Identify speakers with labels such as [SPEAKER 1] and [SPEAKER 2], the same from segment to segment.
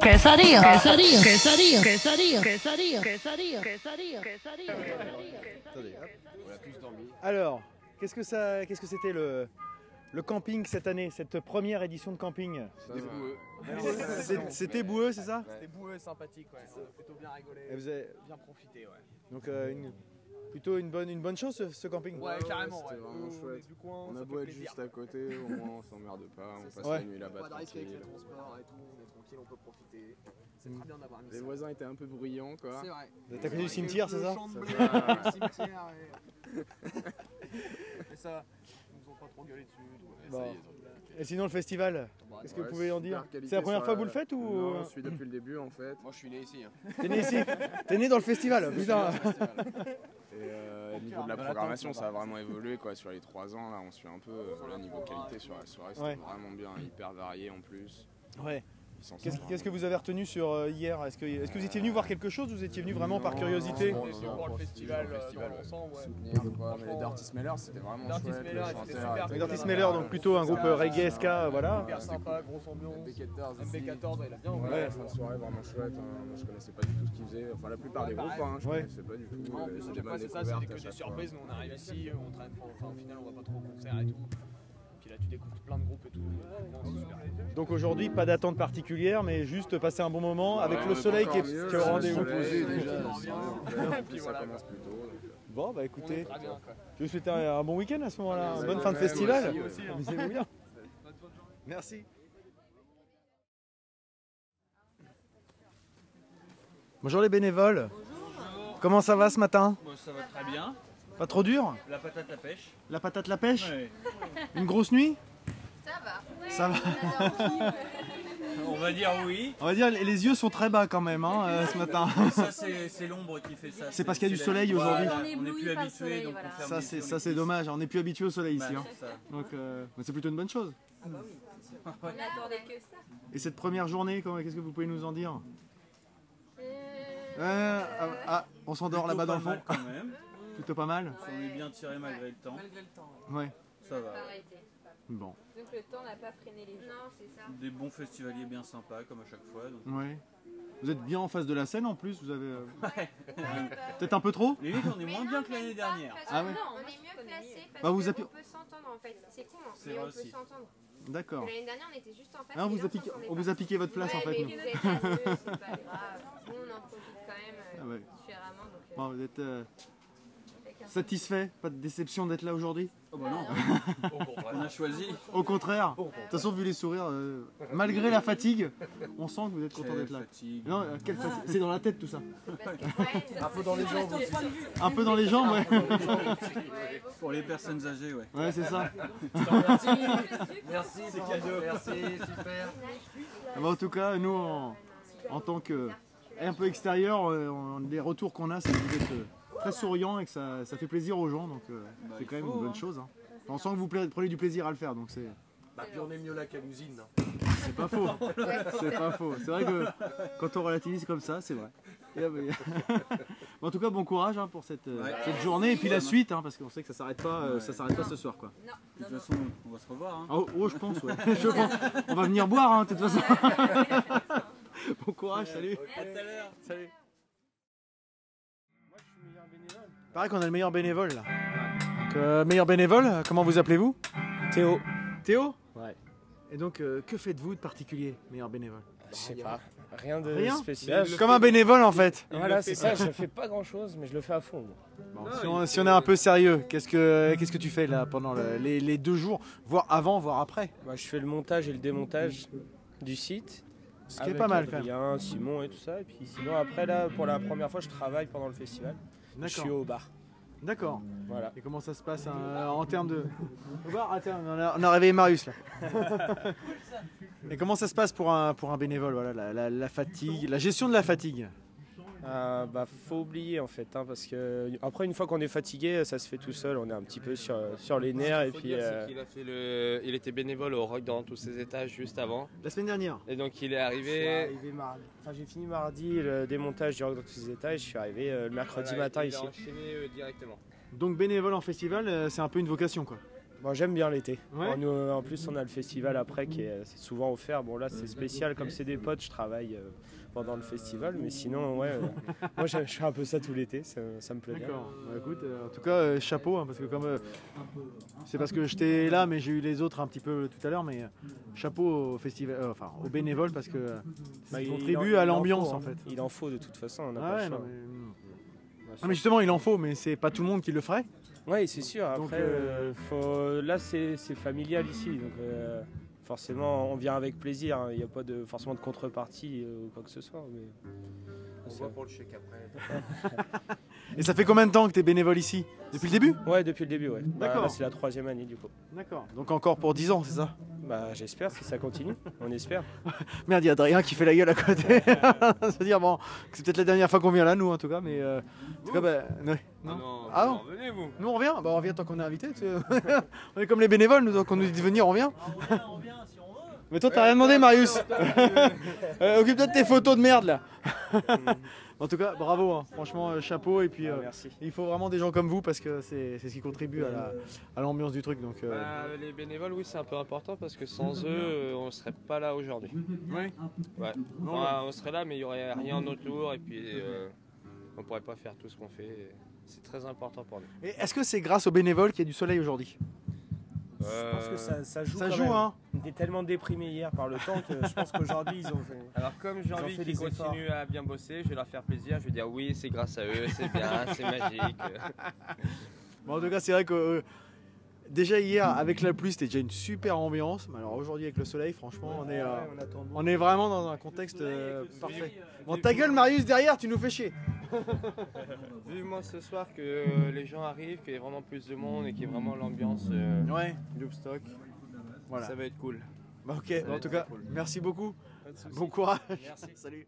[SPEAKER 1] quesadilla, quesadilla, quesadilla, quesadilla,
[SPEAKER 2] Alors, qu'est-ce que ça, qu'est-ce que c'était le, le camping cette année, cette première édition de camping Ah C'est- C'était boueux, c'est ça
[SPEAKER 3] C'était boueux, sympathique, ouais. On a plutôt bien rigolé,
[SPEAKER 2] Et vous avez-
[SPEAKER 3] bien profité, ouais.
[SPEAKER 2] Donc euh, une- plutôt une bonne, une bonne chose ce, ce camping.
[SPEAKER 3] Ouais, carrément, ouais.
[SPEAKER 4] c'était vraiment
[SPEAKER 3] Nous, On est
[SPEAKER 4] euh, chouette.
[SPEAKER 3] du coin,
[SPEAKER 4] On
[SPEAKER 3] ça
[SPEAKER 4] a
[SPEAKER 3] fait
[SPEAKER 4] beau être
[SPEAKER 3] plaisir.
[SPEAKER 4] juste à côté, au moins on s'emmerde pas, on
[SPEAKER 3] C'est
[SPEAKER 4] passe
[SPEAKER 2] ça.
[SPEAKER 4] la nuit
[SPEAKER 3] On a
[SPEAKER 4] là-bas
[SPEAKER 3] pas de risque avec les
[SPEAKER 4] tranquille.
[SPEAKER 3] transports et tout, on est tranquille, on peut profiter. C'est
[SPEAKER 2] Mm.
[SPEAKER 3] très bien d'avoir mis
[SPEAKER 4] Les
[SPEAKER 3] ça.
[SPEAKER 4] voisins étaient un peu bruyants quoi.
[SPEAKER 3] C'est vrai.
[SPEAKER 2] Vous êtes à côté du cimetière, c'est ça
[SPEAKER 3] Le champ de
[SPEAKER 4] Ça
[SPEAKER 3] blé,
[SPEAKER 4] va.
[SPEAKER 3] le cimetière et... et ça, ils nous ont pas trop gueulé dessus. donc, ouais,
[SPEAKER 2] Bon.
[SPEAKER 3] ça y est, ils ont bien fait.
[SPEAKER 2] Et sinon le festival,
[SPEAKER 3] Bon,
[SPEAKER 2] qu'est-ce que
[SPEAKER 4] Ouais,
[SPEAKER 2] vous pouvez en dire
[SPEAKER 4] super qualité
[SPEAKER 2] C'est la première
[SPEAKER 4] sur
[SPEAKER 2] fois que vous le faites ou
[SPEAKER 4] Non, je suis depuis le début en fait.
[SPEAKER 5] Moi je suis né ici. Hein.
[SPEAKER 2] T'es né ici T'es né dans le festival, putain.
[SPEAKER 4] Et euh, au
[SPEAKER 3] Aucun.
[SPEAKER 4] niveau de la
[SPEAKER 2] Dans
[SPEAKER 4] programmation,
[SPEAKER 2] l'attente,
[SPEAKER 4] ça a vraiment évolué quoi. Sur les 3 ans, là, on suit un peu euh, au niveau qualité sur la soirée. C'était
[SPEAKER 2] Ouais.
[SPEAKER 4] vraiment bien, hyper varié en plus.
[SPEAKER 2] Ouais.
[SPEAKER 4] Ils s'en
[SPEAKER 2] Qu'est-ce
[SPEAKER 4] sortent
[SPEAKER 2] qu'est-ce que
[SPEAKER 4] vraiment
[SPEAKER 2] vous avez retenu sur euh, hier Est-ce que, est-ce que vous étiez venu voir quelque chose ou vous étiez venu vraiment par curiosité
[SPEAKER 3] On est venu voir le festival
[SPEAKER 4] Le
[SPEAKER 3] euh, dans
[SPEAKER 4] festival,
[SPEAKER 3] l'ensemble, ouais.
[SPEAKER 4] bien. Soutenir, quoi, mais
[SPEAKER 3] Franchement,
[SPEAKER 4] les Dirty Smellers, c'était
[SPEAKER 2] euh,
[SPEAKER 4] vraiment
[SPEAKER 3] Dirty
[SPEAKER 4] chouette.
[SPEAKER 3] Smellers,
[SPEAKER 4] le
[SPEAKER 3] c'était
[SPEAKER 4] chanteur,
[SPEAKER 3] super.
[SPEAKER 4] était
[SPEAKER 2] Les
[SPEAKER 3] Dirty
[SPEAKER 2] Dirty
[SPEAKER 4] vraiment
[SPEAKER 2] Smellers,
[SPEAKER 4] bien.
[SPEAKER 2] donc plutôt un groupe euh, reggae, SK, voilà.
[SPEAKER 3] Hyper sympa, grosse ambiance.
[SPEAKER 4] MB14 aussi.
[SPEAKER 3] MB14, ouais, il a bien
[SPEAKER 4] Ouais,
[SPEAKER 3] ouvert.
[SPEAKER 4] la fin de soirée vraiment chouette. hein. Moi je connaissais pas du tout ce qu'ils faisaient. Enfin, la plupart des
[SPEAKER 3] Ouais,
[SPEAKER 4] groupes, hein, je
[SPEAKER 2] Ouais.
[SPEAKER 4] connaissais pas du tout.
[SPEAKER 3] Non, en
[SPEAKER 4] mais
[SPEAKER 3] plus, à
[SPEAKER 4] des
[SPEAKER 3] chaque fois,
[SPEAKER 4] bonnes
[SPEAKER 3] c'est ça, c'est que
[SPEAKER 4] découvertes à
[SPEAKER 3] des
[SPEAKER 4] chaque fois.
[SPEAKER 3] surprises. Nous, on arrive ici, euh, on traîne pas. Enfin, au final, on va pas trop au concert et tout. Puis là, tu découvres plein de groupes et tout. Non, c'est super.
[SPEAKER 2] Donc aujourd'hui, pas d'attente particulière, mais juste passer un bon moment avec
[SPEAKER 4] Ouais,
[SPEAKER 2] le
[SPEAKER 4] on
[SPEAKER 2] soleil qui
[SPEAKER 4] encore
[SPEAKER 2] est,
[SPEAKER 4] mieux,
[SPEAKER 2] qui est au
[SPEAKER 4] le
[SPEAKER 2] rendez-vous.
[SPEAKER 4] soleil,
[SPEAKER 3] Posé,
[SPEAKER 4] déjà,
[SPEAKER 3] déjà,
[SPEAKER 4] le
[SPEAKER 3] c'est
[SPEAKER 4] soleil,
[SPEAKER 3] bien.
[SPEAKER 4] en fait. En
[SPEAKER 3] Puis
[SPEAKER 4] plus, ça
[SPEAKER 3] voilà,
[SPEAKER 4] commence plus tôt. donc, euh,
[SPEAKER 2] Bon, bah
[SPEAKER 3] On est
[SPEAKER 2] écoutez,
[SPEAKER 3] très bien, quoi.
[SPEAKER 2] je vous souhaite un, un bon week-end à ce
[SPEAKER 6] Ah,
[SPEAKER 2] moment-là, une bonne fin de
[SPEAKER 4] Ouais,
[SPEAKER 2] festival.
[SPEAKER 4] moi aussi,
[SPEAKER 3] aussi, hein.
[SPEAKER 2] Amusez-vous bien. Merci. Bonjour les bénévoles. Comment ça va ce matin
[SPEAKER 7] Bon, ça va très bien.
[SPEAKER 2] Pas trop dur
[SPEAKER 7] La patate à pêche.
[SPEAKER 2] La patate la pêche Une grosse nuit Ça va. Ça va.
[SPEAKER 7] On va dire oui.
[SPEAKER 2] On va dire les les yeux sont très bas quand même hein, euh, ce matin.
[SPEAKER 7] Ça, c'est c'est l'ombre qui fait ça.
[SPEAKER 2] parce qu'il y a du
[SPEAKER 7] la-
[SPEAKER 2] soleil
[SPEAKER 7] Voilà,
[SPEAKER 2] aujourd'hui.
[SPEAKER 7] On n'est
[SPEAKER 8] ébloui
[SPEAKER 7] plus
[SPEAKER 8] par le
[SPEAKER 7] habitué,
[SPEAKER 8] soleil,
[SPEAKER 7] donc on
[SPEAKER 8] voilà.
[SPEAKER 7] ferme
[SPEAKER 2] Ça
[SPEAKER 7] les
[SPEAKER 2] c'est
[SPEAKER 7] yeux, on
[SPEAKER 2] ça
[SPEAKER 7] est
[SPEAKER 2] c'est
[SPEAKER 7] triste.
[SPEAKER 2] dommage, on n'est plus habitué au soleil
[SPEAKER 7] Bah,
[SPEAKER 2] ici. hein.
[SPEAKER 7] c'est ça.
[SPEAKER 2] Donc euh, mais c'est plutôt une bonne chose.
[SPEAKER 8] On attendait que ça.
[SPEAKER 2] Et cette première journée, comment- qu'est-ce que vous pouvez nous en dire
[SPEAKER 8] Euh,
[SPEAKER 2] Euh, ah, ah, on s'endort là-bas dans le
[SPEAKER 7] Plutôt
[SPEAKER 2] fond.
[SPEAKER 7] pas mal, quand même.
[SPEAKER 2] Plutôt pas mal.
[SPEAKER 7] On est bien tiré malgré le temps.
[SPEAKER 2] Ouais.
[SPEAKER 7] Ça va.
[SPEAKER 8] pas arrêté.
[SPEAKER 2] Bon.
[SPEAKER 8] Donc le temps n'a pas freiné les gens. Non, c'est ça.
[SPEAKER 7] Des bons festivaliers bien sympas, comme à chaque fois. donc.
[SPEAKER 2] Ouais. Vous êtes bien en face de la scène en plus. Vous avez euh,
[SPEAKER 7] Ouais.
[SPEAKER 2] peut-être un peu trop.
[SPEAKER 7] Limite, on est moins bien que l'année dernière.
[SPEAKER 2] Ah ouais.
[SPEAKER 8] Non, on est mieux placé parce
[SPEAKER 2] Bah, vous
[SPEAKER 8] qu'on
[SPEAKER 2] appu-
[SPEAKER 8] peut s'entendre en fait. C'est con, hein,
[SPEAKER 7] C'est
[SPEAKER 8] mais
[SPEAKER 7] vrai
[SPEAKER 8] on peut
[SPEAKER 7] aussi.
[SPEAKER 8] s'entendre.
[SPEAKER 2] D'accord.
[SPEAKER 8] L'année dernière, on était juste en face.
[SPEAKER 2] Ah, on
[SPEAKER 8] mais
[SPEAKER 2] vous
[SPEAKER 8] là,
[SPEAKER 2] a piqué,
[SPEAKER 8] s'entendait
[SPEAKER 2] on
[SPEAKER 8] pas.
[SPEAKER 2] vous a piqué votre place
[SPEAKER 8] Hein, ouais,
[SPEAKER 2] en fait.
[SPEAKER 8] mais
[SPEAKER 2] nous.
[SPEAKER 8] vous êtes à deux, c'est pas grave. Nous, on en profite quand même euh,
[SPEAKER 2] Ah ouais.
[SPEAKER 8] différemment. Donc, euh,
[SPEAKER 2] Bon, vous êtes euh,
[SPEAKER 8] chacun son-
[SPEAKER 2] satisfait, pas de déception d'être là aujourd'hui.
[SPEAKER 7] Oh bah non. On a choisi.
[SPEAKER 2] Au contraire. De toute façon, vu les sourires, euh, malgré la fatigue, on sent que vous êtes content
[SPEAKER 7] Quelle
[SPEAKER 2] d'être là.
[SPEAKER 7] fatigue.
[SPEAKER 2] Non, euh, quelle fatigue C'est dans la tête tout ça.
[SPEAKER 8] parce que- ouais,
[SPEAKER 4] dans les jambes.
[SPEAKER 2] Un peu dans les jambes, ouais.
[SPEAKER 8] ouais, beaucoup.
[SPEAKER 7] Pour les personnes âgées, ouais.
[SPEAKER 2] Ouais, c'est ça.
[SPEAKER 3] Merci, c'est cadeau. Merci, super.
[SPEAKER 2] Ah bah, en tout cas, nous, en, en tant que un peu extérieur, euh, on- les retours qu'on a, c'est que vous êtes euh, très souriant et que ça, ça fait plaisir aux gens. Donc, euh,
[SPEAKER 7] Bah,
[SPEAKER 2] c'est
[SPEAKER 7] il
[SPEAKER 2] quand même
[SPEAKER 7] faut,
[SPEAKER 2] une bonne
[SPEAKER 7] hein.
[SPEAKER 2] chose. hein. On sent que vous prenez- prenez du plaisir à le faire, donc c'est
[SPEAKER 3] Bah, puis on est mieux hein. là qu'à l'usine.
[SPEAKER 2] c'est pas faux. C'est pas faux. C'est vrai que quand on relativise comme ça, c'est vrai. Et, euh, mais- en tout cas, bon courage hein, pour cette, euh,
[SPEAKER 7] Ouais.
[SPEAKER 2] cette journée et puis la
[SPEAKER 7] Merci.
[SPEAKER 2] suite, hein, parce qu'on sait que ça s'arrête pas, euh,
[SPEAKER 7] Ouais.
[SPEAKER 2] ça s'arrête pas ce soir, quoi.
[SPEAKER 7] De
[SPEAKER 8] Non, non,
[SPEAKER 7] toute
[SPEAKER 8] non.
[SPEAKER 7] façon, on va se revoir. hein.
[SPEAKER 2] Ah, Oh, oh, je pense, ouais. Je pense. On va venir boire, hein, de toute façon. Bon courage, salut.
[SPEAKER 7] À tout à l'heure.
[SPEAKER 2] Salut. Pareil qu'on a le meilleur bénévole là. Donc, euh, meilleur bénévole, euh, comment vous appelez-vous
[SPEAKER 9] Théo,
[SPEAKER 2] Théo
[SPEAKER 9] Ouais.
[SPEAKER 2] Et donc, euh, que faites-vous de particulier, meilleur bénévole
[SPEAKER 9] je sais pas, rien de
[SPEAKER 2] Rien
[SPEAKER 9] spécial.
[SPEAKER 2] Comme un bénévole en fait.
[SPEAKER 9] Voilà, c'est ça, je fais pas grand chose, mais je le fais à fond.
[SPEAKER 2] Bon, si, on, si on est un peu sérieux, qu'est-ce que qu'est-ce que tu fais là pendant le- les, les deux jours, voire avant, voire après
[SPEAKER 9] Moi, Bah, je fais le montage et le démontage du site.
[SPEAKER 2] Ce qui est pas mal quand même.
[SPEAKER 9] Adrien, Simon et tout ça. Et puis sinon, après, là, pour la première fois, je travaille pendant le festival. Je suis
[SPEAKER 2] D'accord.
[SPEAKER 9] au bar.
[SPEAKER 2] D'accord.
[SPEAKER 9] Voilà.
[SPEAKER 2] Et comment ça se passe hein, en termes de. Au bar, attends, on a, on a réveillé Marius là. Et comment ça se passe pour un, pour un bénévole voilà, la, la- la fatigue, la gestion de la fatigue
[SPEAKER 9] Euh, bah, faut oublier en fait, hein, parce que après, une fois qu'on est fatigué, ça se fait tout seul. On est un petit peu sur, sur les nerfs. Et
[SPEAKER 10] faut
[SPEAKER 9] puis,
[SPEAKER 10] dire, c'est
[SPEAKER 9] euh,
[SPEAKER 10] qu'il a fait le... Il était bénévole au rock dans tous ses étages juste avant.
[SPEAKER 2] La semaine dernière
[SPEAKER 10] Et donc il est
[SPEAKER 9] je suis
[SPEAKER 10] arrivé.
[SPEAKER 9] arrivé mardi. Enfin, j'ai fini mardi le démontage du rock dans tous les étages. Je suis arrivé euh, le mercredi
[SPEAKER 10] Voilà,
[SPEAKER 9] matin
[SPEAKER 10] il
[SPEAKER 9] ici.
[SPEAKER 10] a enchaîné euh, directement.
[SPEAKER 2] Donc bénévole en festival, euh, c'est un peu une vocation quoi.
[SPEAKER 9] Bon, J'aime bien l'été.
[SPEAKER 2] Ouais.
[SPEAKER 9] En, euh, en plus, on a le festival après qui est euh, c'est souvent offert. Bon, là, c'est spécial. Comme c'est des potes, je travaille euh, pendant le festival. Mais sinon, ouais, euh, moi, je je fais un peu ça tout l'été. Ça, ça me plaît bien.
[SPEAKER 2] D'accord. Bah, écoute, euh, en tout cas, euh, chapeau, hein, parce que comme euh, c'est parce que j'étais là, mais j'ai eu les autres un petit peu tout à l'heure, mais euh, chapeau au festival, euh, enfin aux bénévoles, parce que euh, ça
[SPEAKER 9] Bah, il-
[SPEAKER 2] contribue
[SPEAKER 9] il en-
[SPEAKER 2] à
[SPEAKER 9] il en
[SPEAKER 2] l'ambiance
[SPEAKER 9] faut,
[SPEAKER 2] en
[SPEAKER 9] hein.
[SPEAKER 2] fait.
[SPEAKER 9] Il en faut de toute façon. On n'a
[SPEAKER 2] Ah
[SPEAKER 9] pas
[SPEAKER 2] ouais,
[SPEAKER 9] le choix. Bah,
[SPEAKER 2] non, mais... Ah, mais justement, il en faut, mais c'est pas tout le monde qui le ferait.
[SPEAKER 9] Oui, c'est sûr. Après,
[SPEAKER 2] Donc,
[SPEAKER 9] euh, faut- là, c'est c'est familial ici. Donc, euh, forcément, on vient avec plaisir. hein. Il n'y a pas de, forcément de contrepartie euh, ou quoi que ce soit. Mais... Ça-
[SPEAKER 11] pour le chèque après.
[SPEAKER 2] Et ça fait combien de temps que t'es bénévole ici Depuis le début
[SPEAKER 9] Ouais, depuis le début, ouais. Bah,
[SPEAKER 2] D'accord.
[SPEAKER 9] là, c'est la troisième année, du coup.
[SPEAKER 2] D'accord. Donc encore pour 10 ans, c'est ça
[SPEAKER 9] Bah, j'espère, si ça continue. On espère.
[SPEAKER 2] Merde, il y a Adrien qui fait la gueule à côté. Se dire, bon, c'est peut-être la dernière fois qu'on vient là, nous, en tout cas, mais. euh, en tout cas, bah, ouais. Non. Ah non.
[SPEAKER 4] venez vous
[SPEAKER 2] Nous on revient, bah on revient tant qu'on est invité. tu sais. on est comme les bénévoles, nous, tant qu'on nous dit de venir, on revient. Mais toi, t'as rien demandé, Marius. Euh, Occupe-toi de tes photos de merde là. en tout cas, bravo, hein. franchement, euh, chapeau. Et puis, euh,
[SPEAKER 9] merci.
[SPEAKER 2] il faut vraiment des gens comme vous parce que c'est c'est ce qui contribue à la- à l'ambiance du truc. Donc, euh,
[SPEAKER 4] Bah, les bénévoles, oui, c'est un peu important parce que sans eux, euh, on serait pas là aujourd'hui.
[SPEAKER 2] Ouais.
[SPEAKER 4] Ouais.
[SPEAKER 2] Non,
[SPEAKER 4] Enfin, on serait là, mais il y aurait rien autour et puis euh, on pourrait pas faire tout ce qu'on fait. C'est très important pour nous.
[SPEAKER 2] Et Est-ce que c'est grâce aux bénévoles qu'il y a du soleil aujourd'hui
[SPEAKER 9] Je pense que ça, ça
[SPEAKER 4] Euh,
[SPEAKER 9] joue.
[SPEAKER 2] Ça
[SPEAKER 9] quand
[SPEAKER 2] joue,
[SPEAKER 9] même.
[SPEAKER 2] hein
[SPEAKER 9] On était tellement déprimés hier par le temps que je pense qu'aujourd'hui, ils ont fait.
[SPEAKER 4] Alors comme j'ai
[SPEAKER 9] ont
[SPEAKER 4] envie
[SPEAKER 9] fait
[SPEAKER 4] qu'ils
[SPEAKER 9] des efforts.
[SPEAKER 4] continuent à bien bosser, je vais leur faire plaisir, je vais dire oui, c'est grâce à eux, c'est bien, c'est magique.
[SPEAKER 2] Bon, en tout cas, c'est vrai que euh, déjà hier, avec la pluie, c'était déjà une super ambiance. Mais alors aujourd'hui, avec le soleil, franchement, on est, euh, on est vraiment dans un contexte euh, parfait. Bon, ta gueule, Marius, derrière, tu nous fais chier.
[SPEAKER 4] Vivement ce soir que euh, les gens arrivent, qu'il y ait vraiment plus de monde et qu'il y ait vraiment l'ambiance euh,
[SPEAKER 2] Ouais.
[SPEAKER 4] Loopstock.
[SPEAKER 2] Voilà.
[SPEAKER 4] Ça va être cool.
[SPEAKER 2] Bah, ok, en tout cas, merci beaucoup. Bon courage. Salut.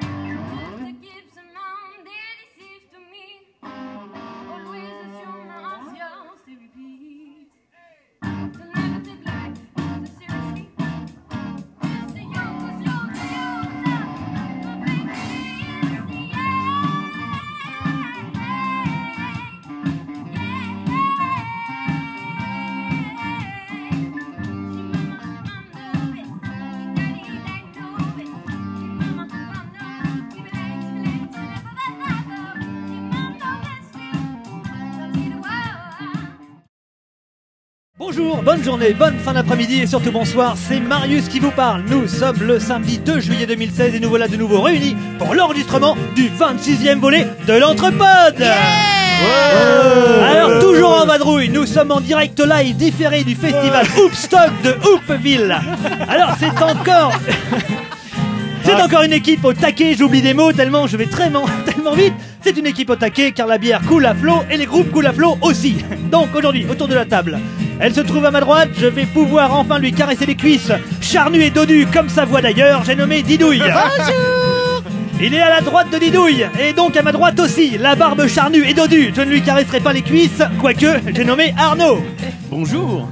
[SPEAKER 12] Gives a man that is if to me. Always assume ourselves to repeat. To negative life, to seriously. It's the young who's low to use up. To bring me in, it's the
[SPEAKER 13] Bonjour, bonne journée, bonne fin d'après-midi et surtout bonsoir, c'est Marius qui vous parle. Nous sommes le samedi 2 juillet 2016 et nous voilà de nouveau réunis pour l'enregistrement du 26e volet de l'Entrepode Alors toujours en vadrouille, nous sommes en direct live différé du festival Hoopstock de Hoopville. Alors c'est encore... C'est encore une équipe au taquet, j'oublie des mots tellement je vais très man- tellement vite. C'est une équipe au taquet car la bière coule à flot et les groupes coulent à flot aussi. Donc aujourd'hui, autour de la table, elle se trouve à ma droite, je vais pouvoir enfin lui caresser les cuisses. Charnu et dodu, comme sa voix d'ailleurs, j'ai nommé Didouille. Il est à la droite de Didouille, et donc à ma droite aussi, la barbe charnue et dodue. Je ne lui caresserai pas les cuisses, quoique j'ai nommé Arnaud. Bonjour.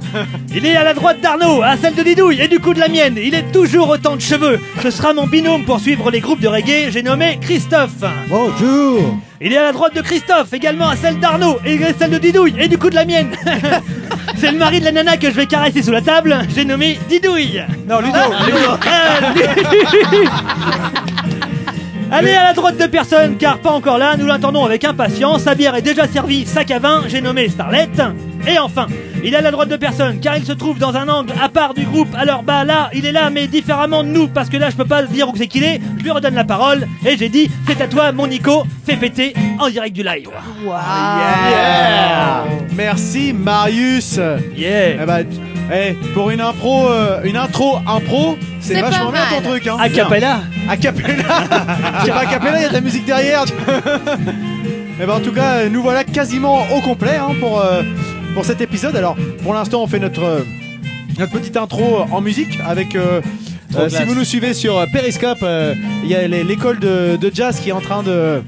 [SPEAKER 13] Il est à la droite d'Arnaud, à celle de Didouille, et du coup de la mienne. Il est toujours autant de cheveux. Ce sera mon binôme pour suivre les groupes de reggae, j'ai nommé Christophe. Bonjour. Il est à la droite de Christophe, également à celle d'Arnaud, et à celle de Didouille, et du coup de la mienne. C'est le mari de la nana que je vais caresser sous la table, j'ai nommé Didouille. Non, Ludo, Ah, Allez à la droite de personne, car pas encore là, nous l'attendons avec impatience. Sa bière est déjà servie, sac à vin, j'ai nommé Starlette. Et enfin, il est à la droite de personne, car il se trouve dans un angle à part du groupe. Alors bah là, il est là, mais différemment de nous, parce que là, je peux pas dire où c'est qu'il est. Je lui redonne la parole, et j'ai dit, c'est à toi, mon Nico, fais péter en direct du live.
[SPEAKER 2] Yeah. Merci, Marius.
[SPEAKER 13] Yeah
[SPEAKER 2] Eh bah, tu- eh, pour une impro, euh, une intro impro, c'est
[SPEAKER 14] C'est
[SPEAKER 2] vachement
[SPEAKER 14] pas
[SPEAKER 2] bien ton
[SPEAKER 14] mal.
[SPEAKER 2] truc. Hein.
[SPEAKER 13] A cappella
[SPEAKER 2] A cappella. C'est pas a cappella, il y a de la musique derrière. Et ben en tout cas, euh, nous voilà quasiment au complet hein, pour, euh, pour cet épisode. Alors, pour l'instant, on fait notre, euh, notre petite intro en musique avec. euh,
[SPEAKER 15] Trop
[SPEAKER 2] euh, si
[SPEAKER 15] classe.
[SPEAKER 2] vous nous suivez sur euh, Periscope, euh, il y a les- l'école de, de jazz qui est en train de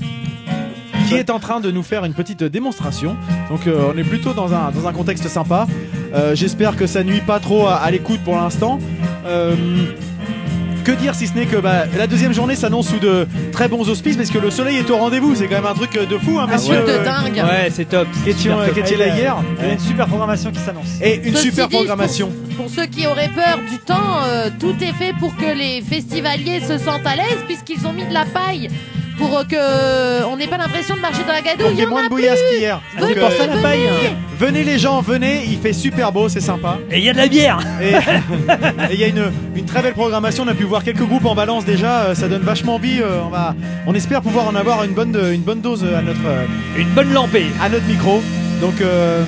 [SPEAKER 2] qui est en train de nous faire une petite démonstration. Donc euh, on est plutôt dans un, dans un contexte sympa. Euh, J'espère que ça nuit pas trop à, à l'écoute pour l'instant. Euh, que dire si ce n'est que bah, la deuxième journée s'annonce sous de très bons auspices parce que le soleil est au rendez-vous. C'est quand même un truc de fou, hein, messieurs.
[SPEAKER 1] truc de
[SPEAKER 2] euh,
[SPEAKER 1] dingue.
[SPEAKER 13] Ouais, c'est top.
[SPEAKER 2] qui étions-
[SPEAKER 16] euh,
[SPEAKER 13] Super top.
[SPEAKER 2] qui étiez là hier.
[SPEAKER 13] Il y a une super programmation qui s'annonce.
[SPEAKER 2] Et une
[SPEAKER 1] Ceci
[SPEAKER 2] super
[SPEAKER 1] dit,
[SPEAKER 2] programmation.
[SPEAKER 1] Pour ceux qui auraient peur du temps, euh, tout est fait pour que les festivaliers se sentent à l'aise puisqu'ils ont mis de la paille pour euh, que euh, on n'ait pas l'impression de marcher dans la
[SPEAKER 2] Donc,
[SPEAKER 1] gadouille.
[SPEAKER 2] Il y a
[SPEAKER 1] hein.
[SPEAKER 2] moins de bouillasse qu'hier.
[SPEAKER 13] Ah, c'est
[SPEAKER 2] Donc,
[SPEAKER 13] pour
[SPEAKER 2] euh,
[SPEAKER 13] ça la paille. hein.
[SPEAKER 2] Venez les gens, venez, il fait super beau, c'est sympa.
[SPEAKER 13] Et il y a de la bière.
[SPEAKER 2] Et et il y a une, une très belle programmation, on a pu voir quelques groupes en balance déjà, euh, ça donne vachement envie, euh, on, va, on espère pouvoir en avoir une bonne, une bonne dose euh, à notre, euh,
[SPEAKER 13] Une bonne lampée.
[SPEAKER 2] à notre micro. Donc euh,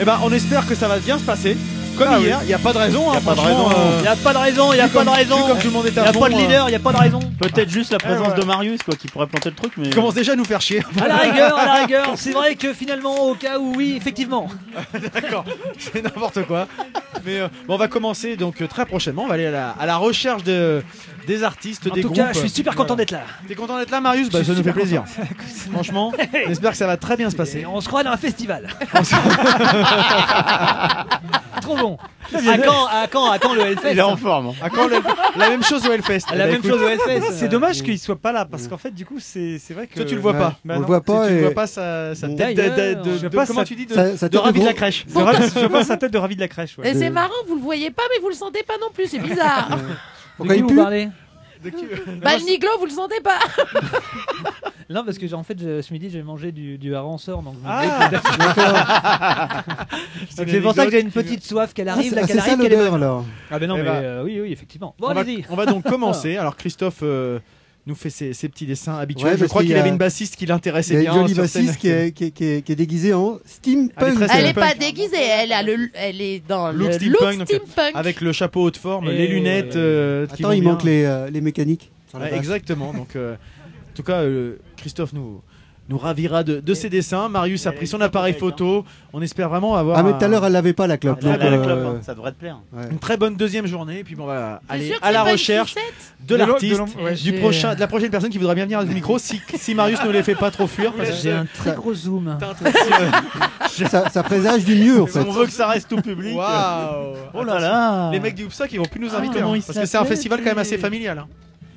[SPEAKER 2] eh ben, on espère que ça va bien se passer. Comme hier, il n'y a pas de raison. hein, euh, Il
[SPEAKER 6] Y a pas de raison,
[SPEAKER 13] Ah Il n'y euh, a pas de raison, il n'y a pas de raison.
[SPEAKER 2] Comme tout le monde est
[SPEAKER 13] Il
[SPEAKER 2] à
[SPEAKER 13] n'y a
[SPEAKER 2] fond,
[SPEAKER 13] pas de
[SPEAKER 2] euh,
[SPEAKER 13] leader, il n'y a pas de raison.
[SPEAKER 17] Peut-être juste la présence
[SPEAKER 2] voilà.
[SPEAKER 17] de Marius quoi, qui pourrait planter le truc, mais.
[SPEAKER 2] il commence déjà à nous faire chier.
[SPEAKER 13] À la rigueur, à la rigueur. C'est vrai que finalement, au cas où, oui, effectivement.
[SPEAKER 2] D'accord, c'est n'importe quoi. Mais euh, bon, on va commencer donc euh, très prochainement. On va aller à la, à la recherche de, des artistes,
[SPEAKER 13] En
[SPEAKER 2] des
[SPEAKER 13] tout
[SPEAKER 2] groupes.
[SPEAKER 13] cas, je suis super content
[SPEAKER 2] Voilà.
[SPEAKER 13] d'être là.
[SPEAKER 2] T'es content d'être là, Marius
[SPEAKER 13] Je
[SPEAKER 2] Bah,
[SPEAKER 13] suis
[SPEAKER 2] ça nous fait
[SPEAKER 13] super
[SPEAKER 2] plaisir. Franchement, j'espère que ça va très bien se passer.
[SPEAKER 13] Et on se croit dans un festival. Trop bon. À quand, à quand, à quand le Hellfest
[SPEAKER 17] Il est en forme. hein.
[SPEAKER 2] À quand le- la même chose au Hellfest
[SPEAKER 13] La
[SPEAKER 2] Bah,
[SPEAKER 13] même
[SPEAKER 2] écoute,
[SPEAKER 13] chose au Hellfest.
[SPEAKER 16] C'est dommage qu'il soit pas là parce qu'en fait, du coup, c'est c'est vrai que.
[SPEAKER 2] Toi, tu le vois pas.
[SPEAKER 18] On
[SPEAKER 16] Bah non.
[SPEAKER 18] le voit
[SPEAKER 2] Tu-
[SPEAKER 18] pas
[SPEAKER 2] tu
[SPEAKER 18] et
[SPEAKER 2] vois pas sa, sa tête de,
[SPEAKER 13] D'ailleurs,
[SPEAKER 2] de- de-
[SPEAKER 16] je
[SPEAKER 2] de-
[SPEAKER 16] pas,
[SPEAKER 2] comment
[SPEAKER 16] ça-
[SPEAKER 2] tu dis de,
[SPEAKER 18] ça, ça
[SPEAKER 2] de
[SPEAKER 18] te
[SPEAKER 2] ravi de la
[SPEAKER 18] gros-
[SPEAKER 2] crèche.
[SPEAKER 16] Je vois- Je vois pas sa tête de ravi de la crèche. ouais.
[SPEAKER 1] Et
[SPEAKER 18] Euh,
[SPEAKER 1] c'est marrant, vous le voyez pas, mais vous le sentez pas non plus,
[SPEAKER 13] Ah,
[SPEAKER 1] c'est bizarre.
[SPEAKER 18] Pourquoi
[SPEAKER 13] qui
[SPEAKER 18] il
[SPEAKER 13] Euh, vous
[SPEAKER 18] pue
[SPEAKER 13] parlez
[SPEAKER 2] euh,
[SPEAKER 1] bah, le Niglo, vous le sentez pas.
[SPEAKER 13] Non, parce que j'ai- en fait, je- ce midi, j'ai mangé du, du hareng sort. Donc, je me disais
[SPEAKER 16] Ah,
[SPEAKER 13] que- donc c'est pour ça que j'ai une petite soif qu'elle
[SPEAKER 18] Ah,
[SPEAKER 13] arrive,
[SPEAKER 18] c'est-
[SPEAKER 13] là,
[SPEAKER 18] ah,
[SPEAKER 13] qu'elle
[SPEAKER 18] C'est ça
[SPEAKER 13] arrive, qu'elle est bonne.
[SPEAKER 18] l'odeur alors.
[SPEAKER 13] Ah, ben non,
[SPEAKER 2] Eh
[SPEAKER 13] mais
[SPEAKER 2] ben.
[SPEAKER 13] euh, oui, oui, effectivement. Bon,
[SPEAKER 2] on, va,
[SPEAKER 13] allez-y.
[SPEAKER 2] on va donc commencer. Alors, Christophe euh, nous fait ses, ses petits dessins habituels.
[SPEAKER 18] Ouais,
[SPEAKER 2] Je
[SPEAKER 18] parce
[SPEAKER 2] crois
[SPEAKER 18] qu'il
[SPEAKER 2] qu'il
[SPEAKER 18] y a-
[SPEAKER 2] avait une bassiste qui l'intéressait
[SPEAKER 18] Il y a
[SPEAKER 2] bien.
[SPEAKER 18] une jolie
[SPEAKER 2] sur scène.
[SPEAKER 18] bassiste qui est, qui, est- qui est- qui est déguisée en steampunk.
[SPEAKER 2] très-
[SPEAKER 1] Elle
[SPEAKER 2] C'est
[SPEAKER 1] est pas déguisée, elle, a le, elle est dans
[SPEAKER 2] Look
[SPEAKER 1] le
[SPEAKER 2] steampunk,
[SPEAKER 1] look
[SPEAKER 2] donc,
[SPEAKER 1] steampunk.
[SPEAKER 2] Avec le chapeau haute forme,
[SPEAKER 13] Et-
[SPEAKER 2] les lunettes. euh, qui
[SPEAKER 18] Attends,
[SPEAKER 2] vont
[SPEAKER 18] il
[SPEAKER 2] bien.
[SPEAKER 18] manque les, euh, les mécaniques. sur la
[SPEAKER 2] Ouais,
[SPEAKER 18] basse.
[SPEAKER 2] exactement. Donc, euh, en tout cas, euh, Christophe nous, nous ravira de, de ses dessins. Marius a pris son appareil
[SPEAKER 17] hein.
[SPEAKER 2] photo. On espère vraiment avoir
[SPEAKER 18] Ah, mais
[SPEAKER 2] un-
[SPEAKER 18] tout à l'heure, elle l'avait pas la clope.
[SPEAKER 17] La-
[SPEAKER 18] donc,
[SPEAKER 17] la- la
[SPEAKER 18] euh,
[SPEAKER 17] clope, hein, Ça devrait te plaire.
[SPEAKER 18] ouais.
[SPEAKER 2] une très bonne deuxième journée. Et puis, bon, on va
[SPEAKER 1] T'es
[SPEAKER 2] aller
[SPEAKER 1] sûr que
[SPEAKER 2] à
[SPEAKER 1] c'est
[SPEAKER 2] la
[SPEAKER 1] pas une
[SPEAKER 2] recherche
[SPEAKER 1] sucette
[SPEAKER 2] de
[SPEAKER 16] l'o-
[SPEAKER 2] l'artiste.
[SPEAKER 16] l'om- ouais.
[SPEAKER 2] Du
[SPEAKER 13] J'ai-
[SPEAKER 2] prochain, de la prochaine personne qui voudra bien venir à ce micro si, si Marius ne les fait pas trop fuir. parce que-
[SPEAKER 13] J'ai un très gros zoom.
[SPEAKER 19] hein.
[SPEAKER 18] ça, ça présage du mieux en
[SPEAKER 17] Si
[SPEAKER 18] fait.
[SPEAKER 17] on veut que ça reste tout public. euh,
[SPEAKER 2] Waouh
[SPEAKER 17] Oh là là
[SPEAKER 2] Les mecs du Upsoc ils vont plus nous
[SPEAKER 13] Ah,
[SPEAKER 2] inviter.
[SPEAKER 17] comment
[SPEAKER 2] hein,
[SPEAKER 17] il
[SPEAKER 2] parce que c'est un
[SPEAKER 17] s'appelle,
[SPEAKER 2] festival quand même assez
[SPEAKER 17] t'es-
[SPEAKER 2] familial. hein.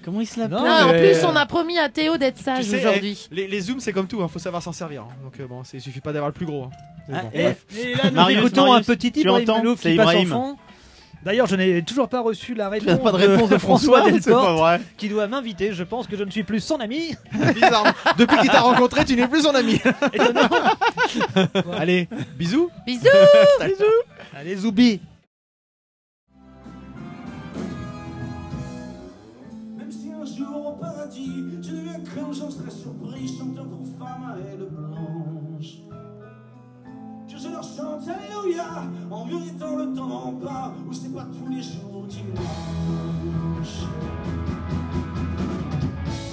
[SPEAKER 17] Comment il se l'appelle
[SPEAKER 13] Non,
[SPEAKER 1] Ah, en
[SPEAKER 13] mais-
[SPEAKER 1] plus, on a promis à Théo d'être sage
[SPEAKER 2] euh, Tu sais,
[SPEAKER 1] aujourd'hui.
[SPEAKER 2] eh, les, les zooms c'est comme tout, hein, faut savoir s'en servir. hein. Donc euh, bon, c'est- il suffit pas d'avoir le plus gros. hein. Mais
[SPEAKER 17] Ah,
[SPEAKER 2] bon,
[SPEAKER 13] Et,
[SPEAKER 2] bref.
[SPEAKER 13] et là, nous
[SPEAKER 17] Marius,
[SPEAKER 13] écoutons
[SPEAKER 17] Marius,
[SPEAKER 13] un petit
[SPEAKER 17] tu
[SPEAKER 13] Ibrahim
[SPEAKER 17] entends
[SPEAKER 13] Malouf
[SPEAKER 17] C'est
[SPEAKER 13] qui passe en
[SPEAKER 17] Ibrahim.
[SPEAKER 13] fond. D'ailleurs, je n'ai toujours pas reçu la
[SPEAKER 17] Il n'y a pas
[SPEAKER 13] réponse,
[SPEAKER 17] de réponse de François, c'est pas
[SPEAKER 13] Delporte,
[SPEAKER 17] vrai.
[SPEAKER 13] qui doit m'inviter. Je pense que je ne suis plus son ami.
[SPEAKER 2] Bizarrement. Depuis qu'il t'a rencontré, tu n'es plus son ami.
[SPEAKER 13] Étonnant.
[SPEAKER 2] Allez, bisous.
[SPEAKER 1] Bisous
[SPEAKER 13] Allez, Zoubi.
[SPEAKER 12] Même si un jour au paradis, je deviens comme j'en serais surpris, chantant pour femmes à aile blanche. Que je leur chante Alléluia, en méritant le temps en bas, où c'est pas tous les jours dimanche.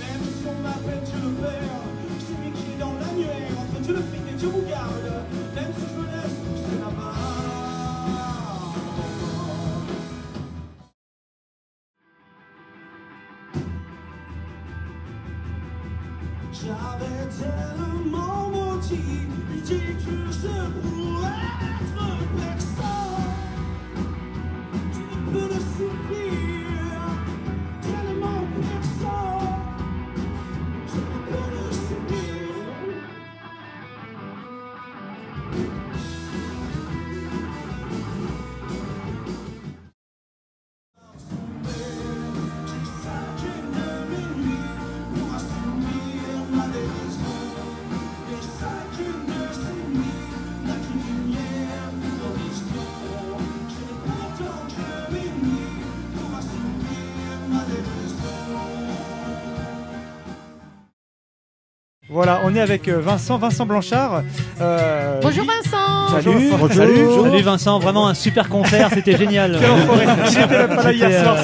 [SPEAKER 12] Même si on m'appelle Dieu le Père, j'ai mis qui est dans l'annuaire, entre Dieu le Fils et Dieu vous garde, même si je me laisse, c'est là-bas. J'avais tellement menti, pitié que je pourrais être personne. Tu ne peux le souffrir, tellement personne. Je ne peux le souffrir.
[SPEAKER 16] Voilà, on est avec euh, Vincent, Vincent Blanchard. euh,
[SPEAKER 1] Bonjour
[SPEAKER 16] lui-
[SPEAKER 20] euh,
[SPEAKER 1] Vincent
[SPEAKER 13] Salut,
[SPEAKER 20] Bonjour.
[SPEAKER 13] salut,
[SPEAKER 20] Bonjour.
[SPEAKER 13] salut Vincent, vraiment un super concert, c'était génial.
[SPEAKER 20] Quel enfoiré. J'étais même pas là hier
[SPEAKER 13] C'était,
[SPEAKER 20] soir,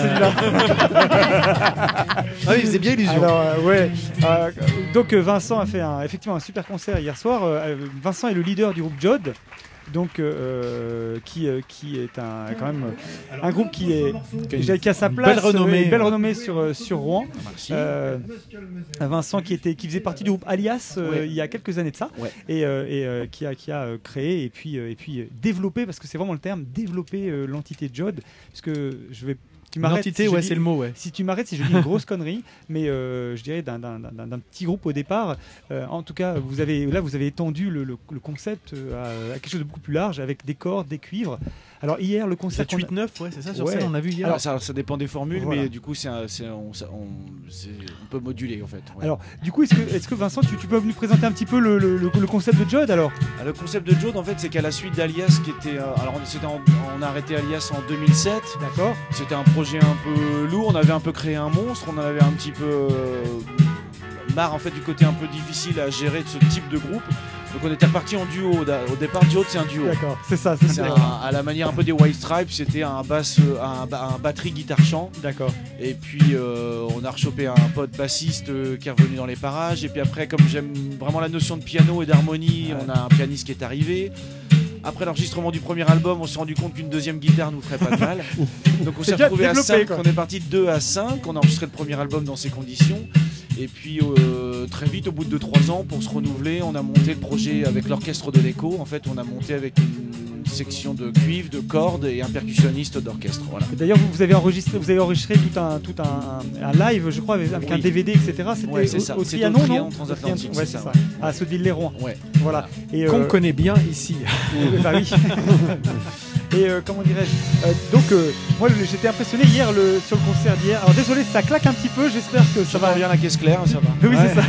[SPEAKER 13] euh,
[SPEAKER 19] Ah oui, il faisait bien illusion.
[SPEAKER 16] Alors, euh, ouais. euh, donc, euh, Vincent a fait un- effectivement un super concert hier soir. Euh, Vincent est le leader du groupe Jod. Donc, euh, qui, euh, qui est un, quand même euh, un groupe qui, est,
[SPEAKER 19] Qui a une-
[SPEAKER 16] déjà- qui a sa
[SPEAKER 19] une
[SPEAKER 16] place,
[SPEAKER 19] belle renommée.
[SPEAKER 16] euh, une belle renommée sur, euh, sur Rouen.
[SPEAKER 19] Merci.
[SPEAKER 16] Euh, Vincent qui, était, qui faisait partie du groupe Alias euh, il y a quelques années de ça
[SPEAKER 19] Ouais.
[SPEAKER 16] et, euh, et, euh, qui a, qui a euh, créé et puis, euh, et puis euh, développé, parce que c'est vraiment le terme, développé euh, l'entité Jod. Parce que je vais. Tu m'arrêtes
[SPEAKER 19] L'entité,
[SPEAKER 16] si je
[SPEAKER 19] ouais,
[SPEAKER 16] dis-
[SPEAKER 19] c'est le mot, ouais.
[SPEAKER 16] Si tu m'arrêtes, si je dis une grosse connerie, mais euh, je dirais d'un, d'un- d'un- d'un petit groupe au départ. Euh, en tout cas, vous avez, là, vous avez étendu le, le- le concept euh, à, à quelque chose de beaucoup plus large, avec des cordes, des cuivres. Alors hier, le concert.
[SPEAKER 19] 7, 8, 9, ouais, c'est ça sur scène, on a vu hier.
[SPEAKER 16] Alors,
[SPEAKER 19] ça, ça dépend des formules,
[SPEAKER 16] Voilà.
[SPEAKER 19] mais du coup, c'est un- c'est un- on, ça- on- c'est- on peut moduler en fait. ouais.
[SPEAKER 16] alors, du coup, est-ce que, est-ce que Vincent, tu, tu peux nous présenter un petit peu le, le- le- le concept de Jod alors
[SPEAKER 19] Ah, Le concept de Jode, en fait, c'est qu'à la suite d'Alias, qui était. euh, alors, on, c'était en- on a arrêté Alias en 2007.
[SPEAKER 16] D'accord.
[SPEAKER 19] C'était un projet un peu lourd. On avait un peu créé un monstre. On en avait un petit peu euh, marre, en fait, du côté un peu difficile à gérer de ce type de groupe. Donc, on était reparti en duo. D'a- Au départ, Jode, c'est un duo.
[SPEAKER 16] D'accord, c'est ça, c'est
[SPEAKER 19] C'est
[SPEAKER 16] ça.
[SPEAKER 19] un- à la manière un peu des White Stripes, c'était un basse, euh, un, ba- un batterie guitare chant.
[SPEAKER 16] D'accord.
[SPEAKER 19] Et puis euh, on a rechopé un pote bassiste euh, qui est revenu dans les parages. Et puis après, comme j'aime vraiment la notion de piano et d'harmonie, on a un pianiste qui est arrivé. Après l'enregistrement du premier album, on s'est rendu compte qu'une deuxième guitare nous ferait pas de mal. Donc on
[SPEAKER 16] C'est
[SPEAKER 19] s'est
[SPEAKER 16] bien
[SPEAKER 19] retrouvé à
[SPEAKER 16] développé,
[SPEAKER 19] 5,
[SPEAKER 16] quoi.
[SPEAKER 19] on est parti de 2 à 5, on a enregistré le premier album dans ces conditions. Et puis euh, très vite, au bout de 2-3 ans, pour se renouveler, on a monté le projet avec l'orchestre de l'écho. En fait, on a monté avec une section de cuivre, de cordes et un percussionniste d'orchestre. Voilà.
[SPEAKER 16] Et D'ailleurs, vous vous avez enregistré, vous avez enregistré tout un, tout un, un live, je crois, avec avec un
[SPEAKER 19] Oui.
[SPEAKER 16] DVD, etc. C'était
[SPEAKER 19] Ouais, c'est
[SPEAKER 16] au,
[SPEAKER 19] ça.
[SPEAKER 16] au
[SPEAKER 19] C'était au
[SPEAKER 16] Trianon,
[SPEAKER 19] Trianon
[SPEAKER 16] non
[SPEAKER 19] transatlantique,
[SPEAKER 16] Au Trianon, ouais,
[SPEAKER 19] c'est
[SPEAKER 16] c'est
[SPEAKER 19] ça,
[SPEAKER 16] ça.
[SPEAKER 19] ouais.
[SPEAKER 16] À Sotteville-les-Rois.
[SPEAKER 19] Ouais.
[SPEAKER 16] Voilà. Et,
[SPEAKER 19] Qu'on
[SPEAKER 16] euh,
[SPEAKER 19] connaît bien ici.
[SPEAKER 16] bah oui. Et euh, comment dirais-je Euh, Donc, euh, moi, le- j'étais impressionné hier le, sur le concert d'hier. Alors désolé, ça claque un petit peu. J'espère que ça va.
[SPEAKER 19] bien la caisse claire, ça va.
[SPEAKER 16] Oui,
[SPEAKER 19] Ouais.
[SPEAKER 16] c'est ça.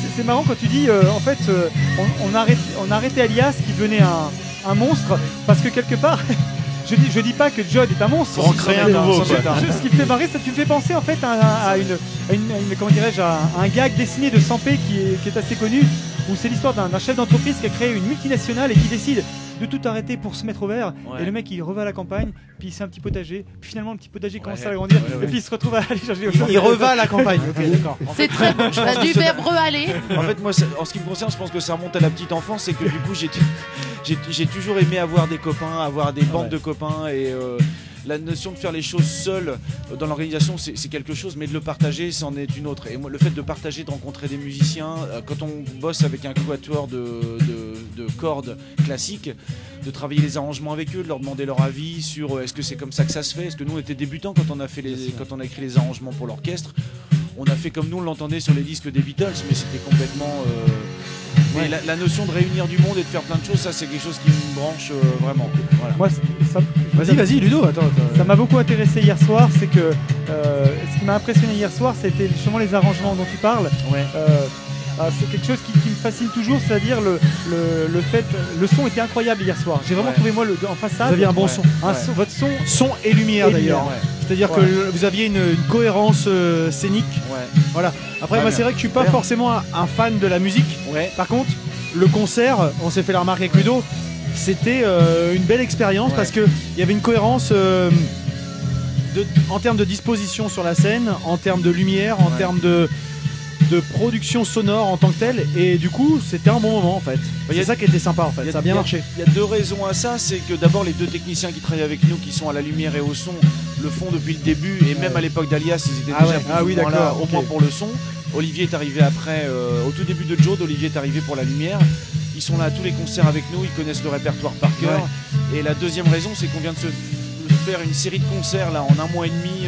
[SPEAKER 16] C'est- c'est marrant quand tu dis, euh, en fait, euh, on, on, arrête, on a arrêté Alias qui devenait un, un monstre parce que quelque part, je dis, je dis pas que Jod est un monstre.
[SPEAKER 19] Pour en créer un
[SPEAKER 16] Mais-
[SPEAKER 19] nouveau,
[SPEAKER 16] je-
[SPEAKER 19] quoi.
[SPEAKER 16] je- Ce qui me fait marrer, ça tu me fais penser en fait à, à- à une, à une- à une- comment dirais-je, à un- à un gag dessiné de Sampé qui est, qui est assez connu, où c'est l'histoire d'un d'un chef d'entreprise qui a créé une multinationale et qui décide de tout arrêter pour se mettre au vert.
[SPEAKER 19] Ouais.
[SPEAKER 16] Et le mec, il revient à la campagne, puis il fait un petit potager, puis finalement le petit potager commence
[SPEAKER 19] Ouais.
[SPEAKER 16] à grandir,
[SPEAKER 19] Ouais, ouais.
[SPEAKER 16] et puis il se retrouve à aller chercher au
[SPEAKER 19] Il-
[SPEAKER 16] centre.
[SPEAKER 19] il revient à la campagne, ok, d'accord.
[SPEAKER 1] C'est très bon,
[SPEAKER 19] Je pense que
[SPEAKER 1] du
[SPEAKER 19] ce-
[SPEAKER 1] verbe aller.
[SPEAKER 19] En fait, moi, ça- en ce qui me concerne, je pense que ça remonte à la petite enfance et que du coup, j'ai tu- j'ai- j'ai toujours aimé avoir des copains, avoir des bandes de copains et euh, la notion de faire les choses seul euh, dans l'organisation, c'est c'est quelque chose, mais de le partager, c'en est une autre. Et moi, le fait de partager, de rencontrer des musiciens, euh, quand on bosse avec un quatuor de, de- de cordes classiques, de travailler les arrangements avec eux, de leur demander leur avis sur euh, est-ce que c'est comme ça que ça se fait, est-ce que nous on était débutants quand on a fait les, quand on a écrit les arrangements pour l'orchestre, on a fait comme nous on l'entendait sur les disques des Beatles, mais c'était complètement. euh, mais la, la notion de réunir du monde et de faire plein de choses, ça c'est quelque chose qui me branche euh, vraiment. Voilà.
[SPEAKER 16] Moi, c'est- ça- ça- Ça m'a beaucoup intéressé hier soir, c'est que euh, ce qui m'a impressionné hier soir, c'était justement les arrangements dont tu parles. Euh, ah, c'est quelque chose qui, qui me fascine toujours, c'est-à-dire le, le, le fait, le son était incroyable hier soir. J'ai vraiment
[SPEAKER 19] Ouais.
[SPEAKER 16] trouvé moi le, en façade.
[SPEAKER 19] Vous aviez un bon son.
[SPEAKER 16] un
[SPEAKER 19] Ouais.
[SPEAKER 16] son- votre son,
[SPEAKER 19] Son et lumière,
[SPEAKER 16] Et
[SPEAKER 19] d'ailleurs.
[SPEAKER 16] lumière.
[SPEAKER 19] C'est-à-dire
[SPEAKER 16] Voilà.
[SPEAKER 19] que
[SPEAKER 16] Ouais.
[SPEAKER 19] le-
[SPEAKER 2] Vous aviez une, une cohérence euh, scénique. Voilà. Après,
[SPEAKER 19] Ouais,
[SPEAKER 2] moi,
[SPEAKER 19] bien.
[SPEAKER 2] c'est vrai que je suis pas
[SPEAKER 19] Bien.
[SPEAKER 2] forcément un, un fan de la musique. Par contre, le concert, on s'est fait la remarque avec Ludo, c'était euh, une belle expérience parce que il y avait une cohérence. euh, de- en termes de disposition sur la scène, en termes de lumière, en termes de, de production sonore en tant que telle, et du coup c'était un bon moment en fait.
[SPEAKER 19] Il y
[SPEAKER 2] C'est
[SPEAKER 19] a-
[SPEAKER 2] ça qui était sympa en fait,
[SPEAKER 19] Il y
[SPEAKER 2] ça a bien
[SPEAKER 19] il y
[SPEAKER 2] marché.
[SPEAKER 19] Il y a deux raisons à ça. C'est que d'abord, les deux techniciens qui travaillent avec nous, qui sont à la lumière et au son, le font depuis le début. Et même à l'époque d'Alias, ils étaient
[SPEAKER 2] Ah
[SPEAKER 19] déjà
[SPEAKER 2] ouais.
[SPEAKER 19] plus
[SPEAKER 2] Ah
[SPEAKER 19] ou
[SPEAKER 2] oui,
[SPEAKER 19] moins là,
[SPEAKER 2] d'accord,
[SPEAKER 19] au
[SPEAKER 2] ok.
[SPEAKER 19] moins pour le son. Olivier est arrivé après, euh, au tout début de Jode, Olivier est arrivé pour la lumière. Ils sont là à tous les concerts avec nous, ils connaissent le répertoire par cœur. Et la deuxième raison, c'est qu'on vient de se f- faire une série de concerts là en un mois et demi.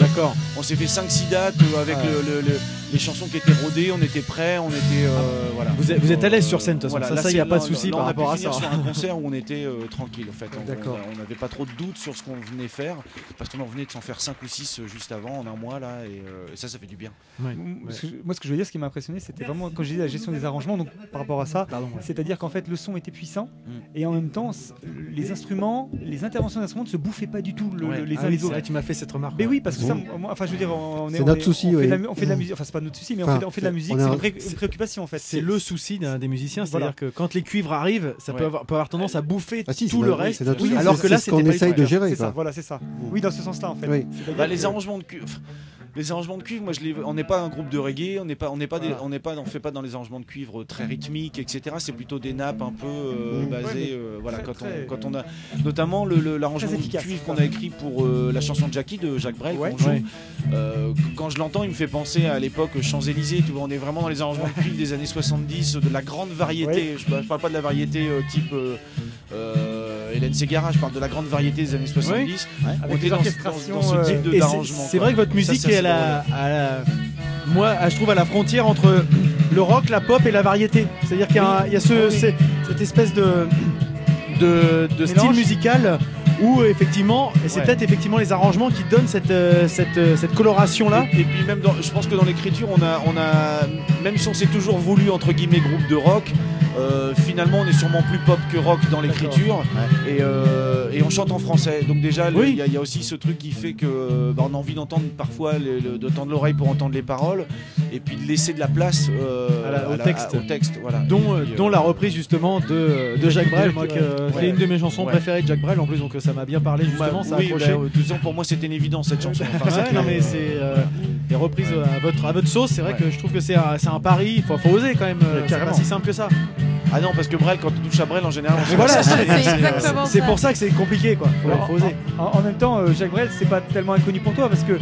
[SPEAKER 19] D'accord. On s'est fait 5-6 dates euh, avec
[SPEAKER 2] Ouais.
[SPEAKER 19] le- le- le- les chansons qui étaient rodées, on était prêts, on était. euh, voilà.
[SPEAKER 2] Vous êtes- vous êtes à l'aise sur scène, de toute façon. Ça,
[SPEAKER 19] là,
[SPEAKER 2] ça, y a
[SPEAKER 19] c'est-
[SPEAKER 2] pas de
[SPEAKER 19] là,
[SPEAKER 2] souci
[SPEAKER 19] là,
[SPEAKER 2] par
[SPEAKER 19] on a
[SPEAKER 2] rapport
[SPEAKER 19] pu
[SPEAKER 2] à
[SPEAKER 19] finir
[SPEAKER 2] ça.
[SPEAKER 19] sur un concert où on était euh, tranquille, en fait. On- euh, On n'avait pas trop de doutes sur ce qu'on venait faire, parce qu'on en venait de s'en faire 5 ou 6 juste avant, en un mois, là, et, euh, et ça, ça fait du bien.
[SPEAKER 16] M- ce que je- moi, ce que je veux dire, ce qui m'a impressionné, c'était vraiment quand je disais la gestion des arrangements. Donc, par rapport à ça, c'est-à-dire qu'en fait, le son était puissant
[SPEAKER 2] Mm.
[SPEAKER 16] et en même temps, c- les instruments, les interventions des instruments ne se bouffaient pas du tout le-
[SPEAKER 2] Ouais.
[SPEAKER 16] le- les
[SPEAKER 2] Ah
[SPEAKER 16] uns
[SPEAKER 2] oui,
[SPEAKER 16] les
[SPEAKER 2] c'est
[SPEAKER 16] autres.
[SPEAKER 2] vrai, tu m'as fait cette remarque.
[SPEAKER 16] Mais
[SPEAKER 2] ouais.
[SPEAKER 16] oui, parce que ça,
[SPEAKER 2] Bon.
[SPEAKER 16] moi, enfin, je veux dire, on, on est-
[SPEAKER 2] C'est
[SPEAKER 16] on
[SPEAKER 2] notre
[SPEAKER 16] est-
[SPEAKER 2] souci,
[SPEAKER 16] on fait de la
[SPEAKER 2] ouais.
[SPEAKER 16] mu- on fait de la
[SPEAKER 2] Mhm.
[SPEAKER 16] musique, enfin, c'est pas
[SPEAKER 21] notre souci, mais on fait, on fait de la
[SPEAKER 2] Enfin,
[SPEAKER 21] musique,
[SPEAKER 2] on
[SPEAKER 21] c'est
[SPEAKER 2] a un-
[SPEAKER 21] une, pré-
[SPEAKER 2] c'est-
[SPEAKER 21] une préoccupation en fait.
[SPEAKER 2] C'est le souci d'un- des musiciens,
[SPEAKER 21] Voilà.
[SPEAKER 2] c'est-à-dire que quand les cuivres arrivent, ça
[SPEAKER 21] Ouais.
[SPEAKER 2] peut, avoir, peut avoir tendance à bouffer
[SPEAKER 21] Ah si,
[SPEAKER 2] tout
[SPEAKER 21] c'est
[SPEAKER 2] le
[SPEAKER 21] vrai,
[SPEAKER 2] reste.
[SPEAKER 21] c'est notre souci,
[SPEAKER 2] alors
[SPEAKER 21] c'est-
[SPEAKER 2] que là,
[SPEAKER 21] c'est ce
[SPEAKER 2] c'était
[SPEAKER 21] qu'on
[SPEAKER 2] pas du
[SPEAKER 21] essaye
[SPEAKER 2] tout
[SPEAKER 21] de
[SPEAKER 2] le cas.
[SPEAKER 21] gérer,
[SPEAKER 2] C'est ça,
[SPEAKER 21] quoi.
[SPEAKER 2] voilà, c'est ça. Oui, dans ce sens-là, en fait.
[SPEAKER 21] Oui.
[SPEAKER 19] Bah, les arrangements de cuivre. Les arrangements de cuivre, moi je les... on n'est pas un groupe de reggae, on n'est pas, on n'est pas, des-
[SPEAKER 21] Voilà.
[SPEAKER 19] on n'est pas, on fait pas dans les arrangements de cuivre euh, très rythmiques, etc. C'est plutôt des nappes un peu euh,
[SPEAKER 21] Mm. Ouais, mais
[SPEAKER 19] basées, euh, voilà.
[SPEAKER 21] très,
[SPEAKER 19] Quand on,
[SPEAKER 21] très-
[SPEAKER 19] quand on a, notamment le- le- l'arrangement
[SPEAKER 21] Très
[SPEAKER 19] de
[SPEAKER 21] efficace,
[SPEAKER 19] cuivre
[SPEAKER 21] quoi.
[SPEAKER 19] qu'on a écrit pour euh, la chanson de Jackie de Jacques Brel. qu'on joue.
[SPEAKER 21] Ouais.
[SPEAKER 19] Euh, quand je l'entends, il me fait penser à l'époque Champs Élysées. Tu vois, on est vraiment dans les arrangements de cuivre des années 70, de la grande variété. Je, ne parle pas de la variété euh, type. euh, euh, Hélène Ségara, je parle de la grande variété des années 70.
[SPEAKER 2] Ouais.
[SPEAKER 19] On
[SPEAKER 2] Avec
[SPEAKER 19] était
[SPEAKER 2] les
[SPEAKER 19] dans, ce-
[SPEAKER 2] orchestrations,
[SPEAKER 19] dans- dans ce type de-
[SPEAKER 2] euh, et c'est-
[SPEAKER 19] d'arrangement.
[SPEAKER 2] C'est
[SPEAKER 19] quoi.
[SPEAKER 2] vrai que votre
[SPEAKER 19] Ça,
[SPEAKER 2] musique
[SPEAKER 19] c'est assez
[SPEAKER 2] est à la,
[SPEAKER 19] drôle.
[SPEAKER 2] à la- moi, à- je trouve à la frontière entre le rock, la pop et la variété. C'est-à-dire qu'il y a, un- il y a ce- c'est- cette espèce de de, de style musical où euh, effectivement, et c'est
[SPEAKER 19] Ouais.
[SPEAKER 2] peut-être effectivement les arrangements qui donnent cette euh, cette, euh, cette coloration là.
[SPEAKER 19] Et puis même, dans- je pense que dans l'écriture, on a, on a, même si on s'est toujours voulu entre guillemets groupe de rock, euh, finalement on est sûrement plus pop que rock dans l'écriture. Et, euh, et on chante en français, donc déjà le- il y, a- il y a aussi ce truc qui fait que bah, on a envie d'entendre parfois, le- le- de tendre l'oreille pour entendre les paroles, et puis de laisser de la place euh,
[SPEAKER 2] À la- au
[SPEAKER 19] à la-
[SPEAKER 2] texte.
[SPEAKER 19] au texte, voilà.
[SPEAKER 2] dont,
[SPEAKER 19] Et
[SPEAKER 2] euh,
[SPEAKER 19] puis, euh,
[SPEAKER 2] dont la reprise justement de, de Jacques Brel, moi, que, euh,
[SPEAKER 19] Ouais.
[SPEAKER 2] qui est une de mes chansons
[SPEAKER 19] Ouais.
[SPEAKER 2] préférées de Jacques Brel en plus, donc euh, ça m'a bien parlé justement,
[SPEAKER 19] Bah,
[SPEAKER 2] ça a
[SPEAKER 19] oui,
[SPEAKER 2] accroché.
[SPEAKER 19] bah, euh, de toute façon, pour moi c'était une évidence cette chanson. Enfin,
[SPEAKER 2] Ouais,
[SPEAKER 19] c'était-
[SPEAKER 2] non mais c'est euh, des reprises euh, à votre à votre sauce. C'est vrai
[SPEAKER 19] Ouais.
[SPEAKER 2] que je trouve que c'est un, c'est un pari. Faut, faut oser quand même. euh, c'est pas
[SPEAKER 19] carrément.
[SPEAKER 2] si simple que ça.
[SPEAKER 19] Ah non parce que Brel quand on touche à Brel en général.
[SPEAKER 8] Hein,
[SPEAKER 19] on se-
[SPEAKER 2] Voilà,
[SPEAKER 19] c'est- c'est-
[SPEAKER 2] c'est pour ça que c'est compliqué quoi. Faut,
[SPEAKER 8] Alors,
[SPEAKER 2] faut oser.
[SPEAKER 8] En, en- en même temps, euh, Jacques Brel, c'est pas tellement inconnu pour toi parce que, euh,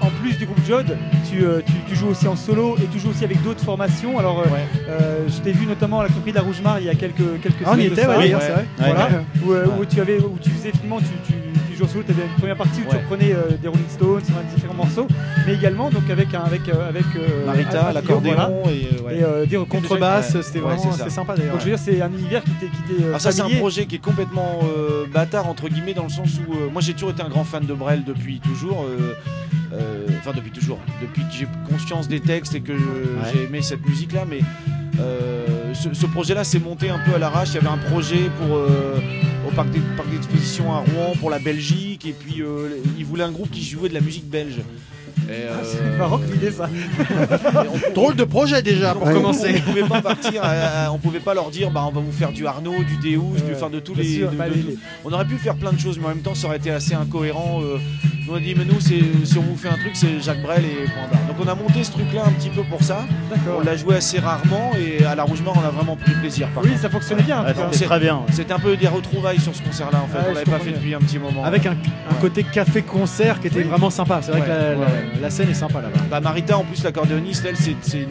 [SPEAKER 8] en plus du groupe Jod, tu, euh, tu, tu joues aussi en solo et tu joues aussi avec d'autres formations. Alors, euh, euh, je t'ai vu notamment à la compagnie de la Rougemar il y a quelques, quelques
[SPEAKER 2] Ah, on y
[SPEAKER 8] de
[SPEAKER 2] était,
[SPEAKER 8] ça.
[SPEAKER 2] ouais, d'ailleurs, c'est vrai.
[SPEAKER 8] Voilà.
[SPEAKER 2] Ouais.
[SPEAKER 8] Où, euh, où tu avais, où tu faisais finalement, tu, tu, tu jouais en solo, tu avais une première partie où tu reprenais euh, des Rolling Stones, enfin, différents morceaux, mais également donc avec un- avec euh, avec euh,
[SPEAKER 2] Marita,
[SPEAKER 8] Al- Al-
[SPEAKER 2] l'accordéon
[SPEAKER 8] voilà.
[SPEAKER 2] et, euh, ouais.
[SPEAKER 8] et euh, des reprises de
[SPEAKER 2] Contrebasse,
[SPEAKER 8] Jacques-
[SPEAKER 2] c'était vraiment- c'est sympa, d'ailleurs,
[SPEAKER 8] Donc je veux
[SPEAKER 2] ouais.
[SPEAKER 8] dire, c'est un univers qui t'est qui t'est, euh,
[SPEAKER 2] Ah,
[SPEAKER 19] Alors Ah, ça c'est un
[SPEAKER 8] familier.
[SPEAKER 19] projet qui est complètement euh, bâtard entre guillemets dans le sens où euh, moi j'ai toujours été un grand fan de Brel depuis toujours. euh, euh, Enfin depuis toujours, depuis que j'ai conscience des textes et que euh,
[SPEAKER 21] Ouais.
[SPEAKER 19] j'ai aimé cette musique là, mais euh, ce, ce projet-là s'est monté un peu à l'arrache. Il y avait un projet pour euh, au parc des- parc d'exposition à Rouen pour la Belgique et puis euh, ils voulaient un groupe qui jouait de la musique belge. Et,
[SPEAKER 2] Ah,
[SPEAKER 19] euh,
[SPEAKER 8] Maroc, l'idée ça.
[SPEAKER 2] Drôle de projet déjà pour
[SPEAKER 19] on-
[SPEAKER 2] commencer.
[SPEAKER 19] On pouvait pas partir, à- à- on pouvait pas leur dire bah on va vous faire du Arnaud, du Deus, du, enfin de tous
[SPEAKER 21] bien
[SPEAKER 19] les.
[SPEAKER 21] sûr,
[SPEAKER 19] de-
[SPEAKER 21] bah,
[SPEAKER 19] de
[SPEAKER 21] les-
[SPEAKER 19] tout. On aurait pu faire plein de choses, mais en même temps ça aurait été assez incohérent. euh, on a dit mais nous c'est si on vous fait un truc c'est Jacques Brel et point barre. Donc on a monté ce truc là un petit peu pour ça.
[SPEAKER 8] D'accord.
[SPEAKER 19] On l'a joué assez rarement et à la Rougemar on a vraiment pris plaisir. Par
[SPEAKER 8] Oui,
[SPEAKER 19] contre.
[SPEAKER 8] ça fonctionnait bien, en tout cas.
[SPEAKER 19] donc,
[SPEAKER 8] C'était très bien, ouais.
[SPEAKER 19] C'était un peu des retrouvailles sur ce concert là en fait.
[SPEAKER 2] Ouais,
[SPEAKER 19] on
[SPEAKER 2] je
[SPEAKER 19] l'avait pas
[SPEAKER 2] comprends
[SPEAKER 19] fait
[SPEAKER 2] bien.
[SPEAKER 19] depuis un petit moment.
[SPEAKER 2] Avec
[SPEAKER 19] ouais.
[SPEAKER 2] un, un côté café-concert qui était vraiment sympa. C'est vrai
[SPEAKER 19] Ouais,
[SPEAKER 2] que la,
[SPEAKER 19] ouais,
[SPEAKER 2] la-
[SPEAKER 19] ouais.
[SPEAKER 2] la scène est sympa là-bas.
[SPEAKER 19] Bah Marita en plus l'accordéoniste elle c'est c'est une,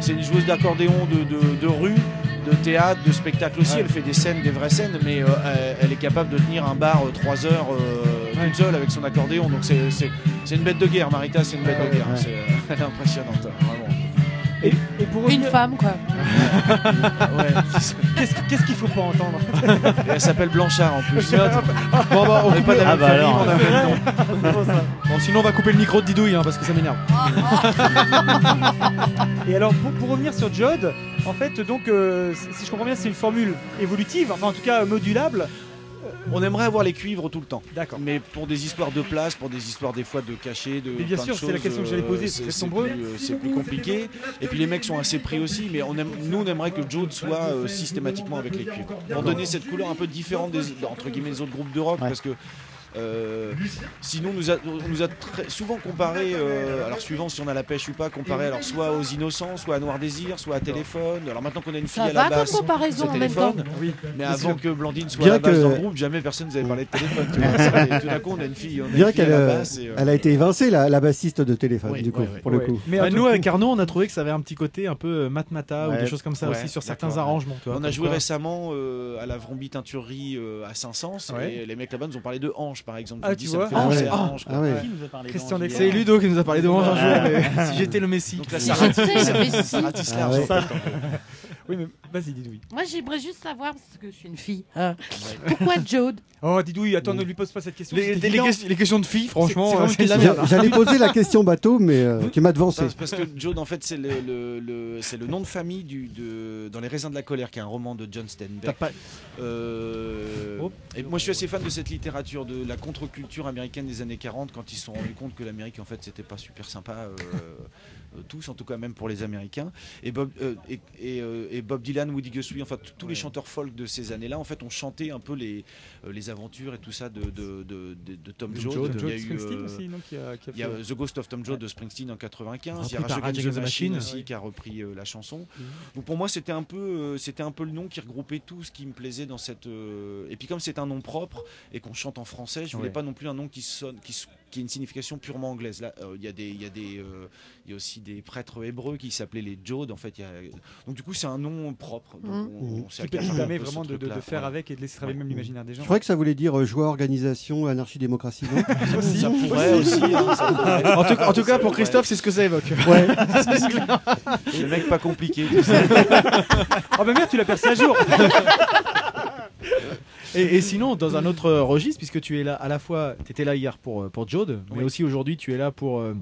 [SPEAKER 19] c'est une joueuse d'accordéon de, de- de rue, de théâtre, de spectacle aussi,
[SPEAKER 2] Ouais.
[SPEAKER 19] elle fait des scènes, des vraies scènes, mais euh, elle, elle est capable de tenir un bar 3 heures euh, toute seule avec son accordéon, donc c'est- c'est c'est une bête de guerre Marita, c'est une bête de guerre, C'est, euh, elle est impressionnante, hein, vraiment.
[SPEAKER 1] Une femme, quoi.
[SPEAKER 19] Ah Ouais.
[SPEAKER 8] Qu'est-ce qu'est-ce qu'il faut pas entendre
[SPEAKER 19] Et elle s'appelle Blanchard en plus.
[SPEAKER 2] Bon, bah, on
[SPEAKER 19] On est
[SPEAKER 2] coupe
[SPEAKER 19] pas de la
[SPEAKER 2] Ah,
[SPEAKER 19] même
[SPEAKER 2] bah,
[SPEAKER 19] famille,
[SPEAKER 2] alors,
[SPEAKER 19] on a
[SPEAKER 2] c'est
[SPEAKER 19] le même
[SPEAKER 2] vrai.
[SPEAKER 19] nom.
[SPEAKER 2] Bon, sinon on va couper le micro de Didouille hein, parce que ça m'énerve.
[SPEAKER 8] Et alors, pour, pour revenir sur Jod, en fait, donc, euh, si je comprends bien, c'est une formule évolutive, enfin en tout cas euh, modulable.
[SPEAKER 19] On aimerait avoir les cuivres tout le temps. D'accord. Mais pour des histoires de place, pour des histoires des fois de cachet, de.
[SPEAKER 8] Mais bien
[SPEAKER 19] plein
[SPEAKER 8] sûr,
[SPEAKER 19] de
[SPEAKER 8] c'est la
[SPEAKER 19] choses,
[SPEAKER 8] question que j'allais
[SPEAKER 19] euh,
[SPEAKER 8] poser,
[SPEAKER 19] C'est
[SPEAKER 8] vous êtes
[SPEAKER 19] c'est
[SPEAKER 8] nombreux.
[SPEAKER 19] plus, euh, c'est plus compliqué. Et puis les mecs sont assez pris aussi, mais on aime, nous on aimerait que Jode soit euh, systématiquement avec les cuivres. Pour donner cette couleur un peu différente des, entre guillemets, des autres groupes de rock, parce que. euh, sinon, on nous a, on nous a très souvent comparé, euh, alors suivant si on a la pêche ou pas, comparé alors soit aux Innocents, soit à Noir Désir, soit à Téléphone. Alors maintenant qu'on a une fille
[SPEAKER 1] Ça
[SPEAKER 19] à la
[SPEAKER 1] va comme
[SPEAKER 19] basse,
[SPEAKER 1] comparaison
[SPEAKER 19] c'est
[SPEAKER 1] en même
[SPEAKER 19] Téléphone.
[SPEAKER 1] temps.
[SPEAKER 8] Oui,
[SPEAKER 19] Mais
[SPEAKER 1] bien
[SPEAKER 19] avant
[SPEAKER 1] sûr.
[SPEAKER 19] que Blandine soit
[SPEAKER 2] Bien
[SPEAKER 19] à la base
[SPEAKER 2] que-
[SPEAKER 19] dans le groupe, jamais personne n'avait parlé de téléphone. tu vois. C'est- tout d'un coup, on a une fille, on
[SPEAKER 2] On
[SPEAKER 19] a
[SPEAKER 2] a
[SPEAKER 19] une
[SPEAKER 2] une
[SPEAKER 19] fille
[SPEAKER 2] fille
[SPEAKER 19] à
[SPEAKER 2] à
[SPEAKER 19] la
[SPEAKER 2] la
[SPEAKER 19] basse. et, euh,
[SPEAKER 2] euh,
[SPEAKER 18] Elle a été évincée, la, la bassiste de téléphone, du coup, pour le coup.
[SPEAKER 2] Bah, nous, avec Arnaud, on a trouvé que ça avait un petit côté un peu euh, matmata ou
[SPEAKER 19] Ouais,
[SPEAKER 2] des choses comme ça
[SPEAKER 19] ouais,
[SPEAKER 2] aussi sur certains
[SPEAKER 19] d'accord,
[SPEAKER 2] arrangements. tu vois,
[SPEAKER 19] on a
[SPEAKER 2] comme
[SPEAKER 19] joué
[SPEAKER 2] quoi.
[SPEAKER 19] récemment euh, à la Vrombie Teinturerie euh, à Saint-Sens
[SPEAKER 2] Ouais.
[SPEAKER 19] et les mecs là-bas nous ont parlé de Ange par exemple.
[SPEAKER 2] Ah,
[SPEAKER 19] Ils ont
[SPEAKER 2] tu
[SPEAKER 19] dit, ça
[SPEAKER 2] vois.
[SPEAKER 19] me fait penser
[SPEAKER 2] Ah,
[SPEAKER 19] à
[SPEAKER 2] ouais.
[SPEAKER 19] Ange,
[SPEAKER 2] Ah,
[SPEAKER 19] quoi.
[SPEAKER 2] ouais.
[SPEAKER 19] Ouais.
[SPEAKER 2] Qui nous a parlé
[SPEAKER 19] Christian
[SPEAKER 2] d'Ange
[SPEAKER 19] Dexter.
[SPEAKER 2] C'est Ludo qui nous a parlé de Ange un jour,
[SPEAKER 19] Ouais.
[SPEAKER 2] mais si j'étais le Messie.
[SPEAKER 19] Donc là,
[SPEAKER 2] Si
[SPEAKER 19] ça
[SPEAKER 2] j'étais le
[SPEAKER 19] ratisse-
[SPEAKER 2] Messie.
[SPEAKER 19] ça ratisse
[SPEAKER 2] Ah,
[SPEAKER 19] large,
[SPEAKER 2] ouais.
[SPEAKER 19] en fait, en fait.
[SPEAKER 8] Oui, mais vas-y, Didouille.
[SPEAKER 1] Moi, j'aimerais juste savoir, parce que je suis une fille, hein, pourquoi Jode
[SPEAKER 8] Oh, Didouille, attends, ne lui pose pas cette question.
[SPEAKER 2] Mm. Les-
[SPEAKER 8] c'est
[SPEAKER 2] les
[SPEAKER 8] évident.
[SPEAKER 2] questions- les questions de filles, franchement,
[SPEAKER 19] euh,
[SPEAKER 8] C'est- c'est vraiment
[SPEAKER 2] c'est
[SPEAKER 8] une
[SPEAKER 2] de la
[SPEAKER 8] question-
[SPEAKER 2] merde.
[SPEAKER 18] J'allais poser la question bateau, mais euh, tu m'as devancé.
[SPEAKER 19] Bah, Parce parce que Jode, en fait, c'est le, le- le- c'est le nom de famille du, de, dans Les Raisins de la Colère, qui est un roman de John
[SPEAKER 2] T'as
[SPEAKER 19] Steinbeck.
[SPEAKER 2] pas-
[SPEAKER 19] Euh, et moi, je suis assez fan de cette littérature, de la contre-culture américaine des années 40, quand ils se sont rendus compte que l'Amérique, en fait, c'était pas super sympa. euh, euh, tous, en tout cas même pour les Américains. Et Bob, euh, et, et, euh, et Bob Dylan, Woody Guthrie, enfin t- tous les chanteurs folk de ces années-là, en fait, ont chanté un peu les, euh, les aventures et tout ça de, de, de- de- de Tom
[SPEAKER 8] Tom
[SPEAKER 19] Jones.
[SPEAKER 8] Jones.
[SPEAKER 19] Il y a eu,
[SPEAKER 8] Springsteen
[SPEAKER 19] euh,
[SPEAKER 8] aussi, non, qui a- qui a
[SPEAKER 19] il y a
[SPEAKER 8] fait-
[SPEAKER 19] euh, The Ghost of Tom Jones de Springsteen en 95. Il y a
[SPEAKER 8] Repris par
[SPEAKER 19] Rage Against the Machine aussi
[SPEAKER 8] ouais.
[SPEAKER 19] qui a repris euh, la chanson. Donc pour moi, c'était un peu, euh, c'était un peu le nom qui regroupait tout ce qui me plaisait dans cette. euh, Et puis comme c'est un nom propre et qu'on chante en français, je voulais
[SPEAKER 8] Ouais.
[SPEAKER 19] pas non plus un nom qui sonne, qui, s- qui ait une signification purement anglaise. Là, euh, il y a des, il y a des, euh, il y a aussi des prêtres hébreux qui s'appelaient les Jodes. En fait, il y a... donc du coup, c'est un nom propre. Donc,
[SPEAKER 8] Mhm.
[SPEAKER 19] on- on s'est
[SPEAKER 8] Qui peut- qui
[SPEAKER 19] accroché Oh, un
[SPEAKER 8] permet
[SPEAKER 19] peu à ce
[SPEAKER 8] vraiment de, de- de
[SPEAKER 19] truc-là.
[SPEAKER 8] faire
[SPEAKER 19] Voilà.
[SPEAKER 8] avec et de laisser travailler même l'imaginaire des gens.
[SPEAKER 18] Je croyais que ça voulait dire euh, joie, organisation, anarchie, démocratie. non
[SPEAKER 8] Ça pourrait aussi, hein, ça pourrait.
[SPEAKER 2] en, tout, en tout cas, pour
[SPEAKER 8] Ouais.
[SPEAKER 2] Christophe, c'est ce que ça évoque.
[SPEAKER 18] Ouais.
[SPEAKER 2] C'est clair.
[SPEAKER 19] C'est le mec pas compliqué.
[SPEAKER 2] oh, bah merde, tu l'as percé à jour. Et, et sinon, dans un autre euh, registre, puisque tu es là à la fois, tu étais là hier pour, euh, pour Jode, mais aussi aujourd'hui, tu es là pour euh,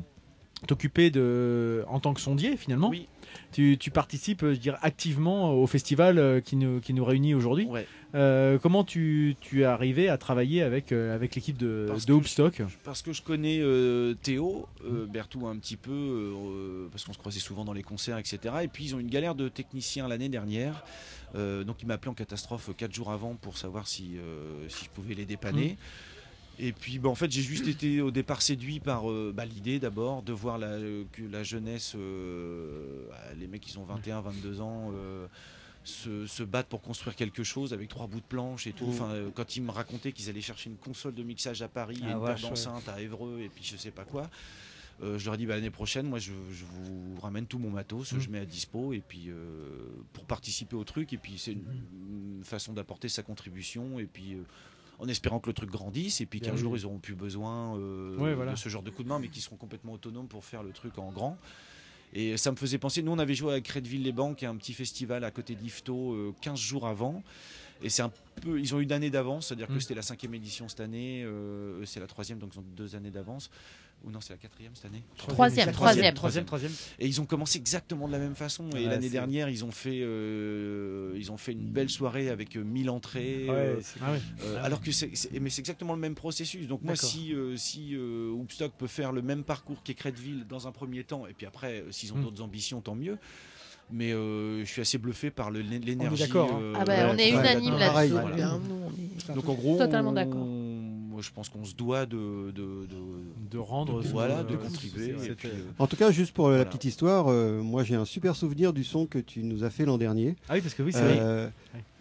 [SPEAKER 2] t'occuper de, en tant que sondier finalement. Tu, tu participes, euh, je dirais, activement au festival euh, qui nous, qui nous réunit aujourd'hui. Euh, comment tu, tu es arrivé à travailler avec, euh, avec l'équipe de,
[SPEAKER 19] Parce
[SPEAKER 2] de Hoopstock
[SPEAKER 19] parce que je connais euh, Théo, euh, Berthoud un petit peu, euh, parce qu'on se croisait souvent dans les concerts, etc. Et puis ils ont eu une galère de techniciens l'année dernière. Euh, donc ils m'appelaient en catastrophe 4 jours avant pour savoir si, euh, si je pouvais les
[SPEAKER 2] Mmh.
[SPEAKER 19] dépanner. Et puis, bah, en fait, j'ai juste été au départ séduit par euh, bah, l'idée d'abord de voir la, euh, que la jeunesse, euh, bah, les mecs qui ont 21, 22 ans, euh, se, se battre pour construire quelque chose avec trois bouts de planche et tout.
[SPEAKER 8] Mm.
[SPEAKER 19] Enfin, euh, quand ils me racontaient qu'ils allaient chercher une console de mixage à Paris et
[SPEAKER 8] Ah,
[SPEAKER 19] une
[SPEAKER 8] vache,
[SPEAKER 19] table
[SPEAKER 8] ouais.
[SPEAKER 19] enceinte à Évreux et puis je sais pas quoi. euh, je leur ai dit bah, l'année prochaine, moi je, je vous ramène tout mon matos,
[SPEAKER 8] Mm.
[SPEAKER 19] je mets à dispo et puis euh, pour participer au truc et puis c'est
[SPEAKER 8] Mm.
[SPEAKER 19] une, une façon d'apporter sa contribution et puis euh, en espérant que le truc grandisse et puis
[SPEAKER 8] Bien
[SPEAKER 19] qu'un
[SPEAKER 8] oui.
[SPEAKER 19] jour ils auront plus besoin euh,
[SPEAKER 8] Ouais, voilà.
[SPEAKER 19] de ce genre de coup de main mais qui seront complètement autonomes pour faire le truc en grand. Et ça me faisait penser, nous on avait joué à Crédville-les-Banques, qui est un petit festival à côté d'Ifto, euh, 15 jours avant. Et c'est un peu, ils ont eu une année d'avance, c'est-à-dire que
[SPEAKER 8] Mm.
[SPEAKER 19] c'était la cinquième édition cette année, euh, eux, c'est la troisième, donc ils ont deux années d'avance. Ou non, c'est la quatrième cette année
[SPEAKER 1] Troisième, troisième.
[SPEAKER 19] troisième, troisième. Et ils ont commencé exactement de la même façon. Et
[SPEAKER 8] Ouais,
[SPEAKER 19] l'année
[SPEAKER 8] c'est-
[SPEAKER 19] dernière, ils ont fait, euh, ils ont fait une belle soirée avec euh, 1000 entrées.
[SPEAKER 8] Ouais,
[SPEAKER 19] euh,
[SPEAKER 8] c'est
[SPEAKER 2] Ah
[SPEAKER 8] cool.
[SPEAKER 19] euh, Alors que c'est, c'est- mais c'est exactement le même processus. Donc moi,
[SPEAKER 8] D'accord.
[SPEAKER 19] si euh, si euh, Hoopstock peut faire le même parcours qu'Écretteville dans un premier temps, et puis après, euh, s'ils ont
[SPEAKER 8] Mm.
[SPEAKER 19] d'autres ambitions, tant mieux. Mais euh, je suis assez bluffé par le- l'énergie.
[SPEAKER 8] d'accord, hein.
[SPEAKER 19] euh,
[SPEAKER 1] Ah bah, on est
[SPEAKER 19] ouais,
[SPEAKER 1] unanime
[SPEAKER 19] ouais,
[SPEAKER 1] là-dessus.
[SPEAKER 19] voilà.
[SPEAKER 1] Bien, nous, on est
[SPEAKER 19] Donc en gros,
[SPEAKER 1] totalement
[SPEAKER 19] on-
[SPEAKER 1] d'accord.
[SPEAKER 19] moi, je pense qu'on se doit de de, de,
[SPEAKER 8] rendre
[SPEAKER 19] de-
[SPEAKER 8] ce-
[SPEAKER 19] voilà, de
[SPEAKER 8] euh,
[SPEAKER 19] contribuer. et
[SPEAKER 8] cette-
[SPEAKER 19] puis, euh,
[SPEAKER 18] En tout cas, juste pour la petite histoire, euh, moi j'ai un super souvenir du son que tu nous as fait l'an dernier. Euh,
[SPEAKER 8] Ah oui, parce que oui, c'est vrai.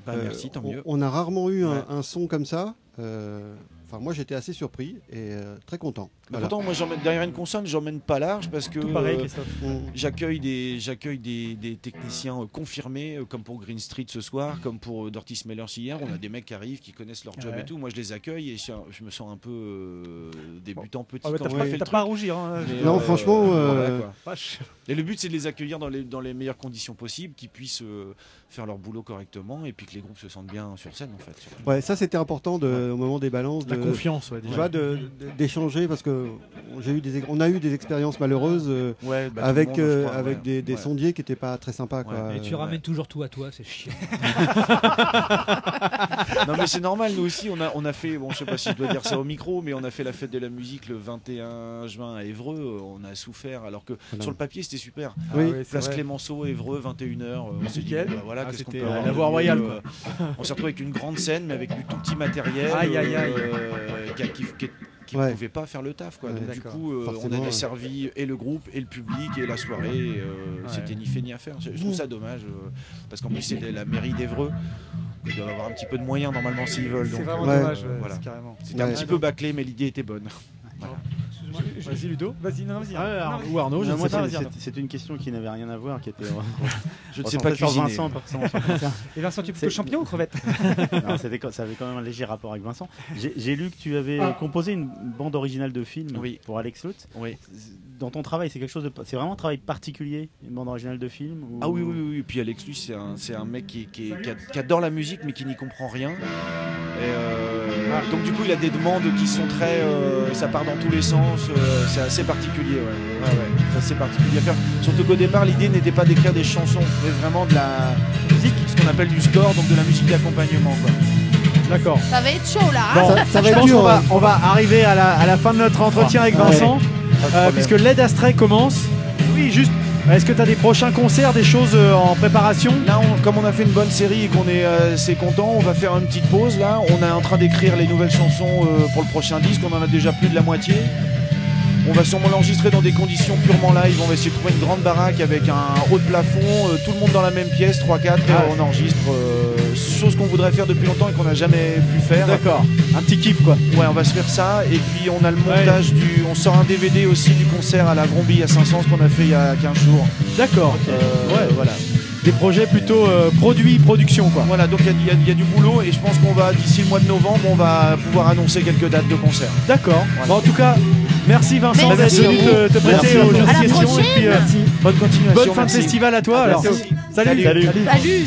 [SPEAKER 19] Bah, merci, tant
[SPEAKER 18] on-
[SPEAKER 19] mieux.
[SPEAKER 18] On a rarement eu un,
[SPEAKER 19] Ouais.
[SPEAKER 18] un son comme ça. euh, Enfin, moi j'étais assez surpris et euh, très content.
[SPEAKER 19] Mais
[SPEAKER 18] Voilà.
[SPEAKER 19] Bah, Pourtant, moi, j'emmène derrière une console, j'emmène pas large parce que
[SPEAKER 18] Tout pareil,
[SPEAKER 19] euh,
[SPEAKER 18] Christophe.
[SPEAKER 8] Mm.
[SPEAKER 19] j'accueille des j'accueille des, des techniciens euh, confirmés, euh, comme pour Green Street ce soir, comme pour euh, Dirty Smellers hier. On a des mecs qui arrivent, qui connaissent leur job
[SPEAKER 8] Ouais.
[SPEAKER 19] et tout. Moi, je les accueille et je, je me sens un peu euh, débutant petit.
[SPEAKER 8] Ah ouais,
[SPEAKER 19] quand
[SPEAKER 8] t'as
[SPEAKER 19] on
[SPEAKER 8] pas-
[SPEAKER 19] fait le
[SPEAKER 8] t'as
[SPEAKER 19] truc.
[SPEAKER 8] pas à rougir, hein.
[SPEAKER 19] Mais,
[SPEAKER 18] Non, franchement,
[SPEAKER 19] voilà,
[SPEAKER 18] euh,
[SPEAKER 19] quoi. Et le but, c'est de les accueillir dans les, dans les meilleures conditions possibles, qu'ils puissent euh, faire leur boulot correctement et puis que les groupes se sentent bien sur scène, en fait. surtout.
[SPEAKER 18] Ouais, ça c'était important de, au moment des balances.
[SPEAKER 19] La
[SPEAKER 18] de,
[SPEAKER 19] confiance, ouais,
[SPEAKER 18] tu
[SPEAKER 19] déjà.
[SPEAKER 18] vois, de- de- d'échanger parce que j'ai eu des, on a eu des expériences malheureuses euh,
[SPEAKER 19] Ouais, bah, tout
[SPEAKER 18] avec
[SPEAKER 19] le monde, je
[SPEAKER 18] euh,
[SPEAKER 19] crois,
[SPEAKER 18] avec
[SPEAKER 19] ouais.
[SPEAKER 18] des, des
[SPEAKER 19] Ouais.
[SPEAKER 18] sondiers qui n'étaient pas très sympas. Quoi.
[SPEAKER 22] Et tu
[SPEAKER 18] Euh,
[SPEAKER 22] ramènes toujours tout à toi, c'est chiant.
[SPEAKER 19] non mais c'est normal, nous aussi on a, on a fait, bon je sais pas si je dois dire ça au micro, mais on a fait la fête de la musique le 21 juin à Évreux, euh, on a souffert alors que
[SPEAKER 8] Voilà.
[SPEAKER 19] sur le papier c'était super.
[SPEAKER 8] Ah oui, c'est
[SPEAKER 19] Place
[SPEAKER 8] vrai.
[SPEAKER 19] Clémenceau, Évreux, 21h, euh, on s'est dit,
[SPEAKER 8] Nickel.
[SPEAKER 19] bon, bah, voilà,
[SPEAKER 8] Ah,
[SPEAKER 19] qu'est-ce qu'on
[SPEAKER 8] c'était,
[SPEAKER 19] peut
[SPEAKER 8] euh,
[SPEAKER 19] avoir
[SPEAKER 8] la
[SPEAKER 19] de
[SPEAKER 8] voie
[SPEAKER 19] mieux,
[SPEAKER 8] royale,
[SPEAKER 19] euh, on s'est retrouvé avec une grande scène mais avec du tout petit matériel
[SPEAKER 8] Aïe, aïe, aïe.
[SPEAKER 19] euh, qui, qui- qui- qui
[SPEAKER 8] Ouais.
[SPEAKER 19] pouvait pas faire le taf quoi.
[SPEAKER 8] Ouais,
[SPEAKER 19] Donc, du
[SPEAKER 8] d'accord.
[SPEAKER 19] coup euh, on
[SPEAKER 8] Forcément,
[SPEAKER 19] avait
[SPEAKER 8] ouais.
[SPEAKER 19] servi et le groupe et le public et la soirée, et, euh,
[SPEAKER 8] Ouais.
[SPEAKER 19] c'était ni fait ni à faire. Je je trouve ça dommage euh, parce qu'en plus c'est la mairie d'Évreux. Ils doivent avoir un petit peu de moyens normalement s'ils veulent.
[SPEAKER 8] C'est
[SPEAKER 19] donc,
[SPEAKER 8] vraiment
[SPEAKER 19] euh,
[SPEAKER 8] dommage, ouais,
[SPEAKER 19] voilà.
[SPEAKER 8] c'est carrément.
[SPEAKER 19] C'était un
[SPEAKER 8] Ouais.
[SPEAKER 19] petit peu bâclé, mais l'idée était bonne. Voilà.
[SPEAKER 8] Vas-y, Ludo. Vas-y, non, non, vas-y.
[SPEAKER 19] Ah,
[SPEAKER 8] Non,
[SPEAKER 19] ou Arnaud,
[SPEAKER 8] non,
[SPEAKER 19] je ne
[SPEAKER 8] moi,
[SPEAKER 19] sais pas,
[SPEAKER 8] c'est-
[SPEAKER 19] vas-y,
[SPEAKER 8] c'est-
[SPEAKER 17] C'est une question qui n'avait rien à voir, qui était. euh,
[SPEAKER 19] Je ne sais pas
[SPEAKER 17] Sur
[SPEAKER 19] cuisiner.
[SPEAKER 17] Vincent, par son- son concert.
[SPEAKER 8] Et Vincent, tu es plutôt
[SPEAKER 17] C'est-
[SPEAKER 8] champignon ou crevette
[SPEAKER 17] Non, c'était quand- ça avait quand même un léger rapport avec Vincent. J'ai j'ai lu que tu avais
[SPEAKER 19] Ah.
[SPEAKER 17] euh, composé une bande originale de film pour Alex Lutz. Dans ton travail, c'est quelque chose de, pa- c'est vraiment un travail particulier, une bande originale de film. ou-
[SPEAKER 19] Ah oui, oui, oui. Et puis Alex Luce, c'est un, c'est un mec qui, qui- qui a- qui adore la musique, mais qui n'y comprend rien. Et, euh, Donc du coup, il a des demandes qui sont très... euh, ça part dans tous les sens. euh, c'est assez particulier, ouais. Ouais, ouais. C'est assez particulier à faire. Surtout qu'au départ, l'idée n'était pas d'écrire des chansons, mais vraiment de la musique, ce qu'on appelle du score, donc de la musique d'accompagnement. quoi.
[SPEAKER 2] D'accord.
[SPEAKER 1] Ça va être chaud là.
[SPEAKER 2] Bon,
[SPEAKER 1] hein.
[SPEAKER 2] je pense qu'on va, on va arriver à la, à la fin de notre entretien avec
[SPEAKER 1] Ah,
[SPEAKER 2] Vincent,
[SPEAKER 1] ouais.
[SPEAKER 2] euh, puisque l'aide Astray commence. Oui, juste Est-ce que tu as des prochains concerts, des choses euh, en préparation
[SPEAKER 19] Là, on- comme on a fait une bonne série et qu'on est euh, assez content, on va faire une petite pause. Là, on est en train d'écrire les nouvelles chansons euh, pour le prochain disque. On en a déjà plus de la moitié. On va sûrement l'enregistrer dans des conditions purement live. On va essayer de trouver une grande baraque avec un haut de plafond, euh, tout le monde dans la même pièce, 3-4, et
[SPEAKER 2] Ah
[SPEAKER 19] on enregistre. euh, chose qu'on voudrait faire depuis longtemps et qu'on n'a jamais pu faire.
[SPEAKER 2] D'accord. Un petit kiff quoi.
[SPEAKER 19] Ouais, on va se faire ça. Et puis on a le montage du. On sort un DVD aussi du concert à la Vrombie à Saint-Saëns qu'on a fait il y a 15 jours.
[SPEAKER 2] D'accord.
[SPEAKER 19] Euh, Voilà.
[SPEAKER 2] Des projets plutôt euh, produits, production quoi.
[SPEAKER 19] Voilà, donc il y a- il y, a- il y a du boulot et je pense qu'on va, d'ici le mois de novembre, on va pouvoir annoncer quelques dates de concert.
[SPEAKER 2] D'accord. Bon, en tout cas, merci Vincent
[SPEAKER 19] Merci
[SPEAKER 2] d'être venu
[SPEAKER 19] à
[SPEAKER 2] te,
[SPEAKER 19] vous.
[SPEAKER 2] te prêter
[SPEAKER 19] Merci à
[SPEAKER 2] aux
[SPEAKER 19] vous.
[SPEAKER 2] jeux
[SPEAKER 19] À la
[SPEAKER 2] de questions. Et
[SPEAKER 19] prochaine.
[SPEAKER 2] puis, euh,
[SPEAKER 19] Merci. Bonne continuation,
[SPEAKER 2] Bonne fin de
[SPEAKER 19] merci.
[SPEAKER 2] festival à toi
[SPEAKER 19] À
[SPEAKER 2] alors.
[SPEAKER 19] bientôt.
[SPEAKER 2] Salut.
[SPEAKER 19] Salut.
[SPEAKER 1] Salut.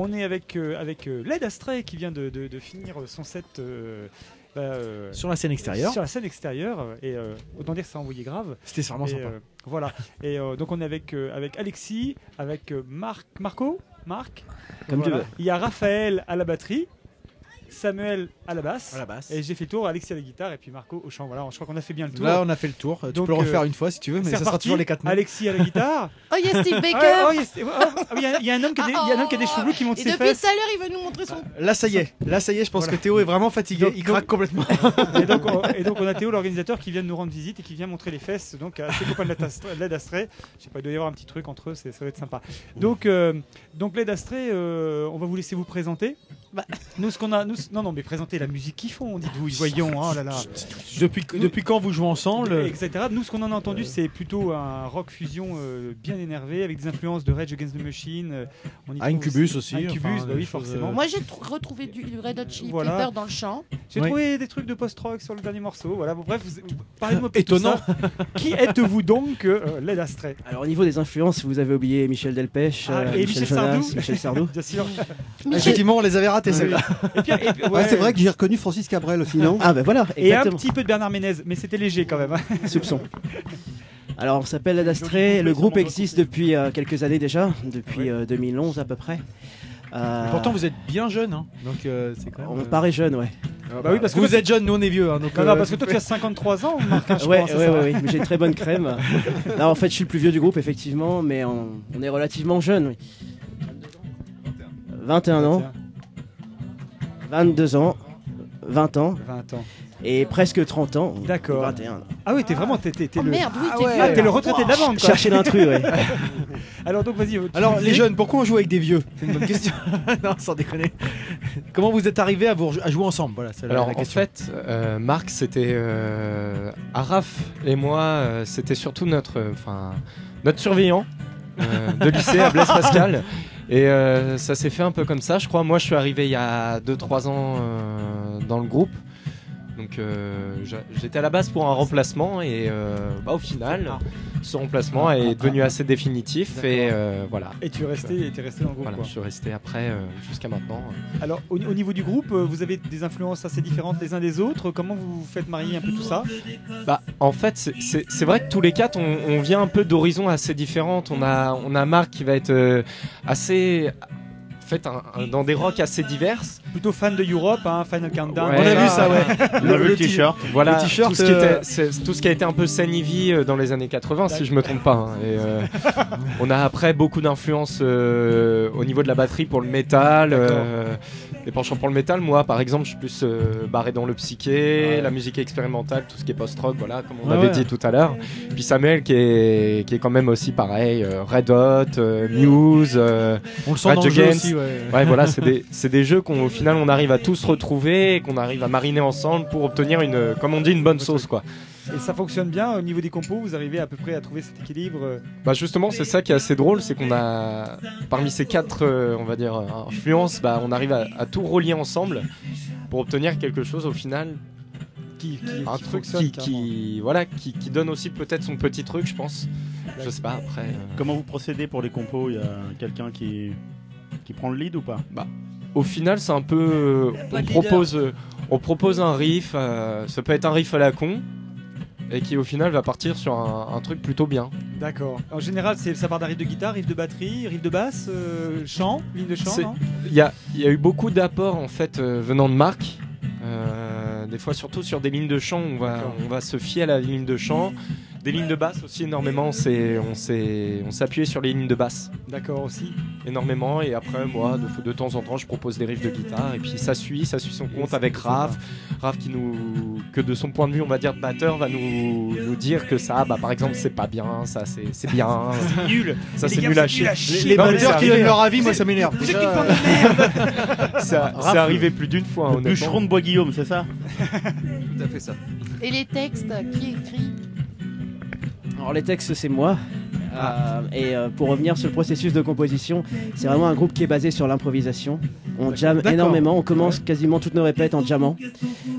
[SPEAKER 16] On est avec, euh, avec euh, Led Astray qui vient de, de- de finir son set. euh, bah, euh,
[SPEAKER 2] Sur la scène extérieure.
[SPEAKER 16] Sur la scène extérieure. euh, Et euh, autant dire que ça a envoyé grave.
[SPEAKER 2] C'était sûrement
[SPEAKER 16] Et,
[SPEAKER 2] sympa.
[SPEAKER 16] euh, voilà. Et euh, donc on est avec, euh, avec Alexis, avec euh, Marc, Marco, Marc.
[SPEAKER 2] Comme tu veux.
[SPEAKER 16] Il y a Raphaël à la batterie. Samuel à la basse.
[SPEAKER 2] À la basse.
[SPEAKER 16] Et j'ai fait le tour, Alexis à la guitare et puis Marco au chant. Voilà, je crois qu'on a fait bien le tour.
[SPEAKER 2] Là, on a fait le tour. Tu
[SPEAKER 16] Donc,
[SPEAKER 2] peux le refaire
[SPEAKER 16] euh,
[SPEAKER 2] une fois si tu veux, mais
[SPEAKER 16] c'est
[SPEAKER 2] ça sera
[SPEAKER 16] reparti.
[SPEAKER 2] toujours les quatre mots.
[SPEAKER 16] Alexis à la guitare.
[SPEAKER 1] Oh, il y a Steve Baker.
[SPEAKER 16] Ah,
[SPEAKER 1] Ah, oh.
[SPEAKER 16] oh, il y a Steve- oh, oh, il y a- il y a un homme qui a des- il y a un homme qui a des cheveux bleus qui montent
[SPEAKER 1] Et
[SPEAKER 16] ses
[SPEAKER 1] depuis
[SPEAKER 16] fesses.
[SPEAKER 1] tout à l'heure, il veut nous montrer son.
[SPEAKER 2] Là, ça y est. Là, ça y est, je pense que Théo est vraiment fatigué. il craque complètement.
[SPEAKER 16] Et donc, on, et donc, on a Théo, l'organisateur, qui vient de nous rendre visite et qui vient montrer les fesses donc, à ses copains de Led Astra- de Led Astray. Je sais pas, il doit y avoir un petit truc entre eux, c'est- ça va être sympa. Donc, euh, donc Led Astray, euh, on va vous laisser vous présenter.
[SPEAKER 1] Bah.
[SPEAKER 16] nous, ce qu'on a. Nous, ce- non, non, mais présenter la musique qu'ils font, dites-vous, voyons, oh là là.
[SPEAKER 2] Depuis, depuis quand vous jouez ensemble euh,
[SPEAKER 16] Etc. Nous, ce qu'on en a entendu, c'est plutôt un rock fusion euh, bien énervé, avec des influences de Rage Against the Machine. euh, on y trouve
[SPEAKER 2] Ah, Incubus aussi,
[SPEAKER 16] Incubus,
[SPEAKER 2] enfin,
[SPEAKER 16] bah
[SPEAKER 2] des
[SPEAKER 16] oui,
[SPEAKER 2] choses, euh.
[SPEAKER 16] forcément.
[SPEAKER 1] Moi, j'ai tr- retrouvé du du Red Hot Chili
[SPEAKER 16] Voilà.
[SPEAKER 1] Pepper dans le champ.
[SPEAKER 16] J'ai
[SPEAKER 2] Oui.
[SPEAKER 16] trouvé des trucs de post-rock sur le dernier morceau. Voilà, bon, bref, vous- parlez-moi un peu de
[SPEAKER 2] Étonnant.
[SPEAKER 16] tout ça. Qui êtes-vous donc, euh, Led Astray
[SPEAKER 22] Alors au niveau des influences, vous avez oublié Michel Delpech,
[SPEAKER 16] Ah,
[SPEAKER 22] euh,
[SPEAKER 16] et Michel
[SPEAKER 22] Jonas,
[SPEAKER 16] Sardou.
[SPEAKER 22] Michel Sardou.
[SPEAKER 16] Bien sûr.
[SPEAKER 2] Effectivement, on les avait ratés celles-là.
[SPEAKER 18] Ah, c'est vrai que j'ai reconnu Francis Cabrel aussi, non
[SPEAKER 19] bah,
[SPEAKER 22] Ah ben voilà,
[SPEAKER 16] Et un
[SPEAKER 22] exactement.
[SPEAKER 16] petit peu de Bernard Ménez, mais c'était léger quand même.
[SPEAKER 22] Soupçon. Alors on s'appelle Ladastré, le groupe existe depuis euh, quelques années déjà, depuis euh, 2011 à peu près. Euh,
[SPEAKER 2] Pourtant, vous êtes bien jeune. hein. Donc, euh, c'est quand
[SPEAKER 22] On
[SPEAKER 2] même. euh,
[SPEAKER 22] paraît jeune, ouais.
[SPEAKER 16] Ah
[SPEAKER 2] bah oui, parce que vous êtes jeune, nous on est vieux. hein, donc,
[SPEAKER 16] Non, non,
[SPEAKER 2] euh,
[SPEAKER 16] parce que toi, tu as 53 ans, Marc. hein, je
[SPEAKER 22] ouais,
[SPEAKER 16] pense, c'est
[SPEAKER 22] ouais,
[SPEAKER 16] ça
[SPEAKER 22] ouais, ouais, mais j'ai une très bonne crème. Non, en fait, je suis le plus vieux du groupe, effectivement, mais on, on est relativement jeune. Oui. 21 ans. 22 ans. 20 ans.
[SPEAKER 16] 20 ans.
[SPEAKER 22] Et presque 30 ans.
[SPEAKER 16] D'accord.
[SPEAKER 22] 21.
[SPEAKER 16] Ah oui, t'es vraiment. T'es, t'es- t'es
[SPEAKER 22] Oh
[SPEAKER 16] le...
[SPEAKER 22] merde, oui,
[SPEAKER 16] ah,
[SPEAKER 22] t'es
[SPEAKER 16] ouais.
[SPEAKER 22] vieux.
[SPEAKER 16] Ah, t'es le retraité de la bande. quoi.
[SPEAKER 22] Chercher l'intrus, ouais.
[SPEAKER 16] Alors, donc, vas-y. tu
[SPEAKER 2] Alors,
[SPEAKER 16] disais-
[SPEAKER 2] les jeunes, pourquoi on joue avec des vieux C'est une bonne question. non, sans déconner. Comment vous êtes arrivés à, vous rejo- à jouer ensemble Voilà, c'est la-
[SPEAKER 5] Alors
[SPEAKER 2] la
[SPEAKER 5] en
[SPEAKER 2] question.
[SPEAKER 5] fait, euh, Marc, c'était euh, Araf et moi, euh, c'était surtout notre, euh, enfin notre surveillant euh, de lycée à Blaise Pascal. Et euh, ça s'est fait un peu comme ça, je crois. Moi, je suis arrivé il y a 2-3 ans euh, dans le groupe. Donc Donc euh, j'a- j'étais à la base pour un remplacement et euh, bah, au final, ce remplacement est devenu assez définitif et euh, voilà.
[SPEAKER 16] Et tu es resté, et t'es resté dans le groupe.
[SPEAKER 5] Voilà,
[SPEAKER 16] quoi.
[SPEAKER 5] je suis resté après euh, jusqu'à maintenant.
[SPEAKER 16] Alors, au, au niveau du groupe, euh, vous avez des influences assez différentes les uns des autres. Comment vous faites marier un peu tout ça
[SPEAKER 5] Bah, en fait, c'est- c'est c'est vrai que tous les quatre, on, on vient un peu d'horizons assez différents. On a, on a Marc qui va être euh, assez. En fait, un- un- dans des rocks assez diverses.
[SPEAKER 16] Plutôt fan de Europe, hein, Final Countdown.
[SPEAKER 5] Ouais.
[SPEAKER 16] On a vu
[SPEAKER 5] t- Voilà, tout, ce qui
[SPEAKER 16] euh,
[SPEAKER 5] était- c'est- tout ce qui a été un peu scène Ivy, euh, dans les années 80, si je me trompe pas. hein. Et, euh, on a après beaucoup d'influences euh, au niveau de la batterie pour le métal, euh, des penchants pour le métal. Moi, par exemple, je suis plus euh, barré dans le psyché, la musique expérimentale, tout ce qui est post-rock, voilà, comme on
[SPEAKER 2] Ah
[SPEAKER 3] Ouais,
[SPEAKER 5] avait dit
[SPEAKER 3] ouais.
[SPEAKER 5] tout à l'heure. Puis Samuel qui est, qui est quand même aussi pareil, euh, Red Hot, euh, Muse, euh,
[SPEAKER 2] On le sent
[SPEAKER 5] Rage
[SPEAKER 2] dans le jeu
[SPEAKER 5] Against.
[SPEAKER 2] aussi, ouais.
[SPEAKER 5] voilà, c'est des, c'est des jeux qu'on au final on arrive à tous retrouver et qu'on arrive à mariner ensemble pour obtenir une, euh, comme on dit, une bonne sauce quoi.
[SPEAKER 16] Et ça fonctionne bien au niveau des compos. Vous arrivez à peu près à trouver cet équilibre. euh,
[SPEAKER 5] Bah justement, c'est ça qui est assez drôle, c'est qu'on a parmi ces quatre, euh, on va dire euh, influences, bah on arrive à, à tout relier ensemble pour obtenir quelque chose au final.
[SPEAKER 16] Qui,
[SPEAKER 5] un
[SPEAKER 16] qui
[SPEAKER 5] truc
[SPEAKER 16] fonctionne,
[SPEAKER 5] qui, qui- voilà qui, qui donne aussi peut-être son petit truc je pense je sais pas après euh,
[SPEAKER 17] Comment vous procédez pour les compos Il y a quelqu'un qui, qui prend le lead ou pas
[SPEAKER 5] bah, au final, c'est un peu. euh,
[SPEAKER 17] Pas
[SPEAKER 5] On
[SPEAKER 17] de leader.
[SPEAKER 5] propose, euh, on propose un riff. euh, ça peut être un riff à la con. Et qui, au final, va partir sur un, un truc plutôt bien.
[SPEAKER 16] D'accord. En général, c'est ça part d'un riff de guitare, riff de batterie, riff de basse, euh, chant, ligne de chant.
[SPEAKER 5] C'est-
[SPEAKER 16] non
[SPEAKER 5] Il y a, il y a eu beaucoup d'apports, en fait, euh, venant de Marc. Euh, des fois, surtout sur des lignes de chant, on va, on va se fier à la ligne de chant. Des lignes de basse aussi, énormément. On s'est on s'est- on s'est appuyé sur les lignes de basse.
[SPEAKER 16] D'accord, aussi.
[SPEAKER 5] Énormément. Et après, moi, de, de temps en temps, je propose des riffs de guitare. Et puis, ça suit, ça suit son compte
[SPEAKER 16] ça
[SPEAKER 5] avec
[SPEAKER 16] fait
[SPEAKER 5] Raph. Raph qui nous, que de son point de vue, on va dire de batteur, va nous, nous dire que ça, bah, par exemple, c'est pas bien, ça, c'est c'est bien.
[SPEAKER 2] C'est nul.
[SPEAKER 5] Ça,
[SPEAKER 2] Les
[SPEAKER 5] c'est
[SPEAKER 2] gars,
[SPEAKER 5] nul à
[SPEAKER 2] c'est
[SPEAKER 5] chier.
[SPEAKER 2] nul à chier. Les
[SPEAKER 5] Non, mais
[SPEAKER 2] batteurs
[SPEAKER 5] c'est
[SPEAKER 2] qui
[SPEAKER 5] arrivé.
[SPEAKER 2] donnent leur avis, moi, ça m'énerve. Vous êtes une bande
[SPEAKER 5] C'est
[SPEAKER 17] Raph,
[SPEAKER 5] c'est arrivé plus d'une fois,
[SPEAKER 17] Le
[SPEAKER 5] honnêtement.
[SPEAKER 17] bûcheron de Bois Guillaume, c'est ça
[SPEAKER 5] Tout à fait ça.
[SPEAKER 1] Et les textes, qui écrit
[SPEAKER 23] Alors les textes, c'est moi.
[SPEAKER 24] Ah.
[SPEAKER 23] Euh, et euh, pour revenir sur le processus de composition, c'est vraiment un groupe qui est basé sur l'improvisation. On jamme
[SPEAKER 24] D'accord.
[SPEAKER 23] énormément, on commence quasiment toutes nos répètes en jammant.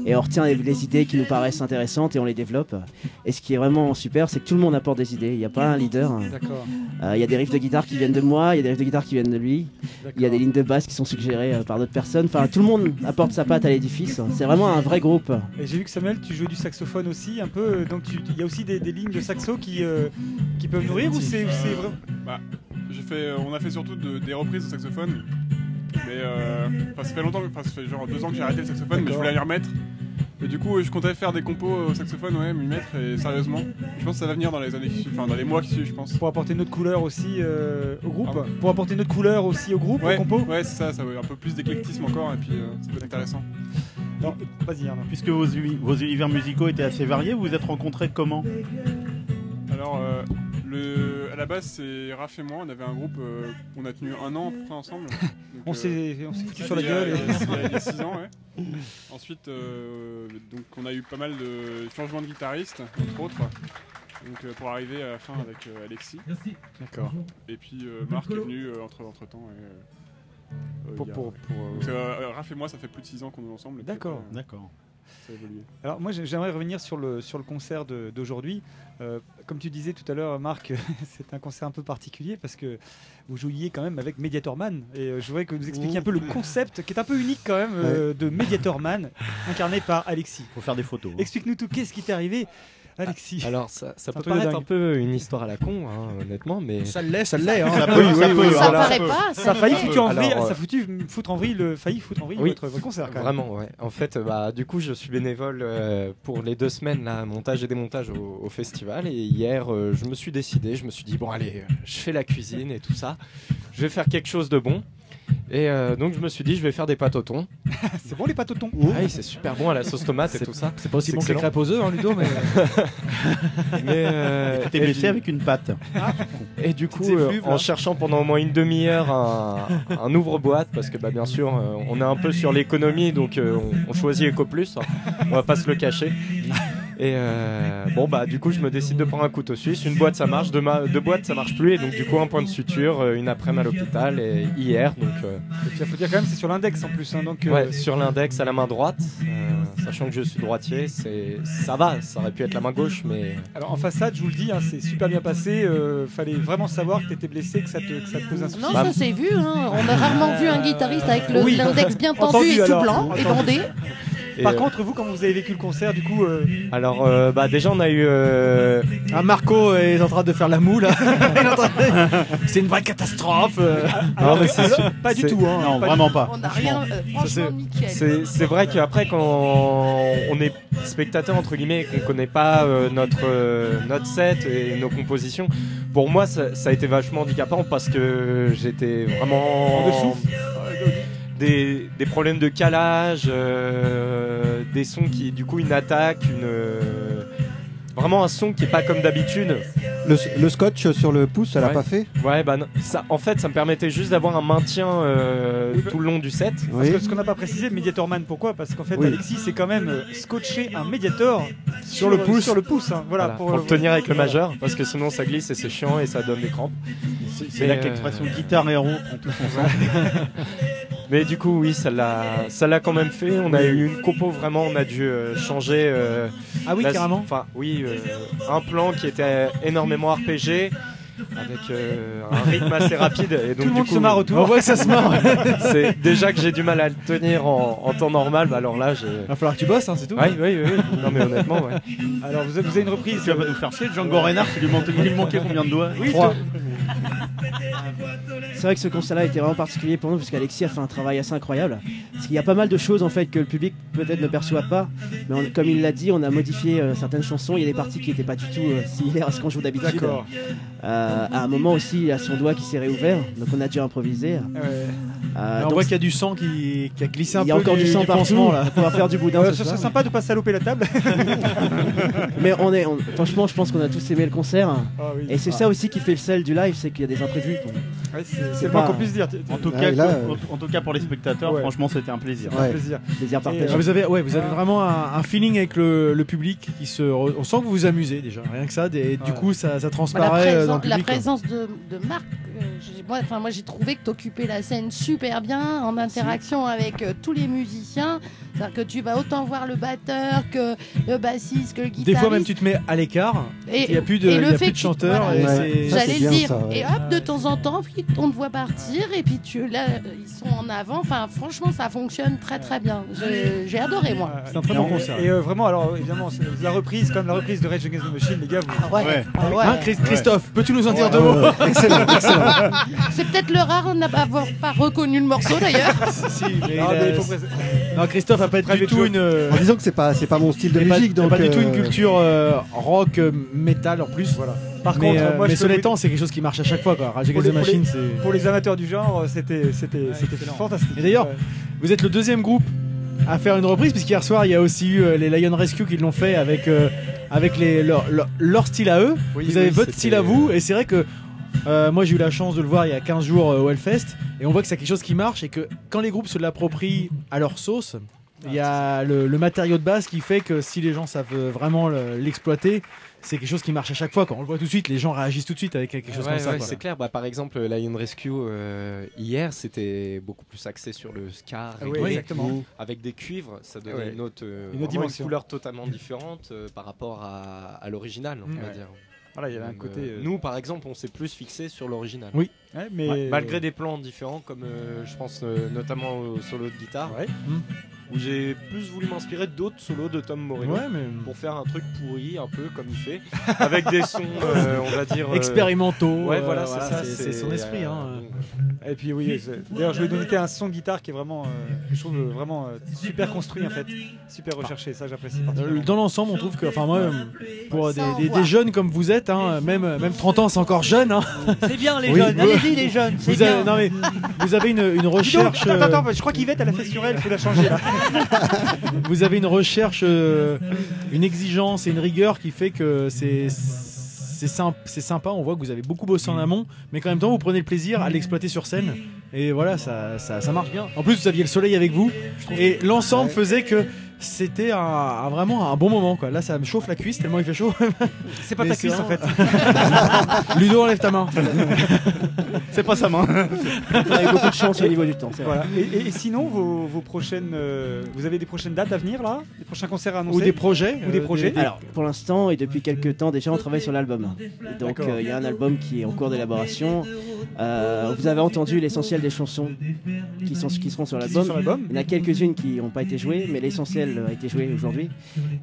[SPEAKER 23] Et on retient les, les idées qui nous paraissent intéressantes et on les développe. Et ce qui est vraiment super, c'est que tout le monde apporte des idées. Il n'y a pas un leader. Euh,
[SPEAKER 16] D'accord.
[SPEAKER 23] Il y a des riffs de guitare qui viennent de moi, il y a des riffs de guitare qui viennent de lui, il y a des lignes de basse qui sont suggérées euh, par d'autres personnes. Enfin, tout le monde apporte sa patte à l'édifice. C'est vraiment un vrai groupe.
[SPEAKER 16] Et j'ai vu que Samuel, tu joues du saxophone aussi, un peu. euh, Donc tu- il y a aussi des, des lignes de saxo qui, euh, qui peuvent nourrir ou c'est ou c'est vrai
[SPEAKER 25] Bah, j'ai fait, euh, on a fait surtout de- des reprises de saxophone. Mais euh, enfin, ça fait longtemps, que- enfin, ça fait genre deux ans que j'ai arrêté le saxophone, mais je
[SPEAKER 16] D'accord.
[SPEAKER 25] voulais les remettre. Et du coup, euh, je comptais faire des compos au saxophone, ouais, m'y mettre, et sérieusement. Je pense que ça va venir dans les années qui suivent, enfin dans les mois qui suivent, je pense.
[SPEAKER 16] Pour apporter notre couleur aussi euh, au groupe Pour apporter notre couleur aussi au groupe,
[SPEAKER 25] ouais,
[SPEAKER 16] au compo
[SPEAKER 25] Ouais, c'est ça, ça va un peu plus d'éclectisme encore, et puis euh, ça peut être intéressant.
[SPEAKER 16] Non, vas-y, Arnaud.
[SPEAKER 17] Puisque vos, uni- vos univers musicaux étaient assez variés, vous vous êtes rencontrés comment
[SPEAKER 25] Alors, euh, le, à la base, c'est Raph et moi, on avait un groupe euh, qu'on a tenu un an à peu près ensemble. Donc, euh,
[SPEAKER 16] On s'est- on s'est foutu sur la
[SPEAKER 25] il y a-
[SPEAKER 16] gueule.
[SPEAKER 25] Il y a 6 ans, ouais. Ensuite, euh, donc, on a eu pas mal de changements de guitaristes, entre autres. Donc, euh, pour arriver à la fin avec euh, Alexis.
[SPEAKER 16] D'accord.
[SPEAKER 25] Et puis, euh, Marc est venu euh, entre, entre temps. Et, euh, euh,
[SPEAKER 16] Pour-
[SPEAKER 25] il y a-
[SPEAKER 16] pour- pour, euh,
[SPEAKER 25] Donc, euh, Raph et moi, ça fait plus de 6 ans qu'on est ensemble. et puis
[SPEAKER 16] D'accord.
[SPEAKER 25] après, euh,
[SPEAKER 17] D'accord.
[SPEAKER 25] Ça a évolué.
[SPEAKER 16] Alors moi j'ai- j'aimerais revenir sur le, sur le concert de- d'aujourd'hui. Euh, comme tu disais tout à l'heure Marc, c'est un concert un peu particulier parce que vous jouiez quand même avec Mediatorman. Et euh, je voudrais que vous expliquiez un peu le concept qui est un peu unique quand même euh, de Mediatorman incarné par Alexis.
[SPEAKER 17] Faut faire des
[SPEAKER 2] hein.
[SPEAKER 17] photos.
[SPEAKER 16] Explique-nous tout, qu'est-ce qui t'est arrivé Alexis
[SPEAKER 5] Ah, Alors ça, ça
[SPEAKER 16] C'est
[SPEAKER 5] peut
[SPEAKER 16] un peu le
[SPEAKER 5] paraître un
[SPEAKER 16] dingue.
[SPEAKER 5] peu une histoire à la con, hein, honnêtement, mais
[SPEAKER 2] Ça l'est, ça l'est, hein.
[SPEAKER 16] Ça peut, ça peut, ça paraît pas, ça Ça faillit
[SPEAKER 5] peut.
[SPEAKER 16] foutre en vrille,
[SPEAKER 5] Alors,
[SPEAKER 16] ça
[SPEAKER 5] euh,
[SPEAKER 16] foutu- foutre en vrille le failli foutre en vrille
[SPEAKER 5] oui,
[SPEAKER 16] votre, votre concert quand même.
[SPEAKER 5] Vraiment, ouais. En fait, euh, bah, du coup, je suis bénévole euh, pour les deux semaines, là, montage et démontage au, au festival. Et hier, euh, je me suis décidé, je me suis dit, bon, allez, euh, je fais la cuisine et tout ça. Je vais faire quelque chose de bon. Et euh, donc, je me suis dit, je vais faire des pâtes au thon.
[SPEAKER 16] c'est bon les pâtes au thon
[SPEAKER 5] C'est super bon à la sauce tomate et tout ça.
[SPEAKER 2] C'est pas aussi bon que les
[SPEAKER 5] excellent.
[SPEAKER 2] crêpes aux œufs, hein, Ludo, mais.
[SPEAKER 5] Mais euh,
[SPEAKER 17] Tu t'es
[SPEAKER 5] et
[SPEAKER 17] blessé
[SPEAKER 5] du-
[SPEAKER 17] avec une patte.
[SPEAKER 5] Et du coup,
[SPEAKER 17] Petites
[SPEAKER 5] euh,
[SPEAKER 17] effluves,
[SPEAKER 5] en
[SPEAKER 17] là.
[SPEAKER 5] cherchant pendant au moins une demi-heure un, un ouvre-boîte, parce que bah, bien sûr, euh, hein. on est un peu sur l'économie, donc euh, on, on choisit EcoPlus, on va pas se le cacher. Et euh, bon, bah, du coup, je me décide de prendre un couteau suisse. Une boîte, ça marche. Deux, ma- deux boîtes, ça marche plus. Et donc, du coup, un point de suture, euh, une après-midi à l'hôpital. Et hier, donc. euh,
[SPEAKER 16] Il faut dire quand même, c'est sur l'index en plus. hein, donc, euh,
[SPEAKER 5] Ouais, sur l'index à la main droite, euh, sachant que je suis droitier, c'est ça va, ça aurait pu être la main gauche, mais
[SPEAKER 16] Alors en façade, je vous le dis, hein, c'est super bien passé. euh, fallait vraiment savoir que t'étais blessé, que ça te, que ça te pose un souci.
[SPEAKER 2] Bah,
[SPEAKER 1] Non, ça s'est vu, hein. on a rarement vu un guitariste avec le-
[SPEAKER 16] Oui.
[SPEAKER 1] l'index bien tendu
[SPEAKER 16] Entendu,
[SPEAKER 1] et tout
[SPEAKER 16] alors.
[SPEAKER 1] blanc et
[SPEAKER 16] Entendu.
[SPEAKER 1] bandé.
[SPEAKER 5] Et,
[SPEAKER 16] Par
[SPEAKER 5] euh,
[SPEAKER 16] contre, vous, quand vous avez vécu le concert, du coup, euh,
[SPEAKER 5] alors euh, bah déjà on a eu euh,
[SPEAKER 2] Ah, Marco est en train de faire la moule. Il est en train de- c'est une vraie catastrophe. euh.
[SPEAKER 5] Non, mais c'est sûr-
[SPEAKER 2] pas du
[SPEAKER 5] c'est-
[SPEAKER 2] tout. hein.
[SPEAKER 5] Non,
[SPEAKER 2] Pas du
[SPEAKER 5] vraiment
[SPEAKER 2] tout.
[SPEAKER 5] pas.
[SPEAKER 1] On n'a rien, euh, franchement, nickel.
[SPEAKER 5] C'est c'est vrai qu'après, quand on est spectateur, entre guillemets, et qu'on connaît pas euh, notre, euh, notre set et nos compositions, pour moi, ça, ça a été vachement handicapant parce que j'étais vraiment.
[SPEAKER 16] En dessous
[SPEAKER 5] des, des problèmes de calage, euh, des sons qui, du coup, une attaque, une. euh, Vraiment un son qui est pas comme d'habitude.
[SPEAKER 18] Le, le scotch sur le pouce, ça l'a
[SPEAKER 5] Ouais.
[SPEAKER 18] pas fait
[SPEAKER 5] Ouais, bah non. Ça, en fait, ça me permettait juste d'avoir un maintien euh, tout le long du set.
[SPEAKER 16] parce que ce qu'on n'a pas précisé, Mediatorman, pourquoi Parce qu'en fait,
[SPEAKER 5] Oui.
[SPEAKER 16] Alexis s'est quand même euh, scotché un Mediator sur,
[SPEAKER 5] Sur le pouce.
[SPEAKER 16] Sur le pouce, hein, voilà.
[SPEAKER 5] Voilà, pour, le tenir avec le majeur, parce que sinon ça glisse et c'est chiant et ça donne des crampes. euh,
[SPEAKER 17] c'est là que l'expression guitare et roue prend tout son sens.
[SPEAKER 5] Mais du coup, oui, ça l'a, ça l'a quand même fait. On a eu une compo vraiment, on a dû euh, changer. euh,
[SPEAKER 16] Ah oui,
[SPEAKER 5] la-
[SPEAKER 16] carrément
[SPEAKER 5] Enfin, oui, euh, un plan qui était énormément RPG. Avec euh, un rythme assez rapide et donc
[SPEAKER 16] Tout le
[SPEAKER 5] du
[SPEAKER 16] monde
[SPEAKER 5] coup,
[SPEAKER 16] se marre autour. On voit que ça se marre.
[SPEAKER 5] c'est déjà que j'ai du mal à le tenir en, en temps normal. Bah alors là, j'ai.
[SPEAKER 2] Va falloir que tu bosses, hein, c'est tout.
[SPEAKER 5] Oui, oui, oui. Non mais honnêtement, ouais.
[SPEAKER 16] Alors vous avez, vous avez une reprise.
[SPEAKER 17] Tu vas pas nous faire chier, Django Reinhardt, il lui manquait, il lui manquait combien de doigts
[SPEAKER 16] Oui,
[SPEAKER 17] Trois.
[SPEAKER 22] C'est vrai que ce concert-là était vraiment particulier pour nous parce qu'Alexis a fait un travail assez incroyable. Parce qu'il y a pas mal de choses en fait que le public peut-être ne perçoit pas. Mais on- comme il l'a dit, on a modifié euh, certaines chansons. Il y a des parties qui n'étaient pas du tout euh, similaires à ce qu'on joue d'habitude.
[SPEAKER 16] D'accord.
[SPEAKER 22] Euh, à un moment aussi, il y a son doigt qui s'est réouvert, donc on a dû improviser. Euh,
[SPEAKER 2] Là, Ah on
[SPEAKER 22] donc
[SPEAKER 2] voit qu'il y a du sang qui, qui a glissé un
[SPEAKER 22] Il
[SPEAKER 2] peu.
[SPEAKER 22] y a encore du sang partout.
[SPEAKER 2] pansement, là.
[SPEAKER 22] On va pouvoir faire du boudin
[SPEAKER 16] Euh,
[SPEAKER 22] ce
[SPEAKER 16] ce serait
[SPEAKER 22] soir.
[SPEAKER 16] sympa de pas saloper la table.
[SPEAKER 22] Mais on est, on- franchement, je pense qu'on a tous aimé le concert.
[SPEAKER 16] Ah oui.
[SPEAKER 22] Et c'est
[SPEAKER 16] Ah.
[SPEAKER 22] ça aussi qui fait le sel du live, c'est qu'il y a des imprévus. quoi.
[SPEAKER 16] Ouais,
[SPEAKER 17] Euh,
[SPEAKER 16] c'est
[SPEAKER 22] C'est
[SPEAKER 16] c'est le moins
[SPEAKER 22] pas-
[SPEAKER 16] qu'on puisse dire.
[SPEAKER 17] En tout,
[SPEAKER 22] Ah,
[SPEAKER 17] cas,
[SPEAKER 22] et là,
[SPEAKER 17] en- en tout cas, pour les spectateurs,
[SPEAKER 22] Ouais.
[SPEAKER 17] franchement, c'était un plaisir.
[SPEAKER 22] C'était un Ouais. plaisir. Plaisir partagé.
[SPEAKER 17] Et, euh,
[SPEAKER 2] Ah, vous avez, ouais, vous avez vraiment un, un feeling avec le, le public qui se. re- On sent que vous vous amusez déjà, rien que ça. des- Du coup, ça, ça
[SPEAKER 1] Bah, la,
[SPEAKER 2] transparaît euh,
[SPEAKER 1] présence-
[SPEAKER 2] dans le public.
[SPEAKER 1] la
[SPEAKER 2] quoi.
[SPEAKER 1] présence de, de Marc, euh, j'ai- moi, enfin, moi j'ai trouvé que t'occupais la scène super bien en interaction avec euh, tous les musiciens. C'est-à-dire que tu vas autant voir le batteur que le bassiste, que le guitariste.
[SPEAKER 2] Des fois, même, tu te mets à l'écart.
[SPEAKER 1] Et-
[SPEAKER 2] Il n'y a plus de,
[SPEAKER 1] et
[SPEAKER 2] il y
[SPEAKER 1] le
[SPEAKER 2] a
[SPEAKER 1] fait
[SPEAKER 2] plus
[SPEAKER 1] que
[SPEAKER 2] de
[SPEAKER 1] tu-
[SPEAKER 2] chanteurs.
[SPEAKER 1] voilà.
[SPEAKER 2] et c'est-
[SPEAKER 1] J'allais le dire. Et hop, de temps en temps, puis on te voit partir, et puis tu, là, ils sont en avant. Enfin, franchement, ça fonctionne très très bien. J'ai j'ai adoré, moi.
[SPEAKER 7] Ah,
[SPEAKER 16] C'est un très bon concert. Et euh, vraiment, alors évidemment, c'est- la reprise, comme la reprise de Rage Against the Machine, les gars. Vous...
[SPEAKER 1] ouais. Ah ouais. Hein, Chris-
[SPEAKER 2] Christophe, peux-tu nous en
[SPEAKER 16] dire
[SPEAKER 2] deux mots Excellent, excellent.
[SPEAKER 1] C'est peut-être le rare à n'avoir pas reconnu le morceau d'ailleurs.
[SPEAKER 2] mais
[SPEAKER 16] Non,
[SPEAKER 2] il a-
[SPEAKER 16] Ah, mais il faut pré-
[SPEAKER 2] Non, Christophe a pas du tout une. euh,
[SPEAKER 18] En disant Bah, que c'est pas, c'est pas mon style de
[SPEAKER 2] il a pas-
[SPEAKER 18] musique.
[SPEAKER 2] il a
[SPEAKER 18] donc,
[SPEAKER 2] pas du tout une
[SPEAKER 18] euh,
[SPEAKER 2] culture euh, rock, euh, métal en plus. Voilà.
[SPEAKER 16] Par
[SPEAKER 2] mais,
[SPEAKER 16] contre,
[SPEAKER 2] euh,
[SPEAKER 16] moi,
[SPEAKER 2] mais
[SPEAKER 16] je
[SPEAKER 2] cela
[SPEAKER 16] peux vous-
[SPEAKER 2] étant, c'est quelque chose qui marche à chaque fois. Quoi. Rage
[SPEAKER 16] Pour
[SPEAKER 2] Against
[SPEAKER 16] les, pour
[SPEAKER 2] the
[SPEAKER 16] les-
[SPEAKER 2] Machine, c'est.
[SPEAKER 16] pour les amateurs du genre, euh, c'était c'était c'était fantastique.
[SPEAKER 2] Et d'ailleurs, vous êtes le deuxième groupe à faire une reprise, puisqu'hier soir, il y a aussi eu euh, les Lion Rescue qui l'ont fait avec, euh, avec les, leur, leur- leur style à eux.
[SPEAKER 5] Oui,
[SPEAKER 2] vous avez
[SPEAKER 5] oui,
[SPEAKER 2] votre
[SPEAKER 5] c'était-
[SPEAKER 2] style à vous, et c'est vrai que euh, moi j'ai eu la chance de le voir il y a 15 jours euh, au Hellfest, et on voit que c'est quelque chose qui marche, et que quand les groupes se l'approprient à leur sauce, il y a le, le matériau de base qui fait que si les gens savent euh, vraiment le- l'exploiter, c'est quelque chose qui marche à chaque fois. Quand on le voit tout de suite, les gens réagissent tout de suite avec quelque chose
[SPEAKER 5] Ouais,
[SPEAKER 2] comme ça.
[SPEAKER 5] ouais,
[SPEAKER 2] quoi.
[SPEAKER 5] c'est clair. Bah, par exemple, euh, Lion Rescue euh, hier, c'était beaucoup plus axé sur le scar,
[SPEAKER 16] Ah
[SPEAKER 5] et
[SPEAKER 16] oui,
[SPEAKER 5] tout.
[SPEAKER 16] exactement.
[SPEAKER 5] Avec des cuivres, ça donnait
[SPEAKER 16] Ouais.
[SPEAKER 5] une autre, euh,
[SPEAKER 16] Une autre
[SPEAKER 5] vraiment
[SPEAKER 16] dimension.
[SPEAKER 5] couleur totalement différente euh, par rapport à, à l'original, on
[SPEAKER 16] Mm.
[SPEAKER 5] va
[SPEAKER 16] Ouais.
[SPEAKER 5] dire.
[SPEAKER 16] Voilà, il y avait un
[SPEAKER 5] Donc,
[SPEAKER 16] côté,
[SPEAKER 5] euh,
[SPEAKER 16] euh,
[SPEAKER 5] Nous, par exemple, on s'est plus fixé sur l'original.
[SPEAKER 2] Oui.
[SPEAKER 16] Ouais, mais-
[SPEAKER 5] malgré des plans différents, comme euh, je pense euh, notamment au solo de guitare, où j'ai plus voulu m'inspirer d'autres solos de Tom Morello
[SPEAKER 2] Ouais, mais-
[SPEAKER 5] pour faire un truc pourri, un peu comme il fait, avec des sons, euh, on va dire euh,
[SPEAKER 2] Expérimentaux,
[SPEAKER 5] Ouais,
[SPEAKER 2] euh,
[SPEAKER 5] voilà, c'est
[SPEAKER 2] voilà,
[SPEAKER 5] ça.
[SPEAKER 2] c'est- c'est son esprit, hein.
[SPEAKER 16] euh, Et puis oui, c'est- d'ailleurs je lui ai donné un son de guitare qui est vraiment, euh, je trouve euh, vraiment euh, super construit en fait, super recherché, ça
[SPEAKER 2] Euh,
[SPEAKER 16] j'apprécie particulièrement.
[SPEAKER 2] Dans l'ensemble, on trouve que, enfin moi, euh, pour euh, des,
[SPEAKER 16] Ça, on
[SPEAKER 2] des- des
[SPEAKER 16] voit.
[SPEAKER 2] jeunes comme vous êtes, hein, même, même 30 ans, c'est encore jeune. hein.
[SPEAKER 7] C'est bien les
[SPEAKER 2] Oui.
[SPEAKER 7] jeunes, allez-y les jeunes, c'est
[SPEAKER 2] Vous
[SPEAKER 7] bien.
[SPEAKER 2] avez, non, mais, vous avez une, une
[SPEAKER 16] Ah, Dis donc,
[SPEAKER 2] recherche,
[SPEAKER 16] attends,
[SPEAKER 2] euh,
[SPEAKER 16] attends, je crois qu'Yvette elle a fait sur elle, il faut la changer là.
[SPEAKER 2] vous avez une recherche, euh, une exigence et une rigueur qui fait que c'est c'est symp- c'est sympa. On voit que vous avez beaucoup bossé en
[SPEAKER 16] Mm.
[SPEAKER 2] amont, mais qu'en même temps vous prenez le plaisir à l'exploiter sur scène. Et voilà, ça, ça, ça marche bien. En plus, vous aviez le soleil avec vous, et l'ensemble faisait que C'était un, un- vraiment un bon moment quoi. Là ça me chauffe la cuisse tellement il fait chaud.
[SPEAKER 16] C'est pas
[SPEAKER 2] Mais
[SPEAKER 16] ta
[SPEAKER 2] c'est
[SPEAKER 16] cuisse, en
[SPEAKER 2] vraiment-
[SPEAKER 16] fait.
[SPEAKER 2] Ludo enlève ta main.
[SPEAKER 17] C'est pas sa main.
[SPEAKER 23] On a eu beaucoup de chance au niveau du temps, c'est vrai.
[SPEAKER 16] Voilà. Et, et- et sinon, vos, vos prochaines, euh, vous avez des prochaines dates à venir là, des prochains concerts à annoncer ou
[SPEAKER 23] euh,
[SPEAKER 16] des projets.
[SPEAKER 23] Alors, pour l'instant et depuis quelques temps déjà, on travaille sur l'album. Donc,
[SPEAKER 16] D'accord.
[SPEAKER 23] euh, il y a un album qui est en cours d'élaboration. Euh, vous avez entendu l'essentiel des chansons qui, sont, qui seront sur l'album.
[SPEAKER 16] sont sur l'album.
[SPEAKER 23] Il y en a quelques-unes qui n'ont pas été jouées, mais l'essentiel a été joué aujourd'hui.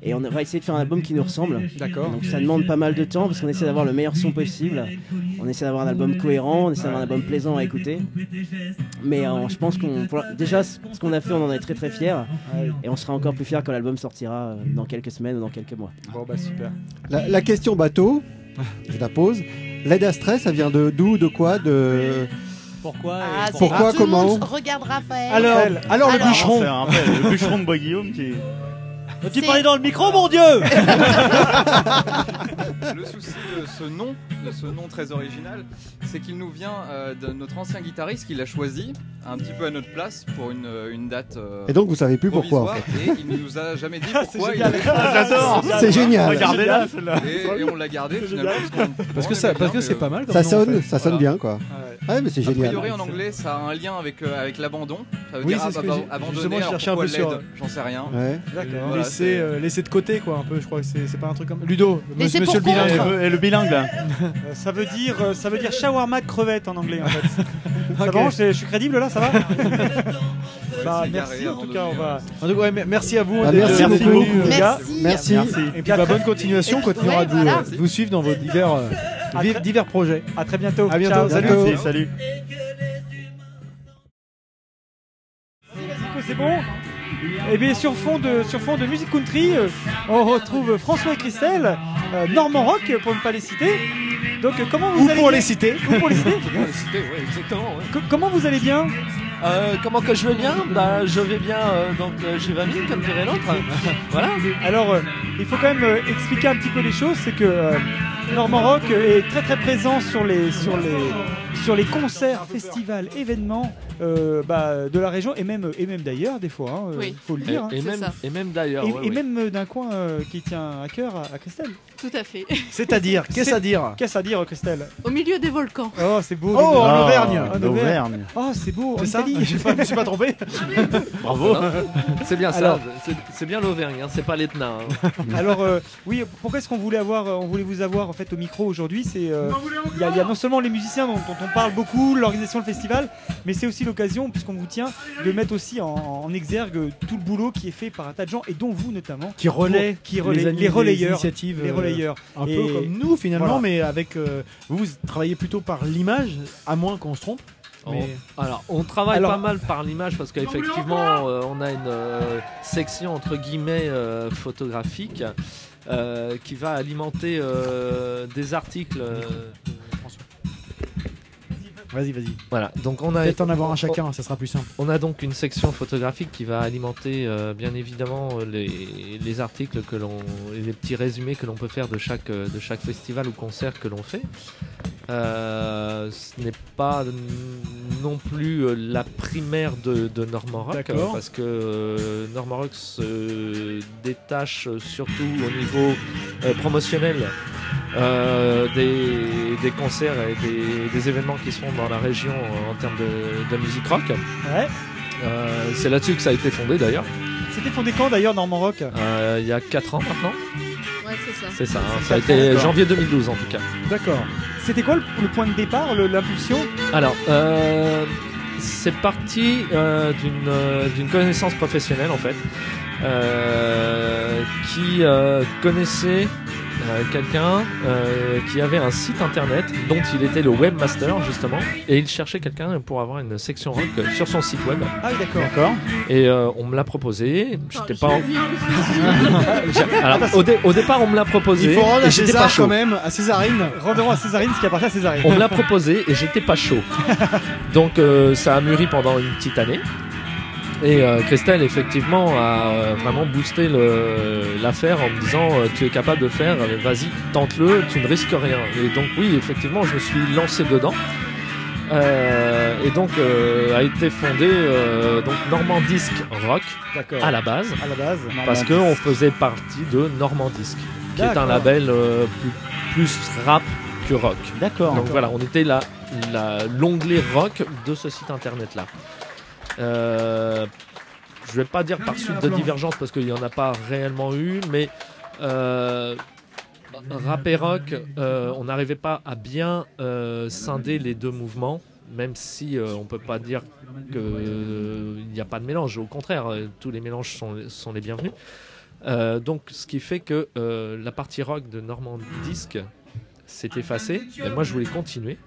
[SPEAKER 23] Et on va essayer de faire un album qui nous ressemble.
[SPEAKER 16] D'accord.
[SPEAKER 23] Donc, ça demande pas mal de temps parce qu'on essaie d'avoir le meilleur son possible. On essaie d'avoir un album cohérent, on essaie d'avoir un album plaisant à écouter. Mais euh, je pense qu'on pour- déjà ce ce qu'on a fait, on en est très très fiers. Et on sera encore plus fiers quand l'album sortira euh, dans quelques semaines ou dans quelques mois.
[SPEAKER 16] Bon bah super.
[SPEAKER 18] La, la question bateau, je la pose. L'aide à stress, ça vient de d'où, de quoi, de
[SPEAKER 13] Pourquoi
[SPEAKER 26] Ah, c'est-
[SPEAKER 18] Pourquoi,
[SPEAKER 26] tout le monde
[SPEAKER 18] comment
[SPEAKER 26] se regarde Raphaël.
[SPEAKER 17] C'est un peu le bûcheron de Bois Guillaume qui.
[SPEAKER 13] Tu parlais dans le micro, mon Dieu
[SPEAKER 27] Le souci de ce nom, de ce nom très original, c'est qu'il nous vient euh, de notre ancien guitariste qui l'a choisi un petit peu à notre place pour une, euh, une date. euh,
[SPEAKER 18] Et donc, vous savez plus pourquoi, en
[SPEAKER 27] provisoire,
[SPEAKER 18] fait.
[SPEAKER 27] Et il nous a jamais dit pourquoi. il
[SPEAKER 18] génial.
[SPEAKER 27] l'avait
[SPEAKER 18] Ah,
[SPEAKER 27] choisi.
[SPEAKER 18] j'adore. C'est génial.
[SPEAKER 17] Regardez-la,
[SPEAKER 18] celle-là.
[SPEAKER 27] Et, et on l'a gardé finalement.
[SPEAKER 18] génial.
[SPEAKER 27] parce qu'on-
[SPEAKER 18] Parce
[SPEAKER 27] on
[SPEAKER 18] que ça-
[SPEAKER 27] aimait
[SPEAKER 18] parce
[SPEAKER 27] bien,
[SPEAKER 18] que c'est
[SPEAKER 27] mais,
[SPEAKER 18] pas mal
[SPEAKER 27] euh,
[SPEAKER 18] comme Ça nom, en sonne- fait. ça sonne bien, quoi. Ouais, mais c'est génial.
[SPEAKER 27] A priori en anglais, ça a un lien avec euh, avec l'abandon. Ça veut
[SPEAKER 2] Oui,
[SPEAKER 27] dire
[SPEAKER 2] c'est
[SPEAKER 27] ah,
[SPEAKER 2] ce
[SPEAKER 27] bah,
[SPEAKER 2] que
[SPEAKER 27] bah,
[SPEAKER 2] j'ai- justement,
[SPEAKER 27] abandonner.
[SPEAKER 2] je
[SPEAKER 27] alors
[SPEAKER 2] cherchais un
[SPEAKER 27] pourquoi
[SPEAKER 2] peu sur- euh,
[SPEAKER 27] l'aide J'en sais rien.
[SPEAKER 18] Ouais.
[SPEAKER 27] D'accord.
[SPEAKER 2] Laisser, euh, laisser de côté quoi un peu, je crois que c'est c'est pas un truc comme Ludo,
[SPEAKER 16] Laisser
[SPEAKER 2] monsieur le
[SPEAKER 16] pour
[SPEAKER 2] bilingue.
[SPEAKER 16] contre.
[SPEAKER 17] Et le bilingue là.
[SPEAKER 16] Euh, ça veut dire, euh, ça veut dire shawarma de crevette en anglais en fait. Ça
[SPEAKER 2] Ok.
[SPEAKER 16] va, je, je suis crédible là, ça va Bah
[SPEAKER 2] c'est
[SPEAKER 16] merci
[SPEAKER 2] carré,
[SPEAKER 16] en tout cas, on va.
[SPEAKER 2] En tout cas, ouais, me- merci à vous.
[SPEAKER 16] Bah,
[SPEAKER 2] d'être
[SPEAKER 16] merci
[SPEAKER 2] venus,
[SPEAKER 16] beaucoup,
[SPEAKER 2] euh,
[SPEAKER 16] les
[SPEAKER 2] les
[SPEAKER 16] gars.
[SPEAKER 2] gars.
[SPEAKER 16] Merci. Merci.
[SPEAKER 2] Et puis, bah, bonne continuation. On continuera de vous, euh, de vous suivre dans vos divers, euh, divers- divers projets.
[SPEAKER 16] À très bientôt.
[SPEAKER 2] À bientôt.
[SPEAKER 16] Ciao.
[SPEAKER 2] Salut.
[SPEAKER 16] Merci,
[SPEAKER 17] salut.
[SPEAKER 16] Nico, c'est bon Et bien sur fond de, sur fond de musique country, euh, on retrouve François et Christelle, euh, Normand Rock euh, pour ne pas les citer. Donc euh, comment vous
[SPEAKER 2] Ou
[SPEAKER 16] allez
[SPEAKER 2] pour
[SPEAKER 16] bien
[SPEAKER 2] les citer.
[SPEAKER 16] Ou pour les citer.
[SPEAKER 28] ouais, exactement. ouais.
[SPEAKER 16] Co- comment vous allez bien
[SPEAKER 28] Euh, comment que je vais bien Bah, je vais bien, euh, donc euh, j'ai 20 000, comme dirait l'autre. voilà.
[SPEAKER 16] Alors, euh, il faut quand même euh, expliquer un petit peu les choses, c'est que euh, Normand Rock euh, est très très présent sur les sur les sur les concerts, festivals, événements euh, bah, de la région et même et même d'ailleurs des fois, hein, euh,
[SPEAKER 28] Oui.
[SPEAKER 16] faut le dire. hein.
[SPEAKER 28] Et- et C'est même- ça. et même d'ailleurs,
[SPEAKER 16] Et,
[SPEAKER 28] ouais,
[SPEAKER 16] et
[SPEAKER 28] oui.
[SPEAKER 16] même euh, d'un coin euh, qui tient à cœur à, à Christelle.
[SPEAKER 1] Tout à fait.
[SPEAKER 2] C'est-à-dire, qu'est-ce à dire
[SPEAKER 16] Qu'est-ce à dire, euh, Christelle
[SPEAKER 1] Au milieu des volcans.
[SPEAKER 16] Oh, c'est beau.
[SPEAKER 2] Oh,
[SPEAKER 16] rigolo.
[SPEAKER 2] en Auvergne.
[SPEAKER 16] En
[SPEAKER 2] Auvergne.
[SPEAKER 16] Oh, c'est beau.
[SPEAKER 2] C'est ça J'ai pas- je me suis pas trompé
[SPEAKER 16] Bravo.
[SPEAKER 28] C'est bien ça.
[SPEAKER 16] Alors-
[SPEAKER 28] c'est- C'est bien l'Auvergne, hein, c'est pas l'Etna. hein.
[SPEAKER 16] Alors euh, oui, pourquoi est-ce qu'on voulait avoir, euh, on voulait vous avoir en fait au micro aujourd'hui C'est euh, il y, a- il y a non seulement les musiciens dont, dont on parle beaucoup, l'organisation, le festival, mais c'est aussi l'occasion, puisqu'on vous tient, de mettre aussi en, en exergue tout le boulot qui est fait par un tas de gens et dont vous notamment,
[SPEAKER 2] Qui relaie
[SPEAKER 16] pour- qui
[SPEAKER 2] les
[SPEAKER 16] relaie- les,
[SPEAKER 2] ani- les
[SPEAKER 16] relayeurs,
[SPEAKER 2] initiatives,
[SPEAKER 16] les
[SPEAKER 2] euh,
[SPEAKER 16] relayeurs,
[SPEAKER 2] un
[SPEAKER 16] Et
[SPEAKER 2] peu comme nous finalement,
[SPEAKER 16] voilà.
[SPEAKER 2] mais avec euh, vous, vous travaillez plutôt par l'image, à moins qu'on se trompe. Mais-
[SPEAKER 28] On- Alors, on travaille
[SPEAKER 2] Alors-
[SPEAKER 28] pas mal par l'image parce qu'effectivement, euh, on a une euh, section entre guillemets euh, photographique euh, qui va alimenter euh, des articles. euh,
[SPEAKER 2] Vas-y, vas-y.
[SPEAKER 28] Voilà, donc on a-
[SPEAKER 2] peut-être en avoir un chacun, ça sera plus simple.
[SPEAKER 28] On a donc une section photographique qui va alimenter euh, bien évidemment euh, les, les articles que l'on, et les petits résumés que l'on peut faire de chaque, euh, de chaque festival ou concert que l'on fait. Euh, ce n'est pas n- non plus euh, la primaire de, de Norman Rock
[SPEAKER 2] D'accord.
[SPEAKER 28] euh, parce que euh, Norman Rock se détache euh, surtout au niveau euh, promotionnel euh, des, des concerts et des, des événements qui seront dans la région euh, en termes de, de musique rock.
[SPEAKER 16] Ouais.
[SPEAKER 28] Euh, c'est là-dessus que ça a été fondé d'ailleurs,
[SPEAKER 16] C'était fondé quand d'ailleurs Normand Rock
[SPEAKER 28] Euh, il y a 4 ans maintenant.
[SPEAKER 1] Ouais, c'est ça.
[SPEAKER 28] C'est ça, hein.
[SPEAKER 16] C'est
[SPEAKER 28] ça a
[SPEAKER 16] quatre ans,
[SPEAKER 28] été
[SPEAKER 16] d'accord.
[SPEAKER 28] janvier 2012 en tout cas.
[SPEAKER 16] D'accord. C'était quoi le, le point de départ, le- l'impulsion
[SPEAKER 28] Alors, euh, c'est parti euh, d'une euh, d'une connaissance professionnelle en fait, euh, qui euh, connaissait euh, quelqu'un euh, qui avait un site internet dont il était le webmaster justement, et il cherchait quelqu'un pour avoir une section rock euh, sur son site web.
[SPEAKER 16] Ah oui, d'accord.
[SPEAKER 28] Et euh, on me l'a proposé. J'étais pas. en-
[SPEAKER 16] bien.
[SPEAKER 28] Alors, au, dé- au départ, on me l'a proposé.
[SPEAKER 2] Il faut rendre
[SPEAKER 28] et
[SPEAKER 2] à
[SPEAKER 28] j'étais
[SPEAKER 2] César
[SPEAKER 28] pas chaud.
[SPEAKER 2] quand même, à Césarine.
[SPEAKER 16] Rendons à Césarine ce qui appartient à Césarine.
[SPEAKER 28] On me l'a proposé et j'étais pas chaud. Donc euh, ça a mûri pendant une petite année. Et euh, Christelle, effectivement, a euh, vraiment boosté le- l'affaire en me disant euh, tu es capable de le faire, euh, vas-y, tente-le, tu ne risques rien. Et donc oui, effectivement, je me suis lancé dedans. euh, et donc euh, a été fondé euh, donc Normandisque Rock
[SPEAKER 8] D'accord.
[SPEAKER 28] à la base,
[SPEAKER 8] À la base.
[SPEAKER 28] parce que on faisait partie de Normandisque, qui est un
[SPEAKER 8] D'accord.
[SPEAKER 28] label euh, plus, plus rap que rock.
[SPEAKER 17] D'accord.
[SPEAKER 28] Donc voilà, on était la- la- l'onglet rock de ce site internet là. Euh, je vais pas dire par suite de divergence parce qu'il n'y en a pas réellement eu, mais euh, rap et rock, euh, on n'arrivait pas à bien euh, scinder les deux mouvements, même si euh, on peut pas dire qu'il n'y a pas de mélange. Au contraire, euh, tous les mélanges sont, sont les bienvenus. Euh, donc, ce qui fait que euh, la partie rock de Normand Disc s'est effacée, et moi je voulais continuer.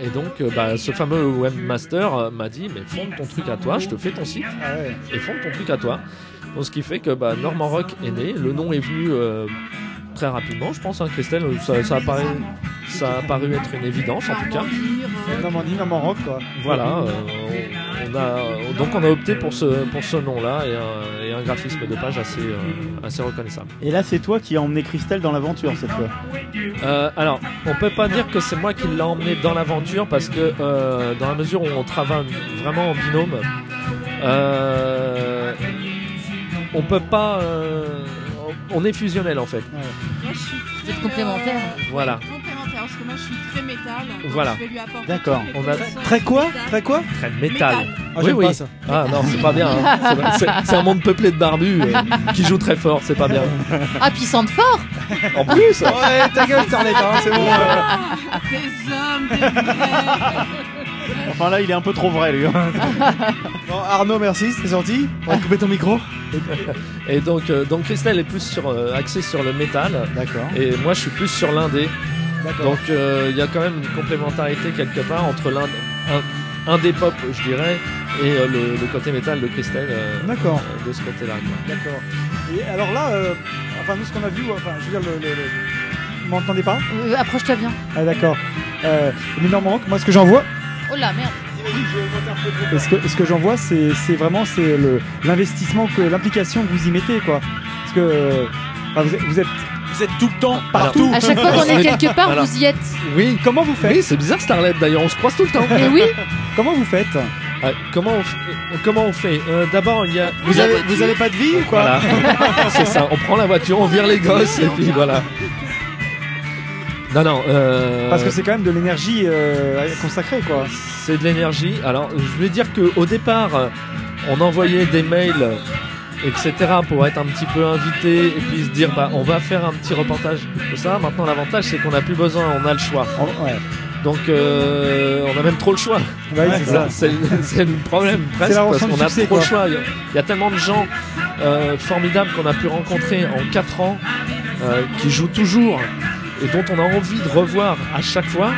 [SPEAKER 28] Et donc, euh, bah, ce fameux webmaster euh, m'a dit, mais fonde ton truc à toi, je te fais ton site,
[SPEAKER 8] Ah
[SPEAKER 28] et fonde ton truc à toi. Donc, ce qui fait que bah, Normand Rock est né, le nom est venu euh, très rapidement, je pense, hein, Christelle, ça, ça, a paru, ça a paru être une évidence en tout cas.
[SPEAKER 8] Normandie, maman rock, quoi.
[SPEAKER 28] Voilà, euh, on, on a, donc on a opté pour ce, pour ce nom-là et un, et un graphisme de page assez, euh, assez reconnaissable.
[SPEAKER 17] Et là, c'est toi qui as emmené Christelle dans l'aventure cette fois.
[SPEAKER 28] Euh, alors, on peut pas dire que c'est moi qui l'ai emmené dans l'aventure parce que euh, dans la mesure où on travaille vraiment en binôme, euh, on peut pas. euh, on est fusionnel en fait.
[SPEAKER 29] Moi, je suis très,
[SPEAKER 1] Vous êtes complémentaires.
[SPEAKER 29] euh,
[SPEAKER 28] Voilà.
[SPEAKER 29] Complémentaires, parce que moi, je suis très métal. donc
[SPEAKER 28] Voilà.
[SPEAKER 29] Je vais lui apporter toutes les
[SPEAKER 28] On a
[SPEAKER 29] connaissances métal.
[SPEAKER 28] Très métal.
[SPEAKER 29] Métal.
[SPEAKER 2] Ah, j'aime pas ça.
[SPEAKER 28] Ah non, c'est pas bien. hein. C'est vrai, C'est c'est un monde peuplé de barbus euh, qui jouent très fort, c'est pas bien.
[SPEAKER 30] Ah, puis ils sentent fort
[SPEAKER 28] En plus.
[SPEAKER 9] Ouais, ta gueule, Starlet, hein, c'est bon.
[SPEAKER 30] Des hommes, des vrais.
[SPEAKER 17] Enfin là, il est un peu trop vrai lui.
[SPEAKER 28] Bon, Arnaud, merci, c'est gentil. On va couper ton micro. Et donc, euh, donc Christelle est plus sur, euh, axée sur le métal.
[SPEAKER 17] D'accord.
[SPEAKER 28] Et moi, je suis plus sur l'indé.
[SPEAKER 17] D'accord.
[SPEAKER 28] Donc, euh, il y a quand même une complémentarité quelque part entre l'indé un, indé pop, je dirais, et euh, le, le côté métal de Christelle. euh,
[SPEAKER 8] D'accord.
[SPEAKER 28] euh, de ce côté-là. quoi.
[SPEAKER 8] D'accord. Et alors là, euh, enfin nous ce qu'on a vu, enfin je veux dire le. le- le- Vous m'entendez pas
[SPEAKER 30] Euh, Approche-toi bien.
[SPEAKER 8] Ah d'accord. Euh, mais normalement, moi ce que j'en vois,
[SPEAKER 30] Oh la merde.
[SPEAKER 8] et ce que, ce que j'en vois, c'est c'est vraiment c'est le- l'investissement que l'implication que vous y mettez quoi. Parce que euh, enfin, vous, êtes, vous êtes
[SPEAKER 17] vous êtes tout le temps
[SPEAKER 8] partout.
[SPEAKER 30] À chaque fois qu'on est quelque part, vous y êtes.
[SPEAKER 28] Oui.
[SPEAKER 8] Comment vous faites
[SPEAKER 28] Oui, c'est bizarre Starlet d'ailleurs, on se croise tout le temps.
[SPEAKER 30] Mais oui.
[SPEAKER 8] Comment vous faites
[SPEAKER 28] Comment on, f- euh, comment on fait Euh, D'abord, il y a.
[SPEAKER 8] Vous avez- vous avez pas de vie ou quoi
[SPEAKER 28] Voilà. c'est ça, on prend la voiture, on vire les gosses et puis voilà. Non, non. euh,
[SPEAKER 8] Parce que c'est quand même de l'énergie euh, consacrée quoi.
[SPEAKER 28] C'est de l'énergie. Alors, je vais dire qu'au départ, euh, on envoyait des mails, etc., pour être un petit peu invité et puis se dire, bah, on va faire un petit reportage. Tout ça, maintenant, l'avantage, c'est qu'on n'a plus besoin, on a le choix.
[SPEAKER 8] Oh,
[SPEAKER 28] Donc, euh, on a même trop le choix.
[SPEAKER 8] Ouais, c'est
[SPEAKER 28] Voilà,
[SPEAKER 8] ça.
[SPEAKER 28] c'est le- c'est le problème,
[SPEAKER 8] C'est
[SPEAKER 28] presque,
[SPEAKER 8] la
[SPEAKER 28] parce
[SPEAKER 8] rançon
[SPEAKER 28] qu'on
[SPEAKER 8] du
[SPEAKER 28] a
[SPEAKER 8] succès,
[SPEAKER 28] trop le
[SPEAKER 8] quoi.
[SPEAKER 28] choix. Il y a- il y, a tellement de gens euh, formidables qu'on a pu rencontrer en 4 ans, euh, qui jouent toujours et dont on a envie de revoir à chaque fois,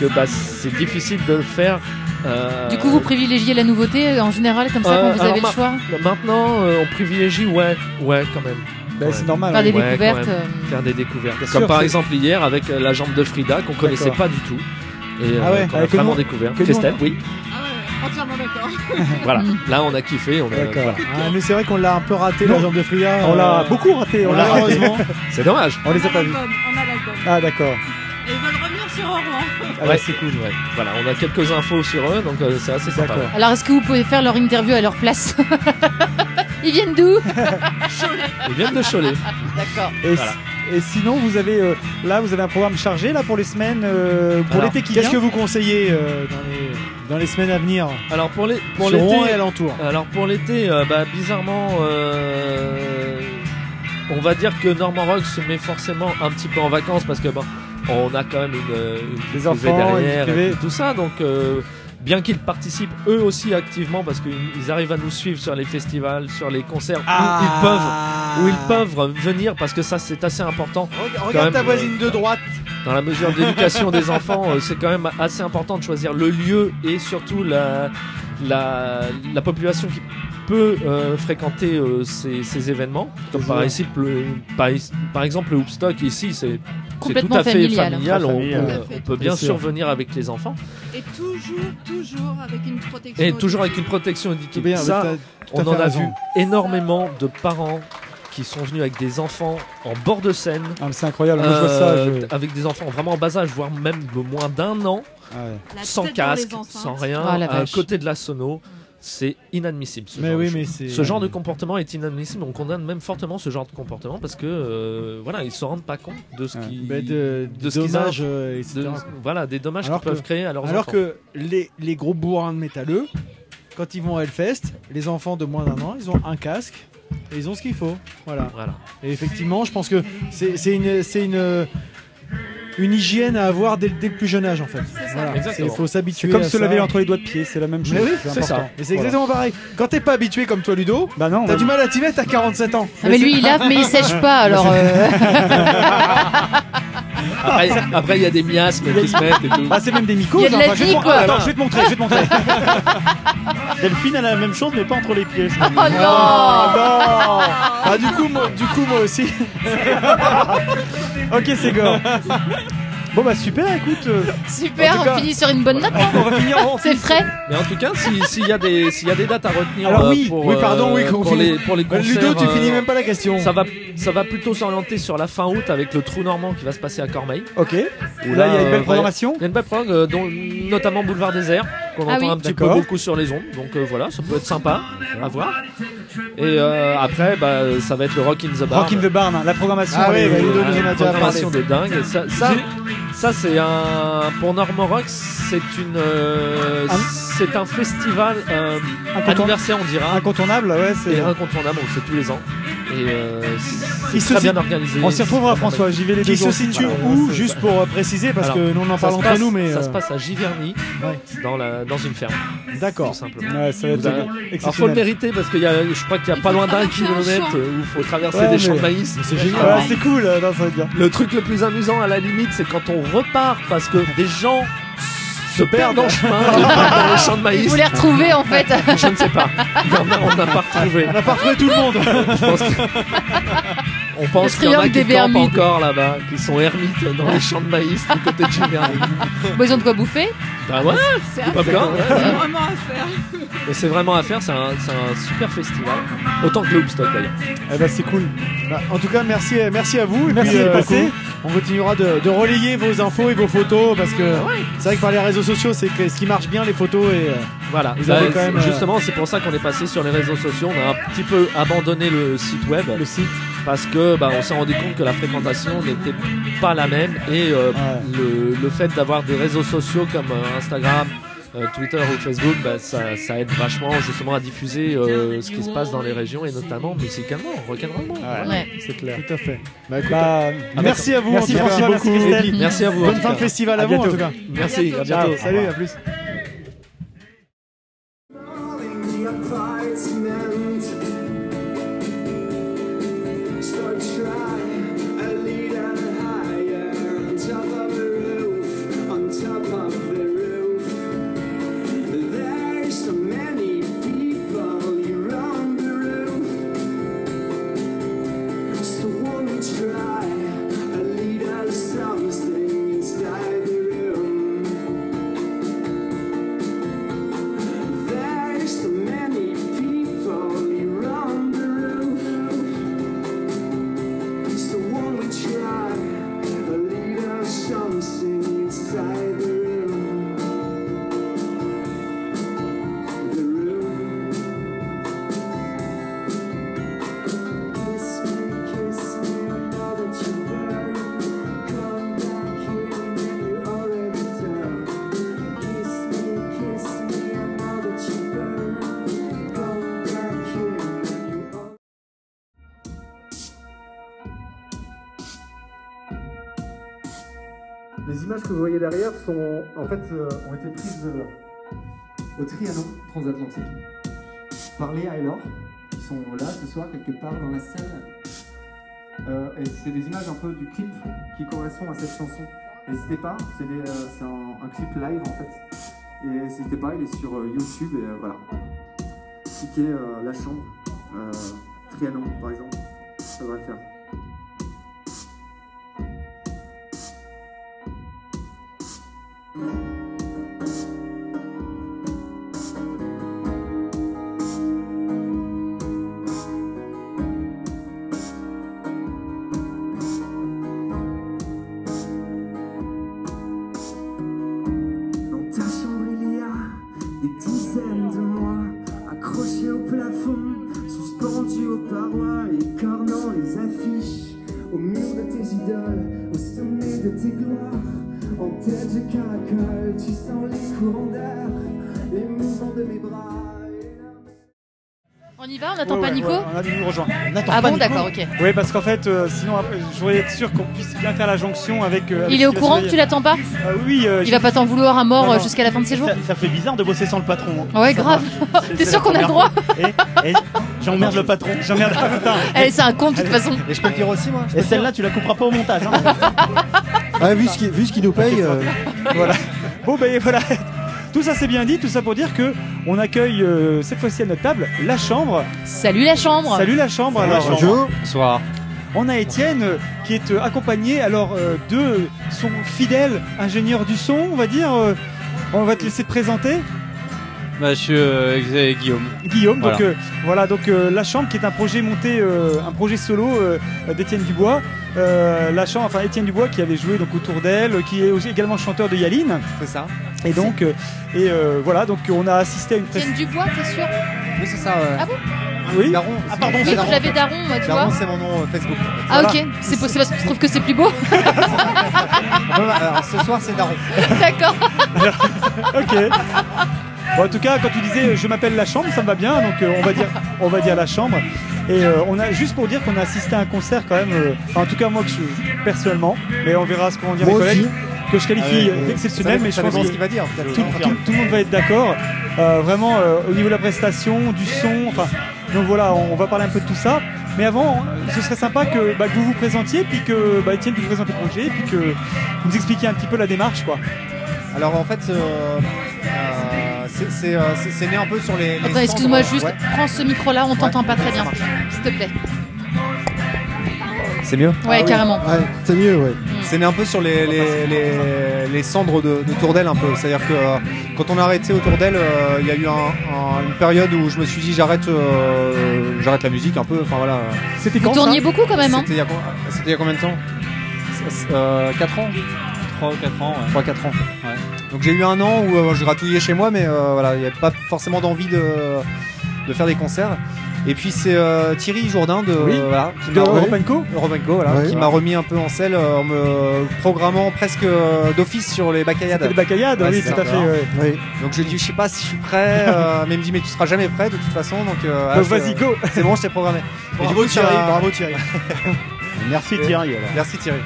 [SPEAKER 28] que bah, c'est difficile de le faire. euh,
[SPEAKER 30] Du coup, vous privilégiez la nouveauté euh, en général, comme ça,
[SPEAKER 28] euh,
[SPEAKER 30] quand vous
[SPEAKER 28] alors
[SPEAKER 30] avez le
[SPEAKER 28] ma-
[SPEAKER 30] choix.
[SPEAKER 28] Maintenant, euh, on privilégie, ouais, ouais, quand même.
[SPEAKER 8] Bah,
[SPEAKER 28] Quand
[SPEAKER 8] c'est
[SPEAKER 28] même.
[SPEAKER 8] normal, Faire hein. des
[SPEAKER 28] Ouais, quand
[SPEAKER 30] découvertes,
[SPEAKER 28] même.
[SPEAKER 30] euh.
[SPEAKER 28] Faire des découvertes.
[SPEAKER 8] Bien
[SPEAKER 28] Comme
[SPEAKER 8] sûr,
[SPEAKER 28] par
[SPEAKER 8] c'est-
[SPEAKER 28] exemple hier avec euh, la jambe de Frida qu'on connaissait
[SPEAKER 8] D'accord.
[SPEAKER 28] pas du tout. Et euh,
[SPEAKER 8] Ah ouais,
[SPEAKER 28] qu'on a
[SPEAKER 8] avec
[SPEAKER 28] vraiment
[SPEAKER 8] nous-
[SPEAKER 28] découvert.
[SPEAKER 8] que nous-
[SPEAKER 28] Christelle, oui.
[SPEAKER 30] Entièrement d'accord.
[SPEAKER 28] voilà.
[SPEAKER 30] Mm.
[SPEAKER 28] Là, on a kiffé. On a,
[SPEAKER 2] D'accord.
[SPEAKER 28] voilà.
[SPEAKER 2] Ah, mais c'est vrai qu'on l'a un peu raté, la jambe de Fria. Euh,
[SPEAKER 8] On l'a beaucoup raté, on l'a raté.
[SPEAKER 2] heureusement.
[SPEAKER 28] C'est dommage.
[SPEAKER 8] On les a pas vus.
[SPEAKER 29] On a l'album.
[SPEAKER 8] Ah d'accord.
[SPEAKER 29] Et ils veulent revenir sur Oran.
[SPEAKER 8] Ah, bah,
[SPEAKER 28] Ouais.
[SPEAKER 8] c'est cool.
[SPEAKER 28] Ouais. Voilà, on a quelques infos sur eux, donc euh, c'est assez sympa.
[SPEAKER 30] Alors, est-ce que vous pouvez faire leur interview à leur place Ils viennent d'où
[SPEAKER 28] Ils viennent de Cholet.
[SPEAKER 30] D'accord.
[SPEAKER 8] Et,
[SPEAKER 28] Voilà.
[SPEAKER 8] si- et sinon, vous avez euh, là, vous avez un programme chargé là pour les semaines, euh, pour
[SPEAKER 2] Alors,
[SPEAKER 8] l'été qui
[SPEAKER 2] qu'est-ce
[SPEAKER 8] vient.
[SPEAKER 2] que vous conseillez euh, dans, les, dans les semaines à venir
[SPEAKER 28] Alors pour les pour
[SPEAKER 2] Sur
[SPEAKER 28] l'été
[SPEAKER 2] Rouen et alentour.
[SPEAKER 28] Alors pour l'été, euh, bah, bizarrement, euh, on va dire que Norman Rock se met forcément un petit peu en vacances parce que bon, on a quand même une, euh, une vie
[SPEAKER 8] Des
[SPEAKER 28] privée
[SPEAKER 8] enfants, une vie
[SPEAKER 28] derrière et
[SPEAKER 8] privée.
[SPEAKER 28] puis tout ça, donc. euh, Bien qu'ils participent eux aussi activement parce qu'ils arrivent à nous suivre sur les festivals, sur les concerts
[SPEAKER 9] Ah.
[SPEAKER 28] où ils peuvent, où ils peuvent venir parce que ça c'est assez important. quand
[SPEAKER 9] Regarde ta
[SPEAKER 28] même, euh,
[SPEAKER 9] voisine de droite.
[SPEAKER 28] dans la mesure de l'éducation des enfants, euh, c'est quand même assez important de choisir le lieu et surtout la, la, la population qui peut euh, fréquenter euh, ces, ces événements. Comme par,
[SPEAKER 8] Toujours.
[SPEAKER 28] ici, le- par, is- par exemple, le Hoopstock, ici, c'est c'est tout
[SPEAKER 29] Complètement
[SPEAKER 28] à fait familial.
[SPEAKER 29] familial.
[SPEAKER 28] on,
[SPEAKER 29] Très familial.
[SPEAKER 28] on-
[SPEAKER 29] Tout à fait.
[SPEAKER 28] on peut bien
[SPEAKER 29] Bien sûr.
[SPEAKER 28] sûr venir avec les enfants.
[SPEAKER 29] Et toujours, toujours avec une protection.
[SPEAKER 28] Et toujours
[SPEAKER 29] au-dessus.
[SPEAKER 28] avec une protection éducative.
[SPEAKER 2] bien, mais
[SPEAKER 28] Ça,
[SPEAKER 2] t'as tout à
[SPEAKER 28] on
[SPEAKER 2] fait
[SPEAKER 28] en a
[SPEAKER 2] raison.
[SPEAKER 28] vu énormément de parents qui sont venus avec des enfants en bord de Seine. Euh,
[SPEAKER 8] c'est incroyable, moi, je vois ça, je-
[SPEAKER 28] Avec des enfants vraiment en bas âge, voire même de moins d'un an,
[SPEAKER 8] La
[SPEAKER 28] sans
[SPEAKER 8] tête dans les
[SPEAKER 28] casque,
[SPEAKER 8] enceintes.
[SPEAKER 28] sans rien,
[SPEAKER 8] Ah, la
[SPEAKER 28] à
[SPEAKER 8] vache.
[SPEAKER 28] côté de la sono. C'est inadmissible. Ce,
[SPEAKER 8] Mais
[SPEAKER 28] genre
[SPEAKER 8] oui,
[SPEAKER 28] de
[SPEAKER 8] mais
[SPEAKER 28] choses.
[SPEAKER 8] c'est-
[SPEAKER 28] ce genre de comportement est inadmissible. On condamne même fortement ce genre de comportement parce que euh, voilà, ils se rendent pas compte de ce qui,
[SPEAKER 2] Bah, de-
[SPEAKER 28] ce qu'ils
[SPEAKER 2] dommages,
[SPEAKER 28] inventent,
[SPEAKER 2] euh, etc.,
[SPEAKER 28] de-
[SPEAKER 2] quoi.
[SPEAKER 28] voilà, des dommages qu'ils peuvent créer à leurs
[SPEAKER 2] alors
[SPEAKER 28] enfants.
[SPEAKER 2] que les, les gros bourrins de métalleux, quand ils vont à Hellfest, les enfants de moins d'un an, ils ont un casque et ils ont ce qu'il faut. Voilà. Et effectivement, je pense que c'est c'est une, c'est une, une hygiène à avoir dès, le- dès le plus jeune âge en fait. Voilà.
[SPEAKER 8] Exactement.
[SPEAKER 2] Il faut s'habituer.
[SPEAKER 8] C'est comme
[SPEAKER 2] à
[SPEAKER 8] se
[SPEAKER 2] ça.
[SPEAKER 8] laver entre les doigts de pied, c'est la même chose.
[SPEAKER 2] Mais oui,
[SPEAKER 8] c'est
[SPEAKER 2] c'est ça.
[SPEAKER 8] important.
[SPEAKER 2] Et c'est
[SPEAKER 8] Voilà.
[SPEAKER 2] exactement pareil. Quand t'es pas habitué comme toi, Ludo,
[SPEAKER 8] bah non,
[SPEAKER 2] t'as du mal à t'y mettre à 47 ans.
[SPEAKER 30] Ah, mais lui, il lave, mais il sèche pas, alors, euh.
[SPEAKER 28] Après, après, il y a des miasmes qui se mettent et tout.
[SPEAKER 8] Ah, c'est même des micos.
[SPEAKER 28] Il y a de
[SPEAKER 8] hein.
[SPEAKER 28] la
[SPEAKER 8] Enfin, je vais
[SPEAKER 28] vie,
[SPEAKER 8] te mon-
[SPEAKER 28] quoi.
[SPEAKER 8] Attends, je vais te montrer, je vais te montrer.
[SPEAKER 17] Delphine, elle a la même chose, mais pas entre les pieds.
[SPEAKER 30] Oh non
[SPEAKER 2] Ah, du coup, moi, du coup, moi aussi.
[SPEAKER 8] ok, c'est gore. Bon bah super, écoute. euh,
[SPEAKER 30] Super,
[SPEAKER 8] en tout cas-
[SPEAKER 30] on finit sur une bonne note. là.
[SPEAKER 8] On va finir en-
[SPEAKER 30] C'est frais.
[SPEAKER 28] Mais en tout cas, si- s'il y, a des- s'il y a des dates à retenir
[SPEAKER 2] Alors
[SPEAKER 28] euh,
[SPEAKER 2] oui,
[SPEAKER 28] pour,
[SPEAKER 2] oui,
[SPEAKER 28] euh,
[SPEAKER 2] pardon, oui, qu'on
[SPEAKER 28] pour,
[SPEAKER 2] finit.
[SPEAKER 28] les, pour les
[SPEAKER 2] Euh,
[SPEAKER 28] concerts...
[SPEAKER 2] Ludo, tu finis même pas la question.
[SPEAKER 28] Ça va, ça va plutôt s'orienter sur la fin août avec le trou normand qui va se passer à Cormeil.
[SPEAKER 8] Ok.
[SPEAKER 28] Où
[SPEAKER 8] Là, il y a une
[SPEAKER 28] euh,
[SPEAKER 8] belle
[SPEAKER 28] va-
[SPEAKER 8] programmation.
[SPEAKER 28] Il y a une belle prog, euh, dont, notamment Boulevard Désert, qu'on
[SPEAKER 8] Ah
[SPEAKER 28] entend
[SPEAKER 8] oui.
[SPEAKER 28] un petit peu
[SPEAKER 8] D'accord.
[SPEAKER 28] beaucoup sur les ondes. Donc euh, voilà, ça peut être sympa à voir. Et euh, après, bah, ça va être le Rock in the Barn.
[SPEAKER 8] Rock in the Barn, hein, la programmation.
[SPEAKER 28] Ah oui,
[SPEAKER 8] euh,
[SPEAKER 28] bah, Ludo
[SPEAKER 8] euh,
[SPEAKER 28] nous en a déjà programmation
[SPEAKER 8] parlé.
[SPEAKER 28] de dingue. Et Ça, ça, ça, c'est un pour Normorox, c'est une, euh, c'est un festival euh,
[SPEAKER 8] Incontourn-
[SPEAKER 28] anniversaire, on dira.
[SPEAKER 8] Incontournable, ouais.
[SPEAKER 28] Et
[SPEAKER 8] c'est-
[SPEAKER 28] incontournable, on le fait tous les ans. Et euh, c'est
[SPEAKER 8] Il se
[SPEAKER 28] très
[SPEAKER 8] sit-
[SPEAKER 28] bien organisé.
[SPEAKER 8] On s'y retrouvera, François, j'y vais les deux
[SPEAKER 2] Qui se
[SPEAKER 8] jours.
[SPEAKER 2] situe
[SPEAKER 8] Voilà,
[SPEAKER 2] où
[SPEAKER 8] c'est-
[SPEAKER 2] Juste pour euh, préciser, parce
[SPEAKER 28] Alors,
[SPEAKER 2] que nous on en
[SPEAKER 28] ça
[SPEAKER 2] parle
[SPEAKER 28] se
[SPEAKER 2] entre
[SPEAKER 28] passe-
[SPEAKER 2] nous, mais.
[SPEAKER 28] ça
[SPEAKER 2] euh,
[SPEAKER 28] se passe à Giverny, dans, la, dans une ferme.
[SPEAKER 2] D'accord.
[SPEAKER 28] Tout simplement.
[SPEAKER 8] Ouais, ça va être
[SPEAKER 28] Vous avez-
[SPEAKER 8] exceptionnel.
[SPEAKER 28] Alors, faut le mériter parce qu'il y a, je crois qu'il n'y a pas loin d'un kilomètre où il faut traverser
[SPEAKER 8] Ouais,
[SPEAKER 28] des champs
[SPEAKER 8] mais-
[SPEAKER 28] de maïs.
[SPEAKER 8] C'est génial. Ouais, c'est cool, euh, non, ça va être bien.
[SPEAKER 28] Le truc le plus amusant à la limite, c'est quand on repart parce que des gens se perdent en chemin et partent dans les champs de maïs.
[SPEAKER 30] Vous les retrouvez, en fait.
[SPEAKER 28] Je ne sais pas. Il y en a- on n'a pas retrouvé. On n'a pas retrouvé tout le monde. Je pense que- On pense
[SPEAKER 30] Le
[SPEAKER 28] qu'il y en a
[SPEAKER 30] triangle
[SPEAKER 28] qui
[SPEAKER 30] des
[SPEAKER 28] campent
[SPEAKER 30] Bermudes.
[SPEAKER 28] encore là-bas, qui sont ermites dans les champs de maïs du côté de Giverny.
[SPEAKER 30] Bon, ils ont de quoi bouffer.
[SPEAKER 28] Bah ouais,
[SPEAKER 30] C'est
[SPEAKER 28] du popcorn.
[SPEAKER 30] c'est
[SPEAKER 28] ouais.
[SPEAKER 30] vraiment à faire.
[SPEAKER 28] Mais c'est vraiment à faire, c'est un, c'est un super festival. Autant que le Hoopstock d'ailleurs.
[SPEAKER 2] Eh ben, c'est cool. Bah, en tout cas, merci, merci à vous. Et
[SPEAKER 28] Merci
[SPEAKER 2] puis,
[SPEAKER 28] d'être
[SPEAKER 2] beaucoup.
[SPEAKER 28] passé.
[SPEAKER 2] On continuera de, de relayer vos infos et vos photos parce que c'est vrai que par les réseaux sociaux, c'est que ce qui marche bien, les photos. Et, euh,
[SPEAKER 28] Voilà,
[SPEAKER 2] vous
[SPEAKER 28] bah,
[SPEAKER 2] avez quand même, euh,
[SPEAKER 28] justement, c'est pour ça qu'on est passé sur les réseaux sociaux. On a un petit peu abandonné le site web. Le
[SPEAKER 2] site.
[SPEAKER 28] Parce que bah, on s'est rendu compte que la fréquentation n'était pas la même et euh, le, le fait d'avoir des réseaux sociaux comme euh, Instagram, euh, Twitter ou Facebook, bah, ça, ça aide vachement justement à diffuser euh, ce qui se passe dans les régions et notamment musicalement, rock'n'roll. Voilà,
[SPEAKER 2] Ouais.
[SPEAKER 28] c'est clair.
[SPEAKER 2] Tout à fait. Bah, écoute,
[SPEAKER 28] Bah,
[SPEAKER 2] euh, merci à vous.
[SPEAKER 28] merci
[SPEAKER 2] en tout cas.
[SPEAKER 28] François, merci
[SPEAKER 2] beaucoup.
[SPEAKER 28] Christelle.
[SPEAKER 2] Et puis,
[SPEAKER 28] Merci à vous, en
[SPEAKER 2] Bonne
[SPEAKER 28] tout
[SPEAKER 2] fin
[SPEAKER 28] cas.
[SPEAKER 2] de festival à,
[SPEAKER 28] À
[SPEAKER 2] vous en
[SPEAKER 28] bientôt.
[SPEAKER 2] tout cas.
[SPEAKER 28] Merci, à bientôt.
[SPEAKER 2] Ciao, Salut, à plus.
[SPEAKER 12] Start trying a leader higher on top of the roof, on top of the roof. There's so many people you're on the roof. So won't you try a leader something inside the room? There's so many people you're on the roof. It's the one we try. A leader something inside the room. The room. Kiss me, kiss me, now that you're there. Come back here, you're already there. Kiss me, kiss me, now that you're there. Come back here, you're already
[SPEAKER 4] Les images que vous voyez derrière sont, en fait, euh, ont été prises euh, au Trianon transatlantique par les Hylor, qui sont là ce soir quelque part dans la salle. Euh, et c'est des images un peu du clip qui correspond à cette chanson. N'hésitez pas, c'est des, euh, c'est un, un clip live en fait. Et n'hésitez pas, il est sur euh, YouTube et euh, voilà. Cliquez euh, la chambre, euh, Trianon par exemple, ça devrait le faire.
[SPEAKER 12] Thank
[SPEAKER 6] Au mur de tes idoles, au sommet de tes gloires En tête de caracol, tu sens les courants d'air Les mouvements de mes bras
[SPEAKER 30] On y va, on n'attend
[SPEAKER 16] Ouais,
[SPEAKER 30] pas
[SPEAKER 16] ouais,
[SPEAKER 30] Nico
[SPEAKER 16] ouais, on attend- nous rejoint. On attend pas
[SPEAKER 30] Ah bon,
[SPEAKER 16] Nico.
[SPEAKER 30] d'accord, ok.
[SPEAKER 16] Oui, parce qu'en fait, euh, sinon, après, je voulais être sûr qu'on puisse bien faire la jonction avec. euh, avec
[SPEAKER 30] Il est au
[SPEAKER 16] Nicolas
[SPEAKER 30] courant
[SPEAKER 16] Soleil.
[SPEAKER 30] que tu l'attends pas
[SPEAKER 16] Ah Oui, euh,
[SPEAKER 30] Il va pas t'en vouloir à mort
[SPEAKER 16] Non, non.
[SPEAKER 30] euh, jusqu'à la fin de ses jours
[SPEAKER 17] Ça, ça fait bizarre de bosser sans le patron. hein.
[SPEAKER 30] Ouais,
[SPEAKER 17] Ça
[SPEAKER 30] grave.
[SPEAKER 17] va.
[SPEAKER 30] T'es
[SPEAKER 17] C'est
[SPEAKER 30] sûr
[SPEAKER 17] la
[SPEAKER 30] qu'on a le
[SPEAKER 17] première
[SPEAKER 30] droit
[SPEAKER 17] fois. Et- et J'emmerde le patron. J'emmerde putain.
[SPEAKER 30] Allez, c'est un con de toute façon.
[SPEAKER 17] Et je peux le dire aussi, moi. Et celle-là, tu la couperas pas au montage. hein.
[SPEAKER 18] Ah, vu ce qui- vu ce qu'il nous paye. euh,
[SPEAKER 16] voilà. Bon ben voilà. Tout ça c'est bien dit, tout ça pour dire que on accueille euh, cette fois-ci à notre table la chambre.
[SPEAKER 30] Salut la chambre.
[SPEAKER 16] Salut la chambre.
[SPEAKER 5] Salut la
[SPEAKER 16] bah, alors.
[SPEAKER 5] chambre. Bonjour. Bonsoir.
[SPEAKER 16] On a Étienne euh, qui est euh, accompagné alors euh, de son fidèle ingénieur du son, on va dire. euh, on va te laisser te présenter.
[SPEAKER 3] Bah, je suis euh, Xavier Guillaume.
[SPEAKER 16] Guillaume.
[SPEAKER 3] Voilà.
[SPEAKER 16] Donc euh, voilà, donc euh, la chambre qui est un projet monté, euh, un projet solo euh, d'Étienne Dubois. Euh, la chambre, enfin Étienne Dubois qui avait joué donc autour d'elle, euh, qui est aussi également chanteur de Yaline.
[SPEAKER 13] C'est ça.
[SPEAKER 16] Et donc euh, et euh, voilà, donc on a assisté à une
[SPEAKER 30] Tienne Dubois, t'es sûr
[SPEAKER 16] Oui c'est ça.
[SPEAKER 30] Ah bon
[SPEAKER 16] Oui.
[SPEAKER 30] Ah, pardon, Oui, c'est je Daron. l'avais Daron, moi, tu Daron, vois. c'est
[SPEAKER 31] mon nom Facebook.
[SPEAKER 30] Ah ok, c'est pour- c'est parce que tu trouves que c'est plus beau
[SPEAKER 31] Alors, ce soir, euh, c'est Daron.
[SPEAKER 30] D'accord.
[SPEAKER 16] ok. Bon, en tout cas, quand tu disais euh, je m'appelle la chambre, ça me va bien, donc euh, on va dire on va dire la chambre. Et euh, on a juste pour dire qu'on a assisté à un concert quand même. euh, enfin, en tout cas moi que je personnellement, mais on verra ce qu'on dire mes
[SPEAKER 31] Moi aussi.
[SPEAKER 16] collègues que je
[SPEAKER 31] Ah
[SPEAKER 16] qualifie
[SPEAKER 31] ouais,
[SPEAKER 16] euh,
[SPEAKER 31] ouais.
[SPEAKER 16] d'exceptionnel,
[SPEAKER 31] Ça
[SPEAKER 16] mais je
[SPEAKER 31] dépend-
[SPEAKER 16] pense
[SPEAKER 31] ça dépend
[SPEAKER 16] que
[SPEAKER 31] ce qu'il va dire, peut-être.
[SPEAKER 16] Tout,
[SPEAKER 31] Je
[SPEAKER 16] tout- tout le monde va être d'accord. Euh, vraiment euh, au niveau de la prestation, du son, enfin. Donc voilà, on, on va parler un peu de tout ça. Mais avant, euh, ce serait sympa que, bah, que vous vous présentiez, puis que bah, Étienne vous présente le projet, puis que vous nous expliquiez un petit peu la démarche, quoi.
[SPEAKER 31] Alors, en fait, euh, euh, c'est- c'est euh, c'est- c'est né un peu sur les. les
[SPEAKER 30] Attends, excuse-moi
[SPEAKER 31] cendres, euh,
[SPEAKER 30] juste,
[SPEAKER 31] ouais.
[SPEAKER 30] prends ce micro là, on t'entend pas très bien. S'il te plaît.
[SPEAKER 31] C'est mieux
[SPEAKER 30] Ouais, carrément. Mm.
[SPEAKER 31] c'est mieux, Ah ouais. C'est né un peu sur les, les, les, les cendres de, de Tourdelle, un peu. C'est-à-dire que euh, quand on a arrêté au Tourdelle, euh, il y a eu un- un- une période où je me suis dit j'arrête euh, j'arrête la musique un peu. Enfin voilà.
[SPEAKER 30] C'était Vous quand, ça tourniez beaucoup, quand même, hein
[SPEAKER 31] C'était il y a com- c'était il y a combien de temps 4 ans
[SPEAKER 3] 3 ou 4 ans, ouais.
[SPEAKER 31] 3-4 ans. Donc j'ai eu un an où euh, je gratouillais chez moi, mais euh, voilà, il n'y avait pas forcément d'envie de, de faire des concerts. Et puis c'est euh, Thierry Jourdain de,
[SPEAKER 16] Oui,
[SPEAKER 31] voilà,
[SPEAKER 16] de Europe Co.
[SPEAKER 31] Europe Co, voilà,
[SPEAKER 16] Ouais.
[SPEAKER 31] qui m'a remis un peu en selle euh, en me programmant presque euh, d'office sur les baccalades.
[SPEAKER 16] C'était les
[SPEAKER 18] Ah,
[SPEAKER 16] baccalades,
[SPEAKER 18] bah
[SPEAKER 16] oui,
[SPEAKER 31] c'est
[SPEAKER 16] tout à
[SPEAKER 31] ça.
[SPEAKER 16] fait, ouais.
[SPEAKER 31] Donc je lui dis, je sais pas si je suis prêt, euh, mais il me dit, mais tu seras jamais prêt de toute façon. Donc, euh,
[SPEAKER 16] Donc
[SPEAKER 31] voilà,
[SPEAKER 16] Bah, vas-y,
[SPEAKER 31] je-
[SPEAKER 16] go.
[SPEAKER 31] C'est bon, je t'ai programmé. Et du
[SPEAKER 16] Bravo
[SPEAKER 31] coup, ça-
[SPEAKER 16] Thierry, bravo Thierry.
[SPEAKER 31] Merci
[SPEAKER 17] Thierry, alors.
[SPEAKER 31] Merci Thierry.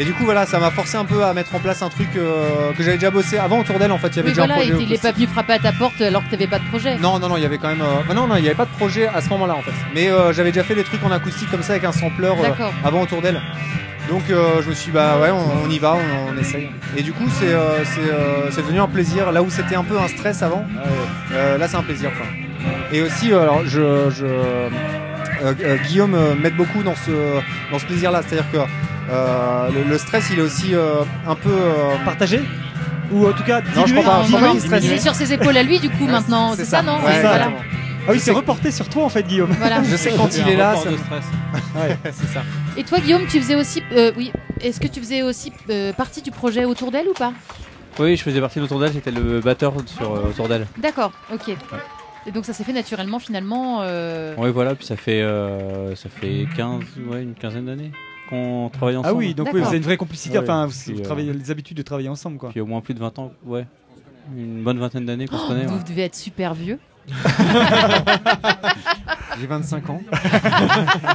[SPEAKER 31] Et du coup voilà, ça m'a forcé un peu à mettre en place un truc euh, que j'avais déjà bossé avant autour d'elle en fait. Il y avait
[SPEAKER 30] Oui
[SPEAKER 31] déjà un
[SPEAKER 30] voilà, et
[SPEAKER 31] projet.
[SPEAKER 30] il est pas venu frapper à ta porte alors que t'avais pas de projet.
[SPEAKER 31] Non non non, il y avait quand même. euh, bah non non, il n'y avait pas de projet à ce moment-là en fait. Mais euh, j'avais déjà fait des trucs en acoustique comme ça avec un sampleur euh,
[SPEAKER 30] D'accord.
[SPEAKER 31] avant autour d'elle. Donc euh, je me suis dit, bah ouais on, on y va, on, on essaye. Et du coup c'est euh, c'est euh, c'est devenu un plaisir. Là où c'était un peu un stress avant, euh, là c'est un plaisir. quoi. Et aussi euh, alors je, je- euh, euh, Guillaume euh, m'aide beaucoup dans ce dans ce plaisir là. C'est-à-dire que euh, le, le stress il est aussi euh, un peu
[SPEAKER 16] partagé. Ou en tout cas
[SPEAKER 31] non, je
[SPEAKER 16] dilué,
[SPEAKER 31] prends pas, je prends pas
[SPEAKER 16] dilué.
[SPEAKER 31] le stress.
[SPEAKER 30] Il est sur ses épaules à lui du coup maintenant, c'est ça, non
[SPEAKER 31] Ouais,
[SPEAKER 30] Oui, voilà.
[SPEAKER 31] exactement.
[SPEAKER 16] Ah oui, c'est reporté sur toi en fait, Guillaume.
[SPEAKER 30] Voilà.
[SPEAKER 31] Je sais quand il est là, ça me-
[SPEAKER 16] c'est ça.
[SPEAKER 30] Et toi Guillaume, tu faisais aussi euh, oui, est-ce que tu faisais aussi euh, partie du projet autour d'elle ou pas
[SPEAKER 3] Oui, je faisais partie de Tourdelle, j'étais le batteur sur euh, Tourdelle.
[SPEAKER 30] D'accord, OK. Et donc ça s'est fait naturellement finalement euh,
[SPEAKER 3] Oui, voilà, puis ça fait, euh, ça fait 15, ouais, une quinzaine d'années qu'on travaille ensemble.
[SPEAKER 16] Ah oui, donc oui, vous avez une vraie complicité.
[SPEAKER 27] Ah
[SPEAKER 3] Ouais,
[SPEAKER 16] Enfin, vous,
[SPEAKER 3] puis,
[SPEAKER 16] vous
[SPEAKER 3] euh,
[SPEAKER 16] travaillez les habitudes de travailler ensemble, quoi.
[SPEAKER 3] Puis au moins plus de 20 ans, ouais. Une bonne vingtaine d'années qu'on se connaît.
[SPEAKER 30] vous
[SPEAKER 3] ouais.
[SPEAKER 30] devez être super vieux.
[SPEAKER 31] J'ai 25 ans.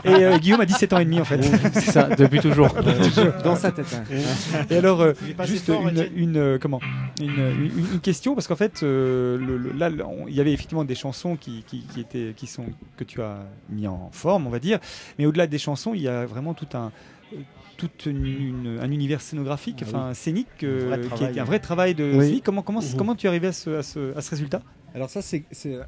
[SPEAKER 16] Et euh, Guillaume a 17 ans et demi en fait.
[SPEAKER 3] C'est ça, depuis toujours.
[SPEAKER 31] Dans sa tête, ouais.
[SPEAKER 16] hein. Et alors, euh,
[SPEAKER 31] Il est pas assez
[SPEAKER 16] juste
[SPEAKER 31] fort,
[SPEAKER 16] une, une, euh, comment une, une- une question parce qu'en fait, euh, le- le- là, le- on- il y avait effectivement des chansons qui, qui, qui étaient, qui sont que tu as mis en forme, on va dire. Mais au-delà des chansons, il y a vraiment tout un tout une- une- un univers scénographique,
[SPEAKER 31] Ah
[SPEAKER 16] enfin
[SPEAKER 31] oui.
[SPEAKER 16] scénique,
[SPEAKER 31] Un
[SPEAKER 16] euh,
[SPEAKER 31] vrai travail.
[SPEAKER 16] qui a
[SPEAKER 31] Mhm.
[SPEAKER 16] été un vrai travail de
[SPEAKER 31] Oui.
[SPEAKER 16] vie. Comment comment comment tu es arrivé à ce, à ce, à ce résultat
[SPEAKER 31] Alors ça c'est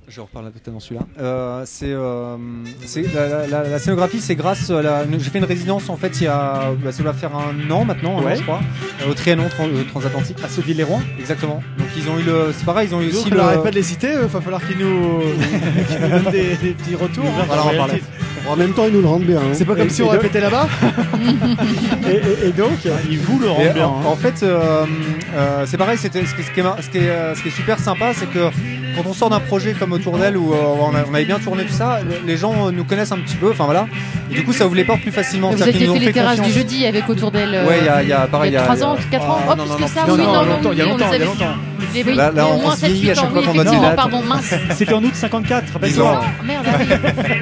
[SPEAKER 31] je reparle peut-être dans celui-là. Euh, c'est euh, c'est- la, la- la- la scénographie, c'est grâce à la. J'ai fait une résidence en fait il y a. bah, ça doit faire un an maintenant, un an,
[SPEAKER 16] Ouais.
[SPEAKER 31] je crois. euh, Au Trianon tran- euh, transatlantique.
[SPEAKER 16] À Seville-les-Rois
[SPEAKER 31] Exactement. Donc ils ont eu le. C'est pareil, ils ont eu aussi aussi le. le. n'arrête
[SPEAKER 2] de les citer, il va falloir qu'ils nous, qu'ils nous donnent des, des petits retours.
[SPEAKER 31] Voilà, on va parler.
[SPEAKER 18] En même temps, ils nous le rendent bien. hein.
[SPEAKER 2] C'est pas comme si on répétait là-bas
[SPEAKER 16] et, et-
[SPEAKER 7] Et, et donc
[SPEAKER 17] Il vous le rend
[SPEAKER 31] Et
[SPEAKER 17] bien.
[SPEAKER 31] En,
[SPEAKER 17] hein.
[SPEAKER 31] en fait, euh, euh, c'est pareil, c'était- ce, qui- ce qui est, mar- ce qui est, euh, ce qui est super sympa, c'est que quand on sort d'un projet comme Autour d'elle, où euh, on, a- on avait bien tourné tout ça, le- les gens euh, nous connaissent un petit peu, enfin voilà. Et du coup, ça ouvre les portes plus facilement.
[SPEAKER 30] Vous
[SPEAKER 31] C'est-à-dire
[SPEAKER 30] aviez
[SPEAKER 31] qu'ils nous
[SPEAKER 30] fait
[SPEAKER 31] Oh, ont
[SPEAKER 30] les
[SPEAKER 31] fait
[SPEAKER 30] terrasses du
[SPEAKER 31] confiance.
[SPEAKER 30] jeudi avec autour d'elle. euh,
[SPEAKER 31] Ouais, il y a- il y a- pareil,
[SPEAKER 30] il y a
[SPEAKER 31] il y a-
[SPEAKER 30] 3 ans, 4 ans,
[SPEAKER 31] Ah,
[SPEAKER 30] oh
[SPEAKER 31] non,
[SPEAKER 30] plus
[SPEAKER 31] non,
[SPEAKER 30] que
[SPEAKER 31] non,
[SPEAKER 30] ça,
[SPEAKER 31] non,
[SPEAKER 30] oui,
[SPEAKER 31] non,
[SPEAKER 30] non,
[SPEAKER 31] il y a longtemps, il y a
[SPEAKER 30] on les
[SPEAKER 31] longtemps, il
[SPEAKER 30] avait
[SPEAKER 31] y a
[SPEAKER 30] fait.
[SPEAKER 31] longtemps.
[SPEAKER 30] Les oui,
[SPEAKER 31] Là-
[SPEAKER 30] il y a
[SPEAKER 31] là,
[SPEAKER 30] au
[SPEAKER 31] on
[SPEAKER 30] moins
[SPEAKER 31] se vieillit
[SPEAKER 30] 7-8
[SPEAKER 31] à chaque
[SPEAKER 30] ans,
[SPEAKER 31] fois
[SPEAKER 30] oui,
[SPEAKER 31] qu'on a des
[SPEAKER 30] effectivement,
[SPEAKER 31] dates.
[SPEAKER 30] pardon, mince.
[SPEAKER 31] C'était en août 54,
[SPEAKER 30] Dix ans. Merde, ah oui. Ouais.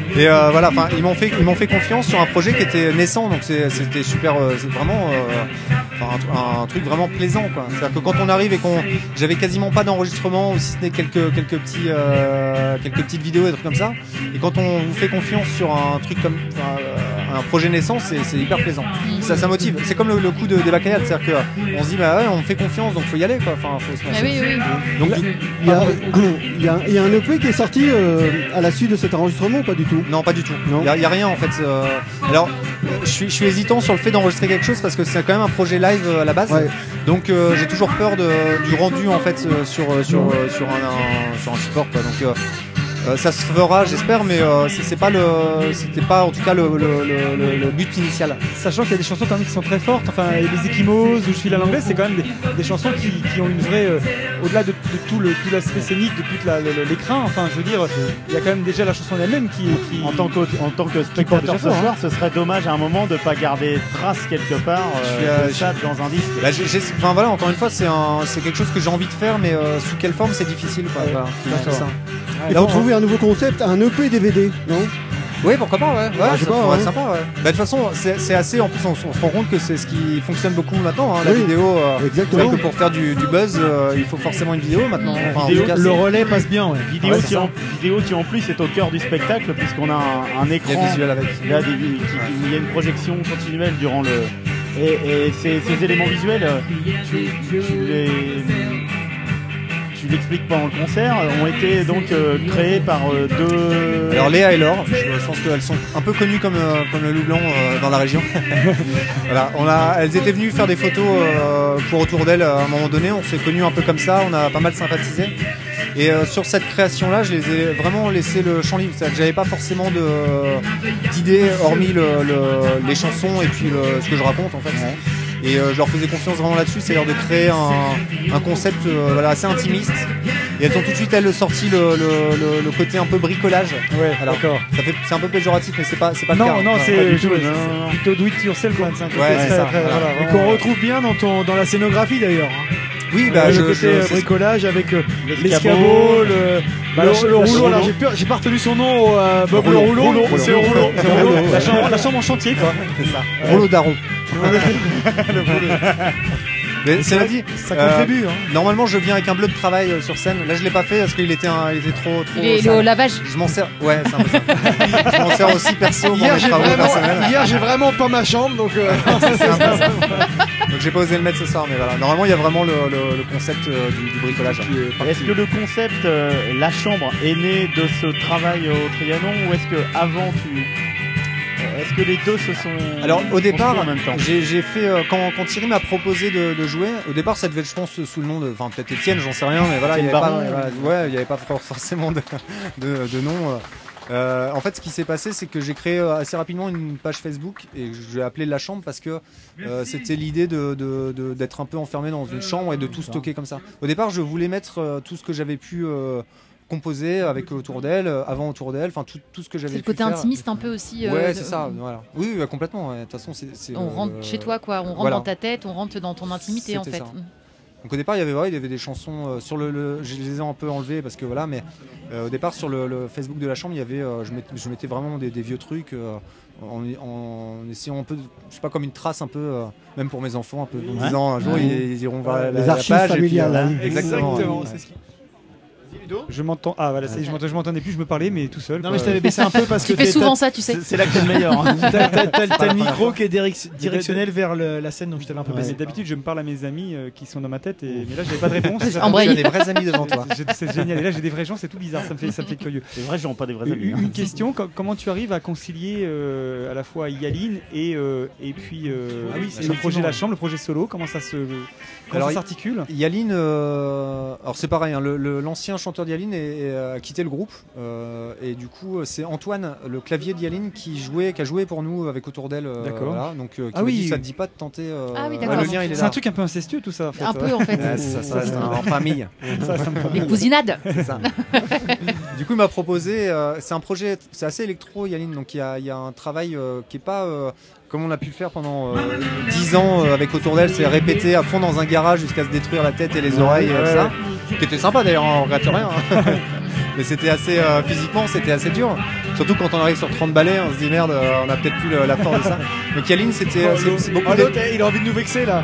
[SPEAKER 31] Et euh, voilà, enfin, ils m'ont fait, ils m'ont fait confiance sur un projet qui était naissant, donc c'est- c'était super, euh, c'est vraiment euh, enfin, un, tru- un truc vraiment plaisant, quoi. C'est-à-dire que quand on arrive et qu'on, j'avais quasiment pas d'enregistrement, ou si ce n'est quelques quelques petits, euh, quelques petites vidéos, des trucs comme ça. Et quand on vous fait confiance sur un truc comme enfin, euh, un projet naissant, c'est c'est hyper plaisant. Ça, ça motive. C'est comme le, le coup de, des bacchanales, c'est-à-dire que euh, on se dit, bah ouais, on me fait confiance, donc faut y aller, quoi. Enfin, faut se lancer.
[SPEAKER 30] Ah oui, oui.
[SPEAKER 31] Donc,
[SPEAKER 18] Il y, a, il y a- il y a un EP qui est sorti euh, à la suite de cet enregistrement ou pas du tout
[SPEAKER 31] Non, pas du tout. Il n'y a, y a rien en fait. euh, alors, euh, je suis, je suis hésitant sur le fait d'enregistrer quelque chose parce que c'est quand même un projet live euh, à la base. Donc, euh, j'ai toujours peur de- du rendu en fait euh, sur, euh, sur, euh, sur, un, un- sur un support. quoi. Donc, euh, euh, ça se fera, j'espère, mais euh, c'est c'est pas le, c'était pas en tout cas le, le- le- le- le but initial.
[SPEAKER 8] Sachant qu'il y a des chansons quand même qui sont très fortes, enfin les Eskimos ou Je file à l'anglais, c'est quand même des, des chansons qui, qui ont une vraie, euh, au-delà de, de tout le tout l'aspect scénique, de tout la- le- le- l'écran, enfin je veux dire, il y a quand même déjà la chanson en elle-même qui, qui-
[SPEAKER 17] En tant que, en tant que spectateur ce
[SPEAKER 8] fort, hein.
[SPEAKER 17] soir, ce serait dommage à un moment de pas garder trace quelque part euh,
[SPEAKER 31] Je
[SPEAKER 17] de
[SPEAKER 31] suis,
[SPEAKER 17] ça
[SPEAKER 31] euh,
[SPEAKER 17] dans un disque.
[SPEAKER 31] Bah, j'ai- j'ai- enfin voilà, encore une fois, c'est un- c'est quelque chose que j'ai envie de faire, mais euh, sous quelle forme, c'est difficile. Quoi, Voilà, c'est ça.
[SPEAKER 18] Il faut trouver un nouveau concept, un E EP DVD, non
[SPEAKER 31] Oui, pourquoi pas, ouais. Ouais,
[SPEAKER 18] Ah, je sais
[SPEAKER 31] ça
[SPEAKER 18] pas,
[SPEAKER 31] pourrait être
[SPEAKER 18] ouais.
[SPEAKER 31] sympa, ouais. Bah, de toute façon, c'est c'est assez. En plus, on, s- on se rend compte que c'est ce qui fonctionne beaucoup maintenant, hein, la
[SPEAKER 18] Oui,
[SPEAKER 31] vidéo. euh,
[SPEAKER 18] exactement.
[SPEAKER 31] c'est-à-dire que pour faire du, du buzz, euh, il faut forcément une vidéo maintenant. Enfin, en tout cas, c'est-
[SPEAKER 17] passe bien. Vidéo,
[SPEAKER 31] Ouais, c'est
[SPEAKER 17] qui
[SPEAKER 31] ça.
[SPEAKER 17] en, vidéo qui en plus est au cœur du spectacle puisqu'on a un, un écran.
[SPEAKER 31] visuel avec.
[SPEAKER 17] Il y a, des- qui- où il y a une projection continuelle durant le. Et, et ces, ces éléments visuels, euh, tu, tu les. Tu l'expliques pendant le concert, ont été donc euh, créés par euh, deux.
[SPEAKER 31] Alors Léa et Laure, je, je pense qu'elles sont un peu connues comme, euh, comme le loup blanc euh, dans la région. voilà, on a, elles étaient venues faire des photos euh, pour autour d'elles à un moment donné. On s'est connus un peu comme ça, on a pas mal sympathisé. Et euh, sur cette création-là, je les ai vraiment laissé le champ libre. C'est-à-dire que j'avais pas forcément de- d'idées hormis le- le- les chansons et puis le- ce que je raconte en fait. Et euh, je leur faisais confiance vraiment là-dessus, c'est-à-dire de créer un, un concept euh, voilà, assez intimiste. Et elles ont tout de suite elles sorti le, le- le- le côté un peu bricolage.
[SPEAKER 8] Ouais,
[SPEAKER 31] Alors,
[SPEAKER 8] d'accord.
[SPEAKER 31] ça fait- C'est un peu péjoratif, mais c'est pas, c'est pas le cas.
[SPEAKER 8] Non, non,
[SPEAKER 31] Enfin, pas
[SPEAKER 8] c'est
[SPEAKER 31] du tout,
[SPEAKER 8] c'est
[SPEAKER 31] non, non, non.
[SPEAKER 8] plutôt do it yourself quand même, c'est un côté
[SPEAKER 31] Ouais,
[SPEAKER 8] très-
[SPEAKER 31] hein, c'est ça,
[SPEAKER 8] très-
[SPEAKER 31] voilà.
[SPEAKER 8] voilà,
[SPEAKER 2] Et
[SPEAKER 8] vraiment,
[SPEAKER 2] qu'on retrouve bien dans, ton, dans la scénographie d'ailleurs. hein.
[SPEAKER 31] Oui, bah,
[SPEAKER 2] le
[SPEAKER 31] je-
[SPEAKER 2] côté
[SPEAKER 31] je-
[SPEAKER 2] euh,
[SPEAKER 31] c'est-
[SPEAKER 2] bricolage avec euh, l'escabeau,
[SPEAKER 31] l'escabeau,
[SPEAKER 2] le,
[SPEAKER 8] bah,
[SPEAKER 2] le-
[SPEAKER 8] la ch-
[SPEAKER 2] le
[SPEAKER 8] la
[SPEAKER 2] rouleau.
[SPEAKER 8] chambre-
[SPEAKER 2] Alors j'ai peur- j'ai pas retenu son nom, euh, Bob le
[SPEAKER 31] Rouleau.
[SPEAKER 2] rouleau,
[SPEAKER 31] Rouleau,
[SPEAKER 2] c'est le
[SPEAKER 31] rouleau.
[SPEAKER 2] rouleau.
[SPEAKER 31] C'est
[SPEAKER 2] le
[SPEAKER 31] rouleau,
[SPEAKER 2] rouleau.
[SPEAKER 31] ouais.
[SPEAKER 2] La chambre- la chambre en chantier quoi.
[SPEAKER 31] C'est ça. Rouleau daron. Mais cela dit, euh,
[SPEAKER 2] Ça contribue, hein.
[SPEAKER 31] Normalement, je viens avec un bleu de travail euh, sur scène. Là, je l'ai pas fait parce qu'il était, un- il était trop, trop.
[SPEAKER 30] Il est- il est
[SPEAKER 31] sale.
[SPEAKER 30] au lavage.
[SPEAKER 31] Je m'en sers. Ouais, c'est un peu ça. je m'en sers aussi perso pour
[SPEAKER 2] Hier
[SPEAKER 31] mes
[SPEAKER 2] j'ai
[SPEAKER 31] travaux
[SPEAKER 2] vraiment,
[SPEAKER 31] personnels.
[SPEAKER 2] hier, j'ai vraiment pas ma chambre donc. euh,
[SPEAKER 31] C'est un peu ça. Donc, j'ai pas osé le mettre ce soir, mais voilà. Normalement, il y a vraiment le, le- le concept euh, du, du bricolage.
[SPEAKER 17] Est-ce que le concept euh, La Chambre est né de ce travail au Trianon ou est-ce que avant tu. euh, Est-ce que les deux se sont.
[SPEAKER 31] Alors au départ,
[SPEAKER 17] construits en même temps
[SPEAKER 31] j'ai j'ai fait euh, quand, quand Thierry m'a proposé de, de jouer. Au départ, ça devait, être, je pense, euh, sous le nom de, enfin peut-être Étienne, j'en sais rien, mais voilà, il y
[SPEAKER 17] Étienne
[SPEAKER 31] avait pas,
[SPEAKER 17] Baron,
[SPEAKER 31] voilà, ouais, il y avait pas for- forcément de, de, de nom. euh. Euh, en fait, ce qui s'est passé, c'est que j'ai créé euh, assez rapidement une page Facebook et je l'ai appelée La Chambre parce que euh, c'était l'idée de- de- de- d'être un peu enfermé dans
[SPEAKER 17] Euh,
[SPEAKER 31] une chambre et de tout stocker comme ça. Au départ, je voulais mettre euh, tout ce que j'avais pu euh, composer avec autour d'elle, euh, avant autour d'elle, enfin tout, tout ce que j'avais
[SPEAKER 30] C'est
[SPEAKER 31] pu
[SPEAKER 30] le côté
[SPEAKER 31] faire.
[SPEAKER 30] intimiste un peu aussi. euh,
[SPEAKER 31] Ouais,
[SPEAKER 30] de-
[SPEAKER 31] c'est ça, voilà. Oui, oui, bah, complètement. ouais. De toute façon, c'est. c'est
[SPEAKER 30] On
[SPEAKER 31] le-
[SPEAKER 30] rentre
[SPEAKER 31] le-
[SPEAKER 30] chez toi, quoi. On rentre
[SPEAKER 31] euh, Voilà.
[SPEAKER 30] dans ta tête, on rentre dans ton intimité, en
[SPEAKER 31] C'était
[SPEAKER 30] fait.
[SPEAKER 31] ça. Donc au départ, il y avait, ouais, il y avait des chansons euh, sur le, le- Je les ai un peu enlevées parce que voilà, mais euh, au départ, sur le, le Facebook de la chambre, il y avait. euh, je, mettais, je mettais vraiment des, des vieux trucs euh, en, en essayant un peu. de- Je sais pas, comme une trace un peu, euh, même pour mes enfants, un peu. En
[SPEAKER 17] Ouais.
[SPEAKER 31] disant un jour,
[SPEAKER 17] Ouais.
[SPEAKER 31] ils, ils iront voir la,
[SPEAKER 17] Les
[SPEAKER 31] la- la
[SPEAKER 17] archives
[SPEAKER 31] page. et puis,
[SPEAKER 17] familiales,
[SPEAKER 31] euh,
[SPEAKER 17] hein.
[SPEAKER 31] Exactement.
[SPEAKER 17] Exactement,
[SPEAKER 31] ouais.
[SPEAKER 17] c'est
[SPEAKER 8] Je m'entends. Ah voilà, ça y est, je m'entends- je m'entendais plus, je me parlais, mais tout seul.
[SPEAKER 2] Non,
[SPEAKER 8] quoi.
[SPEAKER 2] mais je t'avais baissé un peu parce que. t'es- t'as- T'as- T'as t'as- t'as le micro qui est direc- directionnel vers le- la scène, donc je t'avais un peu
[SPEAKER 8] Mais
[SPEAKER 2] baissé.
[SPEAKER 8] D'habitude, je me parle à mes amis euh, qui sont dans ma tête, et... mais là, j'avais pas de réponse.
[SPEAKER 2] Embraye. T'as des vrais amis devant toi.
[SPEAKER 8] C'est- C'est génial. Et là, j'ai des vrais gens, c'est tout bizarre. Ça me fait, ça me fait curieux.
[SPEAKER 17] Des vrais gens, pas des vrais
[SPEAKER 8] Une-
[SPEAKER 17] amis,
[SPEAKER 8] Une,
[SPEAKER 17] hein.
[SPEAKER 8] question co- comment tu arrives à concilier euh, à la fois Yaline et, euh, et puis euh,
[SPEAKER 2] Ah oui, c'est
[SPEAKER 8] le projet
[SPEAKER 2] effectivement.
[SPEAKER 8] La Chambre, le projet solo Comment ça se. Comment
[SPEAKER 31] Alors,
[SPEAKER 8] ça s'articule
[SPEAKER 31] Yaline, euh, alors c'est pareil, hein, le- le- l'ancien chanteur chanteur d'Yaline est- est, euh, a quitté le groupe. euh, et du coup, c'est Antoine, le clavier d'Yaline, qui, jouait, qui a joué pour nous avec Autour d'elle. euh,
[SPEAKER 16] D'accord.
[SPEAKER 31] voilà, donc, euh, qui
[SPEAKER 16] Ah
[SPEAKER 31] m'a
[SPEAKER 16] oui.
[SPEAKER 31] dit, ça ne dit pas de tenter. euh,
[SPEAKER 16] Ah oui,
[SPEAKER 31] ouais,
[SPEAKER 16] d'accord.
[SPEAKER 31] le lien, il est
[SPEAKER 16] C'est
[SPEAKER 31] là.
[SPEAKER 16] un truc un peu incestueux, tout ça, en fait.
[SPEAKER 31] Un peu, en fait. Ouais, ça, ça, c'est un- en famille.
[SPEAKER 16] Ça, ça me parle.
[SPEAKER 30] Les cousinades.
[SPEAKER 31] C'est ça. du coup, il m'a proposé. euh, c'est un projet, c'est assez électro, Yaline. Donc, il y a, il y a un travail euh, qui est pas euh, comme on a pu le faire pendant euh, 10 ans euh, avec Autour d'elle. C'est répété à fond dans un garage jusqu'à se détruire la tête et les oreilles. euh,
[SPEAKER 9] Ouais.
[SPEAKER 31] ça, qui était sympa d'ailleurs, hein, on regrette rien. hein. Mais c'était assez euh, physiquement, c'était assez dur. Surtout quand on arrive sur 30 balais, on se dit merde, euh, on a peut-être plus le- la force de ça. Donc Yaline, c'était euh,
[SPEAKER 2] Oh,
[SPEAKER 31] c'est-
[SPEAKER 2] l'autre-
[SPEAKER 31] c'est beaucoup.
[SPEAKER 2] oh,
[SPEAKER 31] d'é-
[SPEAKER 2] l'autre, eh, il a envie de nous vexer là.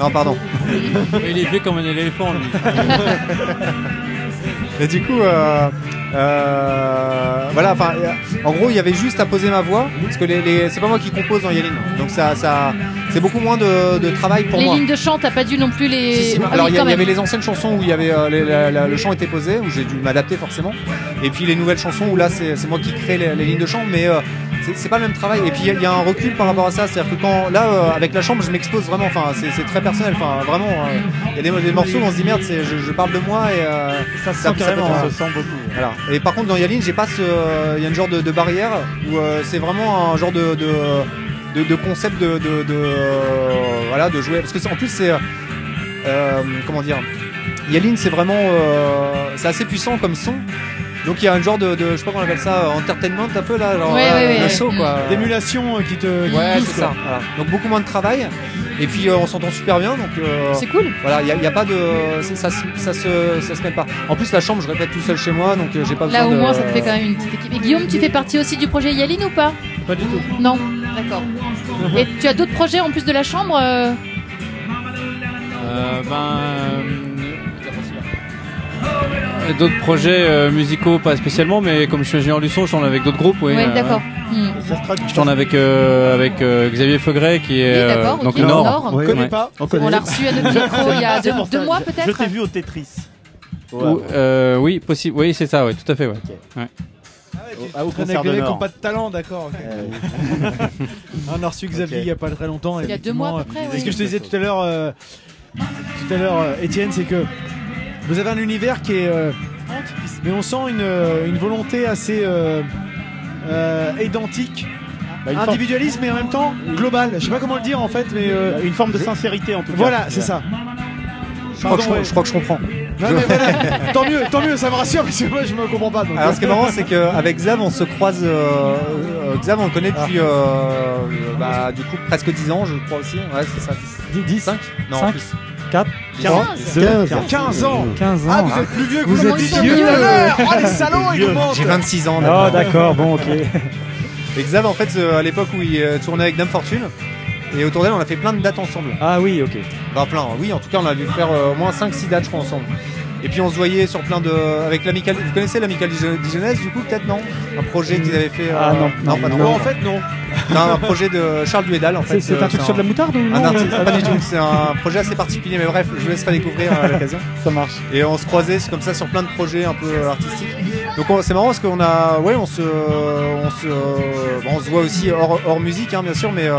[SPEAKER 31] non, pardon.
[SPEAKER 3] Il est vieux comme un éléphant, lui.
[SPEAKER 31] Mais du coup, euh, euh, voilà, enfin, euh, en gros, il y avait juste à poser ma voix, parce que les, les- c'est pas moi qui compose dans Yaline, donc ça, ça, c'est beaucoup moins de, de travail pour
[SPEAKER 30] les
[SPEAKER 31] moi.
[SPEAKER 30] lignes de chant, t'as pas dû non plus les.
[SPEAKER 31] Si, si,
[SPEAKER 30] Ah oui,
[SPEAKER 31] Alors il y, a-
[SPEAKER 30] quand
[SPEAKER 31] il y
[SPEAKER 30] même.
[SPEAKER 31] avait les anciennes chansons où il y avait euh, les- la- la- le chant était posé où j'ai dû m'adapter forcément et puis les nouvelles chansons où là c'est c'est moi qui crée les, les lignes de chant mais euh, c'est- c'est pas le même travail et puis il y a- il y, a un recul par rapport à ça c'est à dire que quand là euh, avec la chambre je m'expose vraiment enfin c'est c'est très personnel enfin vraiment euh, il y a des, des morceaux où on se dit merde c'est- je, je parle de moi et euh, ça
[SPEAKER 17] se sent carrément,
[SPEAKER 31] peut-
[SPEAKER 17] ça se sent beaucoup.
[SPEAKER 31] voilà. Et par contre, dans Yaline, j'ai pas ce. euh, Il y a une genre de, de barrière où euh, c'est vraiment un genre de. de, de, de concept de, de, de, euh, voilà de jouer parce que c'est- en plus c'est euh, comment dire Yaline c'est vraiment euh, c'est assez puissant comme son donc il y a un genre de, de- je sais pas comment on appelle ça euh, entertainment un peu là genre
[SPEAKER 2] Ouais,
[SPEAKER 31] euh,
[SPEAKER 2] ouais, ouais,
[SPEAKER 31] le
[SPEAKER 2] ouais.
[SPEAKER 31] show quoi
[SPEAKER 2] Mm. D'émulation, euh, qui te- qui
[SPEAKER 31] ouais
[SPEAKER 2] pousse,
[SPEAKER 31] c'est ça
[SPEAKER 2] quoi.
[SPEAKER 31] voilà. donc beaucoup moins de travail et puis euh, on s'entend super bien donc euh,
[SPEAKER 30] C'est cool.
[SPEAKER 31] voilà il y a, il y a pas de c'est- ça, se- ça se ça se mêle pas en plus la chambre je répète tout seul chez moi donc euh, j'ai pas
[SPEAKER 30] Là
[SPEAKER 31] besoin
[SPEAKER 30] au
[SPEAKER 31] de-
[SPEAKER 30] moins, ça te fait quand même une petite équipe. Et Guillaume, tu fais partie aussi du projet Yaline ou pas
[SPEAKER 31] Pas du tout.
[SPEAKER 30] Non. D'accord. Et tu as d'autres projets en plus de la chambre euh,
[SPEAKER 3] Euh, ben, euh, D'autres projets euh, musicaux, pas spécialement, mais comme je suis ingénieur du son, je tourne avec d'autres groupes. Oui,
[SPEAKER 30] Ouais,
[SPEAKER 3] euh,
[SPEAKER 30] d'accord.
[SPEAKER 3] ouais.
[SPEAKER 30] Hmm.
[SPEAKER 3] Je tourne avec, euh, avec euh, Xavier Feugret qui est
[SPEAKER 30] Oui,
[SPEAKER 3] euh,
[SPEAKER 30] d'accord,
[SPEAKER 3] donc
[SPEAKER 30] ok,
[SPEAKER 3] Nord.
[SPEAKER 30] Nord. On connaît pas. On connaît. On l'a reçu à notre micro il y a deux- deux mois, peut-être
[SPEAKER 17] Je t'ai vu au Tetris.
[SPEAKER 8] Ah
[SPEAKER 3] Ou- euh, oui, possible. Oui, c'est ça. Oui, tout à fait. Ouais. Ouais.
[SPEAKER 17] Ah, au
[SPEAKER 2] Traîne
[SPEAKER 17] concert
[SPEAKER 2] avec
[SPEAKER 17] de
[SPEAKER 2] les mecs qui
[SPEAKER 17] Nord.
[SPEAKER 2] ont pas de talent, d'accord. ok. Ah, on a reçu Xavier
[SPEAKER 17] Euh, Ok.
[SPEAKER 2] il y a pas très longtemps.
[SPEAKER 17] Il y a deux
[SPEAKER 2] effectivement.
[SPEAKER 17] mois à peu près,
[SPEAKER 2] Et
[SPEAKER 17] oui.
[SPEAKER 2] Ce que je te disais tout à l'heure, euh, tout à l'heure, euh, Étienne, c'est que vous avez un univers qui est, euh, mais on sent une, euh, une volonté assez euh, euh, identique.
[SPEAKER 17] Bah, une forme-
[SPEAKER 2] individualiste mais en même temps global je sais pas comment le dire en fait mais euh,
[SPEAKER 17] Bah, Une forme de sincérité en tout cas.
[SPEAKER 2] voilà c'est ça
[SPEAKER 31] Je crois, que je,
[SPEAKER 2] Pardon, ouais.
[SPEAKER 31] je crois que je comprends.
[SPEAKER 2] Non, mais voilà. tant mieux, tant mieux, ça me rassure parce que moi je me comprends pas. donc.
[SPEAKER 31] Alors ce qui est marrant c'est qu'avec Xav on se croise euh, euh, Xav on le
[SPEAKER 7] Ah.
[SPEAKER 31] connaît depuis euh, bah, du coup presque 10 ans je crois aussi ouais c'est ça
[SPEAKER 7] 10
[SPEAKER 31] 5 non
[SPEAKER 7] Cinq,
[SPEAKER 31] plus
[SPEAKER 7] 4,
[SPEAKER 31] 15,
[SPEAKER 2] 15 ans
[SPEAKER 7] 15 ans hein.
[SPEAKER 2] Ah, vous êtes plus vieux que
[SPEAKER 7] Vous
[SPEAKER 2] vous
[SPEAKER 7] êtes
[SPEAKER 2] êtes
[SPEAKER 7] vieux.
[SPEAKER 2] Oh les salauds, ils
[SPEAKER 31] Vieux.
[SPEAKER 2] nous mentent
[SPEAKER 31] J'ai 26 ans
[SPEAKER 7] Oh, d'accord, bon, ok.
[SPEAKER 31] Et Xav en fait euh, à l'époque où il euh, tournait avec Dame Fortune et autour d'elle on a fait plein de dates ensemble
[SPEAKER 7] ah oui ok
[SPEAKER 31] enfin plein oui en tout cas on a dû faire euh, au moins 5-6 dates je crois ensemble et puis on se voyait sur plein de avec l'amical vous connaissez l'amical Dijonnaise du coup peut-être non un projet qu'ils avaient fait euh,
[SPEAKER 2] Ah, non, non,
[SPEAKER 31] pas
[SPEAKER 2] non,
[SPEAKER 31] trop.
[SPEAKER 2] non. En fait, non.
[SPEAKER 31] Non, un projet de Charles Duédal en
[SPEAKER 2] C'est-
[SPEAKER 31] fait.
[SPEAKER 2] c'est un truc sur de la moutarde ou non
[SPEAKER 31] Un artiste,
[SPEAKER 2] Ah,
[SPEAKER 31] pas du
[SPEAKER 2] non.
[SPEAKER 31] tout. C'est un projet assez particulier, mais bref, je vous laisserai découvrir à l'occasion.
[SPEAKER 2] Ça marche.
[SPEAKER 31] Et on se croisait c'est comme ça sur plein de projets un peu euh, artistiques. Donc on- c'est marrant parce qu'on a, ouais, on se, on se, bon, on se voit aussi hors, hors musique, hein, bien sûr, mais euh,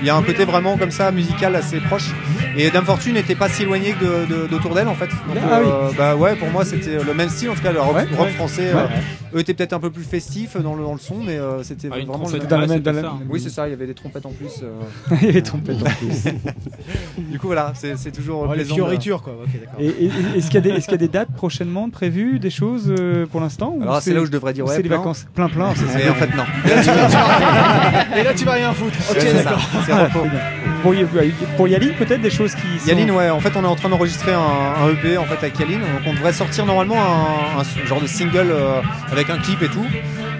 [SPEAKER 31] il y a un côté vraiment comme ça musical assez proche. Et Dame Fortune n'était pas si éloigné que de, de- d'autour d'elle en fait. Donc,
[SPEAKER 2] Ah oui.
[SPEAKER 31] bah ouais, pour moi c'était le même style en tout cas, le rock,
[SPEAKER 2] Ouais,
[SPEAKER 31] rock
[SPEAKER 2] ouais.
[SPEAKER 31] français.
[SPEAKER 2] Ouais.
[SPEAKER 31] euh, eux étaient peut-être un peu plus festifs dans le, dans le son, mais euh, c'était
[SPEAKER 2] Ah, une
[SPEAKER 31] vraiment
[SPEAKER 2] trompette,
[SPEAKER 31] le
[SPEAKER 2] dans la même- dans la-
[SPEAKER 31] Oui, c'est ça, il y avait des trompettes en plus. euh.
[SPEAKER 7] Il y avait des trompettes en plus.
[SPEAKER 31] du coup, voilà, c'est c'est toujours
[SPEAKER 2] Oh, les
[SPEAKER 31] plaisant de-
[SPEAKER 2] fioritures, quoi. Ok, d'accord.
[SPEAKER 16] Et, et- et- est-ce qu'il y, a des- est-ce qu'il y a des dates prochainement de prévues, des choses euh, pour l'instant ou
[SPEAKER 31] Alors là, c'est là où je devrais dire
[SPEAKER 16] ou
[SPEAKER 31] ouais,
[SPEAKER 16] C'est les
[SPEAKER 31] plein.
[SPEAKER 16] vacances plein plein. c'est
[SPEAKER 31] Mais
[SPEAKER 16] ça.
[SPEAKER 31] en fait, non.
[SPEAKER 2] Et là, tu vas- tu vas- euh, Et là, tu vas rien foutre. Ok,
[SPEAKER 31] Ouais, c'est ça,
[SPEAKER 2] d'accord.
[SPEAKER 31] c'est repos.
[SPEAKER 16] Pour, y- pour Yaline, peut-être des choses qui. sont-
[SPEAKER 31] Yaline, ouais, en fait, on est en train d'enregistrer un, un EP en fait avec Yaline. Donc, on devrait sortir normalement un, un genre de single euh, avec un clip et tout.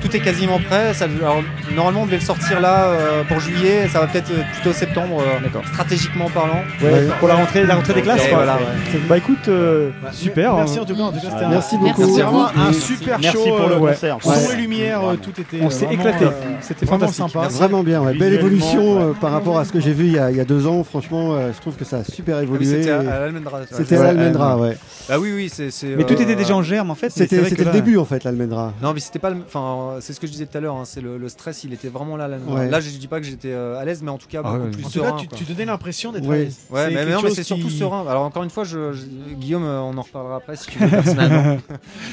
[SPEAKER 31] Tout est quasiment prêt. Ça, alors, normalement, on devait le sortir là euh, pour juillet. Ça va peut-être euh, plutôt septembre, euh, stratégiquement parlant.
[SPEAKER 7] Ouais, pour la rentrée, la rentrée des
[SPEAKER 31] Ok,
[SPEAKER 7] classes. quoi.
[SPEAKER 31] voilà, ouais.
[SPEAKER 7] Bah écoute, euh,
[SPEAKER 2] Mer-
[SPEAKER 7] super.
[SPEAKER 2] Merci
[SPEAKER 7] hein.
[SPEAKER 2] en tout cas. en tout cas, c'était un-
[SPEAKER 7] Merci beaucoup.
[SPEAKER 2] C'était vraiment un
[SPEAKER 7] Merci.
[SPEAKER 2] super
[SPEAKER 7] Merci
[SPEAKER 2] show.
[SPEAKER 7] pour le
[SPEAKER 2] euh,
[SPEAKER 7] concert.
[SPEAKER 2] Son
[SPEAKER 7] Ouais.
[SPEAKER 2] et lumière, euh, tout était.
[SPEAKER 7] On s'est
[SPEAKER 2] vraiment,
[SPEAKER 7] éclaté.
[SPEAKER 2] euh,
[SPEAKER 7] C'était
[SPEAKER 2] vraiment
[SPEAKER 7] fantastique.
[SPEAKER 2] sympa.
[SPEAKER 7] Vraiment
[SPEAKER 18] bien, ouais. belle
[SPEAKER 2] Visuellement,
[SPEAKER 18] évolution
[SPEAKER 2] ouais.
[SPEAKER 18] euh, par rapport à ce que j'ai vu il y, a, il y a deux ans. Franchement, euh, je trouve que ça a super évolué.
[SPEAKER 31] Ah, c'était à-
[SPEAKER 18] et-
[SPEAKER 31] à l'Almendra, ouais.
[SPEAKER 18] C'était à
[SPEAKER 31] Ouais,
[SPEAKER 18] l'Almendra,
[SPEAKER 31] Almendra.
[SPEAKER 18] ouais.
[SPEAKER 31] Bah oui, oui, c'est. c'est,
[SPEAKER 18] Mais tout était
[SPEAKER 31] ouais.
[SPEAKER 18] déjà en germe, en fait, mais C'était- c'est vrai que c'était le là- début, en fait, l'Almendra.
[SPEAKER 31] Non, mais c'était pas. le- Enfin, euh, c'est ce que je disais tout à l'heure, hein, c'est le, le stress, il était vraiment là. Là,
[SPEAKER 18] Ouais.
[SPEAKER 31] là, je dis pas que j'étais euh, à l'aise, mais en tout cas,
[SPEAKER 18] Ah
[SPEAKER 31] beaucoup
[SPEAKER 18] ouais.
[SPEAKER 31] plus
[SPEAKER 18] En tout
[SPEAKER 31] serein.
[SPEAKER 18] cas, tu-
[SPEAKER 31] quoi.
[SPEAKER 18] tu donnais l'impression d'être à
[SPEAKER 31] ouais.
[SPEAKER 18] l'aise.
[SPEAKER 31] Ouais,
[SPEAKER 18] C'est
[SPEAKER 31] mais
[SPEAKER 18] quelque
[SPEAKER 31] non, mais
[SPEAKER 18] chose
[SPEAKER 31] c'est surtout
[SPEAKER 18] qui-
[SPEAKER 31] serein. Alors encore une fois, je, je- Guillaume, euh, on en reparlera après si tu veux personnellement.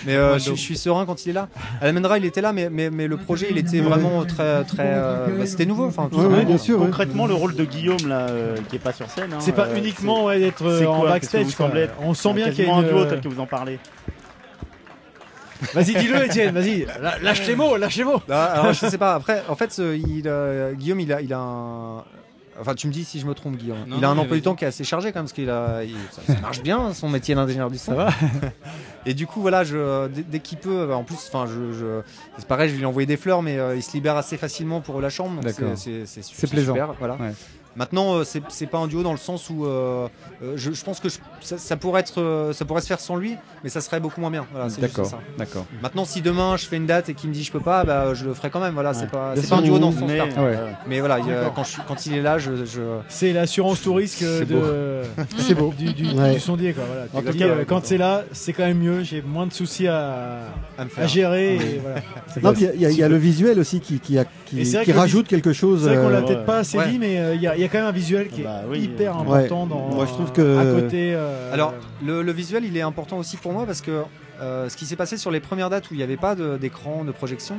[SPEAKER 31] mais euh, je, je suis serein quand il est là. Al Mendra, il était là, mais, mais, mais le projet, il était
[SPEAKER 18] Ouais.
[SPEAKER 31] vraiment très, très. euh, bah, c'était nouveau, enfin. tout
[SPEAKER 18] Ouais,
[SPEAKER 31] simplement.
[SPEAKER 18] ouais, bien sûr, ouais.
[SPEAKER 31] Concrètement,
[SPEAKER 17] le rôle de Guillaume là, euh, qui est pas sur scène. hein,
[SPEAKER 31] C'est pas
[SPEAKER 17] euh,
[SPEAKER 31] uniquement,
[SPEAKER 17] c'est-
[SPEAKER 31] ouais, d'être,
[SPEAKER 17] c'est
[SPEAKER 31] euh, en
[SPEAKER 17] quoi Parce que
[SPEAKER 31] backstage,
[SPEAKER 17] vous
[SPEAKER 31] quoi.
[SPEAKER 17] semblez être
[SPEAKER 31] On sent bien qu'il y a
[SPEAKER 17] quasiment
[SPEAKER 31] une,
[SPEAKER 17] un duo
[SPEAKER 31] euh,
[SPEAKER 17] tel que vous en parlez.
[SPEAKER 2] euh,
[SPEAKER 31] Vas-y, dis-le,
[SPEAKER 17] Étienne,
[SPEAKER 31] Étienne,
[SPEAKER 17] vas-y.
[SPEAKER 31] vas-y.
[SPEAKER 17] Lâ-
[SPEAKER 31] Lâche
[SPEAKER 17] lâche
[SPEAKER 31] tes
[SPEAKER 17] les
[SPEAKER 31] mots,
[SPEAKER 17] mots,
[SPEAKER 31] lâche
[SPEAKER 17] lâche
[SPEAKER 31] les
[SPEAKER 17] les
[SPEAKER 31] mots.
[SPEAKER 17] mots.
[SPEAKER 31] Alors, je sais pas. Après, en fait, ce- il, euh, Guillaume, il a, il a un. Enfin, tu me dis si je me trompe, Guillaume.
[SPEAKER 17] Non,
[SPEAKER 31] il a un
[SPEAKER 17] non, mais
[SPEAKER 31] emploi
[SPEAKER 17] vas-y.
[SPEAKER 31] du temps qui est assez chargé, quand même, parce qu'il a. il- ça, ça marche bien, son métier d'ingénieur du son.
[SPEAKER 17] Ça va.
[SPEAKER 31] Et du coup, voilà, je, dès, dès qu'il peut, euh, en plus, enfin, je, je- c'est pareil, je lui ai envoyé des fleurs, mais euh, il se libère assez facilement pour la chambre. donc
[SPEAKER 2] D'accord.
[SPEAKER 31] C'est c'est-
[SPEAKER 2] C'est plaisant.
[SPEAKER 31] super, voilà.
[SPEAKER 2] Ouais.
[SPEAKER 31] Maintenant, euh, c'est c'est pas un duo dans le sens où euh, euh, je, je pense que je- ça, ça pourrait être, euh, ça pourrait se faire sans lui, mais ça serait beaucoup moins bien. Voilà, c'est juste
[SPEAKER 2] D'accord,
[SPEAKER 31] ça.
[SPEAKER 2] d'accord.
[SPEAKER 31] Maintenant, si demain je fais une date et qu'il me dit je peux pas, bah, je le ferai quand même. Voilà, c'est pas,
[SPEAKER 2] Bien
[SPEAKER 31] c'est
[SPEAKER 2] sûr,
[SPEAKER 31] pas un duo dans ce
[SPEAKER 2] mais-
[SPEAKER 31] sens-là.
[SPEAKER 2] ouais.
[SPEAKER 31] Mais voilà, il y a-
[SPEAKER 2] D'accord.
[SPEAKER 31] quand, je suis- quand il est là, je, je-
[SPEAKER 2] C'est l'assurance tout risque
[SPEAKER 31] C'est
[SPEAKER 2] de, euh,
[SPEAKER 31] beau. C'est beau.
[SPEAKER 2] Du, du-
[SPEAKER 31] Ouais.
[SPEAKER 2] du sondier. Quoi, voilà. Tu
[SPEAKER 31] En
[SPEAKER 2] te
[SPEAKER 31] tout
[SPEAKER 2] dis,
[SPEAKER 31] cas,
[SPEAKER 2] euh,
[SPEAKER 31] ouais,
[SPEAKER 2] quand
[SPEAKER 31] ouais.
[SPEAKER 2] c'est là, c'est quand même mieux. J'ai moins de soucis à,
[SPEAKER 31] me
[SPEAKER 2] à
[SPEAKER 31] faire.
[SPEAKER 18] Ah,
[SPEAKER 2] gérer.
[SPEAKER 31] Ouais.
[SPEAKER 2] et voilà. C'est
[SPEAKER 18] Non,
[SPEAKER 2] pas-
[SPEAKER 18] puis il y, a- il y a le visuel aussi qui, qui, a- qui,
[SPEAKER 2] Et c'est vrai
[SPEAKER 18] qui
[SPEAKER 2] que le
[SPEAKER 18] rajoute
[SPEAKER 2] vis-
[SPEAKER 18] quelque chose.
[SPEAKER 2] C'est vrai qu'on l'a
[SPEAKER 18] euh,
[SPEAKER 2] peut-être pas assez dit, mais euh, il y, a- il y a quand même un visuel qui est hyper important dans.
[SPEAKER 31] Moi, je trouve que-
[SPEAKER 2] À côté. euh,
[SPEAKER 31] Alors, le, le visuel, il est important aussi pour moi parce que euh, ce qui s'est passé sur les premières dates où il n'y avait pas de- d'écran, de, projection,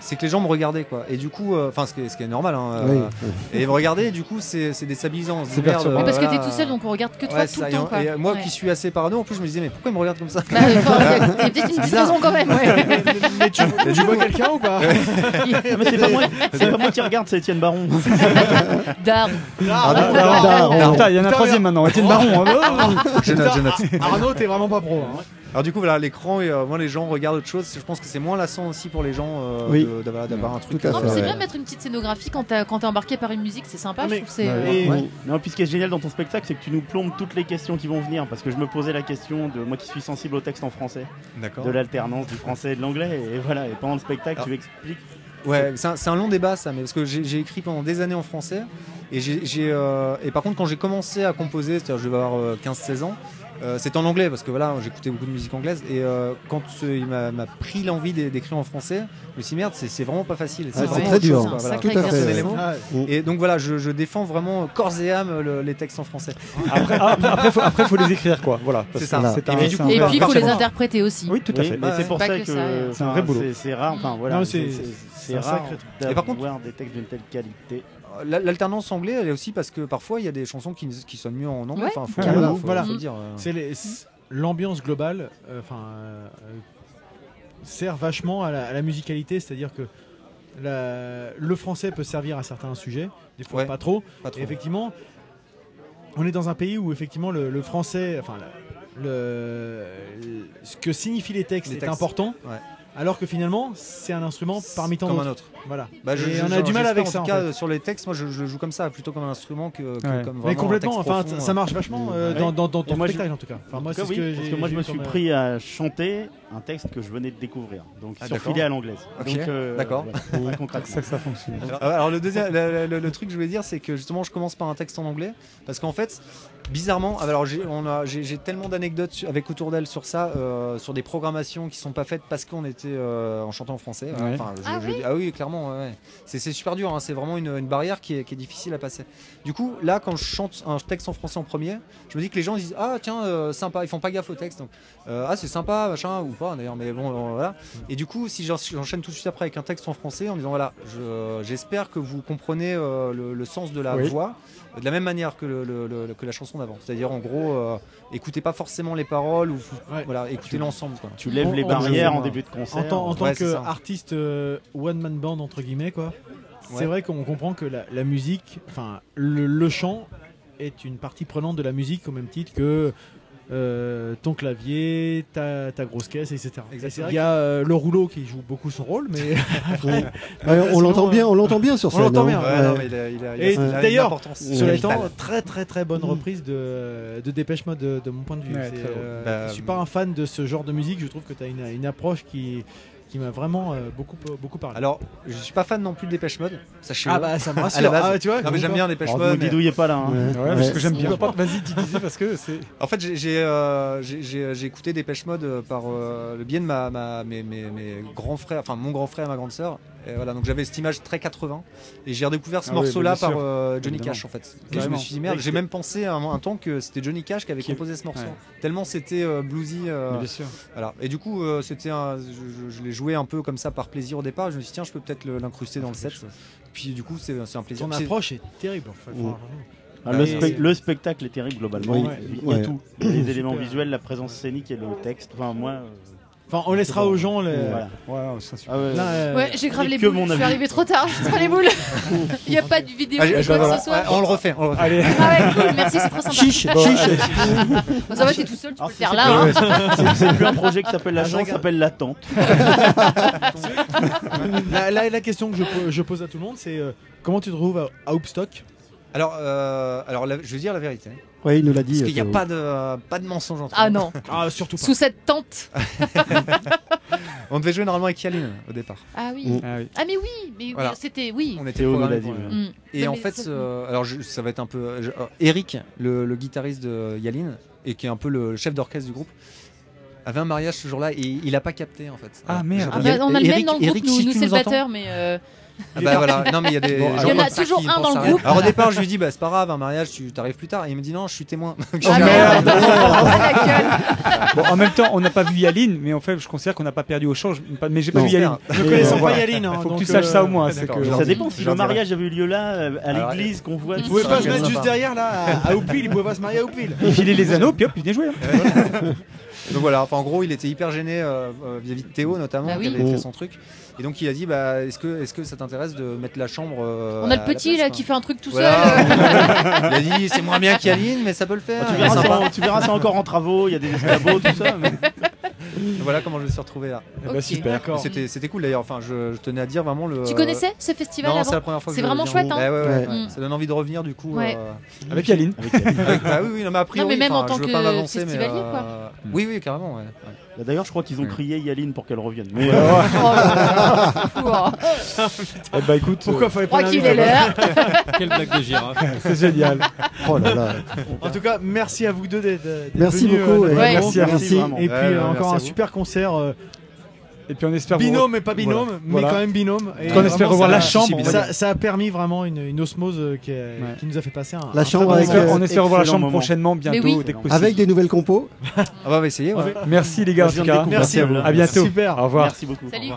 [SPEAKER 31] c'est que les gens me regardaient, quoi. Et du coup, euh, enfin, ce, qui est- ce qui est normal, hein, euh,
[SPEAKER 18] Oui, oui.
[SPEAKER 31] et ils me regardaient, et du coup, c'est c'est déstabilisant. On se dit,
[SPEAKER 18] C'est
[SPEAKER 31] merde,
[SPEAKER 18] perturbant.
[SPEAKER 31] euh,
[SPEAKER 18] Mais parce que
[SPEAKER 31] voilà,
[SPEAKER 30] t'es tout seul, donc on regarde que toi
[SPEAKER 31] Ouais,
[SPEAKER 30] tout
[SPEAKER 31] ça,
[SPEAKER 30] le
[SPEAKER 31] et
[SPEAKER 30] temps,
[SPEAKER 31] on-
[SPEAKER 30] quoi.
[SPEAKER 31] et moi
[SPEAKER 30] Ouais. Bah,
[SPEAKER 31] qui suis assez parano, en plus, je me disais, mais pourquoi ils me regardent comme ça
[SPEAKER 30] il y a- il y a peut-être une petite raison quand même, ouais.
[SPEAKER 31] Mais tu, vois quelqu'un ou pas
[SPEAKER 17] Ah, mais c'est pas moi- c'est pas moi qui regarde, c'est Étienne Baron.
[SPEAKER 8] Ah,
[SPEAKER 30] Dar.
[SPEAKER 8] bah,
[SPEAKER 2] Daron,
[SPEAKER 17] Daron,
[SPEAKER 2] Daron.
[SPEAKER 17] Daron.
[SPEAKER 2] Putain, il y en a un
[SPEAKER 17] Putain,
[SPEAKER 2] troisième
[SPEAKER 17] merde.
[SPEAKER 2] maintenant. Étienne Baron. hein.
[SPEAKER 31] Je note, je note.
[SPEAKER 2] Arnaud, t'es vraiment pas pro. hein.
[SPEAKER 31] Alors du coup voilà l'écran et euh, moi les gens regardent autre chose. Je pense que c'est moins lassant aussi pour les gens euh,
[SPEAKER 18] Oui.
[SPEAKER 31] de- d'avoir d'avoir un truc.
[SPEAKER 18] Tout à
[SPEAKER 30] Non,
[SPEAKER 31] euh,
[SPEAKER 30] mais c'est bien de mettre une petite scénographie quand t'as- quand t'es embarqué par une musique, c'est sympa, je trouve. que c'est-
[SPEAKER 17] Et- Non, puis ce qui est génial dans ton spectacle, c'est que tu nous plombes toutes les questions qui vont venir. Parce que je me posais la question de moi qui suis sensible au texte en français,
[SPEAKER 31] D'accord.
[SPEAKER 17] de l'alternance du français et de l'anglais. Et voilà, et pendant le spectacle,
[SPEAKER 31] Alors,
[SPEAKER 2] Ah.
[SPEAKER 17] tu expliques.
[SPEAKER 31] Ouais, c'est un, c'est un long débat ça, mais parce que j'ai j'ai écrit pendant des années en français et j'ai j'ai, euh, et par contre quand j'ai commencé à composer, c'est-à-dire je devais avoir euh, 15-16 ans, euh, c'était en anglais parce que voilà j'écoutais beaucoup de musique anglaise et euh, quand euh, il m'a m'a pris l'envie d'é- d'écrire en français, je me suis dit, merde c'est c'est vraiment pas facile,
[SPEAKER 18] Ah, c'est
[SPEAKER 31] vraiment
[SPEAKER 18] très
[SPEAKER 31] autre
[SPEAKER 18] dur.
[SPEAKER 31] chose,
[SPEAKER 18] C'est
[SPEAKER 31] quoi,
[SPEAKER 18] un
[SPEAKER 31] voilà.
[SPEAKER 18] sacré Tout à fait,
[SPEAKER 31] Personner
[SPEAKER 18] ouais.
[SPEAKER 31] les mots.
[SPEAKER 18] Ah
[SPEAKER 31] Et donc voilà, je, je défends vraiment corps et âme le- les textes en français.
[SPEAKER 18] Ah.
[SPEAKER 2] Après, après, après, faut, après, faut les écrire quoi. Voilà.
[SPEAKER 31] C'est
[SPEAKER 2] Parce
[SPEAKER 31] ça.
[SPEAKER 2] que
[SPEAKER 31] Et puis, du coup,
[SPEAKER 30] Et
[SPEAKER 31] Par-
[SPEAKER 30] puis il faut
[SPEAKER 31] par-
[SPEAKER 30] les
[SPEAKER 31] par-
[SPEAKER 30] interpréter aussi.
[SPEAKER 2] Oui, tout à
[SPEAKER 17] Oui,
[SPEAKER 2] fait.
[SPEAKER 17] mais c'est pour
[SPEAKER 30] Pas
[SPEAKER 17] ça
[SPEAKER 30] que
[SPEAKER 17] que,
[SPEAKER 30] ça, euh,
[SPEAKER 2] C'est un vrai boulot.
[SPEAKER 17] c'est- C'est rare, enfin
[SPEAKER 2] Non,
[SPEAKER 17] voilà,
[SPEAKER 2] c'est-
[SPEAKER 17] c'est c'est-
[SPEAKER 2] c'est
[SPEAKER 17] c'est
[SPEAKER 2] un
[SPEAKER 17] rare
[SPEAKER 2] sacré truc.
[SPEAKER 31] Et par contre-
[SPEAKER 17] d'avoir des textes d'une telle qualité.
[SPEAKER 31] La- L'alternance anglais, elle est aussi parce que parfois il y a des chansons qui, qui sonnent mieux en anglais. Enfin, faut,
[SPEAKER 2] Carrément,
[SPEAKER 31] faut- faut
[SPEAKER 2] Ah, voilà.
[SPEAKER 31] le dire. euh.
[SPEAKER 2] C'est les- c'est- l'ambiance globale. euh, Enfin, euh, euh, sert vachement à la, à la musicalité, c'est-à-dire que la- le français peut servir à certains sujets, des fois
[SPEAKER 31] Ouais,
[SPEAKER 2] pas trop.
[SPEAKER 31] pas trop.
[SPEAKER 2] Et effectivement, on est dans un pays où effectivement le, le français, enfin, la- le, le- ce que signifient les textes
[SPEAKER 31] Les
[SPEAKER 2] est
[SPEAKER 31] textes.
[SPEAKER 2] important.
[SPEAKER 31] Ouais.
[SPEAKER 2] Alors que finalement, c'est un instrument parmi tant
[SPEAKER 31] comme un
[SPEAKER 2] d'autres.
[SPEAKER 31] autre.
[SPEAKER 2] Voilà.
[SPEAKER 31] Bah, je-
[SPEAKER 2] et
[SPEAKER 31] je-
[SPEAKER 2] on a
[SPEAKER 31] je-
[SPEAKER 2] du mal
[SPEAKER 31] j'espère,
[SPEAKER 2] avec
[SPEAKER 31] en
[SPEAKER 2] ça.
[SPEAKER 31] Tout
[SPEAKER 2] en
[SPEAKER 31] cas,
[SPEAKER 2] fait.
[SPEAKER 31] euh, sur les textes, moi, je, je le joue comme ça, plutôt comme un instrument que, que
[SPEAKER 2] Ouais.
[SPEAKER 31] comme vraiment.
[SPEAKER 2] mais
[SPEAKER 31] un
[SPEAKER 2] complètement,
[SPEAKER 31] texte
[SPEAKER 2] enfin,
[SPEAKER 31] profond,
[SPEAKER 2] ça-
[SPEAKER 31] euh.
[SPEAKER 2] ça marche vachement euh, dans, dans, dans
[SPEAKER 17] Et
[SPEAKER 2] ton
[SPEAKER 17] moi, je-
[SPEAKER 2] spectacle en tout cas. Enfin, moi,
[SPEAKER 17] En tout
[SPEAKER 2] c'est
[SPEAKER 17] cas,
[SPEAKER 2] ce que
[SPEAKER 17] oui, parce
[SPEAKER 2] j'ai-
[SPEAKER 17] que moi, je
[SPEAKER 2] j'ai
[SPEAKER 17] me
[SPEAKER 2] vu euh,
[SPEAKER 17] suis
[SPEAKER 2] quand-
[SPEAKER 17] pris à chanter un texte que je venais de découvrir. Donc,
[SPEAKER 31] Ah,
[SPEAKER 17] sur
[SPEAKER 31] d'accord.
[SPEAKER 17] filet à l'anglaise.
[SPEAKER 31] Ok,
[SPEAKER 17] Donc, euh,
[SPEAKER 31] d'accord.
[SPEAKER 17] voilà, très concrètement.
[SPEAKER 31] Alors, Ah, alors, le deuxième, le, le- le truc que je voulais dire, c'est que justement, je commence par un texte en anglais parce qu'en fait, bizarrement, ah, bah, alors j'ai, on a, j'ai, j'ai tellement d'anecdotes su- avec autour d'elle sur ça, euh, sur des programmations qui sont pas faites parce qu'on était euh, en chantant en français.
[SPEAKER 2] Ouais.
[SPEAKER 31] Enfin, je-
[SPEAKER 2] Ah
[SPEAKER 31] je- ah oui, clairement, ouais, ouais. C'est, c'est super dur. hein, c'est vraiment une, une barrière qui est, qui est difficile à passer. Du coup, là, quand je chante un texte en français en premier, je me dis que les gens ils disent ah tiens euh, sympa, ils font pas gaffe au texte. Donc, euh, ah c'est sympa machin ou pas d'ailleurs, mais bon euh, voilà. Et du coup, si j'en- j'enchaîne tout de suite après avec un texte en français en disant voilà, je- j'espère que vous comprenez euh, le, le sens de la
[SPEAKER 2] Oui.
[SPEAKER 31] voix euh, de la même manière que, le- le- le- que la chanson d'avant. C'est-à-dire en gros, euh, écoutez pas forcément les paroles ou vous- voilà, écoutez l'ensemble. quoi.
[SPEAKER 2] On- on- En tant, en tant
[SPEAKER 31] Ouais, c'est ça.
[SPEAKER 2] qu'artiste one man band entre guillemets quoi,
[SPEAKER 31] Ouais.
[SPEAKER 2] c'est vrai qu'on comprend que la, la musique, enfin le, le chant est une partie prenante de la musique au même titre que euh, ton clavier, ta, ta grosse caisse, etc.
[SPEAKER 31] Exactement.
[SPEAKER 2] Il y a euh, le rouleau qui joue beaucoup son rôle, mais
[SPEAKER 18] Ouais,
[SPEAKER 31] bah,
[SPEAKER 2] Après,
[SPEAKER 18] on
[SPEAKER 2] sinon,
[SPEAKER 18] l'entend
[SPEAKER 2] euh,
[SPEAKER 18] bien, on l'entend bien sur
[SPEAKER 2] on
[SPEAKER 18] scène.
[SPEAKER 2] l'entend
[SPEAKER 18] hein.
[SPEAKER 2] bien,
[SPEAKER 18] Ouais.
[SPEAKER 31] non, mais il a- il a- il a-
[SPEAKER 2] Et
[SPEAKER 31] il a une
[SPEAKER 2] d'ailleurs,
[SPEAKER 31] importance euh,
[SPEAKER 2] cela étant,
[SPEAKER 31] capitale.
[SPEAKER 2] très très très bonne reprise de, de Dépêche Mode de, de mon point de vue.
[SPEAKER 31] Ouais,
[SPEAKER 2] C'est,
[SPEAKER 31] très bon.
[SPEAKER 2] euh,
[SPEAKER 31] Bah,
[SPEAKER 2] je suis pas un fan de ce genre de musique, je trouve que tu as une, une approche qui, qui m'a vraiment euh, beaucoup, beaucoup parlé.
[SPEAKER 31] Alors, je suis pas fan non plus de Dépêche Mode. Sachez-le.
[SPEAKER 2] Ah bah, ça me
[SPEAKER 31] À la
[SPEAKER 2] rassure.
[SPEAKER 31] base.
[SPEAKER 2] Ah, tu vois,
[SPEAKER 31] non mais j'aime
[SPEAKER 2] donc,
[SPEAKER 31] bien
[SPEAKER 2] hein.
[SPEAKER 31] Dépêche
[SPEAKER 2] Oh,
[SPEAKER 31] Mode.
[SPEAKER 2] vous
[SPEAKER 31] mais-
[SPEAKER 2] bidouillez pas, là, hein. Ouais, Ouais, parce que j'aime bien.
[SPEAKER 16] Vas-y, dis parce que c'est.
[SPEAKER 31] En fait, j'ai- j'ai euh, j'ai- j'ai- j'ai écouté Dépêche Mode euh, par euh, le biais de ma, ma- mes, mes- mes grands frères, enfin mon grand frère et ma grande sœur. Et voilà, donc j'avais cette image très 80 et j'ai redécouvert ce
[SPEAKER 9] Ah oui,
[SPEAKER 31] morceau-là
[SPEAKER 9] mais bien
[SPEAKER 31] par
[SPEAKER 9] sûr.
[SPEAKER 31] euh, Johnny
[SPEAKER 9] Évidemment.
[SPEAKER 31] Cash en fait. Et je me
[SPEAKER 9] Carrément.
[SPEAKER 31] suis dit merde, j'ai même pensé un, un temps que c'était Johnny Cash qui avait composé ce morceau.
[SPEAKER 9] ouais.
[SPEAKER 31] Tellement c'était euh, bluesy. euh,
[SPEAKER 9] Mais bien sûr.
[SPEAKER 31] Voilà. Et du coup, euh, c'était un- je, je- je l'ai joué un peu comme ça par plaisir au départ. Je me suis dit tiens, je peux peut-être le- l'incruster dans le set. Puis du coup, c'est c'est un plaisir.
[SPEAKER 2] Ton
[SPEAKER 31] Mais c'est-
[SPEAKER 2] approche est terrible, en fait.
[SPEAKER 16] Mm.
[SPEAKER 31] Ouais.
[SPEAKER 2] Enfin,
[SPEAKER 17] Ah,
[SPEAKER 31] Bah,
[SPEAKER 17] le,
[SPEAKER 31] c'est-
[SPEAKER 17] spe- le spectacle est terrible globalement.
[SPEAKER 2] Oui.
[SPEAKER 17] Il y a
[SPEAKER 2] Ouais.
[SPEAKER 17] tout. Les éléments
[SPEAKER 2] Super.
[SPEAKER 17] visuels, la présence scénique et le texte. Enfin, moi. euh,
[SPEAKER 2] Enfin, on laissera aux gens les.
[SPEAKER 17] Voilà. Ah ouais.
[SPEAKER 2] euh,
[SPEAKER 30] Ouais, j'ai grave
[SPEAKER 17] Et
[SPEAKER 30] les
[SPEAKER 17] que
[SPEAKER 30] boules.
[SPEAKER 17] mon
[SPEAKER 30] Je suis
[SPEAKER 17] avis.
[SPEAKER 30] arrivée trop tard, j'ai trop les boules. Il n'y a pas de vidéo,
[SPEAKER 31] Allez,
[SPEAKER 30] ni quoi
[SPEAKER 31] voilà.
[SPEAKER 30] que ce soit.
[SPEAKER 31] Ouais, on le refait. on le refait.
[SPEAKER 30] Ah ouais, cool, merci, c'est trop sympa.
[SPEAKER 31] Chiche,
[SPEAKER 30] Bon, Bon, ça va, t'es tout seul, tu peux le faire là.
[SPEAKER 17] Ouais,
[SPEAKER 30] hein.
[SPEAKER 17] c'est- C'est plus un projet qui s'appelle
[SPEAKER 2] Ah,
[SPEAKER 17] la chance, ça s'appelle l'attente.
[SPEAKER 2] la, la- la question que je, po- je pose à tout le monde, c'est euh, comment tu te trouves à, à Hoopstock
[SPEAKER 31] Alors, euh, alors la- je vais dire la vérité.
[SPEAKER 18] Oui, il nous l'a dit. euh,
[SPEAKER 31] Parce qu'il n'y a
[SPEAKER 18] Théo.
[SPEAKER 31] pas de, pas de mensonge entre
[SPEAKER 30] Ah
[SPEAKER 31] nous.
[SPEAKER 30] non.
[SPEAKER 2] Ah, surtout
[SPEAKER 30] Sous cette tente.
[SPEAKER 31] On devait jouer normalement avec Yaline au départ.
[SPEAKER 30] Ah oui. Ah mais oui, mais
[SPEAKER 31] Voilà.
[SPEAKER 30] c'était oui.
[SPEAKER 31] On était
[SPEAKER 17] Mm. Théo nous
[SPEAKER 31] programmés
[SPEAKER 17] l'a
[SPEAKER 31] pour
[SPEAKER 17] dit,
[SPEAKER 31] le-
[SPEAKER 30] ouais. Mm.
[SPEAKER 31] Et
[SPEAKER 30] Non,
[SPEAKER 31] en
[SPEAKER 30] mais
[SPEAKER 31] fait,
[SPEAKER 30] ça- mm.
[SPEAKER 31] euh, alors je- ça va être un peu. euh, je- alors, Eric, le, le guitariste de Yaline, et qui est un peu le chef d'orchestre du groupe, avait un mariage ce jour-là et il a pas capté en fait.
[SPEAKER 16] Ah,
[SPEAKER 31] Euh,
[SPEAKER 16] merde.
[SPEAKER 31] je-
[SPEAKER 30] Ah bah, on a le
[SPEAKER 31] Eric-
[SPEAKER 30] même dans le groupe,
[SPEAKER 31] Eric,
[SPEAKER 30] nous,
[SPEAKER 31] si
[SPEAKER 30] nous
[SPEAKER 31] tu
[SPEAKER 30] c'est le
[SPEAKER 31] nous entends-
[SPEAKER 30] batteur, mais. euh,
[SPEAKER 31] Ah bah voilà, non mais il y a des.
[SPEAKER 30] Bon,
[SPEAKER 31] gens
[SPEAKER 30] il y en a
[SPEAKER 31] comme ça
[SPEAKER 30] toujours
[SPEAKER 31] qui
[SPEAKER 30] un
[SPEAKER 31] pensent
[SPEAKER 30] dans
[SPEAKER 31] à
[SPEAKER 30] le
[SPEAKER 31] rien.
[SPEAKER 30] groupe.
[SPEAKER 31] Alors au départ, je lui dis bah c'est pas grave, un mariage, tu t'arrives plus tard. Et il me dit non, je suis témoin.
[SPEAKER 30] Ah,
[SPEAKER 31] euh, Donc, j'ai-
[SPEAKER 30] Oh,
[SPEAKER 16] Bon, en même temps, on n'a pas vu Yaline, mais en fait, je considère qu'on n'a pas perdu au change. pas- Mais j'ai pas
[SPEAKER 17] Non.
[SPEAKER 16] vu Yaline.
[SPEAKER 17] Ne connaissons pas
[SPEAKER 16] voilà.
[SPEAKER 17] Yaline, hein,
[SPEAKER 16] Faut que
[SPEAKER 17] donc,
[SPEAKER 16] tu saches ça au moins.
[SPEAKER 17] euh,
[SPEAKER 16] c'est
[SPEAKER 17] d'accord,
[SPEAKER 16] que-
[SPEAKER 17] je leur Ça dépend, si le mariage avait eu lieu là, euh, à
[SPEAKER 16] Alors,
[SPEAKER 17] l'église qu'on voit.
[SPEAKER 2] Vous pouvez pas se mettre juste derrière là, à, à Hopeville, ils pouvaient pas se marier à Hopeville.
[SPEAKER 16] Il filait les anneaux, puis hop, il venait jouer. hein.
[SPEAKER 31] Donc voilà, enfin en gros, il était hyper gêné euh, euh, vis-à-vis de Théo notamment,
[SPEAKER 30] Bah oui.
[SPEAKER 31] qui avait fait
[SPEAKER 30] Oh.
[SPEAKER 31] son truc. Et donc il a dit bah est-ce que est-ce que ça t'intéresse de mettre la chambre euh,
[SPEAKER 30] On a
[SPEAKER 31] à
[SPEAKER 30] le
[SPEAKER 31] la
[SPEAKER 30] petit
[SPEAKER 31] place,
[SPEAKER 30] là
[SPEAKER 31] quoi
[SPEAKER 30] qui fait un truc tout
[SPEAKER 31] Voilà.
[SPEAKER 30] seul.
[SPEAKER 31] Il a dit c'est moins bien qu'Yaline, mais ça peut le faire.
[SPEAKER 17] Oh, Tu verras, ça, tu verras, c'est encore en travaux, il y a des escabeaux, tout ça. mais-
[SPEAKER 31] Voilà comment je me suis retrouvé là.
[SPEAKER 17] Eh ben, Ok. super.
[SPEAKER 31] Mais C'était c'était cool d'ailleurs. Enfin, je, je tenais à dire vraiment le.
[SPEAKER 30] Tu connaissais ce festival
[SPEAKER 31] Non,
[SPEAKER 30] avant
[SPEAKER 31] c'est la première fois. que
[SPEAKER 30] C'est
[SPEAKER 31] je
[SPEAKER 30] vraiment
[SPEAKER 31] viens.
[SPEAKER 30] chouette, hein.
[SPEAKER 31] Ouais, ouais, ouais,
[SPEAKER 30] Mm.
[SPEAKER 31] ouais. Ça donne envie de revenir du coup.
[SPEAKER 30] Ouais.
[SPEAKER 31] euh,
[SPEAKER 16] Avec Yaline.
[SPEAKER 31] Avec- bah oui, oui, non mais a priori.
[SPEAKER 30] Non, mais même en
[SPEAKER 31] enfin,
[SPEAKER 30] tant
[SPEAKER 31] je veux
[SPEAKER 30] que
[SPEAKER 31] pas m'avancer, mais,
[SPEAKER 30] festivalier, quoi.
[SPEAKER 31] euh, Oui, oui, carrément. ouais.
[SPEAKER 17] Bah, D'ailleurs, je crois qu'ils ont crié Yaline pour qu'elle revienne. Mais,
[SPEAKER 31] Ouais.
[SPEAKER 17] euh,
[SPEAKER 31] Oh
[SPEAKER 30] là là, fou, hein.
[SPEAKER 17] Eh
[SPEAKER 16] bah écoute,
[SPEAKER 17] pourquoi
[SPEAKER 2] fallait
[SPEAKER 30] pas qu'il est l'heure.
[SPEAKER 2] Quelle blague de girafe.
[SPEAKER 16] C'est génial.
[SPEAKER 18] Oh là là.
[SPEAKER 2] En tout cas, merci à vous deux d'être d'être
[SPEAKER 18] Merci
[SPEAKER 2] venus,
[SPEAKER 18] beaucoup,
[SPEAKER 2] euh,
[SPEAKER 18] ouais.
[SPEAKER 2] notre
[SPEAKER 18] Ouais.
[SPEAKER 2] rencontre.
[SPEAKER 18] Merci à vous.
[SPEAKER 2] Merci.
[SPEAKER 18] Vraiment.
[SPEAKER 2] Et puis
[SPEAKER 18] Ouais,
[SPEAKER 2] euh,
[SPEAKER 18] ouais, merci
[SPEAKER 2] encore
[SPEAKER 18] à
[SPEAKER 2] un
[SPEAKER 18] vous.
[SPEAKER 2] super concert. euh,
[SPEAKER 16] Et puis on espère. vous-
[SPEAKER 2] binôme et pas binôme,
[SPEAKER 16] Voilà.
[SPEAKER 2] mais
[SPEAKER 16] Voilà.
[SPEAKER 2] quand même binôme. Et
[SPEAKER 16] Qu'on espère
[SPEAKER 2] vraiment,
[SPEAKER 16] revoir
[SPEAKER 2] ça
[SPEAKER 16] la
[SPEAKER 2] a-
[SPEAKER 16] chambre, on va
[SPEAKER 2] Ça,
[SPEAKER 16] dire.
[SPEAKER 2] ça a permis vraiment une, une osmose euh, qui, a- qui nous a fait passer un.
[SPEAKER 18] La
[SPEAKER 2] un
[SPEAKER 18] chambre
[SPEAKER 2] très
[SPEAKER 18] avec,
[SPEAKER 2] bon moment.
[SPEAKER 18] euh,
[SPEAKER 16] On espère revoir la chambre prochainement bientôt,
[SPEAKER 2] Mais oui. Ah.
[SPEAKER 16] dès que possible.
[SPEAKER 18] Avec des nouvelles compos.
[SPEAKER 31] On va essayer. ouais.
[SPEAKER 16] Merci les gars, en
[SPEAKER 18] Je viens
[SPEAKER 16] tout
[SPEAKER 18] de
[SPEAKER 16] cas.
[SPEAKER 18] découvrir. Merci à vous.
[SPEAKER 16] À bientôt.
[SPEAKER 18] Super.
[SPEAKER 16] Au revoir.
[SPEAKER 18] Merci beaucoup.
[SPEAKER 30] Salut.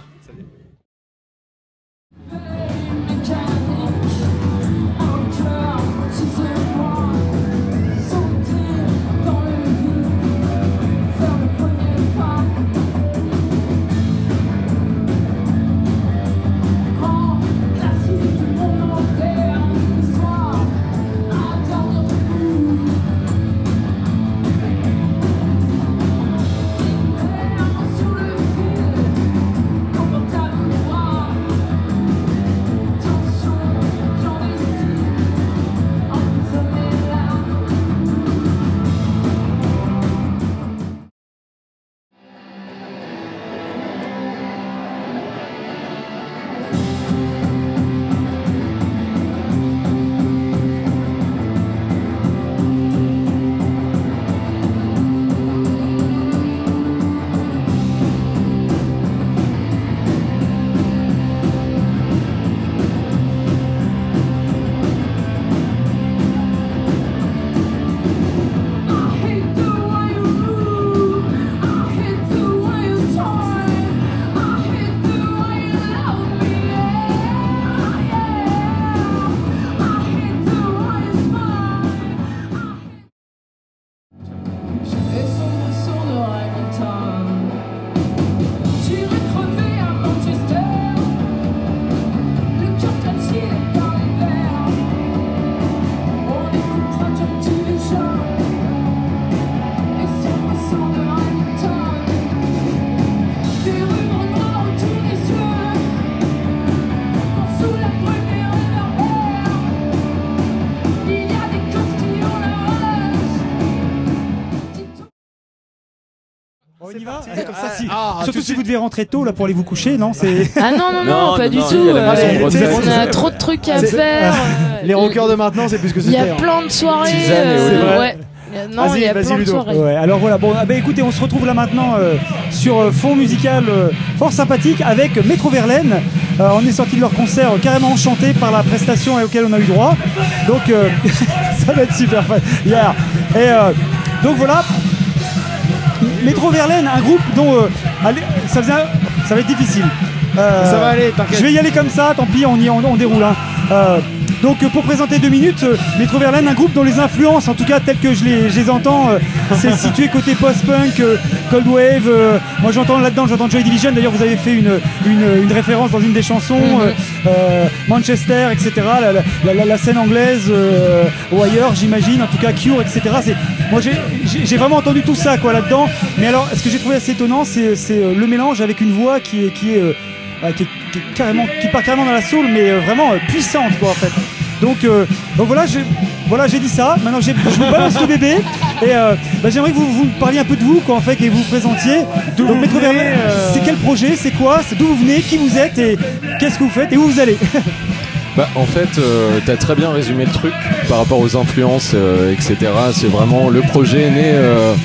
[SPEAKER 12] Comme
[SPEAKER 16] On y va Allez, comme ça,
[SPEAKER 32] Ah,
[SPEAKER 16] si.
[SPEAKER 32] ah, tout
[SPEAKER 16] Surtout
[SPEAKER 32] de
[SPEAKER 16] si vous devez rentrer tôt là pour aller vous coucher, non c'est...
[SPEAKER 12] Ah non, non, non, Non, pas non, du non, tout, il y a la euh, maison de retraite. on a trop de trucs à
[SPEAKER 16] C'est-
[SPEAKER 12] faire,
[SPEAKER 16] Les rockers de maintenant, c'est plus que
[SPEAKER 12] Il y
[SPEAKER 16] c'était.
[SPEAKER 12] a
[SPEAKER 16] hein.
[SPEAKER 12] plein de soirées.
[SPEAKER 16] Tisane et
[SPEAKER 12] euh,
[SPEAKER 16] olive. C'est vrai.
[SPEAKER 12] ouais. Euh, Non, il y a plein de soirées.
[SPEAKER 16] Ouais, alors voilà, bon, ah bah écoutez, on se retrouve là maintenant euh, sur euh, fond musical euh, fort sympathique avec Métro Verlaine. Euh, on est sorti de leur concert euh, carrément enchanté par la prestation auquel on a eu droit. Donc euh, ça va être super fun. Hier. Et euh, donc voilà, Métro Verlaine, un groupe dont euh, allez, ça faisait un- ça va être difficile. Euh,
[SPEAKER 2] Ça va aller, t'inquiète.
[SPEAKER 16] Je vais y aller comme ça, tant pis, on y on, on déroule. hein. Euh, donc euh, pour présenter deux minutes, euh, Métro Verlaine, un groupe dont les influences, en tout cas telles que je les, je les entends, euh, c'est situé côté post-punk, euh, Cold Wave. euh, moi j'entends là-dedans, j'entends Joy Division. D'ailleurs vous avez fait une, une, une référence dans une des chansons, euh, euh, Manchester, etc. La, la- la- la scène anglaise euh, ou ailleurs, j'imagine. En tout cas Cure, etc. C'est, moi j'ai- j'ai j'ai vraiment entendu tout ça quoi là-dedans. Mais alors, ce que j'ai trouvé assez étonnant, c'est c'est, euh, le mélange avec une voix qui est qui est euh, ah, qui, est- qui est carrément, qui part carrément dans la soul, mais euh, vraiment euh, puissante, quoi, en fait. Donc, euh, donc voilà, j'ai voilà, j'ai dit ça. Maintenant, j'ai- je vous balance le bébé. Et euh, bah, j'aimerais que vous, vous me parliez un peu de vous, quoi, en fait, et vous vous présentiez. donc, Maître Verlaine, c'est quel projet, c'est quoi, c'est d'où vous venez, qui vous êtes, et qu'est-ce que vous faites, et où vous allez.
[SPEAKER 3] Bah, en fait, euh, t'as très bien résumé le truc par rapport aux influences, euh, etc. C'est vraiment le projet est né euh,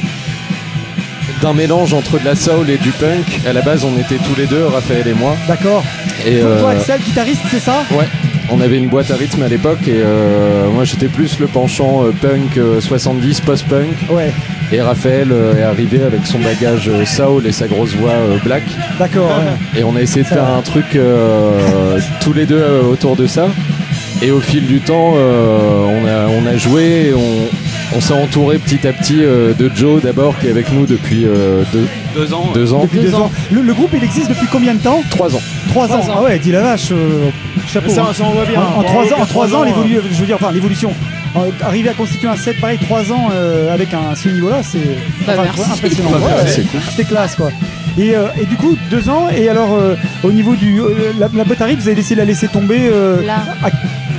[SPEAKER 3] d'un mélange entre de la soul et du punk. À la base, on était tous les deux, Raphaël et moi.
[SPEAKER 16] D'accord.
[SPEAKER 3] Et euh,
[SPEAKER 16] Toi, Axel, guitariste, c'est ça
[SPEAKER 3] ouais. On avait une boîte à rythme à l'époque et euh, moi j'étais plus le penchant euh, punk euh, 70 post-punk.
[SPEAKER 16] Ouais.
[SPEAKER 3] Et Raphaël euh, est arrivé avec son bagage euh, soul et sa grosse voix euh, black.
[SPEAKER 16] D'accord. ouais.
[SPEAKER 3] Et on a essayé de
[SPEAKER 16] Ça
[SPEAKER 3] faire
[SPEAKER 16] va.
[SPEAKER 3] un truc euh, tous les deux euh, autour de ça. Et au fil du temps, euh, on, a, on a joué, et on, on s'est entouré petit à petit euh, de Joe d'abord, qui est avec nous depuis euh, deux,
[SPEAKER 33] Deux ans, ouais.
[SPEAKER 3] Deux ans.
[SPEAKER 16] Depuis deux ans. Le, le groupe, il existe depuis combien de temps
[SPEAKER 3] Trois ans.
[SPEAKER 16] Trois, ans. Ah ouais, dit la vache. euh, chapeau.
[SPEAKER 2] Ça,
[SPEAKER 16] hein.
[SPEAKER 2] ça, on voit bien.
[SPEAKER 16] En, en
[SPEAKER 2] Bravo,
[SPEAKER 16] trois ans, en
[SPEAKER 2] quatre,
[SPEAKER 16] trois
[SPEAKER 2] trois
[SPEAKER 16] ans,
[SPEAKER 2] ans,
[SPEAKER 16] l'évolu-
[SPEAKER 2] euh.
[SPEAKER 16] je veux dire, enfin, l'évolution. Euh, Arriver à constituer un set pareil, trois ans euh, avec un ce niveau-là, c'est
[SPEAKER 12] Bah,
[SPEAKER 16] enfin,
[SPEAKER 12] merci.
[SPEAKER 16] ouais, impressionnant.
[SPEAKER 12] Bah,
[SPEAKER 16] Ouais,
[SPEAKER 12] merci,
[SPEAKER 16] ouais.
[SPEAKER 12] c'est cool.
[SPEAKER 16] C'était classe, quoi. Et, euh, et du coup, deux ans, et alors euh, au niveau du. euh, la, la boîte à rythme, vous avez décidé de la laisser tomber euh,
[SPEAKER 12] Là.
[SPEAKER 16] à-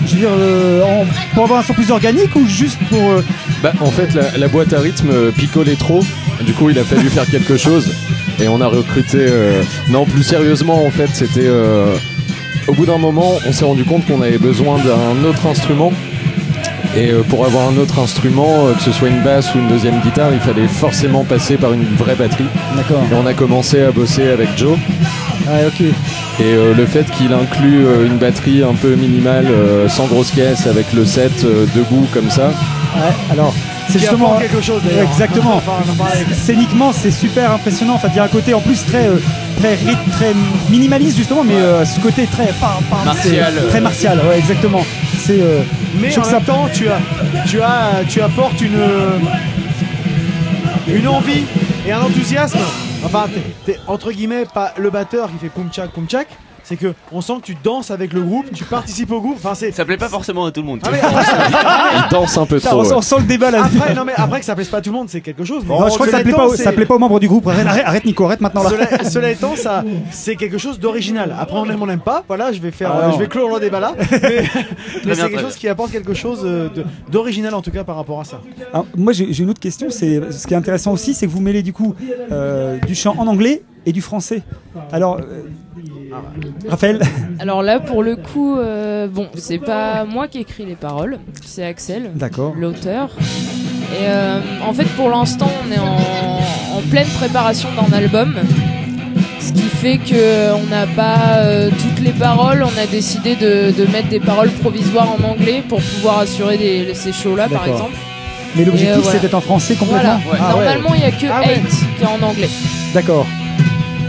[SPEAKER 16] je veux dire, euh, en- pour avoir un son plus organique ou juste pour. euh,
[SPEAKER 3] Bah, en fait, la, la boîte à rythme euh, picolait trop. Du coup, il a fallu faire quelque chose. Et on a recruté. euh, Non, plus sérieusement, en fait, c'était. euh, Au bout d'un moment, on s'est rendu compte qu'on avait besoin d'un autre instrument. Et euh, pour avoir un autre instrument, euh, que ce soit une basse ou une deuxième guitare, il fallait forcément passer par une vraie batterie.
[SPEAKER 16] D'accord.
[SPEAKER 3] Et on a commencé à bosser avec Joe.
[SPEAKER 16] Ah, ok.
[SPEAKER 3] Et euh, le fait qu'il inclut euh, une batterie un peu minimale, euh, sans grosse caisse, avec le set euh, debout comme ça,
[SPEAKER 16] Ouais, alors, c'est
[SPEAKER 2] Qui
[SPEAKER 16] justement.
[SPEAKER 2] apporte quelque chose, d'ailleurs.
[SPEAKER 16] Exactement.
[SPEAKER 2] Enfin, on en parlait.
[SPEAKER 16] Scéniquement, c'est super impressionnant. Enfin, il y a un côté en plus très, euh, très, ryth- très minimaliste, justement, mais euh, ce côté très. par- par-
[SPEAKER 2] Martial,
[SPEAKER 16] c'est
[SPEAKER 2] euh.
[SPEAKER 16] Très martial, ouais, exactement. C'est. euh, je
[SPEAKER 2] Mais en
[SPEAKER 16] trouve ça-
[SPEAKER 2] même temps, tu as, tu as, tu apportes une, une envie et un enthousiasme. Enfin, t'es, t'es, entre guillemets pas le batteur qui fait poum tchak poum tchak. C'est que on sent que tu danses avec le groupe, tu participes au groupe. Enfin, c'est. Ah,
[SPEAKER 17] Ça plaît pas forcément à tout le monde.
[SPEAKER 3] il danse un peu
[SPEAKER 2] Putain, on-
[SPEAKER 3] trop. ouais.
[SPEAKER 2] on sent
[SPEAKER 16] le débat là.
[SPEAKER 2] Après, non mais après que ça plaise pas à tout le monde, c'est quelque chose. mais-
[SPEAKER 16] Non, je crois que ça
[SPEAKER 2] Cela
[SPEAKER 16] plaît,
[SPEAKER 2] étant,
[SPEAKER 16] pas, aux- ça
[SPEAKER 2] c'est-
[SPEAKER 16] plaît pas aux membres du groupe. Arrête, arrête, arrête, Nico, arrête maintenant là.
[SPEAKER 2] Cela, cela étant, ça, c'est quelque chose d'original. Après, on aime, on n'aime pas. Voilà, je vais faire,
[SPEAKER 16] Ah non.
[SPEAKER 2] je vais clore le débat là. Mais, mais
[SPEAKER 16] bien,
[SPEAKER 2] c'est
[SPEAKER 16] très
[SPEAKER 2] quelque chose
[SPEAKER 16] bien.
[SPEAKER 2] qui apporte quelque chose euh, de- d'original en tout cas par rapport à ça.
[SPEAKER 16] Alors, moi, j'ai j'ai une autre question. C'est ce qui est intéressant aussi, c'est que vous mêlez du coup euh, du chant en anglais et du français. Alors, euh, Raphaël,
[SPEAKER 34] Alors là, pour le coup, euh, bon, c'est pas moi qui écris les paroles, c'est Axel,
[SPEAKER 16] D'accord.
[SPEAKER 34] l'auteur. Et euh, en fait, pour l'instant, on est en, en pleine préparation d'un album, ce qui fait que on n'a pas euh, toutes les paroles. On a décidé de, de mettre des paroles provisoires en anglais pour pouvoir assurer des- ces shows-là, par
[SPEAKER 16] D'accord.
[SPEAKER 34] exemple.
[SPEAKER 16] mais l'objectif
[SPEAKER 34] Et, euh, voilà.
[SPEAKER 16] c'est d'être en français
[SPEAKER 34] Voilà.
[SPEAKER 16] complètement. Ah ouais.
[SPEAKER 34] Normalement, il n'y a que Hate qui est en anglais.
[SPEAKER 16] D'accord.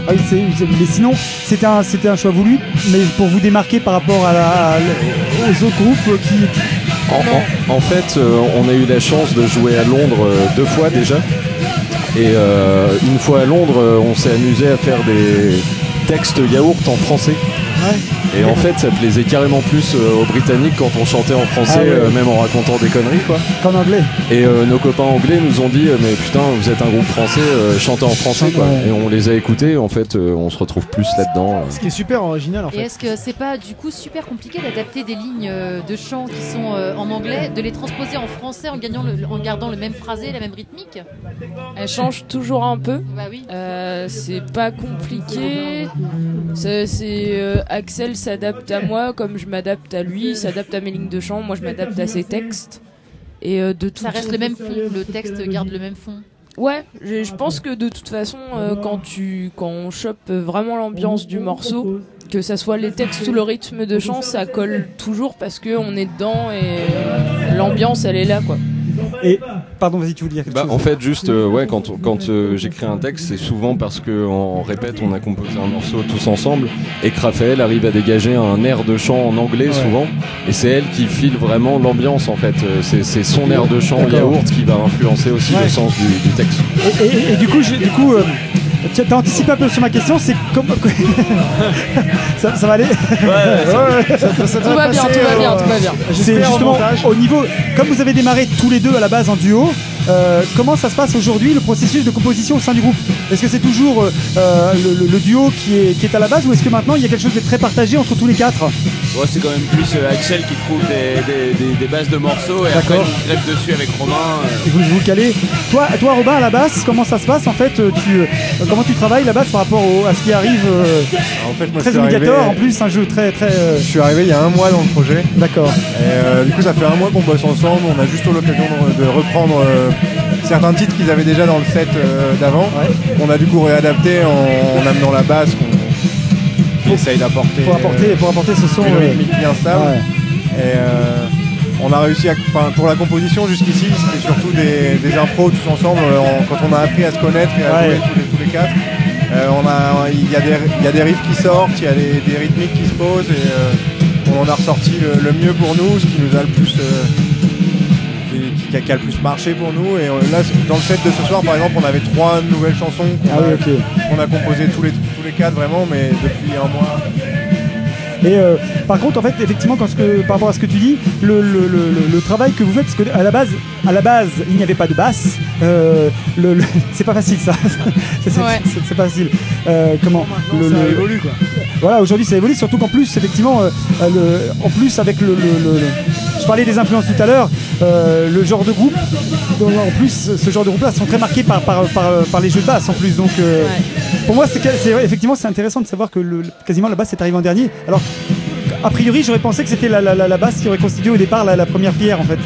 [SPEAKER 16] Ah oui, c'est- c'est- mais sinon, c'était un, c'était un choix voulu, mais pour vous démarquer par rapport à la- à la- aux autres groupes qui.
[SPEAKER 3] En, en- en fait, euh, on a eu la chance de jouer à Londres euh, deux fois déjà. Et euh, une fois à Londres, euh, on s'est amusé à faire des textes yaourt en français. Et en fait, ça plaisait carrément plus euh, aux Britanniques quand on chantait en français,
[SPEAKER 2] Ah ouais.
[SPEAKER 3] euh, même en racontant des conneries, quoi.
[SPEAKER 2] Qu'en anglais.
[SPEAKER 3] Et euh, nos copains anglais nous ont dit, euh, mais putain, vous êtes un groupe français, euh, chantez en français, quoi.
[SPEAKER 2] Ouais.
[SPEAKER 3] Et on les a écoutés, en fait, euh, on se retrouve plus là-dedans. euh.
[SPEAKER 2] Ce qui est super original en
[SPEAKER 30] Et
[SPEAKER 2] fait.
[SPEAKER 30] est-ce que c'est pas du coup super compliqué d'adapter des lignes euh, de chant qui sont euh, en anglais, de les transposer en français en, gagnant le- en gardant le même phrasé, la même rythmique
[SPEAKER 34] Elle change toujours un peu.
[SPEAKER 30] Bah
[SPEAKER 34] Euh, c'est pas compliqué. C'est c'est, euh, Axel s'adapte à moi comme je m'adapte à lui, il s'adapte à mes lignes de chant, moi je m'adapte à ses textes. Et euh, de tout
[SPEAKER 30] Ça reste le même fond, le texte garde le même fond.
[SPEAKER 34] Ouais, je, je pense que de toute façon, euh, quand tu, quand on chope vraiment l'ambiance du morceau, que ça soit les textes ou le rythme de chant, ça colle toujours parce que on est dedans et l'ambiance elle est là quoi.
[SPEAKER 35] Et pardon, vas-y, tu voulais dire quelque
[SPEAKER 3] Bah,
[SPEAKER 35] chose
[SPEAKER 3] en fait, juste, euh, ouais, quand, on- quand euh, j'écris un texte, c'est souvent parce que en répète, on a composé un morceau tous ensemble et que Raphaël arrive à dégager un air de chant en anglais souvent. Et c'est elle qui file vraiment l'ambiance en fait. Euh, C'est c'est son air de chant
[SPEAKER 16] D'accord.
[SPEAKER 3] yaourt qui va influencer aussi le sens du, du texte.
[SPEAKER 16] Et, et- et du coup, j'ai- du coup, euh, tu as anticipé un peu sur ma question, c'est comment ça, ça va aller
[SPEAKER 2] ouais, ça- ça- ça Tout va va bien, passer, tout va euh, bien, tout va bien.
[SPEAKER 16] C'est
[SPEAKER 2] j'espère au
[SPEAKER 16] justement
[SPEAKER 2] montage.
[SPEAKER 16] au niveau, comme vous avez démarré tous les deux à la base en duo, euh, comment ça se passe aujourd'hui le processus de composition au sein du groupe Est-ce que c'est toujours euh, euh, le, le- le duo qui est, qui est à la base ou est-ce que maintenant il y a quelque chose de très partagé entre tous les quatre
[SPEAKER 36] Ouais, c'est quand même plus euh, Axel qui trouve des, des- des- des bases de morceaux et après
[SPEAKER 16] D'accord.
[SPEAKER 36] on greffe dessus avec Romain. euh.
[SPEAKER 16] Et vous vous calez. Toi, toi Robin à la basse, comment ça se passe en fait euh, tu, euh, Comment tu travailles la basse par rapport au- à ce qui arrive euh,
[SPEAKER 31] En fait, moi, je
[SPEAKER 16] Très
[SPEAKER 31] suis arrivé-
[SPEAKER 16] obligatoire en plus, un jeu très très. euh,
[SPEAKER 31] Je suis arrivé il y a un mois dans le projet.
[SPEAKER 16] D'accord.
[SPEAKER 31] Et euh, du coup, ça fait un mois qu'on bosse ensemble. On a juste eu l'occasion de, de reprendre euh, certains titres qu'ils avaient déjà dans le set euh, d'avant. On a du coup réadapté en, en amenant la basse qu'on qui essaye d'apporter.
[SPEAKER 16] pour apporter- pour apporter ce son,
[SPEAKER 31] Une
[SPEAKER 16] ouais.
[SPEAKER 31] rythmique bien stable. Et euh, on a réussi à. enfin, pour la composition jusqu'ici, c'était surtout des, des impros tous ensemble. euh, en- quand on a appris à se connaître et à
[SPEAKER 16] Ouais.
[SPEAKER 31] jouer tous les, tous les quatre. Euh, on a- Il y, a des- il y a des riffs qui sortent, il y a des, des rythmiques qui se posent et euh, on en a ressorti le, le mieux pour nous, ce qui nous a le plus. euh, qui, qui a, qui a le plus marché pour nous. Et euh, là, dans le set de ce soir, par exemple, on avait trois nouvelles chansons qu'on
[SPEAKER 16] Ah oui,
[SPEAKER 31] a,
[SPEAKER 16] ok.
[SPEAKER 31] qu'on a composées tous les, tous les quatre vraiment, mais depuis un mois.
[SPEAKER 16] Et euh, par contre, en fait, effectivement, quand ce que, par rapport à ce que tu dis, le, le- le- le- le travail que vous faites, parce que à la base, à la base, il n'y avait pas de basse. euh, le- le- c'est pas facile, ça. c'est c'est- c'est- c'est pas facile. Euh, comment le-
[SPEAKER 2] ça
[SPEAKER 16] le-
[SPEAKER 2] évolue, quoi.
[SPEAKER 16] Voilà, aujourd'hui, ça évolue. Surtout qu'en plus, effectivement, euh, euh, le- en plus avec le, le- le- le- je parlais des influences tout à l'heure, euh, le genre de groupe. dont, en plus, ce genre de groupe-là sont très marqués par par, par- par les jeux de basse en plus. Donc, euh, pour moi, c'est c'est- effectivement, c'est intéressant de savoir que le- le- quasiment la basse est arrivée en dernier. Alors a priori, j'aurais pensé que c'était la, la, la, la basse qui aurait constitué au départ la, la première pierre en fait.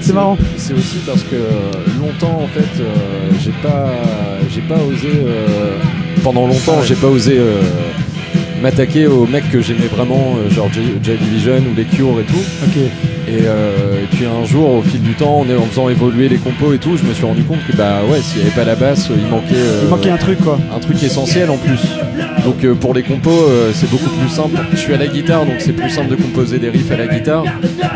[SPEAKER 16] C'est marrant.
[SPEAKER 3] C'est aussi parce que euh, longtemps, en fait, euh, j'ai pas, j'ai pas osé. euh, pendant longtemps, j'ai pas osé euh, m'attaquer aux mecs que j'aimais vraiment, euh, genre J, J Division ou les Cure et tout. Et, euh, et puis un jour, au fil du temps, en, en faisant évoluer les compos et tout, je me suis rendu compte que bah ouais, s'il n'y avait pas la basse, il manquait. euh,
[SPEAKER 16] Il manquait un truc quoi.
[SPEAKER 3] un truc essentiel en plus. Donc euh, pour les compos, euh, c'est beaucoup plus simple. Je suis à la guitare, donc c'est plus simple de composer des riffs à la guitare.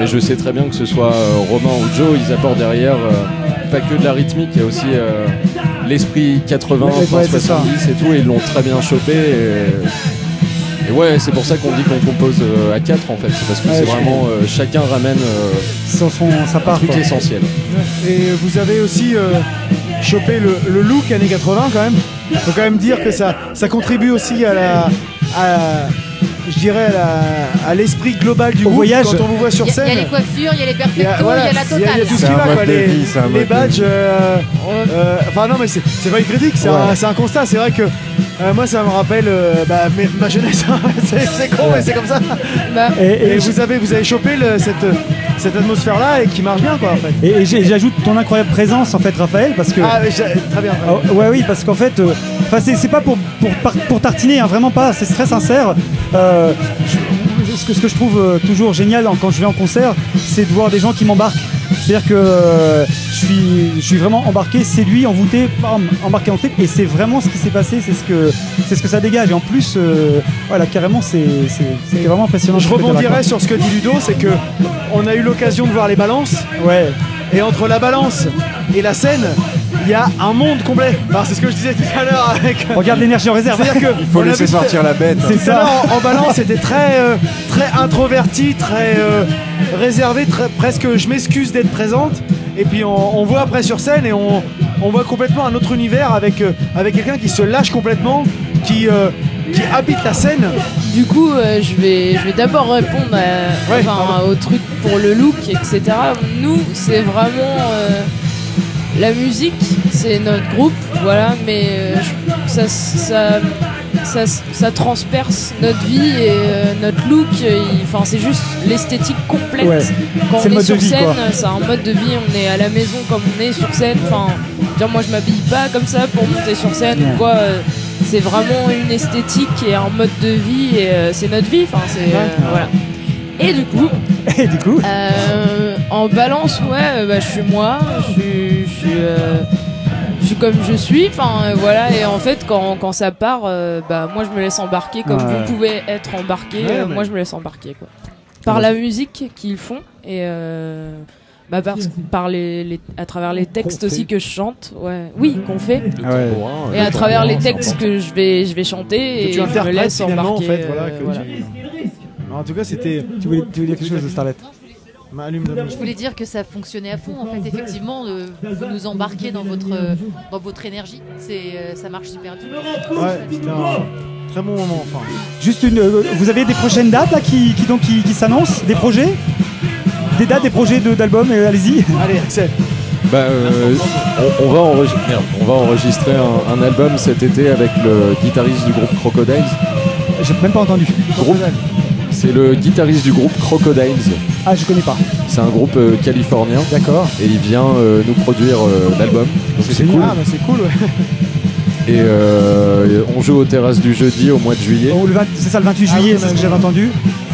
[SPEAKER 3] Mais je sais très bien que ce soit euh, Romain ou Joe, ils apportent derrière euh, pas que de la rythmique, il y a aussi euh, l'esprit 80,
[SPEAKER 16] Ouais, ouais,
[SPEAKER 3] fin
[SPEAKER 16] c'est ça.
[SPEAKER 3] 70 et tout. Et ils l'ont très bien chopé. Et, et ouais, c'est pour ça qu'on dit qu'on compose euh, à 4 en fait. C'est parce que
[SPEAKER 16] Ouais,
[SPEAKER 3] c'est
[SPEAKER 16] je
[SPEAKER 3] vraiment euh, chacun ramène euh,
[SPEAKER 16] Sans son, sa
[SPEAKER 3] un
[SPEAKER 16] part.
[SPEAKER 3] truc
[SPEAKER 16] quoi.
[SPEAKER 3] essentiel.
[SPEAKER 2] Et vous avez aussi euh, chopé le, le look années 80 quand même. Faut quand même dire que ça, ça contribue aussi à la, à- je dirais à la- à l'esprit global du
[SPEAKER 16] Au
[SPEAKER 2] groupe.
[SPEAKER 16] voyage.
[SPEAKER 2] Quand on vous voit
[SPEAKER 30] Il
[SPEAKER 2] sur
[SPEAKER 30] y, a- il y a
[SPEAKER 2] scène.
[SPEAKER 30] les coiffures, il y
[SPEAKER 2] Il
[SPEAKER 30] a les
[SPEAKER 2] y a-
[SPEAKER 30] perfectos, il
[SPEAKER 2] voilà,
[SPEAKER 30] y a la
[SPEAKER 2] il y a- il y
[SPEAKER 30] totale.
[SPEAKER 2] a tout ce qui
[SPEAKER 31] C'est un
[SPEAKER 2] va,
[SPEAKER 31] mode
[SPEAKER 2] quoi,
[SPEAKER 31] de
[SPEAKER 2] les,
[SPEAKER 31] vie, c'est un
[SPEAKER 2] les
[SPEAKER 31] mode de
[SPEAKER 2] badges.
[SPEAKER 31] vie.
[SPEAKER 2] euh, euh, Enfin, non, mais c'est c'est pas une critique, c'est un, c'est un constat. C'est vrai que euh, moi, ça me rappelle euh, bah, mes- ma jeunesse. c'est c'est con, mais c'est comme ça.
[SPEAKER 30] Bah.
[SPEAKER 16] Et,
[SPEAKER 2] et
[SPEAKER 16] et-
[SPEAKER 2] vous, avez, vous avez chopé le- cette, cette atmosphère-là Ah, et qui marche bien, quoi, en fait.
[SPEAKER 16] Et, et j'ai- j'ajoute ton incroyable présence en fait, Raphaël, parce que.
[SPEAKER 2] Ah, mais j'ai- très bien.
[SPEAKER 16] Ah, ouais, oui, parce qu'en fait, euh, 'fin, c'est c'est pas pour, pour, par- pour tartiner, hein, vraiment pas, c'est très sincère. Euh, je- ce, que, ce que je trouve euh, toujours génial en- quand je vais en concert, c'est de voir des gens qui m'embarquent. C'est-à-dire que euh, je suis, je suis vraiment embarqué, séduit, envoûté, bam, embarqué en trip, et c'est vraiment ce qui s'est passé, c'est ce, que- c'est ce que ça dégage. Et en plus, euh, voilà, carrément, c'est- c'est- c'était vraiment impressionnant.
[SPEAKER 2] Je
[SPEAKER 16] ce que t'as
[SPEAKER 2] rebondirais
[SPEAKER 16] raconté.
[SPEAKER 2] sur ce que dit Ludo, c'est que on a eu l'occasion de voir les balances.
[SPEAKER 16] Ouais.
[SPEAKER 2] Et entre la balance et la scène, il il y a un monde complet. Enfin, c'est ce que je disais tout à l'heure avec. euh,
[SPEAKER 7] Regarde l'énergie en réserve.
[SPEAKER 2] C'est-à-dire que
[SPEAKER 7] Il faut
[SPEAKER 2] on a
[SPEAKER 7] laisser
[SPEAKER 2] vu-
[SPEAKER 7] sortir la bête.
[SPEAKER 2] C'est
[SPEAKER 7] C'est ça.
[SPEAKER 2] ça. En, en balance, c'était très, euh, très introverti, très euh, réservé, très- presque. Je m'excuse d'être présente. Et puis on, on voit après sur scène et on, on voit complètement un autre univers avec euh, avec quelqu'un qui se lâche complètement, qui euh, qui habite la scène.
[SPEAKER 34] Du coup, euh, je vais, je vais d'abord répondre à-
[SPEAKER 2] Ouais,
[SPEAKER 34] enfin, au truc pour le look, etc. Nous, c'est vraiment euh, la musique, c'est notre groupe, voilà, mais euh, je- ça, ça, ça, ça transperce notre vie et euh, notre look. et- Enfin, c'est juste l'esthétique complète.
[SPEAKER 7] Ouais.
[SPEAKER 34] Quand
[SPEAKER 7] C'est
[SPEAKER 34] on
[SPEAKER 7] le
[SPEAKER 34] est
[SPEAKER 7] mode
[SPEAKER 34] sur
[SPEAKER 7] de vie,
[SPEAKER 34] scène,
[SPEAKER 7] quoi.
[SPEAKER 34] c'est un mode de vie. On est à la maison comme on est sur scène. Enfin, genre moi, je m'habille pas comme ça pour monter sur scène ou
[SPEAKER 7] Ouais.
[SPEAKER 34] quoi. euh, c'est vraiment une esthétique et un mode de vie et euh, c'est notre vie. Enfin, c'est euh, voilà. Et du coup,
[SPEAKER 7] Et du coup
[SPEAKER 34] euh, en balance, ouais, euh, bah, je suis moi, je suis, je suis, euh, je suis comme je suis. Enfin, euh, voilà. Et en fait, quand, quand ça part, euh, bah moi, je me laisse embarquer comme
[SPEAKER 7] Ouais.
[SPEAKER 34] vous pouvez être embarqué.
[SPEAKER 7] Ouais,
[SPEAKER 34] euh,
[SPEAKER 7] mais-
[SPEAKER 34] Moi, je me laisse embarquer quoi. Par la musique qu'ils font et euh, bah, par, par les, les- à travers les textes aussi que je chante. Ouais. Oui, qu'on fait.
[SPEAKER 7] Ah ouais.
[SPEAKER 34] Et à travers les textes que je vais, je vais chanter et je me laisse
[SPEAKER 2] finalement,
[SPEAKER 34] embarquer.
[SPEAKER 2] en fait. Voilà,
[SPEAKER 34] euh,
[SPEAKER 2] que
[SPEAKER 34] voilà.
[SPEAKER 2] tu- En tout cas, c'était.
[SPEAKER 7] Tu voulais, tu voulais dire quelque chose, Starlet
[SPEAKER 2] Bah, allume la
[SPEAKER 30] Je voulais dire que ça fonctionnait à fond. En fait, effectivement, euh, vous nous embarquez dans votre, euh, dans votre énergie. C'est, euh, ça marche super bien.
[SPEAKER 2] Ouais, c'était un très bon moment. Enfin,
[SPEAKER 7] Juste une. euh, vous avez des prochaines dates là qui, qui donc qui, qui s'annoncent Des projets Des dates, des projets de- d'albums euh, Allez-y.
[SPEAKER 2] Allez, Axel.
[SPEAKER 3] Bah, euh, on, on va enregistrer, on va enregistrer un, un album cet été avec le guitariste du groupe Crocodiles.
[SPEAKER 7] J'ai même pas entendu.
[SPEAKER 3] Groupe. C'est le guitariste du groupe Crocodiles.
[SPEAKER 7] Ah, je connais pas.
[SPEAKER 3] C'est un groupe euh, californien.
[SPEAKER 7] D'accord.
[SPEAKER 3] Et il vient euh, nous produire euh, l'album. Donc c'est cool.
[SPEAKER 2] Ah, bah, c'est cool, ouais.
[SPEAKER 3] Et euh, on joue aux terrasses du jeudi au mois de juillet.
[SPEAKER 7] Bon, Oh, le 20 C'est ça le 28 juillet,
[SPEAKER 30] Ah,
[SPEAKER 7] c'est ce que j'avais entendu.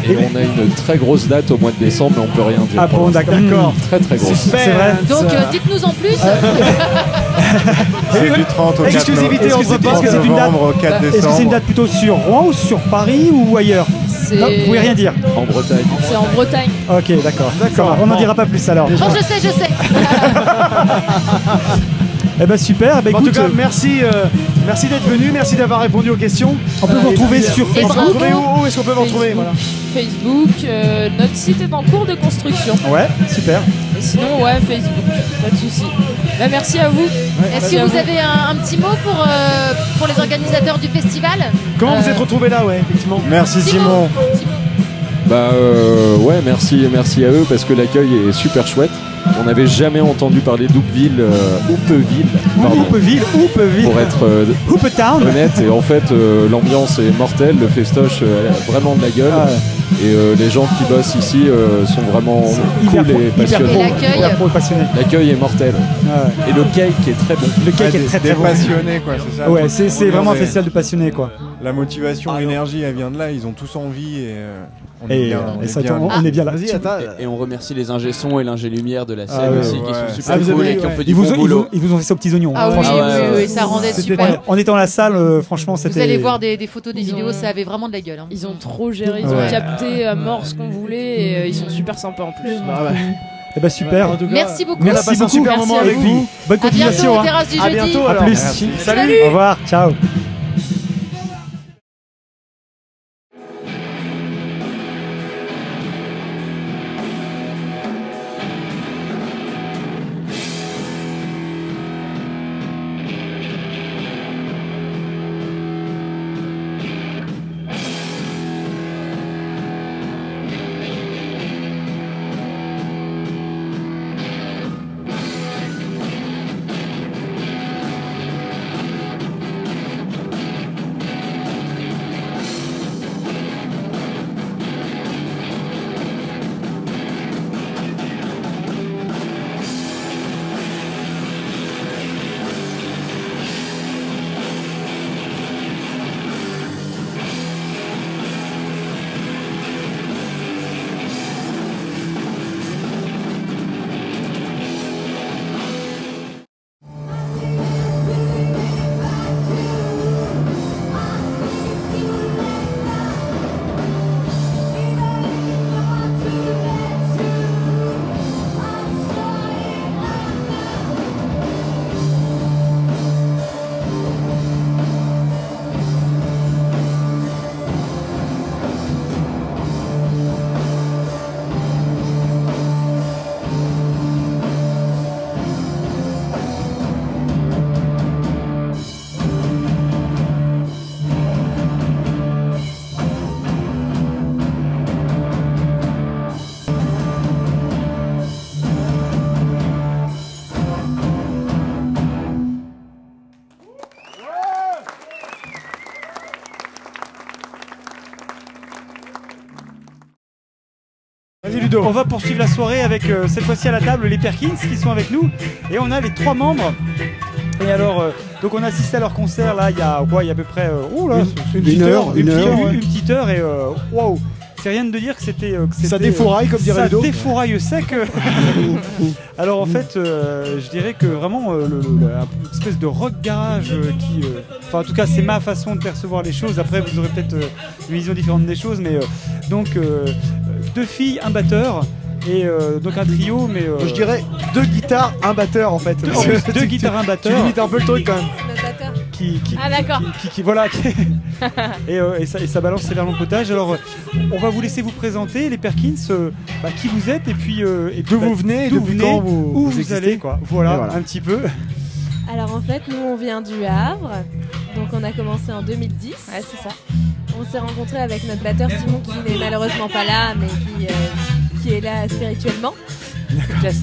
[SPEAKER 3] Et, on a une très grosse date au mois de décembre, mais on peut rien dire.
[SPEAKER 7] Ah
[SPEAKER 3] pour
[SPEAKER 7] bon,
[SPEAKER 3] l'instant.
[SPEAKER 7] d'accord.
[SPEAKER 3] Très très grosse.
[SPEAKER 7] C'est vrai.
[SPEAKER 30] Donc, euh, dites-nous en plus.
[SPEAKER 31] C'est du 30 au 4
[SPEAKER 7] Exclusivité, on
[SPEAKER 31] novembre. Est-ce que
[SPEAKER 7] sait
[SPEAKER 31] c'est
[SPEAKER 7] pas. Est-ce que c'est
[SPEAKER 31] du
[SPEAKER 7] une date Bah,
[SPEAKER 31] novembre au 4
[SPEAKER 7] Est-ce que c'est une date plutôt sur Rouen ou sur Paris ou ailleurs
[SPEAKER 34] C'est-
[SPEAKER 7] Non, vous pouvez rien dire.
[SPEAKER 3] En Bretagne.
[SPEAKER 34] C'est en Bretagne.
[SPEAKER 7] Ok, d'accord. D'accord. On n'en dira pas plus alors.
[SPEAKER 30] Oh, je sais, je sais.
[SPEAKER 7] Eh ben super. Eh ben,
[SPEAKER 2] En
[SPEAKER 7] écoute,
[SPEAKER 2] tout cas,
[SPEAKER 7] euh,
[SPEAKER 2] merci, euh, merci d'être venu, merci d'avoir répondu aux questions. Euh,
[SPEAKER 7] On peut vous retrouver sur
[SPEAKER 2] On peut
[SPEAKER 7] Facebook.
[SPEAKER 2] vous retrouver où, où est-ce qu'on peut vous retrouver voilà.
[SPEAKER 34] Facebook, euh, notre site est en cours de construction.
[SPEAKER 7] Ouais, super.
[SPEAKER 34] Et sinon, ouais, Facebook, pas de souci. Bah, merci à vous.
[SPEAKER 30] Est-ce
[SPEAKER 34] Merci
[SPEAKER 30] que
[SPEAKER 34] à
[SPEAKER 30] vous avez un, un petit mot pour, euh, pour les organisateurs du festival
[SPEAKER 2] Comment
[SPEAKER 30] Euh,
[SPEAKER 2] vous êtes retrouvés là, ouais, effectivement
[SPEAKER 3] Merci Simon. Bah euh, ouais, merci, merci à eux parce que l'accueil est super chouette. On n'avait jamais entendu parler d'Oupville, euh, Oupeville, pardon,
[SPEAKER 7] Oupeville, Oupeville.
[SPEAKER 3] pour être euh,
[SPEAKER 7] Oupetown.
[SPEAKER 3] honnête. Et en fait, euh, l'ambiance est mortelle, le festoche euh, a vraiment de la gueule.
[SPEAKER 7] Ah
[SPEAKER 3] Et euh, les gens qui bossent ici euh, sont vraiment cool
[SPEAKER 7] pro-
[SPEAKER 3] et
[SPEAKER 7] hyper
[SPEAKER 3] passionnés.
[SPEAKER 7] pro- Et l'accueil hyper pro- passionné.
[SPEAKER 3] L'accueil est mortel. Et le cake est très bon.
[SPEAKER 7] Le
[SPEAKER 21] Ah,
[SPEAKER 7] cake est très très bon.
[SPEAKER 31] passionnés, quoi, c'est ça
[SPEAKER 7] Ouais, c'est c'est
[SPEAKER 31] On
[SPEAKER 7] vraiment un
[SPEAKER 31] est-
[SPEAKER 7] festival de passionnés quoi.
[SPEAKER 31] La
[SPEAKER 7] Ah,
[SPEAKER 31] motivation, l'énergie, elle vient de là. Ils ont tous envie et euh, on
[SPEAKER 7] Et,
[SPEAKER 31] est bien.
[SPEAKER 7] euh,
[SPEAKER 31] on
[SPEAKER 7] et
[SPEAKER 31] est
[SPEAKER 7] ça
[SPEAKER 31] bien
[SPEAKER 7] tombe-
[SPEAKER 31] là.
[SPEAKER 7] on est bien là.
[SPEAKER 2] Vas-y, attends.
[SPEAKER 21] Et, et on remercie les ingé sons et l'ingé lumière de la scène
[SPEAKER 7] Ah ouais,
[SPEAKER 21] aussi
[SPEAKER 7] ouais.
[SPEAKER 21] qui sont super
[SPEAKER 7] Ah, vous
[SPEAKER 21] cool
[SPEAKER 7] avez-
[SPEAKER 21] et qui ont fait
[SPEAKER 7] ils
[SPEAKER 21] du
[SPEAKER 7] vous
[SPEAKER 21] bon
[SPEAKER 7] ont- ils
[SPEAKER 21] boulot.
[SPEAKER 7] vous- Ils vous ont fait aux petits oignons.
[SPEAKER 30] Ah
[SPEAKER 7] hein,
[SPEAKER 30] oui,
[SPEAKER 7] franchement.
[SPEAKER 30] oui, Ah ouais, oui, ouais. ça rendait
[SPEAKER 7] C'était-
[SPEAKER 30] super.
[SPEAKER 7] On on était dans la salle, euh, franchement, c'était.
[SPEAKER 30] Vous allez voir des, des photos, des vidéos, ça avait vraiment de la gueule. hein.
[SPEAKER 34] Ils ont trop géré, ils
[SPEAKER 7] Ouais.
[SPEAKER 34] ont capté à mort ce qu'on voulait et euh, ils sont super sympas en plus.
[SPEAKER 16] Ah
[SPEAKER 30] Mm.
[SPEAKER 7] Eh ben
[SPEAKER 30] Bah,
[SPEAKER 7] super.
[SPEAKER 34] En tout cas, Merci beaucoup.
[SPEAKER 7] Merci
[SPEAKER 34] On a passé un
[SPEAKER 7] beaucoup.
[SPEAKER 34] super Merci moment à avec vous. vous.
[SPEAKER 7] Bonne
[SPEAKER 34] À
[SPEAKER 7] continuation.
[SPEAKER 34] bientôt,
[SPEAKER 7] hein.
[SPEAKER 34] terrasse du
[SPEAKER 7] à
[SPEAKER 34] jeudi.
[SPEAKER 7] bientôt.
[SPEAKER 34] À
[SPEAKER 7] alors.
[SPEAKER 34] plus.
[SPEAKER 7] Merci.
[SPEAKER 34] Salut.
[SPEAKER 7] Au revoir. Ciao.
[SPEAKER 12] Thank
[SPEAKER 16] Ludo. On va poursuivre la soirée avec euh, cette fois-ci à la table les Perkins qui sont avec nous et on a les trois membres. Et alors, euh, donc on a assisté à leur concert là, il y a quoi, il y a à peu près euh, oh là,
[SPEAKER 18] Une-
[SPEAKER 16] petite
[SPEAKER 18] une heure, une
[SPEAKER 16] petite
[SPEAKER 18] heure, ouais.
[SPEAKER 16] une petite heure et euh, waouh. C'est rien de dire que c'était. euh, que
[SPEAKER 18] Ça
[SPEAKER 16] c'était,
[SPEAKER 18] défouraille, comme dirait
[SPEAKER 16] ça
[SPEAKER 18] Ludo.
[SPEAKER 16] défouraille au sec. euh. Alors en fait, euh, je dirais que vraiment, euh, le- le- la- une espèce de rock garage euh, qui. euh, Enfin, en tout cas, c'est ma façon de percevoir les choses. Après, vous aurez peut-être euh, une vision différente des choses. Mais euh, donc, euh, euh, deux filles, un batteur. Et euh, donc un trio, mais. euh,
[SPEAKER 12] Je dirais deux guitares, un batteur en fait.
[SPEAKER 16] Deux, en plus, deux guitares, un batteur.
[SPEAKER 12] Tu limites un peu le truc quand même.
[SPEAKER 16] Qui, qui-
[SPEAKER 37] Ah d'accord.
[SPEAKER 16] qui- qui- voilà. qui- et, euh, et ça, et ça balance sévèrement le potage. Alors, euh, on va vous laisser vous présenter, les Perkins, euh, bah, qui vous êtes, et puis. euh, et d'où
[SPEAKER 12] vous venez,
[SPEAKER 16] d'où
[SPEAKER 12] depuis quand vous-
[SPEAKER 16] où
[SPEAKER 12] vous
[SPEAKER 16] vous
[SPEAKER 12] existez.
[SPEAKER 16] allez, quoi. Voilà,
[SPEAKER 12] Et voilà.
[SPEAKER 16] un petit peu.
[SPEAKER 8] Alors en fait, nous on vient du Havre, donc on a commencé en 2010. Ouais, c'est ça. On s'est rencontré avec notre batteur Simon qui n'est malheureusement pas là, mais qui, euh, qui est là spirituellement.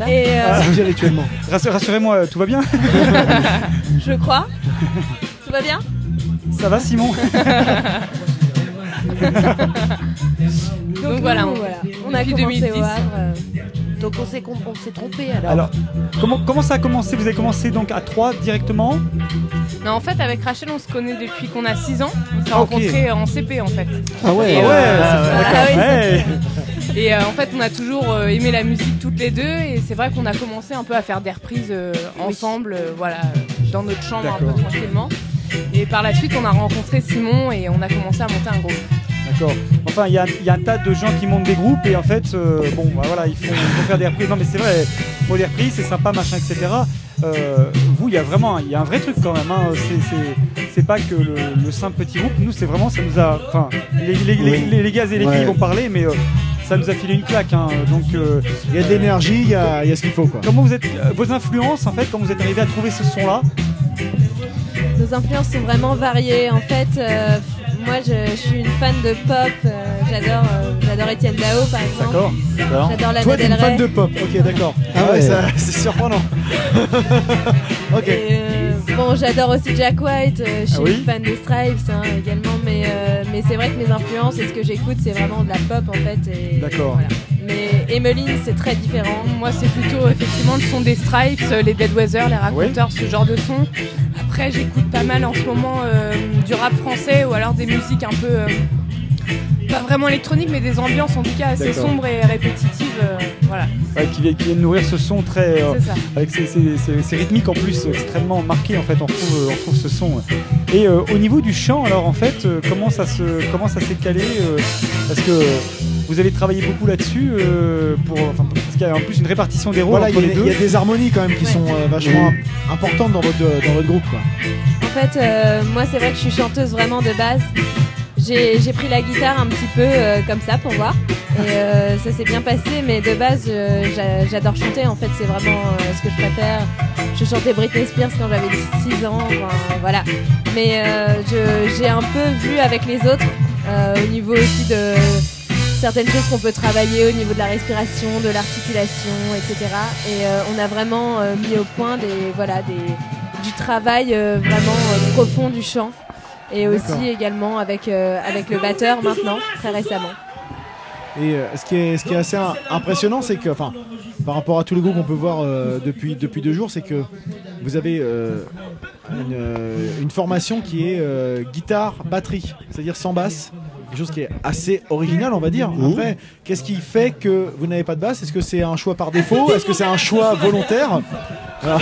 [SPEAKER 8] Et euh,
[SPEAKER 16] Spirituellement. Rassurez-moi, euh, tout va bien
[SPEAKER 8] je crois. Tout va bien
[SPEAKER 16] Ça va, Simon
[SPEAKER 8] Donc,
[SPEAKER 1] Donc
[SPEAKER 8] nous,
[SPEAKER 1] voilà, on-
[SPEAKER 8] on a
[SPEAKER 1] depuis
[SPEAKER 8] commencé
[SPEAKER 1] 2010.
[SPEAKER 8] au Havre. euh,
[SPEAKER 1] Donc on s'est, com- on s'est trompé
[SPEAKER 22] hein.
[SPEAKER 1] alors.
[SPEAKER 16] Alors, comment, comment ça a commencé Vous avez commencé donc à 3 directement
[SPEAKER 22] Non, en fait, avec Rachel, on se connaît depuis qu'on a 6 ans. On s'est
[SPEAKER 16] Ah, ok.
[SPEAKER 22] rencontrés en CP, en fait.
[SPEAKER 16] Ah ouais.
[SPEAKER 22] Et,
[SPEAKER 16] Ah ouais,
[SPEAKER 22] euh,
[SPEAKER 16] d'accord.
[SPEAKER 22] voilà, ouais,
[SPEAKER 16] Hey.
[SPEAKER 22] c'est- Et euh, en fait, on a toujours euh, aimé la musique toutes les deux. Et c'est vrai qu'on a commencé un peu à faire des reprises euh, ensemble, euh, voilà, dans notre chambre, un peu
[SPEAKER 16] D'accord.
[SPEAKER 22] tranquillement. Et par la suite, on a rencontré Simon et on a commencé à monter un groupe.
[SPEAKER 16] D'accord. Enfin, il y, a- il y a un tas de gens qui montent des groupes et en fait, euh, bon, bah, voilà, ils font, ils font faire des reprises. Non, mais c'est vrai, il faut des reprises, c'est sympa, machin, etc. Euh, vous, il y a vraiment, il y a un vrai truc quand même. hein. C'est- C'est, c'est pas que le, le simple petit groupe. Nous, c'est vraiment, ça nous a, enfin, les, les, les-
[SPEAKER 2] Oui.
[SPEAKER 16] les- les gars et les
[SPEAKER 2] Ouais.
[SPEAKER 16] filles vont parler, mais euh, ça nous a filé une claque. hein. Donc, euh,
[SPEAKER 2] Il y a de l'énergie, il y a, il y a ce qu'il faut quoi.
[SPEAKER 16] Comment vous êtes, euh, vos influences en fait, quand vous êtes arrivé à trouver ce son-là
[SPEAKER 8] Nos influences sont vraiment variées. En fait, euh, moi, je, je suis une fan de pop. euh, j'adore, euh, j'adore Étienne Dao, par exemple. J'adore Lana
[SPEAKER 12] Toi, t'es
[SPEAKER 8] Del
[SPEAKER 12] une
[SPEAKER 8] Rey.
[SPEAKER 12] fan de pop. Ok, d'accord. Ah ouais, ça- c'est surprenant. ok.
[SPEAKER 8] Et, euh, bon, j'adore aussi Jack White. euh, je suis
[SPEAKER 12] Ah oui
[SPEAKER 8] une fan des Stripes hein, également, mais euh, mais c'est vrai que mes influences et ce que j'écoute, c'est vraiment de la pop en fait. et-
[SPEAKER 16] D'accord.
[SPEAKER 8] Mais Emmeline, c'est très différent.
[SPEAKER 22] Moi, c'est plutôt effectivement le son des Stripes, euh, les Dead Weather, les raconteurs, ce genre de son. Après, j'écoute pas mal en ce moment euh, du rap français ou alors des musiques un peu. euh, pas vraiment électroniques, mais des ambiances en tout cas assez
[SPEAKER 16] D'accord.
[SPEAKER 22] sombres et répétitives. euh, voilà.
[SPEAKER 16] Ouais, qui, vient, qui vient de nourrir ce son très. euh,
[SPEAKER 22] C'est ça.
[SPEAKER 16] avec ses, ses- ses- ses rythmiques en plus euh, extrêmement marquées, en fait, on trouve, euh, on trouve ce son. euh. Et euh, au niveau du chant, alors en fait, euh, comment ça se- comment ça s'est calé euh, Parce que euh, vous avez travaillé beaucoup là-dessus, euh, pour, enfin, parce qu'il y a en plus une répartition des rôles
[SPEAKER 2] Voilà, il
[SPEAKER 16] entre
[SPEAKER 2] y,
[SPEAKER 16] les
[SPEAKER 2] a-
[SPEAKER 16] deux.
[SPEAKER 2] il y a des harmonies quand même qui sont euh, vachement importantes dans votre, euh, dans votre groupe quoi.
[SPEAKER 8] En fait, euh, moi, c'est vrai que je suis chanteuse vraiment de base. J'ai j'ai pris la guitare un petit peu euh, comme ça pour voir. Et euh, ça s'est bien passé, mais de base, euh, j'a- j'adore chanter. En fait, c'est vraiment euh, ce que je préfère. Je chantais Britney Spears quand j'avais 6 ans, enfin, voilà. Mais euh, je- j'ai un peu vu avec les autres, euh, au niveau aussi de certaines choses qu'on peut travailler, au niveau de la respiration, de l'articulation, etc. Et euh, on a vraiment euh, mis au point des, voilà, des, du travail euh, vraiment euh, profond du chant. Et
[SPEAKER 2] D'accord.
[SPEAKER 8] aussi également avec, euh, avec le batteur maintenant, très récemment.
[SPEAKER 2] Et euh, ce, qui est, ce qui est assez im- impressionnant, c'est que, enfin, par rapport à tous les groupes qu'on peut voir euh, depuis, depuis deux jours, c'est que vous avez euh, une, euh, une formation qui est euh, guitare-batterie, c'est-à-dire sans basse. Quelque chose qui est assez original, on va dire. Après, qu'est-ce qui fait que vous n'avez pas de basse Est-ce que c'est un choix par défaut Est-ce que c'est un choix volontaire Voilà.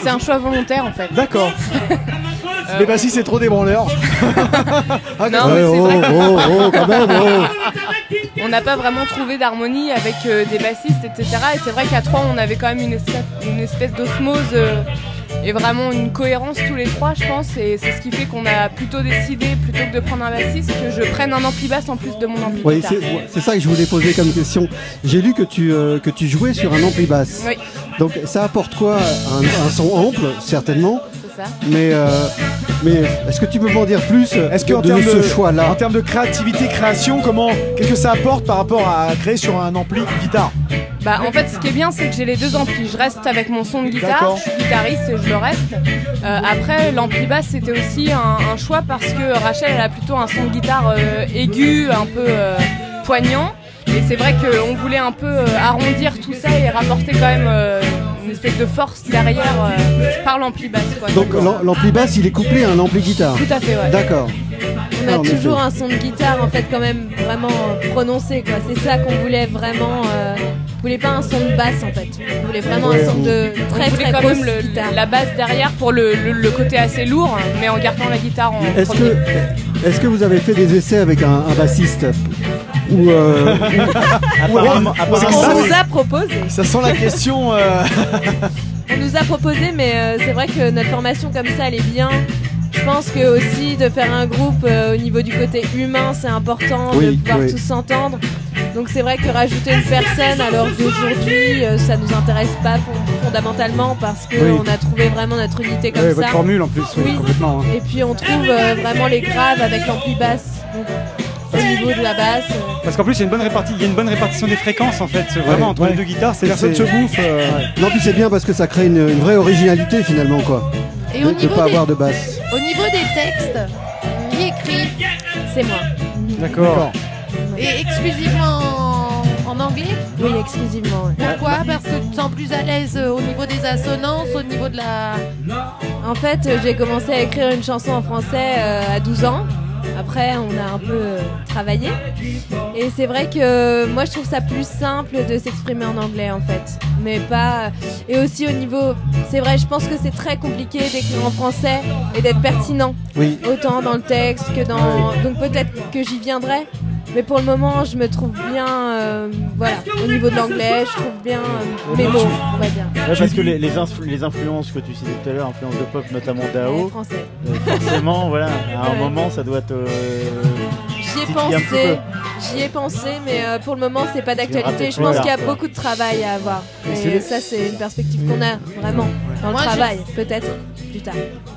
[SPEAKER 22] C'est un choix volontaire en fait.
[SPEAKER 2] D'accord. Mais bah si c'est trop débranleur.
[SPEAKER 22] Non,
[SPEAKER 2] Ah, d'accord.
[SPEAKER 22] mais c'est vrai.
[SPEAKER 2] oh, oh, oh, quand même, oh.
[SPEAKER 22] On n'a pas vraiment trouvé d'harmonie avec euh, des bassistes, etc. Et c'est vrai qu'à trois, on avait quand même une espèce, une espèce d'osmose euh, et vraiment une cohérence tous les trois, je pense. Et c'est ce qui fait qu'on a plutôt décidé, plutôt que de prendre un bassiste, que je prenne un ampli basse en plus de mon ampli
[SPEAKER 18] Oui,
[SPEAKER 22] guitare.
[SPEAKER 18] c'est c'est ça que je voulais poser comme question. J'ai lu que tu, euh, que tu jouais sur un ampli basse.
[SPEAKER 22] Oui.
[SPEAKER 18] Donc ça apporte quoi un, un son ample, certainement.
[SPEAKER 22] C'est ça.
[SPEAKER 18] Mais, euh, mais est-ce que tu peux m'en dire plus euh,
[SPEAKER 2] Est-ce
[SPEAKER 18] de,
[SPEAKER 2] qu'en
[SPEAKER 18] de
[SPEAKER 2] termes
[SPEAKER 18] ce
[SPEAKER 2] de,
[SPEAKER 18] choix-là
[SPEAKER 2] en termes de créativité, création, comment, qu'est-ce que ça apporte par rapport à créer sur un ampli guitare
[SPEAKER 22] Bah en fait ce qui est bien c'est que j'ai les deux amplis. Je reste avec mon son de guitare,
[SPEAKER 2] D'accord.
[SPEAKER 22] je suis guitariste et je le reste. Euh, après l'ampli basse c'était aussi un, un choix parce que Rachel elle a plutôt un son de guitare euh, aigu, un peu euh, poignant. Et Et c'est vrai qu'on voulait un peu euh, arrondir tout ça et rapporter quand même euh, une espèce de force derrière euh, par l'ampli basse. Quoi.
[SPEAKER 18] Donc l'am- l'ampli basse, il est couplé à un ampli guitare.
[SPEAKER 8] Tout à fait, ouais.
[SPEAKER 18] D'accord.
[SPEAKER 8] On a
[SPEAKER 18] Ah, en
[SPEAKER 8] toujours
[SPEAKER 18] effet.
[SPEAKER 8] un son de guitare en fait quand même vraiment euh, prononcé quoi. C'est ça qu'on voulait vraiment. euh, on voulait pas un son de basse en fait. On voulait vraiment
[SPEAKER 22] Ouais,
[SPEAKER 8] un son de
[SPEAKER 22] on-
[SPEAKER 8] très
[SPEAKER 22] on voulait
[SPEAKER 8] très
[SPEAKER 22] quand
[SPEAKER 8] grosse
[SPEAKER 22] même le-
[SPEAKER 8] guitare.
[SPEAKER 22] la basse derrière pour le, le- le côté assez lourd, mais en gardant la guitare en
[SPEAKER 18] Est-ce
[SPEAKER 22] premier.
[SPEAKER 18] que, est-ce que vous avez fait des essais avec un, un bassiste ou, euh, ou-
[SPEAKER 17] Apparemment-
[SPEAKER 18] ou-
[SPEAKER 17] apparemment,
[SPEAKER 8] On nous a proposé.
[SPEAKER 2] Ça sent la question. euh,
[SPEAKER 8] On nous a proposé, mais euh, c'est vrai que notre formation comme ça, elle est bien. Je pense que aussi de faire un groupe euh, au niveau du côté humain, c'est important de
[SPEAKER 12] Oui,
[SPEAKER 8] pouvoir
[SPEAKER 12] oui.
[SPEAKER 8] tous s'entendre. Donc c'est vrai que rajouter une personne à l'heure d'aujourd'hui, euh, ça nous intéresse pas fon- fondamentalement parce que
[SPEAKER 2] Oui.
[SPEAKER 8] on a trouvé vraiment notre unité comme
[SPEAKER 2] ouais,
[SPEAKER 8] ça.
[SPEAKER 2] votre formule en plus, oui,
[SPEAKER 8] Oui.
[SPEAKER 2] complètement. hein.
[SPEAKER 8] Et puis on trouve euh, vraiment les graves avec l'ampli basse. Donc, au niveau de la basse. euh,
[SPEAKER 16] Parce qu'en plus, il y, a une bonne réparti- il y a une bonne répartition des fréquences en fait, vraiment entre les deux guitares. c'est
[SPEAKER 18] Personne se bouffe,
[SPEAKER 16] euh,
[SPEAKER 18] euh, Non, puis c'est bien parce que ça crée une, une vraie originalité finalement, quoi.
[SPEAKER 1] Et
[SPEAKER 18] de
[SPEAKER 1] au
[SPEAKER 18] ne
[SPEAKER 1] niveau
[SPEAKER 18] pas
[SPEAKER 1] des-
[SPEAKER 18] avoir de basse.
[SPEAKER 1] Au niveau des textes, qui écrit
[SPEAKER 8] C'est moi.
[SPEAKER 18] D'accord.
[SPEAKER 1] Et exclusivement en, en anglais
[SPEAKER 8] Oui, exclusivement. ouais.
[SPEAKER 1] Pourquoi Parce que tu te sens plus à l'aise euh, au niveau des assonances, au niveau de la.
[SPEAKER 8] En fait, euh, j'ai commencé à écrire une chanson en français euh, à 12 ans. Après, on a un peu euh, travaillé. Et c'est vrai que euh, moi, je trouve ça plus simple de s'exprimer en anglais, en fait. Mais pas. euh, Et aussi au niveau. C'est vrai, je pense que c'est très compliqué d'écrire en français et d'être pertinent.
[SPEAKER 18] Oui.
[SPEAKER 8] Autant dans le texte que dans.
[SPEAKER 18] Ouais.
[SPEAKER 8] Donc peut-être que j'y viendrai. Mais pour le moment, je me trouve bien. euh, voilà. Au niveau de l'anglais, je trouve bien euh, mes mots, on va dire.
[SPEAKER 17] Ouais, parce que les, les, influ- les influences que tu citais tout à l'heure, influences de pop, notamment
[SPEAKER 8] Ouais,
[SPEAKER 17] Dao,
[SPEAKER 8] français.
[SPEAKER 17] euh, forcément, voilà, à un
[SPEAKER 8] Ouais.
[SPEAKER 17] moment, ça doit te.
[SPEAKER 8] J'y
[SPEAKER 17] titiller
[SPEAKER 8] ai
[SPEAKER 17] un petit
[SPEAKER 8] pensé,
[SPEAKER 17] peu.
[SPEAKER 8] j'y ai pensé, mais euh, pour le moment c'est pas d'actualité.
[SPEAKER 17] rappelle
[SPEAKER 8] Je
[SPEAKER 17] plus
[SPEAKER 8] pense
[SPEAKER 17] tard,
[SPEAKER 8] qu'il y a
[SPEAKER 17] quoi.
[SPEAKER 8] beaucoup de travail à avoir.
[SPEAKER 17] Mais c'est
[SPEAKER 8] Et
[SPEAKER 17] le-
[SPEAKER 8] ça c'est une perspective qu'on a vraiment dans le
[SPEAKER 1] Moi, j'ai-
[SPEAKER 8] travail, peut-être plus tard.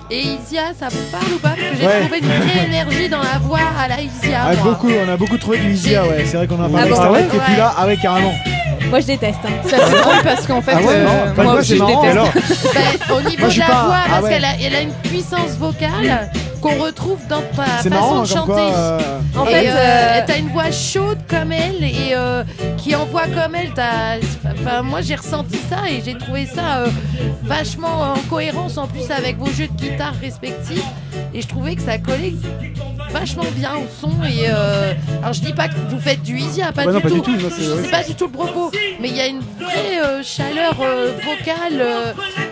[SPEAKER 1] Et Isia, ça vous parle ou pas Parce que j'ai
[SPEAKER 2] Ouais.
[SPEAKER 1] trouvé une vraie énergie dans la voix à la Isia.
[SPEAKER 2] Ah,
[SPEAKER 1] moi.
[SPEAKER 2] beaucoup, on a beaucoup trouvé du Isia, ouais. C'est vrai qu'on en a
[SPEAKER 1] Ah
[SPEAKER 2] parlé
[SPEAKER 1] bon
[SPEAKER 2] extra-
[SPEAKER 1] Ouais.
[SPEAKER 2] et puis là, ah ouais, carrément.
[SPEAKER 8] Moi je déteste. hein.
[SPEAKER 22] Ça c'est drôle parce qu'en fait,
[SPEAKER 2] Ah ouais,
[SPEAKER 22] euh,
[SPEAKER 2] non, pas
[SPEAKER 22] moi
[SPEAKER 2] de
[SPEAKER 22] aussi je
[SPEAKER 2] quoi, c'est marrant,
[SPEAKER 22] déteste.
[SPEAKER 2] alors.
[SPEAKER 1] Bah, au
[SPEAKER 2] Moi,
[SPEAKER 1] niveau
[SPEAKER 2] je
[SPEAKER 1] de
[SPEAKER 2] suis
[SPEAKER 1] la
[SPEAKER 2] pas-
[SPEAKER 1] voix,
[SPEAKER 2] ah
[SPEAKER 1] parce
[SPEAKER 2] ouais.
[SPEAKER 1] qu'elle a, elle a une puissance vocale qu'on retrouve dans ta
[SPEAKER 2] C'est
[SPEAKER 1] façon
[SPEAKER 2] marrant,
[SPEAKER 1] de
[SPEAKER 2] comme
[SPEAKER 1] chanter.
[SPEAKER 2] quoi, euh,
[SPEAKER 1] En
[SPEAKER 2] En
[SPEAKER 1] fait,
[SPEAKER 2] fait, euh,
[SPEAKER 1] t'as une voix chaude comme elle et euh, qui envoie comme elle. t'as- Enfin, moi, j'ai ressenti ça et j'ai trouvé ça euh, vachement en cohérence en plus avec vos jeux de guitare respectifs. Et je trouvais que ça collait vachement bien au son. Et euh, alors, je dis pas que vous faites du Isia, pas,
[SPEAKER 16] Bah
[SPEAKER 1] du,
[SPEAKER 16] non, pas
[SPEAKER 1] tout.
[SPEAKER 16] du tout, non, c'est-
[SPEAKER 1] Je-
[SPEAKER 16] ouais.
[SPEAKER 1] c'est pas du tout le propos, mais il y a une vraie euh, chaleur euh, vocale, euh,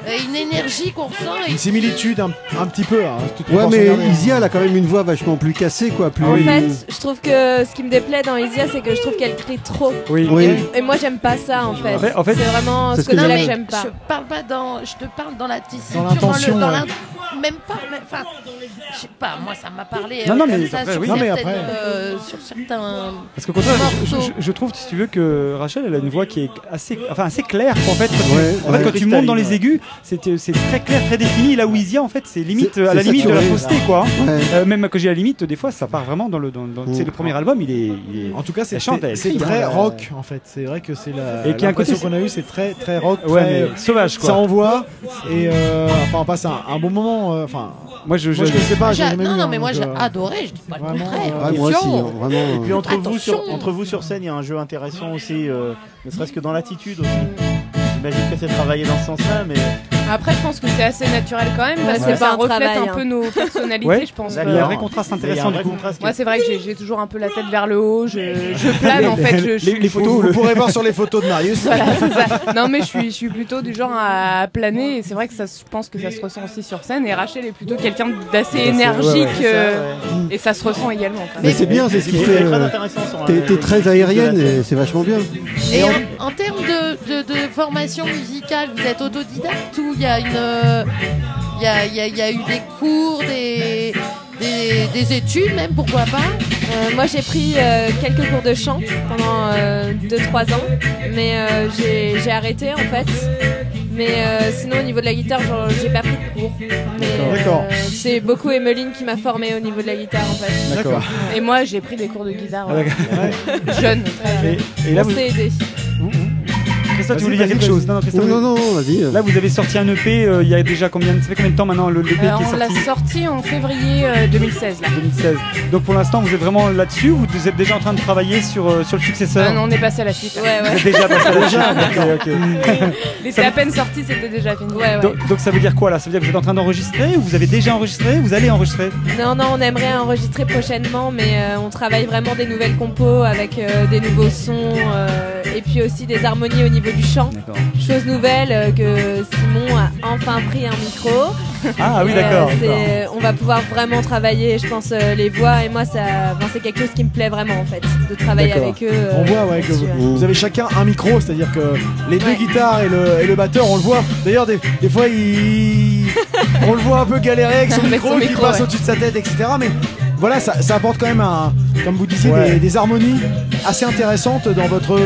[SPEAKER 1] et une énergie qu'on ressent. et-
[SPEAKER 2] Une similitude, un, un petit peu. hein, tout- tout
[SPEAKER 18] Ouais,
[SPEAKER 2] en
[SPEAKER 18] mais
[SPEAKER 2] s'emmerder, hein.
[SPEAKER 18] Isia, elle a quand même une voix vachement plus cassée, quoi. Plus...
[SPEAKER 8] En fait, je trouve que ce qui me déplaît dans Isia, c'est que je trouve qu'elle crie trop.
[SPEAKER 18] Oui.
[SPEAKER 8] Et-
[SPEAKER 18] Oui.
[SPEAKER 8] Et, moi j'aime pas ça en fait.
[SPEAKER 18] En fait- en fait,
[SPEAKER 8] c'est vraiment
[SPEAKER 18] c'est
[SPEAKER 8] ce
[SPEAKER 18] ce que
[SPEAKER 8] côté-là
[SPEAKER 18] j'aime.
[SPEAKER 8] que j'aime pas.
[SPEAKER 1] Je parle pas dans, je te parle dans la tessiture,
[SPEAKER 2] Dans l'intention,
[SPEAKER 1] le- dans
[SPEAKER 2] ouais.
[SPEAKER 1] l'in- même pas, mais- enfin, je sais pas. Moi, ça m'a parlé.
[SPEAKER 16] Non,
[SPEAKER 1] euh,
[SPEAKER 16] non,
[SPEAKER 1] comme
[SPEAKER 16] mais
[SPEAKER 1] ça,
[SPEAKER 16] après,
[SPEAKER 1] sur,
[SPEAKER 16] oui. Non, mais
[SPEAKER 1] certaines,
[SPEAKER 16] après-
[SPEAKER 1] euh, sur certains.
[SPEAKER 16] Parce qu'au contraire, je- je,
[SPEAKER 1] morceaux.
[SPEAKER 16] je- je trouve, si tu veux, que Rachel, elle a une voix qui est assez, enfin, assez claire. En fait, quand,
[SPEAKER 18] Ouais,
[SPEAKER 16] tu, en
[SPEAKER 18] ouais.
[SPEAKER 16] fait, quand tu
[SPEAKER 18] Cristalline,
[SPEAKER 16] montes dans les
[SPEAKER 18] ouais.
[SPEAKER 16] aigus, c'est euh, c'est très clair, très défini. Là où Isia, en fait, c'est limite
[SPEAKER 18] C'est-
[SPEAKER 16] euh, à la
[SPEAKER 18] c'est
[SPEAKER 16] limite de la
[SPEAKER 18] saturé,
[SPEAKER 16] fausseté,
[SPEAKER 18] là.
[SPEAKER 16] quoi. hein.
[SPEAKER 18] Ouais.
[SPEAKER 16] Euh, même quand j'ai la limite, des fois, ça part vraiment dans le. Dans, dans- tu sais, le premier album, il est. en tout cas,
[SPEAKER 2] C'est- c'est- C'est
[SPEAKER 16] hein.
[SPEAKER 2] très rock en fait. C'est vrai que c'est la
[SPEAKER 16] Et qui a un côté-
[SPEAKER 2] l'impression qu'on a eu, c'est très très rock,
[SPEAKER 16] Ouais,
[SPEAKER 2] très-
[SPEAKER 16] mais sauvage, quoi.
[SPEAKER 2] Ça envoie et euh, enfin on passe un, un bon moment. euh, Enfin,
[SPEAKER 16] moi je
[SPEAKER 2] moi, je connaissais pas. j'ai
[SPEAKER 1] J'ai-
[SPEAKER 2] jamais
[SPEAKER 1] non,
[SPEAKER 2] vu,
[SPEAKER 1] non,
[SPEAKER 2] hein,
[SPEAKER 1] mais moi,
[SPEAKER 2] donc,
[SPEAKER 1] j'ai
[SPEAKER 2] euh,
[SPEAKER 1] adoré. Je dis pas le contraire.
[SPEAKER 18] Ouais,
[SPEAKER 17] euh,
[SPEAKER 18] moi aussi, hein, vraiment.
[SPEAKER 16] euh.
[SPEAKER 17] Et puis entre vous, sur,
[SPEAKER 1] Attention.
[SPEAKER 17] entre vous sur scène, il y a un jeu intéressant aussi, euh, ne serait-ce que dans l'attitude aussi. J'imagine que c'est travaillé dans ce sens-là, mais.
[SPEAKER 22] Après, je pense que c'est assez naturel quand même parce
[SPEAKER 17] Ouais.
[SPEAKER 22] que ça
[SPEAKER 17] C'est pas un
[SPEAKER 22] reflète
[SPEAKER 17] travail,
[SPEAKER 22] un
[SPEAKER 17] hein.
[SPEAKER 22] peu nos personnalités,
[SPEAKER 17] Ouais.
[SPEAKER 22] je pense.
[SPEAKER 17] Il y a un
[SPEAKER 22] euh,
[SPEAKER 17] vrai contraste
[SPEAKER 22] il y a un
[SPEAKER 17] intéressant,
[SPEAKER 22] vrai
[SPEAKER 17] du coup.
[SPEAKER 22] contraste. Moi, c'est vrai que j'ai- j'ai toujours un peu la tête vers le haut, je, je plane en
[SPEAKER 2] les-
[SPEAKER 22] fait.
[SPEAKER 2] les-
[SPEAKER 22] je- je-
[SPEAKER 2] les photos, vous, pourrez voir sur les photos de Marius.
[SPEAKER 22] Voilà, c'est ça. Non, mais je suis, je suis plutôt du genre à planer et c'est vrai que ça, se- je pense que ça se ressent aussi sur scène. Et Rachel est plutôt quelqu'un d'assez
[SPEAKER 18] Ouais, ouais,
[SPEAKER 22] énergique
[SPEAKER 18] c'est ça,
[SPEAKER 22] euh, et ça se ressent également. quoi.
[SPEAKER 18] euh. Mais c'est bien, c'est ce qui fait. euh, T'es t'es très aérienne et c'est vachement bien.
[SPEAKER 1] Et en, en termes de, de- de formation musicale, vous êtes autodidacte ou il y a une, euh, il y a, il y a- il y a eu des cours, des, des, des études même, pourquoi pas
[SPEAKER 8] Euh, moi, j'ai pris euh, quelques cours de chant pendant 2-3 ans, mais euh, j'ai j'ai arrêté en fait. Mais euh, sinon, au niveau de la guitare, genre, j'ai pas pris de cours. Mais,
[SPEAKER 22] D'accord.
[SPEAKER 8] euh,
[SPEAKER 22] D'accord.
[SPEAKER 8] c'est beaucoup Emmeline qui m'a formée au niveau de la guitare en fait.
[SPEAKER 16] D'accord.
[SPEAKER 22] Et moi, j'ai pris des cours de guitare
[SPEAKER 16] Ah,
[SPEAKER 22] ouais.
[SPEAKER 16] d'accord.
[SPEAKER 22] jeune. très jeune.
[SPEAKER 16] Et là,
[SPEAKER 8] On
[SPEAKER 16] vous-
[SPEAKER 8] s'est aidés.
[SPEAKER 16] Christophe,
[SPEAKER 18] Vas-y,
[SPEAKER 16] tu voulais dire
[SPEAKER 18] vas-y,
[SPEAKER 16] quelque
[SPEAKER 18] vas-y.
[SPEAKER 16] chose Non, non, Christophe,
[SPEAKER 18] Oh, non,
[SPEAKER 16] vous-
[SPEAKER 18] non, non, vas-y.
[SPEAKER 16] Là, vous avez sorti un EP euh, il y a déjà combien, ça fait combien de temps maintenant le, le EP
[SPEAKER 22] Euh,
[SPEAKER 16] qui est
[SPEAKER 22] on l'a
[SPEAKER 16] sorti
[SPEAKER 22] sorti en février euh, 2016 là.
[SPEAKER 16] 2016. Donc pour l'instant, vous êtes vraiment là-dessus ou vous êtes déjà en train de travailler sur, euh, sur le successeur
[SPEAKER 22] Ah non, on est passé à la suite. Ouais,
[SPEAKER 16] Vous êtes déjà passé à la suite Ok, ok.
[SPEAKER 22] Il était à peine sorti, c'était déjà fini. Ouais, ouais.
[SPEAKER 16] Donc, donc ça veut dire quoi là Ça veut dire que vous êtes en train d'enregistrer ou vous avez déjà enregistré Vous allez enregistrer
[SPEAKER 8] Non, non, on aimerait enregistrer prochainement, mais euh, on travaille vraiment des nouvelles compos avec euh, des nouveaux sons euh, et puis aussi des harmonies au niveau du chant.
[SPEAKER 16] D'accord.
[SPEAKER 8] Chose nouvelle euh, que Simon a enfin pris un micro.
[SPEAKER 16] Ah, oui,
[SPEAKER 8] Et,
[SPEAKER 16] d'accord,
[SPEAKER 8] c'est- euh,
[SPEAKER 16] d'accord.
[SPEAKER 8] on va pouvoir vraiment travailler, je pense, euh, les voix et moi, ça, enfin, c'est quelque chose qui me plaît vraiment en fait, de travailler
[SPEAKER 2] D'accord.
[SPEAKER 8] avec eux. euh,
[SPEAKER 2] on voit ouais, que
[SPEAKER 8] là-dessus, ouais.
[SPEAKER 2] vous, vous avez chacun un micro, c'est-à-dire que les deux guitares et le, et le batteur, on le voit. D'ailleurs, des, des fois, il... on le voit un peu galérer avec son
[SPEAKER 8] Avec
[SPEAKER 2] micro,
[SPEAKER 8] son
[SPEAKER 2] qui
[SPEAKER 8] micro,
[SPEAKER 2] passe
[SPEAKER 8] ouais.
[SPEAKER 2] au-dessus de sa tête, etc. Mais voilà, ça, ça apporte quand même, un, comme vous disiez,
[SPEAKER 16] Ouais.
[SPEAKER 2] des, des harmonies assez intéressantes dans votre,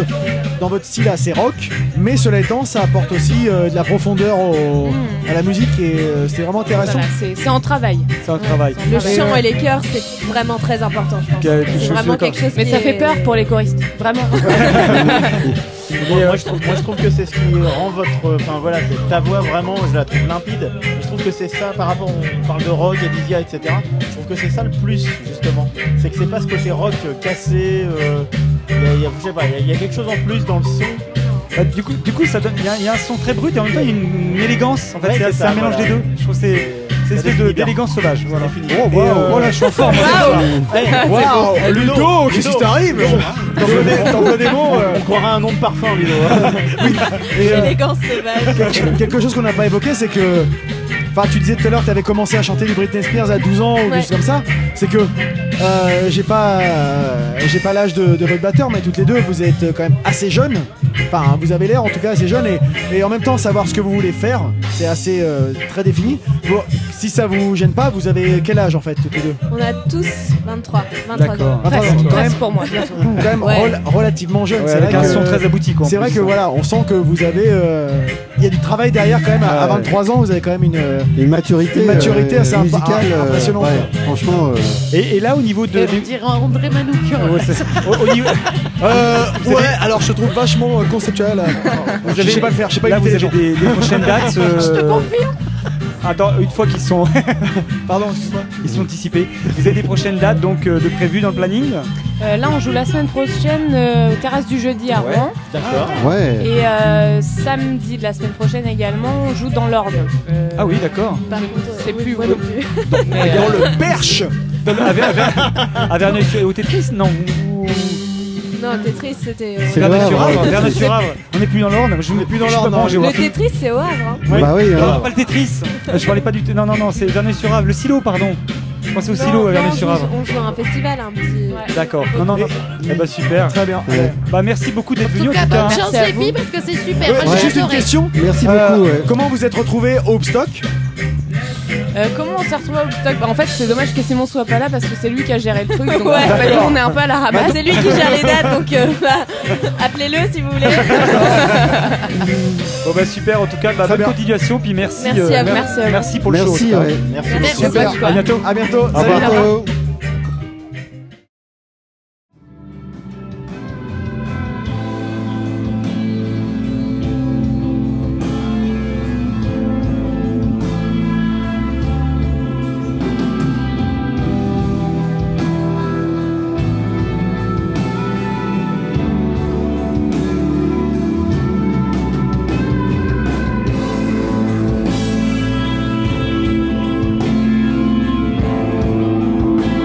[SPEAKER 2] dans votre style assez rock. Mais cela étant, ça apporte aussi euh, de la profondeur au-
[SPEAKER 8] Mm.
[SPEAKER 2] à la musique et euh, c'était vraiment intéressant.
[SPEAKER 22] Voilà, c'est c'est en travail.
[SPEAKER 16] C'est un travail.
[SPEAKER 8] Le chant et les chœurs, c'est vraiment très important, je pense.
[SPEAKER 16] Ok, je
[SPEAKER 8] C'est
[SPEAKER 16] suis
[SPEAKER 8] vraiment
[SPEAKER 16] d'accord.
[SPEAKER 8] quelque chose
[SPEAKER 22] Mais
[SPEAKER 8] qui
[SPEAKER 22] ça
[SPEAKER 8] est-
[SPEAKER 22] fait peur pour les choristes, vraiment.
[SPEAKER 17] euh, Moi, moi, je trouve, moi, je trouve que c'est ce qui rend votre. Enfin voilà, ta voix vraiment, je la trouve limpide. Je trouve que c'est ça par rapport. On parle de rock, Adivia, etc. Je trouve que c'est ça le plus, justement. C'est que c'est pas ce côté rock euh, cassé. euh, Il y a- il y a- je sais pas, il y a- il y a quelque chose en plus dans le son
[SPEAKER 16] Bah, du coup, du coup, ça donne. Il y, a- il y a un son très brut et en même temps il y a une, une élégance. En fait,
[SPEAKER 17] Ouais,
[SPEAKER 16] c'est
[SPEAKER 17] c'est
[SPEAKER 16] c'est
[SPEAKER 17] ça,
[SPEAKER 16] un mélange
[SPEAKER 17] voilà.
[SPEAKER 16] des deux. Je trouve que c'est c'est une espèce de- d'élégance sauvage. Voilà.
[SPEAKER 17] Oh,
[SPEAKER 16] Et,
[SPEAKER 17] waouh,
[SPEAKER 16] euh,
[SPEAKER 17] oh là, je suis en forme,
[SPEAKER 16] Waouh.
[SPEAKER 17] Hey, c'est bon. Eh, Ludo, Ludo,
[SPEAKER 2] qu'est-ce qui
[SPEAKER 17] Ludo.
[SPEAKER 2] t'arrive
[SPEAKER 17] Ludo.
[SPEAKER 2] T'en connais- T'en connais bon euh.
[SPEAKER 17] On croirait un nom de parfum, Ludo. hein.
[SPEAKER 2] Et, euh,
[SPEAKER 8] Élégance sauvage.
[SPEAKER 2] quelque, quelque chose qu'on n'a pas évoqué, c'est que. Enfin, tu disais tout à l'heure que tu avais commencé à chanter du Britney Spears à 12 ans ou quelque chose comme ça. C'est que euh, j'ai pas, euh, j'ai pas l'âge de, de votre batteur, mais toutes les deux, vous êtes quand même assez jeunes. Enfin, vous avez l'air en tout cas assez jeunes et, et en même temps savoir ce que vous voulez faire, c'est assez euh, très défini. Bon, si ça vous gêne pas, vous avez quel âge en fait toutes les deux
[SPEAKER 8] euh, On a tous 23. 23
[SPEAKER 2] D'accord.
[SPEAKER 8] ans.
[SPEAKER 2] Enfin,
[SPEAKER 8] Presque,
[SPEAKER 2] quand
[SPEAKER 8] presque
[SPEAKER 2] même-
[SPEAKER 8] pour moi, bientôt.
[SPEAKER 2] Quand même
[SPEAKER 8] Ouais.
[SPEAKER 2] rel- relativement jeune.
[SPEAKER 16] Ouais,
[SPEAKER 2] c'est
[SPEAKER 16] avec
[SPEAKER 2] vrai
[SPEAKER 16] un
[SPEAKER 2] que-
[SPEAKER 16] son très abouti, quoi, en
[SPEAKER 2] C'est vrai
[SPEAKER 16] plus.
[SPEAKER 2] que voilà, on sent que vous avez. euh, Il y a du travail derrière quand même. à- à
[SPEAKER 18] Ouais.
[SPEAKER 2] 23 ans, vous avez quand même une. euh,
[SPEAKER 18] Une maturité,
[SPEAKER 2] Une maturité
[SPEAKER 18] euh,
[SPEAKER 2] assez imp-
[SPEAKER 18] musicale,
[SPEAKER 2] ah,
[SPEAKER 18] euh,
[SPEAKER 2] impressionnante.
[SPEAKER 18] ouais, franchement. euh,
[SPEAKER 16] Et, et là, au niveau de.
[SPEAKER 1] On dirait André Manoukian.
[SPEAKER 16] Ouais, c'est- au- au niveau-
[SPEAKER 2] Euh, ouais, alors je trouve vachement euh, conceptuel. euh,
[SPEAKER 16] Vous
[SPEAKER 2] je
[SPEAKER 16] avez-
[SPEAKER 2] sais pas le faire, je sais pas
[SPEAKER 16] Là, vous
[SPEAKER 2] imiter les
[SPEAKER 16] avez
[SPEAKER 2] gens.
[SPEAKER 16] des, des prochaines dates. euh,
[SPEAKER 2] Je te
[SPEAKER 16] Attends, une fois qu'ils sont. Pardon, Ils sont dissipés. Vous avez des prochaines dates donc euh, de prévues dans le planning
[SPEAKER 22] Euh, là, on joue la semaine prochaine euh, au Terrasse du Jeudi à
[SPEAKER 16] Ouais,
[SPEAKER 22] Rouen.
[SPEAKER 16] d'accord. Ouais.
[SPEAKER 22] Et euh, samedi de la semaine prochaine également, on joue dans l'Orne. Euh,
[SPEAKER 16] Ah oui, d'accord.
[SPEAKER 22] je sais plus où.
[SPEAKER 2] Dans
[SPEAKER 1] euh,
[SPEAKER 2] le perche
[SPEAKER 16] À Ver- à Ver- à Verneuil-sur- au Tetris Non. ou-
[SPEAKER 8] Non, Tetris, c'était.
[SPEAKER 16] C'est Verneuil-sur-Avre. Verneuil-sur-Avre. On n'est plus dans l'Orne. Je n'est plus
[SPEAKER 2] dans hein. l'Orne, non,
[SPEAKER 8] Le Tetris, c'est au Havre. hein.
[SPEAKER 18] Bah oui,
[SPEAKER 16] Non,
[SPEAKER 18] hein.
[SPEAKER 16] pas le Tetris. Je parlais pas du. t- Non, non, non, c'est Verneuil-sur-Avre. Le silo, pardon. Je pensais au silo à
[SPEAKER 8] Non, on joue-
[SPEAKER 16] Verneuil-sur-Avre.
[SPEAKER 8] On joue à un festival, hein, un petit.
[SPEAKER 16] D'accord. Non, non, non. Eh bah super. Très bien. Bah merci beaucoup d'être venu.
[SPEAKER 1] En tout cas, bonne chance
[SPEAKER 16] hein.
[SPEAKER 1] les filles parce que c'est super.
[SPEAKER 2] Ouais,
[SPEAKER 1] Moi, j'ai
[SPEAKER 2] J'ai juste une
[SPEAKER 1] adoré.
[SPEAKER 2] question.
[SPEAKER 18] Merci
[SPEAKER 16] Euh,
[SPEAKER 2] beaucoup. Comment vous êtes retrouvés au Obstock
[SPEAKER 22] Euh, comment on s'est retrouvé au Woodstock Bah, En fait, c'est dommage que Simon soit pas là parce que c'est lui qui a géré le truc. Donc,
[SPEAKER 8] Ouais.
[SPEAKER 22] en fait, nous, on est un peu à la
[SPEAKER 8] Bah,
[SPEAKER 22] ramasse.
[SPEAKER 8] c'est lui qui gère les dates, donc euh, bah, appelez-le si vous voulez.
[SPEAKER 16] Bon bah super. En tout cas, bah, bonne continuation. Puis merci.
[SPEAKER 8] Merci à vous.
[SPEAKER 16] mer-
[SPEAKER 8] Merci à vous.
[SPEAKER 16] Merci pour le show.
[SPEAKER 18] euh, Merci,
[SPEAKER 16] en tout cas.
[SPEAKER 18] ouais.
[SPEAKER 17] Merci
[SPEAKER 18] Merci
[SPEAKER 16] beaucoup.
[SPEAKER 18] beaucoup.
[SPEAKER 16] Super. À bientôt.
[SPEAKER 2] À bientôt.
[SPEAKER 18] Au
[SPEAKER 2] Salut.
[SPEAKER 18] revoir.
[SPEAKER 38] Thank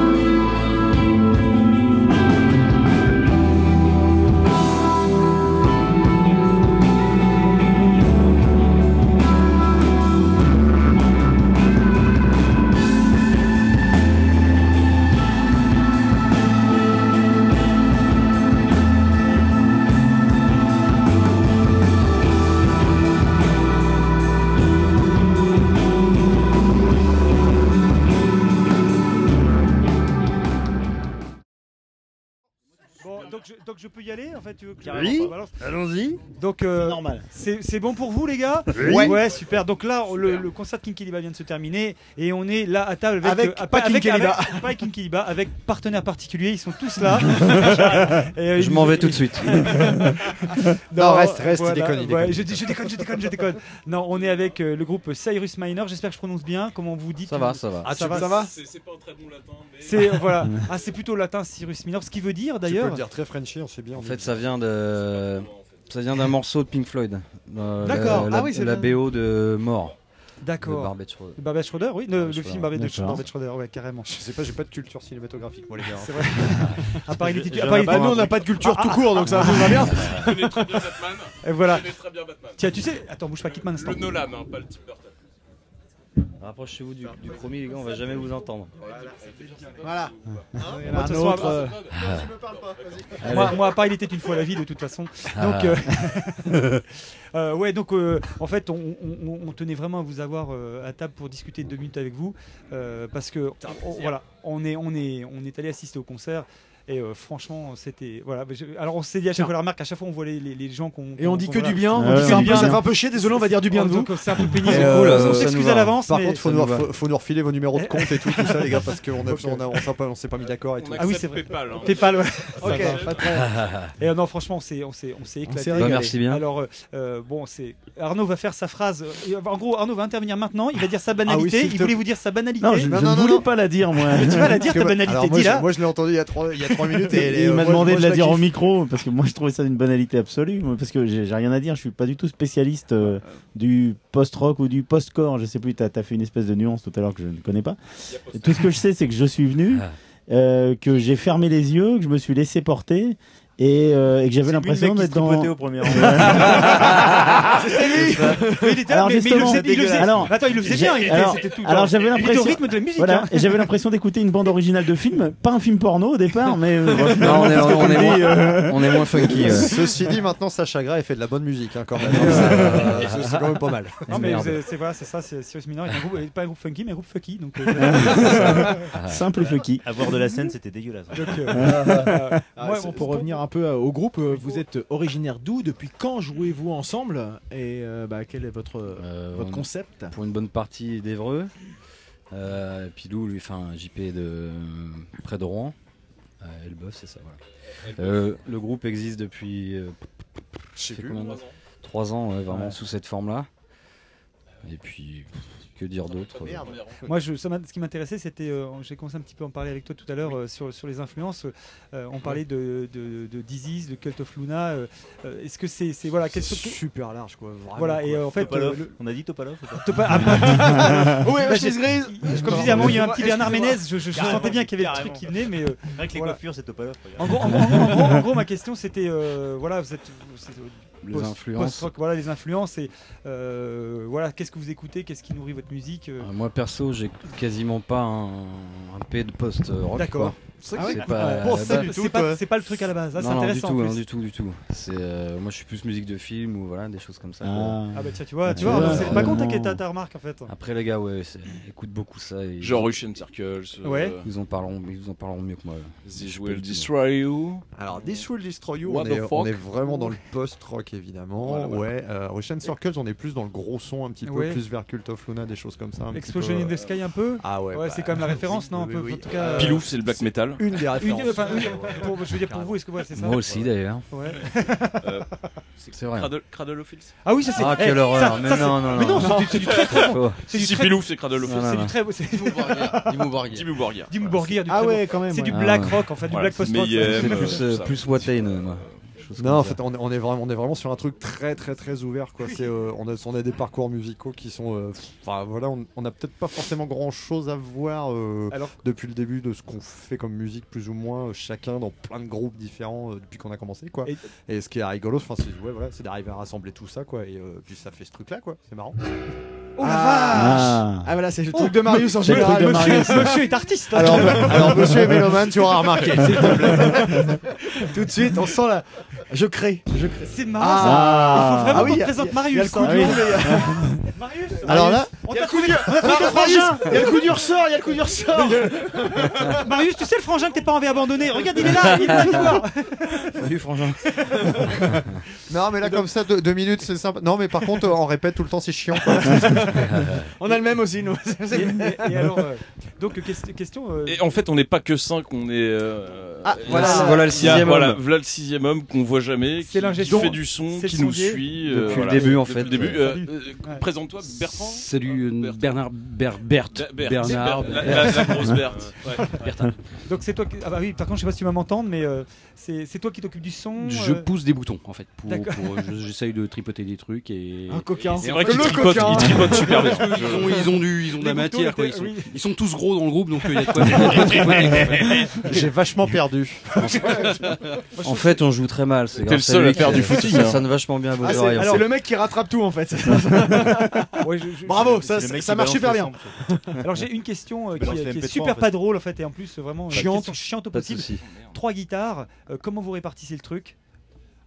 [SPEAKER 16] tant que je peux y aller, en fait, tu veux que je-
[SPEAKER 7] Oui,
[SPEAKER 16] Enfin, balance.
[SPEAKER 7] allons-y.
[SPEAKER 16] Donc, euh,
[SPEAKER 7] normal.
[SPEAKER 16] C'est c'est bon pour vous, les gars
[SPEAKER 7] Oui.
[SPEAKER 16] Ouais, super. Donc là, on- le, le concert de King Kiliba vient de se terminer et on est là à table
[SPEAKER 2] Avec-
[SPEAKER 16] avec,
[SPEAKER 2] pas King Kiliba.
[SPEAKER 16] avec- pas King Kiliba, avec partenaires particuliers. Ils sont tous là. euh,
[SPEAKER 2] Je m'en vais tout de suite. Non, reste, reste, il déconne, il
[SPEAKER 16] ouais,
[SPEAKER 2] déconne.
[SPEAKER 16] je, dis- je déconne, je déconne, je déconne. Non, on est avec euh, le groupe Cyrus Minor. J'espère que je prononce bien. Comment vous dites
[SPEAKER 2] Ça va, ça va.
[SPEAKER 16] Ah, ça
[SPEAKER 2] Tu-
[SPEAKER 16] va,
[SPEAKER 2] ça va
[SPEAKER 16] C'est- C'est pas un très bon latin. C'est voilà. Ah, c'est plutôt latin Cyrus Minor, ce qui veut dire
[SPEAKER 27] Tu peux
[SPEAKER 16] d'ailleurs.
[SPEAKER 27] le dire très Frenchy, on sait bien.
[SPEAKER 16] En
[SPEAKER 27] En
[SPEAKER 16] fait,
[SPEAKER 27] fait, ça vient de. Ça vient d'un morceau de Pink Floyd. Euh, la-
[SPEAKER 16] D'accord.
[SPEAKER 27] La,
[SPEAKER 16] Ah oui, c'est
[SPEAKER 27] la
[SPEAKER 16] vrai.
[SPEAKER 27] BO de Mort.
[SPEAKER 16] D'accord.
[SPEAKER 27] De Barbet Schroeder.
[SPEAKER 16] Le Barbet Bah, Schroeder, oui, le, le
[SPEAKER 27] Schroeder.
[SPEAKER 16] film Barbet de
[SPEAKER 27] D'accord.
[SPEAKER 16] Barbet Schroeder, ouais, carrément.
[SPEAKER 27] Je sais pas, j'ai pas de culture cinématographique, moi, les gars.
[SPEAKER 16] C'est vrai. À part il est
[SPEAKER 27] J'en ai pas un truc.
[SPEAKER 16] Ah, nous, ah, ah, ah, ah, ah.
[SPEAKER 28] Je connais très bien Batman.
[SPEAKER 16] Et voilà.
[SPEAKER 28] Je connais très bien Batman.
[SPEAKER 16] Tiens, tu sais, attends, bouge pas, quitte un instant.
[SPEAKER 28] Le Nolan, hein, pas le Tim Burton.
[SPEAKER 27] Rapprochez-vous du, du chromie, les gars, on va jamais vous entendre.
[SPEAKER 9] Voilà.
[SPEAKER 16] Ah.
[SPEAKER 27] Ah,
[SPEAKER 16] Moi, de toute façon,
[SPEAKER 27] euh,
[SPEAKER 16] à-
[SPEAKER 9] Ah.
[SPEAKER 27] Allez.
[SPEAKER 16] Moi, moi, à part il était une fois la vie de toute façon. Donc,
[SPEAKER 27] Ah.
[SPEAKER 16] euh, euh, ouais, donc euh, en fait, on, on- on- on tenait vraiment à vous avoir euh, à table pour discuter deux minutes avec vous euh, parce que on- voilà, on est, on est, on est allé assister au concert. Et euh, franchement, c'était voilà. mais je- alors on s'est dit à chaque fois la remarque, à chaque fois on voit les, les- les gens qu'on.
[SPEAKER 9] Et on
[SPEAKER 16] qu'on-
[SPEAKER 9] dit
[SPEAKER 16] qu'on-
[SPEAKER 9] que
[SPEAKER 16] voilà.
[SPEAKER 9] du bien, on dit que du bien, ça fait un peu chier, désolé, on va dire du bien de vous.
[SPEAKER 16] Donc, C'est un peu pénible. euh, on s'excuse à l'avance.
[SPEAKER 27] Par
[SPEAKER 16] mais
[SPEAKER 27] contre, faut
[SPEAKER 16] ça
[SPEAKER 27] nous,
[SPEAKER 16] va. Eh,
[SPEAKER 27] faut, faut nous refiler vos numéros de compte et tout, tout ça, les gars, parce qu'on a-
[SPEAKER 16] Ok.
[SPEAKER 27] on a- on s'est pas- on s'est pas mis d'accord et tout.
[SPEAKER 16] Ah oui, c'est vrai.
[SPEAKER 27] PayPal, hein.
[SPEAKER 16] PayPal, ouais.
[SPEAKER 27] Ok,
[SPEAKER 16] Ça va.
[SPEAKER 27] pas de problème.
[SPEAKER 16] Et euh, non, franchement, on s'est, on s'est, on s'est éclaté.
[SPEAKER 27] s'est régalé. Bah, merci bien.
[SPEAKER 16] Alors, euh, euh, bon, c'est Arnaud va faire sa phrase. Il va- En gros, Arnaud va intervenir maintenant. Il va dire sa banalité.
[SPEAKER 27] Ah oui, s'il
[SPEAKER 16] il
[SPEAKER 27] te-
[SPEAKER 16] voulait vous dire sa banalité.
[SPEAKER 27] Non, je- je Non, ne non, non, voulais non.
[SPEAKER 16] pas la dire, moi. Mais tu vas la
[SPEAKER 27] Parce
[SPEAKER 16] dire,
[SPEAKER 27] que
[SPEAKER 16] ta
[SPEAKER 27] moi-
[SPEAKER 16] banalité.
[SPEAKER 27] alors moi,
[SPEAKER 16] Dis-la.
[SPEAKER 27] je- Moi, je l'ai entendu il y a 3 il y a trois minutes et elle est-
[SPEAKER 17] Il
[SPEAKER 27] moi,
[SPEAKER 17] m'a demandé
[SPEAKER 27] moi,
[SPEAKER 17] de
[SPEAKER 27] je
[SPEAKER 17] la dire au
[SPEAKER 27] kiffe.
[SPEAKER 17] micro parce que moi je trouvais ça une banalité absolue moi, parce que j'ai j'ai rien à dire. Je suis pas du tout spécialiste euh, du post-rock ou du post-core. Je sais plus. T'as as fait une espèce de nuance tout à l'heure que je ne connais pas. Et tout ce que je sais, c'est que je suis venu,
[SPEAKER 16] Ah.
[SPEAKER 17] euh, que j'ai fermé les yeux, que je me suis laissé porter. Et, euh, et que j'avais
[SPEAKER 27] C'est lui le mec
[SPEAKER 17] l'impression
[SPEAKER 27] qui
[SPEAKER 17] d'être
[SPEAKER 27] se
[SPEAKER 17] dans.
[SPEAKER 27] tripotait au premier rang.
[SPEAKER 16] C'était lui. Mais il était-
[SPEAKER 17] Alors
[SPEAKER 16] mais- mais il le
[SPEAKER 17] justement,
[SPEAKER 16] faisait- il le faisait-
[SPEAKER 17] alors,
[SPEAKER 16] attends, il le faisait
[SPEAKER 17] j'ai-
[SPEAKER 16] bien, il était-
[SPEAKER 17] alors-
[SPEAKER 16] c'était tout
[SPEAKER 17] Alors
[SPEAKER 16] dans-
[SPEAKER 17] j'avais
[SPEAKER 16] il était au
[SPEAKER 17] l'impression.
[SPEAKER 16] rythme de la musique,
[SPEAKER 17] voilà,
[SPEAKER 16] hein.
[SPEAKER 17] et j'avais l'impression d'écouter une bande originale de film, pas un film porno au départ, mais. euh, bref,
[SPEAKER 27] Non, on est,
[SPEAKER 17] parce que
[SPEAKER 27] on
[SPEAKER 17] comme
[SPEAKER 27] est moins,
[SPEAKER 17] dit, euh,
[SPEAKER 27] on est moins funky. ouais.
[SPEAKER 17] Ceci
[SPEAKER 27] Ceci dit, maintenant, Sacha Gras, il fait de la bonne musique, hein, quand même. Euh, c'est- c'est quand même pas mal.
[SPEAKER 16] Non, mais
[SPEAKER 27] Merde.
[SPEAKER 16] vous avez- c'est voilà, c'est ça, c'est Sirius Minor est un groupe, est pas un groupe funky, mais un groupe fucky. Donc, euh,
[SPEAKER 27] Ah
[SPEAKER 17] Simple fucky.
[SPEAKER 16] À
[SPEAKER 17] À
[SPEAKER 16] voir
[SPEAKER 17] voir de la scène, c'était dégueulasse.
[SPEAKER 16] Donc, euh,
[SPEAKER 8] Euh,
[SPEAKER 16] euh,
[SPEAKER 8] moi,
[SPEAKER 16] moi,
[SPEAKER 8] bon, pour revenir un peu euh, au groupe, euh, vous êtes originaire d'où Depuis quand jouez-vous ensemble Et euh, bah, quel est votre,
[SPEAKER 27] Euh,
[SPEAKER 8] votre
[SPEAKER 27] on-
[SPEAKER 8] concept
[SPEAKER 27] Pour une bonne partie d'Evreux. Euh, Pilou, lui, enfin, JP de près de Rouen. Euh, Elbeuf, c'est ça, voilà. Euh, le groupe existe depuis. euh, je sais combien de- Trois ans, ouais, vraiment
[SPEAKER 16] Ouais.
[SPEAKER 27] sous cette forme-là. Et puis, que dire d'autre euh
[SPEAKER 16] Moi, je, ça m'a- ce qui m'intéressait, c'était, euh, j'ai commencé un petit peu à en parler avec toi tout à l'heure euh, sur, sur les influences. Euh, on parlait de, de, de Disease, de Cult of Luna. euh, euh, Est-ce que c'est, c'est voilà, quel
[SPEAKER 27] C'est super large, quoi. vraiment,
[SPEAKER 16] voilà, et
[SPEAKER 27] quoi.
[SPEAKER 16] euh, en fait,
[SPEAKER 27] Topalov.
[SPEAKER 17] On a dit Topalov ou pas
[SPEAKER 16] Topa- ah, bah,
[SPEAKER 17] Oh Ouais,
[SPEAKER 16] bah,
[SPEAKER 17] chemise
[SPEAKER 16] j'ai-
[SPEAKER 17] grise.
[SPEAKER 16] Comme je disais avant, il y a un petit Bernard Ménez. Je, je- je sentais bien qu'il y avait le truc qui venait, mais euh,
[SPEAKER 17] Avec les
[SPEAKER 16] voilà.
[SPEAKER 17] coiffures, c'est Topalov.
[SPEAKER 16] En gros, en gros- en gros- en gros, ma question c'était euh, voilà, vous êtes. c'est, euh,
[SPEAKER 27] Les
[SPEAKER 16] post-
[SPEAKER 27] influences.
[SPEAKER 16] post-rock, voilà, les influences et euh, voilà, qu'est-ce que vous écoutez, qu'est-ce qui nourrit votre musique euh,
[SPEAKER 27] Euh, Moi perso, j'ai quasiment pas un, un P de post euh, rock.
[SPEAKER 16] D'accord.
[SPEAKER 27] quoi.
[SPEAKER 16] C'est
[SPEAKER 27] C'est
[SPEAKER 16] vrai que-
[SPEAKER 27] pas,
[SPEAKER 16] ouais. Pensez
[SPEAKER 27] à la
[SPEAKER 16] du
[SPEAKER 27] base-
[SPEAKER 16] tout, C'est pas- toi. c'est pas le truc à la base. Ah, c'est
[SPEAKER 27] non, non,
[SPEAKER 16] intéressant,
[SPEAKER 27] Du tout,
[SPEAKER 16] en
[SPEAKER 27] non,
[SPEAKER 16] plus.
[SPEAKER 27] du tout, du tout. C'est, euh, moi, je suis plus musique de film ou voilà des choses comme ça.
[SPEAKER 17] Ah.
[SPEAKER 27] quoi.
[SPEAKER 16] Ah bah tiens, tu vois, tu vois, on s'est pas compté qu'elle t'a- ta remarque, en fait.
[SPEAKER 27] Après les gars, ouais, c'est- écoute beaucoup ça. et-
[SPEAKER 28] Genre Russian Circles, euh, Ouais.
[SPEAKER 27] Ils en parleront, ils vous en parleront mieux que moi.
[SPEAKER 28] This Will Destroy You.
[SPEAKER 27] Alors This Will Destroy
[SPEAKER 28] You,
[SPEAKER 27] What
[SPEAKER 28] on est-
[SPEAKER 27] the fuck
[SPEAKER 28] on est
[SPEAKER 27] vraiment dans le post-rock évidemment. Voilà, voilà. Ouais, euh, Russian Circles, on est plus dans le gros son un petit peu,
[SPEAKER 16] Ouais.
[SPEAKER 27] plus vers Cult of Luna, des choses comme ça. un petit
[SPEAKER 16] Explosion
[SPEAKER 27] peu,
[SPEAKER 16] in the Sky un peu
[SPEAKER 27] Ah ouais.
[SPEAKER 16] c'est quand même la référence, non un peu, en tout cas, euh,
[SPEAKER 27] Pilou,
[SPEAKER 28] c'est le black metal.
[SPEAKER 27] Une des références.
[SPEAKER 16] Une- enfin, une- pour- je veux dire pour vous, est-ce que ouais, c'est ça
[SPEAKER 27] Moi aussi, d'ailleurs.
[SPEAKER 16] Ouais.
[SPEAKER 27] Euh, C'est vrai.
[SPEAKER 28] Cradle, Cradle of Filth
[SPEAKER 16] Ah oui, ça c'est.
[SPEAKER 27] Ah,
[SPEAKER 16] eh,
[SPEAKER 27] quelle
[SPEAKER 16] ça-
[SPEAKER 27] horreur.
[SPEAKER 16] ça,
[SPEAKER 27] Mais
[SPEAKER 16] c'est-
[SPEAKER 27] non, non,
[SPEAKER 16] mais non,
[SPEAKER 27] non.
[SPEAKER 16] c'est du- c'est du très très bon.
[SPEAKER 27] Faux.
[SPEAKER 16] C'est du
[SPEAKER 28] Si
[SPEAKER 16] très-
[SPEAKER 28] Pilou, c'est Cradle
[SPEAKER 16] C'est
[SPEAKER 28] of Filth.
[SPEAKER 16] c'est
[SPEAKER 28] Non,
[SPEAKER 16] du
[SPEAKER 28] non.
[SPEAKER 16] très beau. c'est-
[SPEAKER 28] Dimmu Borgir. Dimmu Borgir. Dimmu Borgir.
[SPEAKER 16] Dimmu Borgir, du
[SPEAKER 28] Ah
[SPEAKER 16] très
[SPEAKER 28] ouais,
[SPEAKER 16] bon.
[SPEAKER 28] quand même,
[SPEAKER 16] C'est du
[SPEAKER 27] ouais.
[SPEAKER 16] black
[SPEAKER 27] Ah ouais.
[SPEAKER 16] rock en fait, du black post-rock.
[SPEAKER 27] Mais, euh,
[SPEAKER 16] ça.
[SPEAKER 27] plus, euh, plus What Ain't, euh, moi. Chose Non, comme en ça. fait, on est, on est vraiment, on est vraiment sur un truc très, très, très ouvert. Quoi. C'est, euh, on, a, on a des parcours musicaux qui sont, euh, enfin voilà, on on a peut-être pas forcément grand-chose à voir euh,
[SPEAKER 16] Alors-
[SPEAKER 27] depuis le début de ce qu'on fait comme musique, plus ou moins euh, chacun dans plein de groupes différents euh, depuis qu'on a commencé, quoi.
[SPEAKER 16] Et,
[SPEAKER 27] ce qui est rigolo, enfin, c'est, ouais, voilà, c'est d'arriver à rassembler tout ça, quoi. Et euh, puis ça fait ce truc-là, quoi. C'est marrant.
[SPEAKER 16] Oh la vache
[SPEAKER 27] Ah.
[SPEAKER 9] Ah voilà, c'est le
[SPEAKER 16] Oh,
[SPEAKER 9] truc de Marius en
[SPEAKER 16] c'est le
[SPEAKER 9] général.
[SPEAKER 16] truc de Monsieur- Marius. monsieur est artiste.
[SPEAKER 2] hein.
[SPEAKER 16] Alors,
[SPEAKER 6] euh,
[SPEAKER 27] alors, monsieur est mélomane, tu auras remarqué, s'il te
[SPEAKER 9] plaît. Tout de suite, on sent la. Je crée, je crée.
[SPEAKER 2] Ah.
[SPEAKER 16] C'est
[SPEAKER 27] marrant, ça. Il faut vraiment
[SPEAKER 9] Ah oui,
[SPEAKER 27] qu'on
[SPEAKER 9] y a-
[SPEAKER 27] présente
[SPEAKER 9] y a- y a le
[SPEAKER 27] Marius,
[SPEAKER 9] coup de
[SPEAKER 27] hein.
[SPEAKER 9] l'onde, les gars.
[SPEAKER 27] Alors là,
[SPEAKER 7] On
[SPEAKER 2] Il y a
[SPEAKER 7] t'a
[SPEAKER 2] le coup
[SPEAKER 7] trouvé-
[SPEAKER 2] du-
[SPEAKER 7] on a trouvé ton
[SPEAKER 2] Marius,
[SPEAKER 7] frangin
[SPEAKER 2] il y a le coup du ressort, il y a le coup du ressort.
[SPEAKER 7] Marius, tu sais le frangin que t'es pas envie d'abandonner Regarde, il est là, il est là, il est là.
[SPEAKER 2] Salut, frangin.
[SPEAKER 6] non, mais là, comme ça, deux, deux minutes, c'est sympa. Non, mais par contre, on répète tout le temps, c'est chiant. quoi.
[SPEAKER 2] On a le même aussi, nous.
[SPEAKER 16] Et, et alors, euh, donc, euh, quest- question. euh,
[SPEAKER 3] Et en fait, on n'est pas que 5, on est. euh,
[SPEAKER 16] Ah,
[SPEAKER 3] euh,
[SPEAKER 16] voilà.
[SPEAKER 3] il y a-
[SPEAKER 16] Voilà le sixième
[SPEAKER 3] Voilà,
[SPEAKER 16] homme.
[SPEAKER 3] voilà le sixième homme qu'on voit jamais, qui,
[SPEAKER 16] l'ingé
[SPEAKER 3] qui
[SPEAKER 16] son.
[SPEAKER 3] fait du son,
[SPEAKER 16] C'est
[SPEAKER 3] qui
[SPEAKER 16] le
[SPEAKER 3] nous
[SPEAKER 16] sondier.
[SPEAKER 3] suit. euh,
[SPEAKER 27] Depuis le début, en fait.
[SPEAKER 3] Depuis le début.
[SPEAKER 27] Ouais.
[SPEAKER 3] Euh,
[SPEAKER 27] Salut.
[SPEAKER 3] euh, Présente-toi, Bertrand.
[SPEAKER 27] Salut euh, Bernard Ber- Berthe.
[SPEAKER 3] Berthe.
[SPEAKER 27] Bernard.
[SPEAKER 3] Berthe. La- la- la grosse Berthe. Ouais.
[SPEAKER 27] Bertin.
[SPEAKER 16] Donc c'est toi qui... Ah bah oui, par contre, je sais pas si tu vas m'entendre, mais euh, c'est c'est toi qui t'occupes du son.
[SPEAKER 27] Je
[SPEAKER 16] euh,
[SPEAKER 27] pousse des boutons en fait. Pour,
[SPEAKER 16] D'accord.
[SPEAKER 27] pour- euh, je- J'essaye de tripoter des trucs et.
[SPEAKER 16] Un coquin.
[SPEAKER 27] Et
[SPEAKER 16] C'est
[SPEAKER 27] en
[SPEAKER 16] vrai
[SPEAKER 27] fait,
[SPEAKER 16] que
[SPEAKER 27] ils
[SPEAKER 16] le
[SPEAKER 27] tripotent-
[SPEAKER 16] coquin.
[SPEAKER 27] ils tripotent super bien.
[SPEAKER 16] Parce
[SPEAKER 27] Ils
[SPEAKER 16] que
[SPEAKER 27] ont, ils ont du, ils ont de la
[SPEAKER 16] Les boutons
[SPEAKER 27] matière quoi. Ils
[SPEAKER 16] étaient-
[SPEAKER 27] sont,
[SPEAKER 16] oui.
[SPEAKER 27] ils sont tous gros dans le groupe donc euh, il y a de quoi pour tripoter, quoi.
[SPEAKER 6] J'ai vachement perdu.
[SPEAKER 27] En fait, on joue très mal. c'est
[SPEAKER 6] T'es
[SPEAKER 27] grâce
[SPEAKER 6] le seul
[SPEAKER 27] lui
[SPEAKER 6] à faire
[SPEAKER 27] que-
[SPEAKER 6] du footing,
[SPEAKER 27] Ça
[SPEAKER 6] hein.
[SPEAKER 27] sonne vachement bien à vos
[SPEAKER 2] Ah,
[SPEAKER 27] oreilles,
[SPEAKER 2] c'est
[SPEAKER 27] en
[SPEAKER 2] alors,
[SPEAKER 27] fait.
[SPEAKER 2] le mec qui rattrape tout en fait.
[SPEAKER 16] Ouais, je- je-
[SPEAKER 2] Bravo,
[SPEAKER 16] je-
[SPEAKER 2] ça,
[SPEAKER 16] c'est le mec
[SPEAKER 2] ça
[SPEAKER 16] qui
[SPEAKER 2] marche
[SPEAKER 16] balance
[SPEAKER 2] super
[SPEAKER 16] les
[SPEAKER 2] bien.
[SPEAKER 16] sons. Alors j'ai une question euh, qui,
[SPEAKER 2] Balance
[SPEAKER 16] qui
[SPEAKER 2] les
[SPEAKER 16] est
[SPEAKER 2] MP3,
[SPEAKER 16] super
[SPEAKER 2] en fait.
[SPEAKER 16] pas drôle en fait et en plus euh, vraiment euh,
[SPEAKER 6] Chiante.
[SPEAKER 16] question chiante au
[SPEAKER 6] Pas de
[SPEAKER 16] possible.
[SPEAKER 6] souci.
[SPEAKER 16] Trois guitares, euh, comment vous répartissez le truc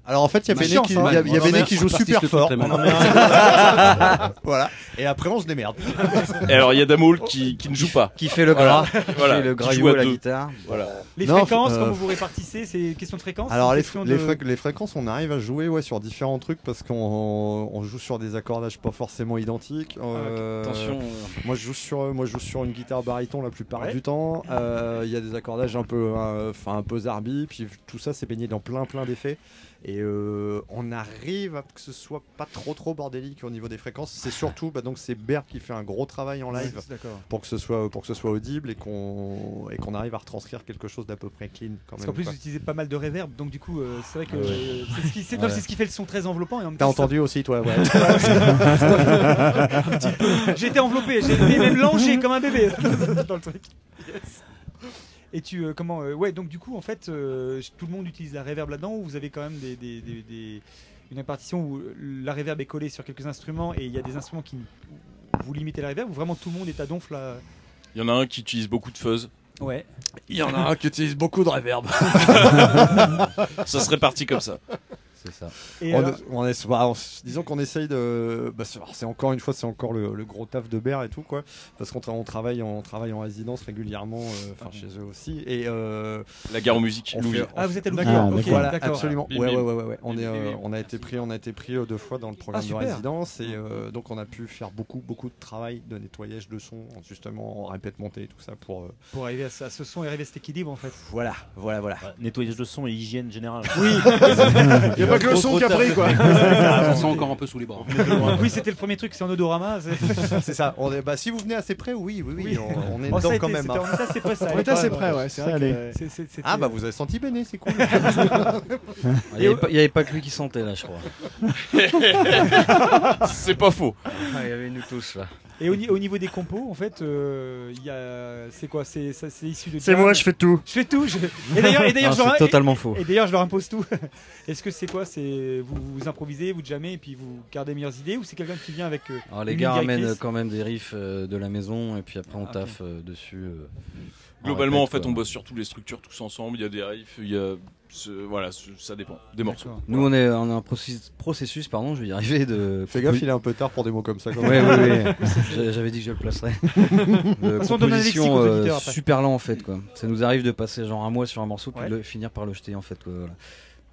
[SPEAKER 6] Alors en fait, il y a
[SPEAKER 16] Ma
[SPEAKER 6] Béné
[SPEAKER 16] chance,
[SPEAKER 6] qui,
[SPEAKER 16] hein.
[SPEAKER 6] il y a- il y a
[SPEAKER 16] On en met
[SPEAKER 6] Béné
[SPEAKER 16] un
[SPEAKER 6] qui
[SPEAKER 16] qui
[SPEAKER 6] joue
[SPEAKER 16] participe
[SPEAKER 6] super
[SPEAKER 16] de
[SPEAKER 6] fort.
[SPEAKER 16] toutes les
[SPEAKER 6] On en
[SPEAKER 16] mains.
[SPEAKER 6] met un- voilà. Et après, on se démerde.
[SPEAKER 3] Et alors, il y a Damoul qui,
[SPEAKER 16] Oh.
[SPEAKER 3] qui ne joue pas.
[SPEAKER 27] Qui fait le
[SPEAKER 3] Voilà.
[SPEAKER 27] gras. Qui
[SPEAKER 3] Voilà.
[SPEAKER 27] fait le
[SPEAKER 3] Qui
[SPEAKER 27] gras,
[SPEAKER 3] joue à
[SPEAKER 27] joue la
[SPEAKER 3] deux.
[SPEAKER 27] guitare.
[SPEAKER 3] Voilà.
[SPEAKER 16] Les
[SPEAKER 6] Non,
[SPEAKER 16] fréquences,
[SPEAKER 6] euh,
[SPEAKER 16] comment vous répartissez C'est question de fréquence
[SPEAKER 6] Alors
[SPEAKER 16] c'est
[SPEAKER 6] les,
[SPEAKER 16] question
[SPEAKER 6] fr- les
[SPEAKER 16] de-
[SPEAKER 6] fréq- les fréquences, on arrive à jouer ouais, sur différents trucs parce qu'on on joue sur des accordages pas forcément identiques.
[SPEAKER 2] Ah,
[SPEAKER 6] Euh,
[SPEAKER 3] attention.
[SPEAKER 6] Moi je joue sur euh, moi je joue sur une guitare baryton la plupart
[SPEAKER 16] Ouais.
[SPEAKER 6] du temps. Euh, Il y a des accordages un peu euh, enfin un peu zarbi puis tout ça c'est baigné dans plein plein d'effets et euh, on arrive à que ce soit pas trop trop bordélique au niveau des fréquences. C'est surtout bah, donc c'est Bert qui fait un gros travail en
[SPEAKER 2] Ouais,
[SPEAKER 6] live
[SPEAKER 2] d'accord.
[SPEAKER 6] pour que ce soit pour que ce soit audible et qu'on et qu'on arrive à retranscrire quelque chose d'à peu près clean quand
[SPEAKER 16] Parce
[SPEAKER 6] même.
[SPEAKER 16] qu'en plus,
[SPEAKER 6] quoi.
[SPEAKER 16] vous utilisez pas mal de reverb, donc du coup, euh, c'est vrai que
[SPEAKER 6] Ah ouais.
[SPEAKER 16] euh, c'est ce qui- c'est non,
[SPEAKER 6] Ouais.
[SPEAKER 16] c'est ce qui fait le son très enveloppant. et en même
[SPEAKER 6] T'as
[SPEAKER 16] temps, ça-
[SPEAKER 6] entendu aussi, toi, ouais.
[SPEAKER 16] Un petit peu. J'étais enveloppé, j'ai été même langé comme un bébé dans le truc. Et tu euh, comment euh, ouais donc du coup en fait euh, tout le monde utilise la reverb là-dedans ou vous avez quand même des, des- des- des- une répartition où la reverb est collée sur quelques instruments et il y a des instruments qui où vous limitez la reverb ou vraiment tout le monde est à donf là
[SPEAKER 3] Il y en a un qui utilise beaucoup de fuzz.
[SPEAKER 16] Ouais.
[SPEAKER 3] Il y en a un qui utilise beaucoup de reverb. ça se répartit comme ça.
[SPEAKER 27] C'est ça.
[SPEAKER 16] Et
[SPEAKER 6] on,
[SPEAKER 16] alors-
[SPEAKER 6] on est- bah, on s- disons qu'on essaye de. bah, c'est alors, c'est encore une fois, c'est encore le, le gros taf de Baird et tout, quoi. Parce qu'on tra- on travaille, en, on travaille en résidence régulièrement, euh,
[SPEAKER 3] Ah
[SPEAKER 6] enfin chez eux aussi. Et, euh,
[SPEAKER 3] La gare aux musiques,
[SPEAKER 6] on
[SPEAKER 3] Louis.
[SPEAKER 6] fait- on
[SPEAKER 3] Ah, vous êtes à
[SPEAKER 6] fait-
[SPEAKER 3] Louis.
[SPEAKER 6] D'accord,
[SPEAKER 3] Ah,
[SPEAKER 6] ok,
[SPEAKER 3] d'accord.
[SPEAKER 6] Voilà,
[SPEAKER 3] Bim,
[SPEAKER 6] absolument.
[SPEAKER 3] bim.
[SPEAKER 6] Ouais, ouais, ouais, ouais, ouais. On,
[SPEAKER 3] Bim,
[SPEAKER 6] est,
[SPEAKER 3] bim,
[SPEAKER 6] euh,
[SPEAKER 3] bim.
[SPEAKER 6] on a été pris, on a été pris euh, deux fois dans le programme
[SPEAKER 3] Ah,
[SPEAKER 6] de
[SPEAKER 3] super.
[SPEAKER 6] résidence. Et euh, donc, on a pu faire beaucoup, beaucoup de travail de nettoyage de son, justement, en répète montée et tout ça pour. euh,
[SPEAKER 16] pour arriver à, ce- à ce son et arriver à cet équilibre en fait.
[SPEAKER 6] Voilà, voilà, voilà.
[SPEAKER 17] nettoyage de son et hygiène générale.
[SPEAKER 16] Oui.
[SPEAKER 17] Il y a pas que le son qui a pris, quoi.
[SPEAKER 3] Ah,
[SPEAKER 17] Ça sent encore un peu sous les bras.
[SPEAKER 16] Oui, c'était le premier truc, c'est en odorama. c'est-
[SPEAKER 6] c'est ça. On est- bah, si vous venez assez près, oui, oui, oui,
[SPEAKER 16] Oui.
[SPEAKER 6] On, on est
[SPEAKER 16] Oh, ça
[SPEAKER 6] dedans
[SPEAKER 16] a
[SPEAKER 6] quand
[SPEAKER 16] été-
[SPEAKER 6] même. hein.
[SPEAKER 16] c'était- on était assez près, ça
[SPEAKER 6] On
[SPEAKER 16] allait
[SPEAKER 6] est
[SPEAKER 16] quand
[SPEAKER 6] assez
[SPEAKER 16] même.
[SPEAKER 6] près, ouais. C'est
[SPEAKER 16] Ça
[SPEAKER 6] vrai
[SPEAKER 16] allait.
[SPEAKER 6] que...
[SPEAKER 16] C'est- c'est- c'était-
[SPEAKER 6] Ah bah vous avez senti Béné, c'est cool. Ah,
[SPEAKER 27] Il n'y avait, pas- il y avait pas que lui qui sentait là, je crois.
[SPEAKER 3] C'est pas faux.
[SPEAKER 27] Ah, il y avait nous tous là.
[SPEAKER 16] Et au, ni- au niveau des compos, en fait, euh, il y a, c'est quoi C'est ça, c'est issu de.
[SPEAKER 27] C'est
[SPEAKER 16] jam
[SPEAKER 27] moi, je fais tout.
[SPEAKER 16] Je fais tout. je- Et d'ailleurs, et d'ailleurs,
[SPEAKER 27] Ah,
[SPEAKER 16] je leur-
[SPEAKER 27] c'est totalement
[SPEAKER 16] et-
[SPEAKER 27] faux.
[SPEAKER 16] Et d'ailleurs, je leur impose tout. Est-ce que c'est quoi C'est vous, vous improvisez, vous jammez, et puis vous gardez les meilleures idées, ou c'est quelqu'un qui vient avec euh,
[SPEAKER 27] Alors Oh, les
[SPEAKER 16] une
[SPEAKER 27] gars
[SPEAKER 16] ligne directrice
[SPEAKER 27] ramènent quand même des riffs euh, de la maison et puis après on taffe euh, dessus. euh, en
[SPEAKER 3] Globalement, en
[SPEAKER 27] répète, euh,
[SPEAKER 3] fait, on
[SPEAKER 27] quoi.
[SPEAKER 3] bosse sur toutes les structures tous ensemble. Il y a des riffs, il y a. ce- voilà, ce- ça dépend. Des morceaux.
[SPEAKER 27] Nous on est on a un processus, processus, pardon, je vais y arriver de.
[SPEAKER 6] Fais gaffe, il est un peu tard pour des mots comme ça. quand
[SPEAKER 27] Ouais,
[SPEAKER 6] même.
[SPEAKER 27] ouais, ouais. J'a- J'avais dit que je le placerais.
[SPEAKER 6] De
[SPEAKER 27] De
[SPEAKER 6] toute façon, on donne un lexique
[SPEAKER 27] composition
[SPEAKER 6] aux
[SPEAKER 27] euh,
[SPEAKER 6] auditeurs après.
[SPEAKER 27] super lent en fait quoi. Ça nous arrive de passer genre un mois sur un morceau puis
[SPEAKER 6] Ouais.
[SPEAKER 27] de le- finir par le jeter en fait quoi. voilà.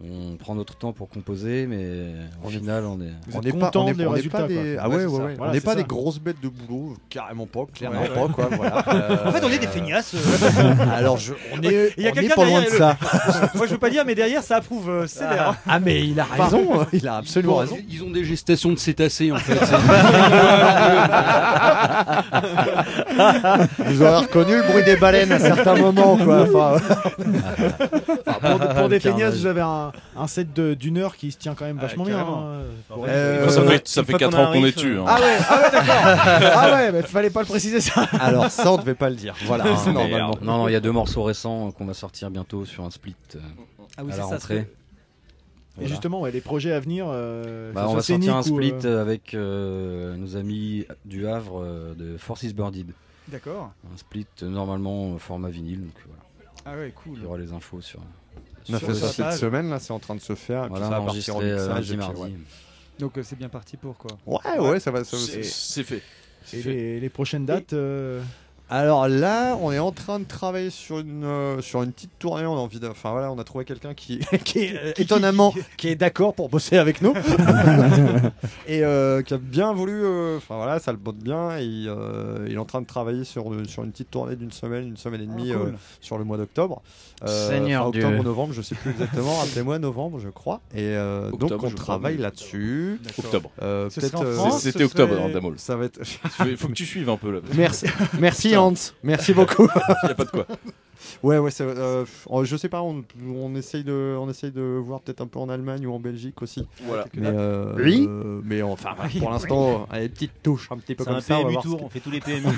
[SPEAKER 27] On prend notre temps pour composer mais au final on est.
[SPEAKER 6] On n'est pas, on est- on est pas des, ah ouais, ouais, ouais. on n'est pas des grosses bêtes de boulot, carrément pas, clairement
[SPEAKER 27] Ouais,
[SPEAKER 6] pas
[SPEAKER 27] ouais.
[SPEAKER 6] quoi. Voilà.
[SPEAKER 27] En fait, on est
[SPEAKER 16] des feignasses, euh.
[SPEAKER 6] Alors je, on
[SPEAKER 16] Ouais,
[SPEAKER 6] est,
[SPEAKER 16] il y a
[SPEAKER 6] on est
[SPEAKER 16] quelqu'un
[SPEAKER 6] pas loin de ça.
[SPEAKER 16] derrière le- Moi, je veux pas dire, mais derrière, ça approuve euh, sévère.
[SPEAKER 6] Ah mais il a raison, il a absolument
[SPEAKER 27] Bon,
[SPEAKER 6] raison.
[SPEAKER 27] ils- Ils ont des gestations de cétacés en fait.
[SPEAKER 6] Vous aurez reconnu le bruit des baleines à certains moments, quoi. Enfin,
[SPEAKER 2] Enfin, pour, pour des
[SPEAKER 6] Le carnage.
[SPEAKER 2] feignasses, vous avez un, un set de- d'une heure qui se tient quand même vachement bien.
[SPEAKER 6] carrément.
[SPEAKER 2] hein.
[SPEAKER 6] En
[SPEAKER 2] Ouais.
[SPEAKER 6] fait, Euh,
[SPEAKER 3] ça
[SPEAKER 6] ouais.
[SPEAKER 3] fait, ça
[SPEAKER 6] Une
[SPEAKER 3] fait
[SPEAKER 6] fois
[SPEAKER 3] 4
[SPEAKER 6] qu'on a
[SPEAKER 3] ans
[SPEAKER 6] un
[SPEAKER 3] qu'on est
[SPEAKER 6] riff,
[SPEAKER 3] dessus.
[SPEAKER 6] euh,
[SPEAKER 3] hein.
[SPEAKER 2] Ah ouais, ah ouais, d'accord. Ah ouais, mais fallait pas le préciser ça.
[SPEAKER 6] Alors ça, on devait pas le dire. Voilà, hein,
[SPEAKER 27] Mais,
[SPEAKER 6] normalement.
[SPEAKER 27] euh, Non, non, il y a deux morceaux récents euh, qu'on va sortir bientôt sur un split euh,
[SPEAKER 2] Ah oui,
[SPEAKER 27] à
[SPEAKER 2] c'est
[SPEAKER 27] la
[SPEAKER 2] ça,
[SPEAKER 27] rentrée.
[SPEAKER 2] Et
[SPEAKER 27] Voilà.
[SPEAKER 2] justement, ouais, les projets à venir. euh, que
[SPEAKER 27] Bah,
[SPEAKER 2] ce
[SPEAKER 27] on
[SPEAKER 2] soit
[SPEAKER 27] va sortir un
[SPEAKER 2] scénique ou,
[SPEAKER 27] split
[SPEAKER 2] euh,
[SPEAKER 27] euh, avec euh, nos amis du Havre euh, de Forces Birdied.
[SPEAKER 16] D'accord.
[SPEAKER 27] Un split euh, normalement euh, format vinyle. Donc, voilà.
[SPEAKER 16] Ah ouais, cool.
[SPEAKER 27] Il y aura les infos sur.
[SPEAKER 6] On a
[SPEAKER 27] sur
[SPEAKER 6] fait
[SPEAKER 27] le
[SPEAKER 6] ça
[SPEAKER 27] site.
[SPEAKER 6] cette semaine, là, c'est en train de se faire. Et puis
[SPEAKER 27] Voilà,
[SPEAKER 6] ça va
[SPEAKER 27] on
[SPEAKER 6] partir en
[SPEAKER 27] enregistré, euh,
[SPEAKER 6] mixage.
[SPEAKER 27] lundi,
[SPEAKER 6] et puis,
[SPEAKER 27] mardi.
[SPEAKER 6] ouais.
[SPEAKER 16] Donc euh, c'est bien parti pour quoi.
[SPEAKER 6] Ouais, ouais, Ah. ça va. ça va-
[SPEAKER 3] C'est- C'est fait.
[SPEAKER 2] Et les, les prochaines dates euh,
[SPEAKER 6] Alors là, on est en train de travailler sur une euh, sur une petite tournée. On a envie de, enfin voilà, on a trouvé quelqu'un qui qui est euh, étonnamment qui est d'accord pour bosser avec nous et euh, qui a bien voulu. euh, Enfin voilà, ça le botte bien. Et, euh, il est en train de travailler sur le- sur une petite tournée d'une semaine, une semaine et
[SPEAKER 2] Ah,
[SPEAKER 6] demie
[SPEAKER 31] cool.
[SPEAKER 6] euh, sur le mois d'octobre.
[SPEAKER 31] Seigneur
[SPEAKER 6] enfin, octobre,
[SPEAKER 31] Dieu.
[SPEAKER 6] novembre, je sais plus exactement. Rappelez-moi novembre, je crois. Et euh,
[SPEAKER 31] Octobre,
[SPEAKER 6] donc on
[SPEAKER 31] je crois,
[SPEAKER 6] travaille
[SPEAKER 31] oui.
[SPEAKER 6] là-dessus.
[SPEAKER 31] Octobre.
[SPEAKER 6] Euh,
[SPEAKER 31] Ce serait
[SPEAKER 6] Peut-être.
[SPEAKER 31] en
[SPEAKER 6] euh,
[SPEAKER 31] France, C'était ce octobre, serait- hein, Damol.
[SPEAKER 6] Ça va être.
[SPEAKER 31] Il faut que tu suives un peu, là.
[SPEAKER 6] Merci, merci
[SPEAKER 31] Putain.
[SPEAKER 6] Hans, merci beaucoup.
[SPEAKER 31] Il y a pas de quoi.
[SPEAKER 6] Ouais, ouais, c'est, euh, euh, je sais pas, on, on essaye de, on essaye de voir peut-être un peu en Allemagne ou en Belgique aussi.
[SPEAKER 31] Voilà.
[SPEAKER 6] Mais, euh,
[SPEAKER 31] Oui.
[SPEAKER 6] euh, mais enfin, voilà, pour l'instant, euh, les petites touches un petit peu
[SPEAKER 31] C'est
[SPEAKER 6] comme
[SPEAKER 31] un
[SPEAKER 6] ça. va
[SPEAKER 31] PMU
[SPEAKER 6] voir ce
[SPEAKER 31] tour,
[SPEAKER 6] que-
[SPEAKER 31] on fait tous les PMU.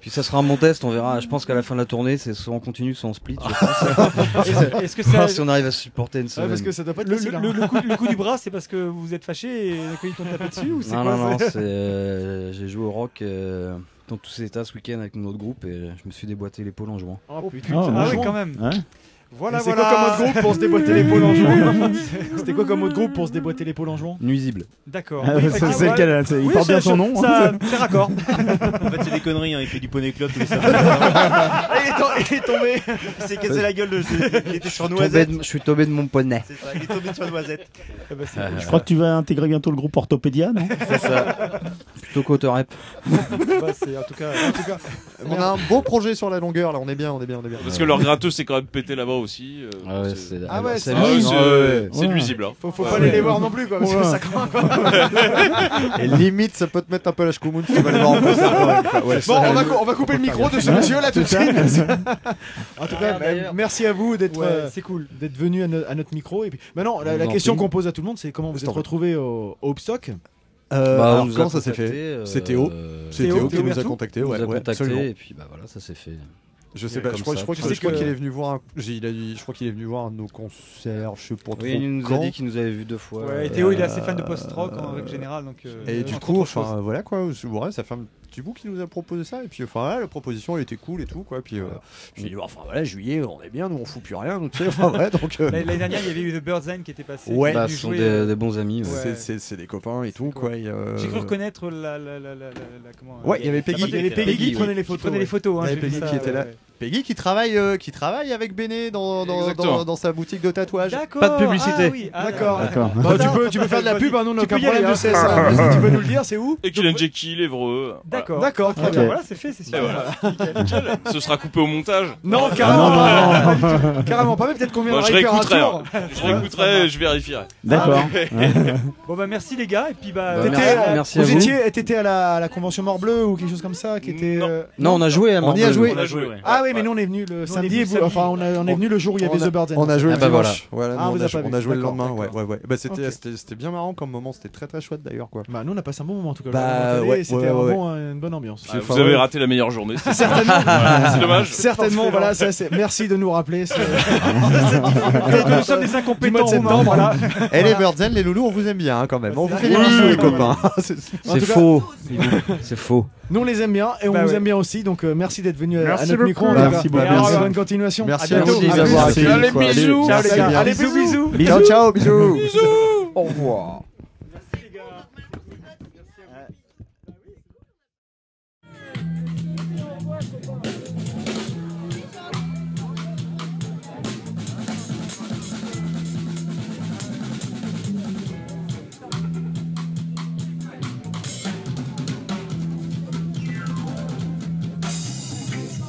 [SPEAKER 27] Puis ça sera un bon test, on verra. Je pense qu'à la fin de la tournée, c'est soit on continue, soit on split. je pense.
[SPEAKER 16] Est-ce- est-ce que ça-
[SPEAKER 27] Oh, Si on arrive à supporter
[SPEAKER 16] Ah,
[SPEAKER 27] une semaine.
[SPEAKER 16] le, le, le coup, hein. le coup du bras, c'est parce que vous êtes fâché et les t'ont tapé dessus ou c'est
[SPEAKER 27] Non,
[SPEAKER 16] quoi
[SPEAKER 27] non, non,
[SPEAKER 16] c'est-
[SPEAKER 27] c'est, euh, j'ai joué au rock euh, dans tous ces états ce week-end avec mon autre groupe et je me suis déboîté l'épaule en jouant.
[SPEAKER 16] Oh, putain. Ah, Ah oui, quand même.
[SPEAKER 27] Hein
[SPEAKER 16] Voilà,
[SPEAKER 2] et C'est
[SPEAKER 16] voilà.
[SPEAKER 2] quoi comme autre groupe pour se déboîter l'épaule en jouant C'était quoi comme autre groupe pour se déboîter l'épaule en jouant
[SPEAKER 27] Nuisible.
[SPEAKER 16] D'accord.
[SPEAKER 2] Ah,
[SPEAKER 16] Oui,
[SPEAKER 2] ça,
[SPEAKER 16] effectivement,
[SPEAKER 2] c'est le
[SPEAKER 16] ouais.
[SPEAKER 2] cas, là, c'est- il
[SPEAKER 16] Oui,
[SPEAKER 2] porte bien
[SPEAKER 16] ça-
[SPEAKER 2] son nom,
[SPEAKER 16] ça-
[SPEAKER 2] hein.
[SPEAKER 16] C'est raccord.
[SPEAKER 17] En fait, c'est des conneries, hein, il fait du poney club tous les samedis.
[SPEAKER 16] Ah,
[SPEAKER 17] il, est tom- il est tombé, il s'est cassé la gueule, de, il était sur
[SPEAKER 27] Je suis tombé
[SPEAKER 17] noisette.
[SPEAKER 27] de- je suis tombé de mon poney.
[SPEAKER 17] C'est ça, il est tombé sur noisette.
[SPEAKER 16] Ah, bah,
[SPEAKER 2] Ah,
[SPEAKER 27] Euh,
[SPEAKER 17] Je
[SPEAKER 27] crois
[SPEAKER 17] que
[SPEAKER 27] tu
[SPEAKER 17] vas intégrer bientôt le groupe Orthopédia, non
[SPEAKER 27] C'est ça. Plutôt qu'autorep.
[SPEAKER 16] Bah, c'est- en tout cas, en tout cas,
[SPEAKER 6] On a un beau projet sur la longueur, là, on est bien, on est bien, on est bien.
[SPEAKER 28] Parce que leur gratteux s'est quand même pété là-bas aussi. euh,
[SPEAKER 27] Ah ouais, c'est- ah
[SPEAKER 6] ouais, c'est
[SPEAKER 28] c'est
[SPEAKER 6] lui.
[SPEAKER 28] c'est-
[SPEAKER 6] Ah ouais.
[SPEAKER 28] c'est
[SPEAKER 6] Ouais.
[SPEAKER 28] nuisible. hein.
[SPEAKER 6] Faut- faut
[SPEAKER 28] Ouais.
[SPEAKER 6] pas aller les voir non plus, quoi, parce que Ouais. ça craint, quoi. Et limite, ça peut te mettre un peu la chkoumoune si tu vas le voir en concert, quand même, quoi. Ouais,
[SPEAKER 2] bon,
[SPEAKER 6] ça,
[SPEAKER 2] on va,
[SPEAKER 6] je-
[SPEAKER 2] cou- on va couper le
[SPEAKER 6] faut
[SPEAKER 2] micro
[SPEAKER 6] faire
[SPEAKER 2] de ce
[SPEAKER 6] gaffe.
[SPEAKER 2] monsieur là tout de
[SPEAKER 6] C'est ça.
[SPEAKER 2] suite. en tout cas, bah,
[SPEAKER 6] Ah, d'ailleurs.
[SPEAKER 2] merci à vous d'être
[SPEAKER 6] Ouais,
[SPEAKER 2] euh,
[SPEAKER 6] c'est cool.
[SPEAKER 2] d'être venu à, no- à notre micro. Et puis, maintenant, la, la
[SPEAKER 6] Vous en
[SPEAKER 2] question
[SPEAKER 6] prie.
[SPEAKER 2] qu'on pose à tout le monde, c'est comment vous êtes retrouvé au, au Hopstock
[SPEAKER 6] Euh,
[SPEAKER 27] Bah, on
[SPEAKER 6] alors,
[SPEAKER 27] nous a
[SPEAKER 6] comment ça s'est
[SPEAKER 27] contacté,
[SPEAKER 6] fait
[SPEAKER 27] euh,
[SPEAKER 6] C'est Théo. C'est
[SPEAKER 27] Théo,
[SPEAKER 6] Théo qui
[SPEAKER 27] Théo
[SPEAKER 6] nous a
[SPEAKER 27] Berthoud
[SPEAKER 6] contacté.
[SPEAKER 27] nous
[SPEAKER 6] Ouais,
[SPEAKER 27] a
[SPEAKER 6] ouais,
[SPEAKER 27] contacté,
[SPEAKER 6] absolument.
[SPEAKER 27] et puis, bah, voilà, ça s'est fait.
[SPEAKER 6] Je sais
[SPEAKER 27] Ouais,
[SPEAKER 6] pas,
[SPEAKER 27] comme
[SPEAKER 6] je crois,
[SPEAKER 27] ça,
[SPEAKER 6] je crois que-
[SPEAKER 27] tout
[SPEAKER 6] je crois
[SPEAKER 27] simplement.
[SPEAKER 6] qu'il est venu voir un- j'ai- il a dit- je crois qu'il est venu voir un de nos concerts, je sais pas trop.
[SPEAKER 27] Oui, il nous a
[SPEAKER 6] quand.
[SPEAKER 27] dit qu'il nous avait vu deux fois. Euh,
[SPEAKER 16] Ouais, et Théo, il est assez fan de post-rock en règle générale, donc, euh,
[SPEAKER 6] et
[SPEAKER 16] euh,
[SPEAKER 6] du
[SPEAKER 16] entre
[SPEAKER 6] coup,
[SPEAKER 16] autres
[SPEAKER 6] enfin
[SPEAKER 16] choses.
[SPEAKER 6] voilà quoi, je- ouais, ça fait un petit bout qu'il nous a proposé ça et puis enfin voilà, la proposition elle était cool et tout quoi. Puis euh, je lui ai dit, enfin voilà, juillet, on est bien, nous on fout plus rien, nous tu sais. Enfin ouais, donc. euh,
[SPEAKER 16] L'année l'année dernière, il y avait eu The Bird's Eye qui était passé.
[SPEAKER 6] Ouais,
[SPEAKER 27] Bah,
[SPEAKER 16] qui est venu jouer, euh,
[SPEAKER 6] C'est- C'est c'est des copains et tout quoi. et, euh,
[SPEAKER 16] J'ai cru reconnaître la. la, la, la, la, la- comment,
[SPEAKER 6] Ouais,
[SPEAKER 16] euh,
[SPEAKER 6] il y avait
[SPEAKER 16] la
[SPEAKER 6] Peggy,
[SPEAKER 16] photo
[SPEAKER 6] il y avait
[SPEAKER 16] était là.
[SPEAKER 6] Peggy qui
[SPEAKER 16] oui,
[SPEAKER 6] prenait les
[SPEAKER 16] qui
[SPEAKER 6] photos,
[SPEAKER 16] prenait
[SPEAKER 6] ouais.
[SPEAKER 16] les photos.
[SPEAKER 6] Il
[SPEAKER 16] hein,
[SPEAKER 6] y avait
[SPEAKER 16] j'ai vu
[SPEAKER 6] Peggy
[SPEAKER 16] ça,
[SPEAKER 6] qui était là.
[SPEAKER 16] ouais.
[SPEAKER 6] Peggy qui travaille, euh, qui travaille avec Béné dans, dans,
[SPEAKER 16] Exactement.
[SPEAKER 6] dans, dans sa boutique de tatouage.
[SPEAKER 16] D'accord, Pas de publicité. ah oui, ah,
[SPEAKER 2] D'accord.
[SPEAKER 6] D'accord.
[SPEAKER 2] Bah, tu, peux, tu peux faire de la pub, hein, nous, on n'a aucun problème de CSA. tu peux nous le dire, c'est où
[SPEAKER 28] Et qu'il injecte qui l'Evreux.
[SPEAKER 2] D'accord. D'accord, très bien. Voilà, c'est fait, c'est sûr.
[SPEAKER 28] Et voilà. Nickel. Ce sera coupé au montage.
[SPEAKER 6] Ah,
[SPEAKER 2] Non, carrément
[SPEAKER 16] Ah,
[SPEAKER 2] pas. Carrément pas, mais peut-être qu'on
[SPEAKER 28] Moi,
[SPEAKER 2] viendra
[SPEAKER 28] je
[SPEAKER 2] y faire un
[SPEAKER 28] réécouterai.
[SPEAKER 2] tour. Ah, bah.
[SPEAKER 28] hein. Je réécouterai et je vérifierai. Ah,
[SPEAKER 2] D'accord.
[SPEAKER 16] Bon, bah, merci les gars. Et puis, bah.
[SPEAKER 2] T'étais
[SPEAKER 16] euh,
[SPEAKER 2] à- vous étiez, t'étais à la, à la convention Mort Bleu ou quelque chose comme ça qui était. euh,
[SPEAKER 27] Non, on a joué à
[SPEAKER 2] On y
[SPEAKER 27] Mort
[SPEAKER 2] a
[SPEAKER 27] Bleu.
[SPEAKER 2] joué.
[SPEAKER 27] On a joué, ouais.
[SPEAKER 2] Ah oui, mais nous on est venu le
[SPEAKER 27] Nous, on est
[SPEAKER 2] samedi.
[SPEAKER 27] venu
[SPEAKER 2] et vous- Enfin, on, a- on est venu le jour où il y avait
[SPEAKER 6] on a-
[SPEAKER 2] The Birds.
[SPEAKER 6] On a joué
[SPEAKER 27] Ah
[SPEAKER 6] le
[SPEAKER 27] bah voilà.
[SPEAKER 6] dimanche. Voilà, nous,
[SPEAKER 2] Ah, on vous
[SPEAKER 6] on,
[SPEAKER 2] a
[SPEAKER 6] a,
[SPEAKER 2] pas
[SPEAKER 6] on
[SPEAKER 2] vu.
[SPEAKER 6] a joué le
[SPEAKER 2] D'accord,
[SPEAKER 6] lendemain. Ouais,
[SPEAKER 2] d'accord.
[SPEAKER 6] ouais, ouais. Bah, c'était
[SPEAKER 2] Ok.
[SPEAKER 6] c'était- c'était bien marrant comme moment. C'était très très chouette d'ailleurs. quoi.
[SPEAKER 2] Bah, nous on a passé un bon moment en tout cas.
[SPEAKER 6] Bah,
[SPEAKER 2] Vraiment,
[SPEAKER 6] ouais,
[SPEAKER 2] C'était
[SPEAKER 6] ouais,
[SPEAKER 2] un
[SPEAKER 6] ouais.
[SPEAKER 2] bon, euh, une bonne ambiance.
[SPEAKER 28] Ah, vous avez raté la meilleure journée. c'était ça. Voilà, C'est dommage.
[SPEAKER 2] Certainement, voilà, ça c'est. Merci de nous rappeler. ce-
[SPEAKER 6] Nous sommes des hein,
[SPEAKER 2] Du mois de septembre, voilà.
[SPEAKER 6] Et les Birdzen, les loulous, on vous aime bien hein, quand même. On vous fait des
[SPEAKER 2] Oui.
[SPEAKER 6] bisous, les copains.
[SPEAKER 2] En tout cas- faux.
[SPEAKER 27] C'est faux.
[SPEAKER 2] Nous on les aime bien et on
[SPEAKER 6] Bah
[SPEAKER 2] vous
[SPEAKER 6] ouais.
[SPEAKER 2] aime bien aussi. Donc euh, merci d'être venu à, à
[SPEAKER 6] Merci
[SPEAKER 2] notre
[SPEAKER 6] beaucoup.
[SPEAKER 2] micro. en tout
[SPEAKER 6] Merci
[SPEAKER 2] cas.
[SPEAKER 6] beaucoup.
[SPEAKER 2] Et alors,
[SPEAKER 6] Merci.
[SPEAKER 2] Bonne continuation.
[SPEAKER 6] Merci
[SPEAKER 2] à
[SPEAKER 6] à
[SPEAKER 2] bientôt.
[SPEAKER 6] vous de nous avoir accueillis, Allez, quoi. Allez, bisous.
[SPEAKER 2] Ciao, les
[SPEAKER 6] Merci
[SPEAKER 2] gars.
[SPEAKER 6] bien.
[SPEAKER 2] Allez, bisous.
[SPEAKER 6] Ciao, ciao, bisous. Au revoir.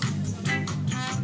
[SPEAKER 12] Thank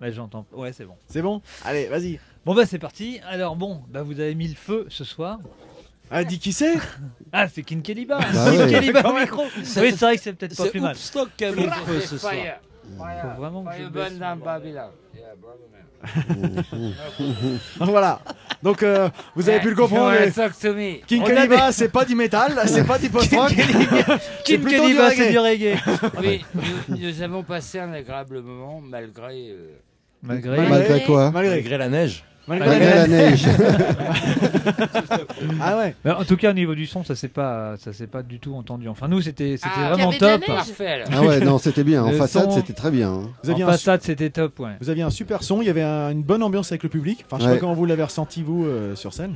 [SPEAKER 13] Ouais, j'entends. Ouais, c'est bon.
[SPEAKER 2] C'est bon Allez, vas-y.
[SPEAKER 13] Bon, bah, c'est parti. Alors, bon, bah, vous avez mis le feu ce soir.
[SPEAKER 2] Ah, dis qui c'est
[SPEAKER 13] Ah, c'est Kinkeliba.
[SPEAKER 2] Bah ouais.
[SPEAKER 13] Kinkeliba
[SPEAKER 2] Quand
[SPEAKER 13] au
[SPEAKER 2] même.
[SPEAKER 13] micro. Oui,
[SPEAKER 2] C'est-
[SPEAKER 13] c'est vrai que c'est peut-être pas
[SPEAKER 2] c'est
[SPEAKER 13] plus mal.
[SPEAKER 2] Hoopstock qui a mis le feu ce soir. Fire.
[SPEAKER 13] Faut vraiment que je baisse.
[SPEAKER 2] voilà. Donc euh, vous avez
[SPEAKER 5] Ouais,
[SPEAKER 2] pu le
[SPEAKER 5] you
[SPEAKER 2] comprendre.
[SPEAKER 5] wanna
[SPEAKER 2] mais
[SPEAKER 5] talk to me.
[SPEAKER 2] King
[SPEAKER 5] On
[SPEAKER 2] Kaliba,
[SPEAKER 5] avait-
[SPEAKER 2] c'est pas du métal, c'est pas du post-rock.
[SPEAKER 5] Kim
[SPEAKER 2] plutôt
[SPEAKER 5] Kaliba,
[SPEAKER 2] du reggae.
[SPEAKER 5] oui, nous, nous avons passé un agréable moment malgré. euh,
[SPEAKER 13] Malgré,
[SPEAKER 18] Malgré quoi
[SPEAKER 13] Malgré la neige.
[SPEAKER 18] Malgré Malgré la la neige. neige.
[SPEAKER 2] ah ouais.
[SPEAKER 13] Mais en tout cas, au niveau du son, ça s'est pas, ça s'est pas du tout entendu. Enfin, nous, c'était, c'était
[SPEAKER 5] Ah,
[SPEAKER 13] vraiment
[SPEAKER 5] il y avait
[SPEAKER 13] top.
[SPEAKER 5] de la neige Parfait, alors.
[SPEAKER 18] Ah ouais, non, c'était bien. En
[SPEAKER 13] Le
[SPEAKER 18] façade,
[SPEAKER 13] son-
[SPEAKER 18] c'était très bien. hein.
[SPEAKER 2] Vous aviez
[SPEAKER 13] en
[SPEAKER 2] un
[SPEAKER 13] façade, c'était top, ouais.
[SPEAKER 2] Vous aviez un super son, il y avait un- une bonne ambiance avec le public. Enfin, je sais
[SPEAKER 18] Ouais.
[SPEAKER 2] pas comment vous l'avez ressenti vous euh, sur scène.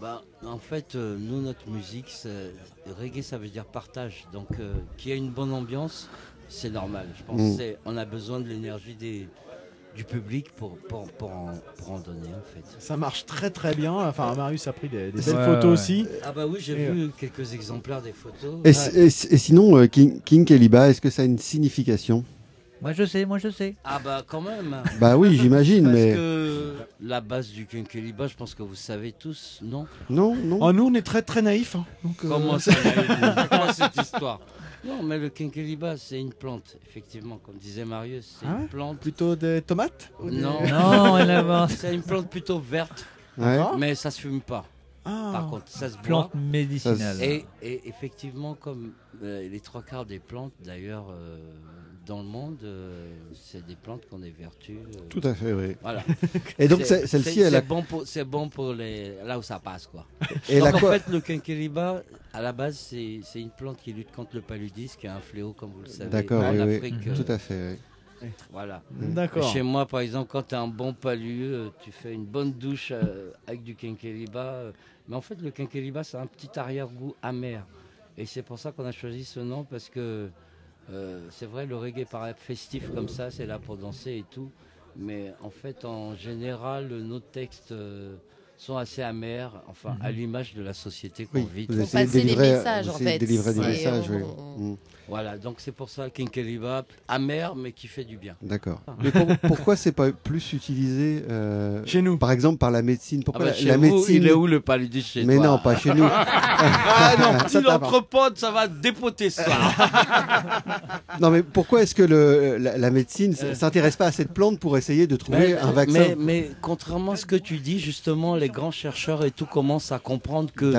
[SPEAKER 29] Bah, en fait, euh, nous, notre musique, c'est- reggae, ça veut dire partage. Donc, euh, qu'il y ait une bonne ambiance, c'est normal. Je pense
[SPEAKER 18] Mm.
[SPEAKER 29] que c'est- on a besoin de l'énergie des- du public pour, pour, pour en, pour en donner, en fait.
[SPEAKER 2] Ça marche très très bien. Enfin, Marius a pris des, des belles
[SPEAKER 29] Ouais,
[SPEAKER 2] photos
[SPEAKER 29] ouais.
[SPEAKER 2] aussi.
[SPEAKER 29] Ah bah oui, j'ai
[SPEAKER 2] Et, euh,
[SPEAKER 29] vu quelques exemplaires des photos.
[SPEAKER 18] Et, s- et s- et sinon, euh, King, King Keliba, est-ce que ça a une signification
[SPEAKER 13] Moi, je sais, moi, je sais.
[SPEAKER 29] Ah bah quand même.
[SPEAKER 18] Bah oui, j'imagine,
[SPEAKER 29] Parce
[SPEAKER 18] mais-
[SPEAKER 29] que la base du Kinkeliba, je pense que vous savez tous, non
[SPEAKER 18] Non, non.
[SPEAKER 2] Oh, nous, on est très très naïfs. hein. Donc, euh,
[SPEAKER 29] Comment ça naïf Quoi, cette histoire Non, mais le Kinkeliba, c'est une plante, effectivement, comme disait Marius. C'est
[SPEAKER 2] Ah ouais
[SPEAKER 29] une plante.
[SPEAKER 2] Plutôt des tomates ou des-
[SPEAKER 29] Non, C'est une plante plutôt verte,
[SPEAKER 2] Ouais.
[SPEAKER 29] mais ça se fume pas.
[SPEAKER 2] Ah.
[SPEAKER 29] Par contre, ça se boit.
[SPEAKER 13] Plante médicinale. Ça se-
[SPEAKER 29] Et, et effectivement, comme euh, les trois quarts des plantes, d'ailleurs, euh, dans le monde, euh, c'est des plantes qui ont des vertus. euh,
[SPEAKER 18] Tout à fait, oui.
[SPEAKER 29] Voilà.
[SPEAKER 18] Et donc,
[SPEAKER 29] C'est-
[SPEAKER 18] c'est- celle-ci,
[SPEAKER 29] c'est-
[SPEAKER 18] elle a-
[SPEAKER 29] C'est bon, pour- c'est bon pour les, là où ça passe, quoi.
[SPEAKER 18] Et
[SPEAKER 29] donc,
[SPEAKER 18] elle a
[SPEAKER 29] en
[SPEAKER 18] quoi-
[SPEAKER 29] fait, le quinqueliba, à la base, c'est c'est une plante qui lutte contre le paludisme, qui est un fléau, comme vous le savez.
[SPEAKER 18] D'accord,
[SPEAKER 29] en
[SPEAKER 18] oui, oui.
[SPEAKER 29] Afrique, euh,
[SPEAKER 18] Tout à fait, oui.
[SPEAKER 29] voilà.
[SPEAKER 18] Mm. D'accord.
[SPEAKER 29] Chez moi, par exemple, quand tu as un bon palu, euh, tu fais une bonne douche euh, avec du quinqueliba. euh, mais en fait, le quinqueliba, c'est un petit arrière-goût amer. Et c'est pour ça qu'on a choisi ce nom, parce que euh, c'est vrai, le reggae paraît festif comme ça, c'est là pour danser et tout. Mais en fait, en général, nos textes euh, sont assez amers, enfin, Mhm. à l'image de la société qu'on
[SPEAKER 18] Oui,
[SPEAKER 29] vit.
[SPEAKER 18] vous essayez de Passer des délivrer- messages, vous en essayez de fait. délivrer des
[SPEAKER 29] C'est-
[SPEAKER 18] messages, oui.
[SPEAKER 29] euh,
[SPEAKER 18] Mm.
[SPEAKER 29] Voilà, donc c'est pour ça Kinkeliba, amer, mais qui fait du bien. Ah.
[SPEAKER 18] D'accord. Mais pour- pourquoi c'est pas plus utilisé euh,
[SPEAKER 29] Chez nous
[SPEAKER 18] Par exemple, par la médecine. Pourquoi
[SPEAKER 29] Ah bah,
[SPEAKER 18] la,
[SPEAKER 29] chez
[SPEAKER 18] la
[SPEAKER 29] vous,
[SPEAKER 18] médecine
[SPEAKER 29] il est où le paludisme chez
[SPEAKER 18] Mais
[SPEAKER 29] toi
[SPEAKER 18] non, pas chez nous.
[SPEAKER 29] ah non,
[SPEAKER 18] Ça
[SPEAKER 29] ça
[SPEAKER 18] tape, hein.
[SPEAKER 29] ça va dépoter ça.
[SPEAKER 18] Non, mais pourquoi est-ce que le, la, la médecine s- s'intéresse pas à cette plante pour essayer de trouver
[SPEAKER 29] Euh. Mais-
[SPEAKER 18] un vaccin
[SPEAKER 29] Mais, mais contrairement à ce que tu dis, justement, les grands chercheurs et tout commencent à comprendre que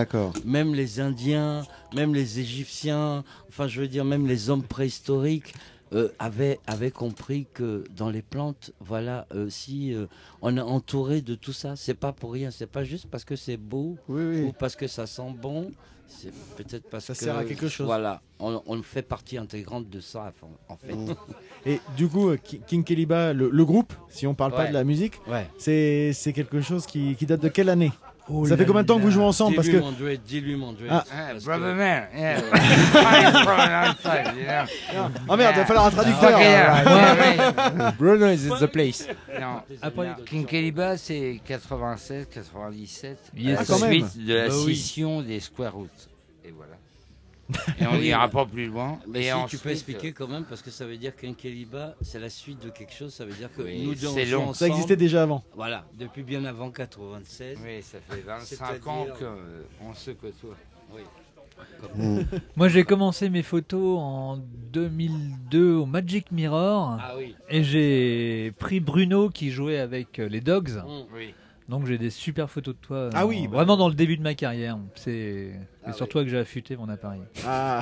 [SPEAKER 29] même les Indiens, même les Égyptiens, enfin je veux dire même les hommes préhistoriques euh, avaient, avaient compris que dans les plantes, voilà, euh, si euh, on est entouré de tout ça, c'est pas pour rien, c'est pas juste parce que c'est beau ou parce que ça sent bon. C'est peut-être parce
[SPEAKER 2] Ça
[SPEAKER 29] que
[SPEAKER 2] sert à quelque chose.
[SPEAKER 29] Voilà, on, on fait partie intégrante de ça, en fait.
[SPEAKER 18] Mmh.
[SPEAKER 2] Mm. Et du coup, euh, Ki- King Keliba, le, le groupe, si on parle pas
[SPEAKER 29] Ouais.
[SPEAKER 2] de la musique,
[SPEAKER 29] Ouais.
[SPEAKER 2] c'est c'est quelque chose qui, qui date de quelle année
[SPEAKER 29] Oh
[SPEAKER 2] Ça fait
[SPEAKER 29] là
[SPEAKER 2] combien de temps que vous
[SPEAKER 29] là.
[SPEAKER 2] jouez ensemble Parce
[SPEAKER 29] Dis-lui
[SPEAKER 2] que
[SPEAKER 29] mon duet, dis-lui mon duet.
[SPEAKER 2] Ah.
[SPEAKER 29] Ah, Parce
[SPEAKER 5] brother
[SPEAKER 29] que-
[SPEAKER 5] man, yeah. I'm from an outside, you know.
[SPEAKER 2] Ah merde, il va falloir un
[SPEAKER 5] Yeah.
[SPEAKER 2] traducteur.
[SPEAKER 5] Okay, yeah.
[SPEAKER 2] Ouais.
[SPEAKER 5] Yeah, oui.
[SPEAKER 2] Bruno is in the place.
[SPEAKER 5] Non, Après, non. King Kaliba, c'est 96, 97, Yes. à
[SPEAKER 2] Ah,
[SPEAKER 5] la
[SPEAKER 2] quand
[SPEAKER 5] suite même. de la Bah oui.
[SPEAKER 29] scission
[SPEAKER 5] des Square Roots. Et voilà. Et on
[SPEAKER 29] Oui.
[SPEAKER 5] n'ira pas plus loin.
[SPEAKER 29] Mais
[SPEAKER 5] Et
[SPEAKER 29] si, tu
[SPEAKER 5] ensuite,
[SPEAKER 29] peux expliquer quand même, parce que ça veut dire qu'un Keliba, c'est la suite de quelque chose, ça veut dire que
[SPEAKER 5] Oui,
[SPEAKER 29] nous deux, on
[SPEAKER 5] c'est
[SPEAKER 29] joue
[SPEAKER 5] long.
[SPEAKER 29] ensemble.
[SPEAKER 5] Ça existait déjà avant.
[SPEAKER 29] Voilà, depuis bien avant 96.
[SPEAKER 5] Oui, ça fait 25
[SPEAKER 29] C'est-à-dire-
[SPEAKER 5] ans qu'on euh, se côtoie. Oui.
[SPEAKER 13] Moi, j'ai commencé mes photos en 2002 au Magic Mirror.
[SPEAKER 5] Ah oui.
[SPEAKER 13] Et j'ai pris Bruno qui jouait avec euh, les Dogs.
[SPEAKER 5] Mmh, Oui.
[SPEAKER 13] Donc j'ai des super photos de toi. euh,
[SPEAKER 5] Ah oui, bah.
[SPEAKER 13] Vraiment dans le début de ma carrière. C'est
[SPEAKER 5] Ah
[SPEAKER 13] c'est sur toi que j'ai affûté mon appareil.
[SPEAKER 2] Ah.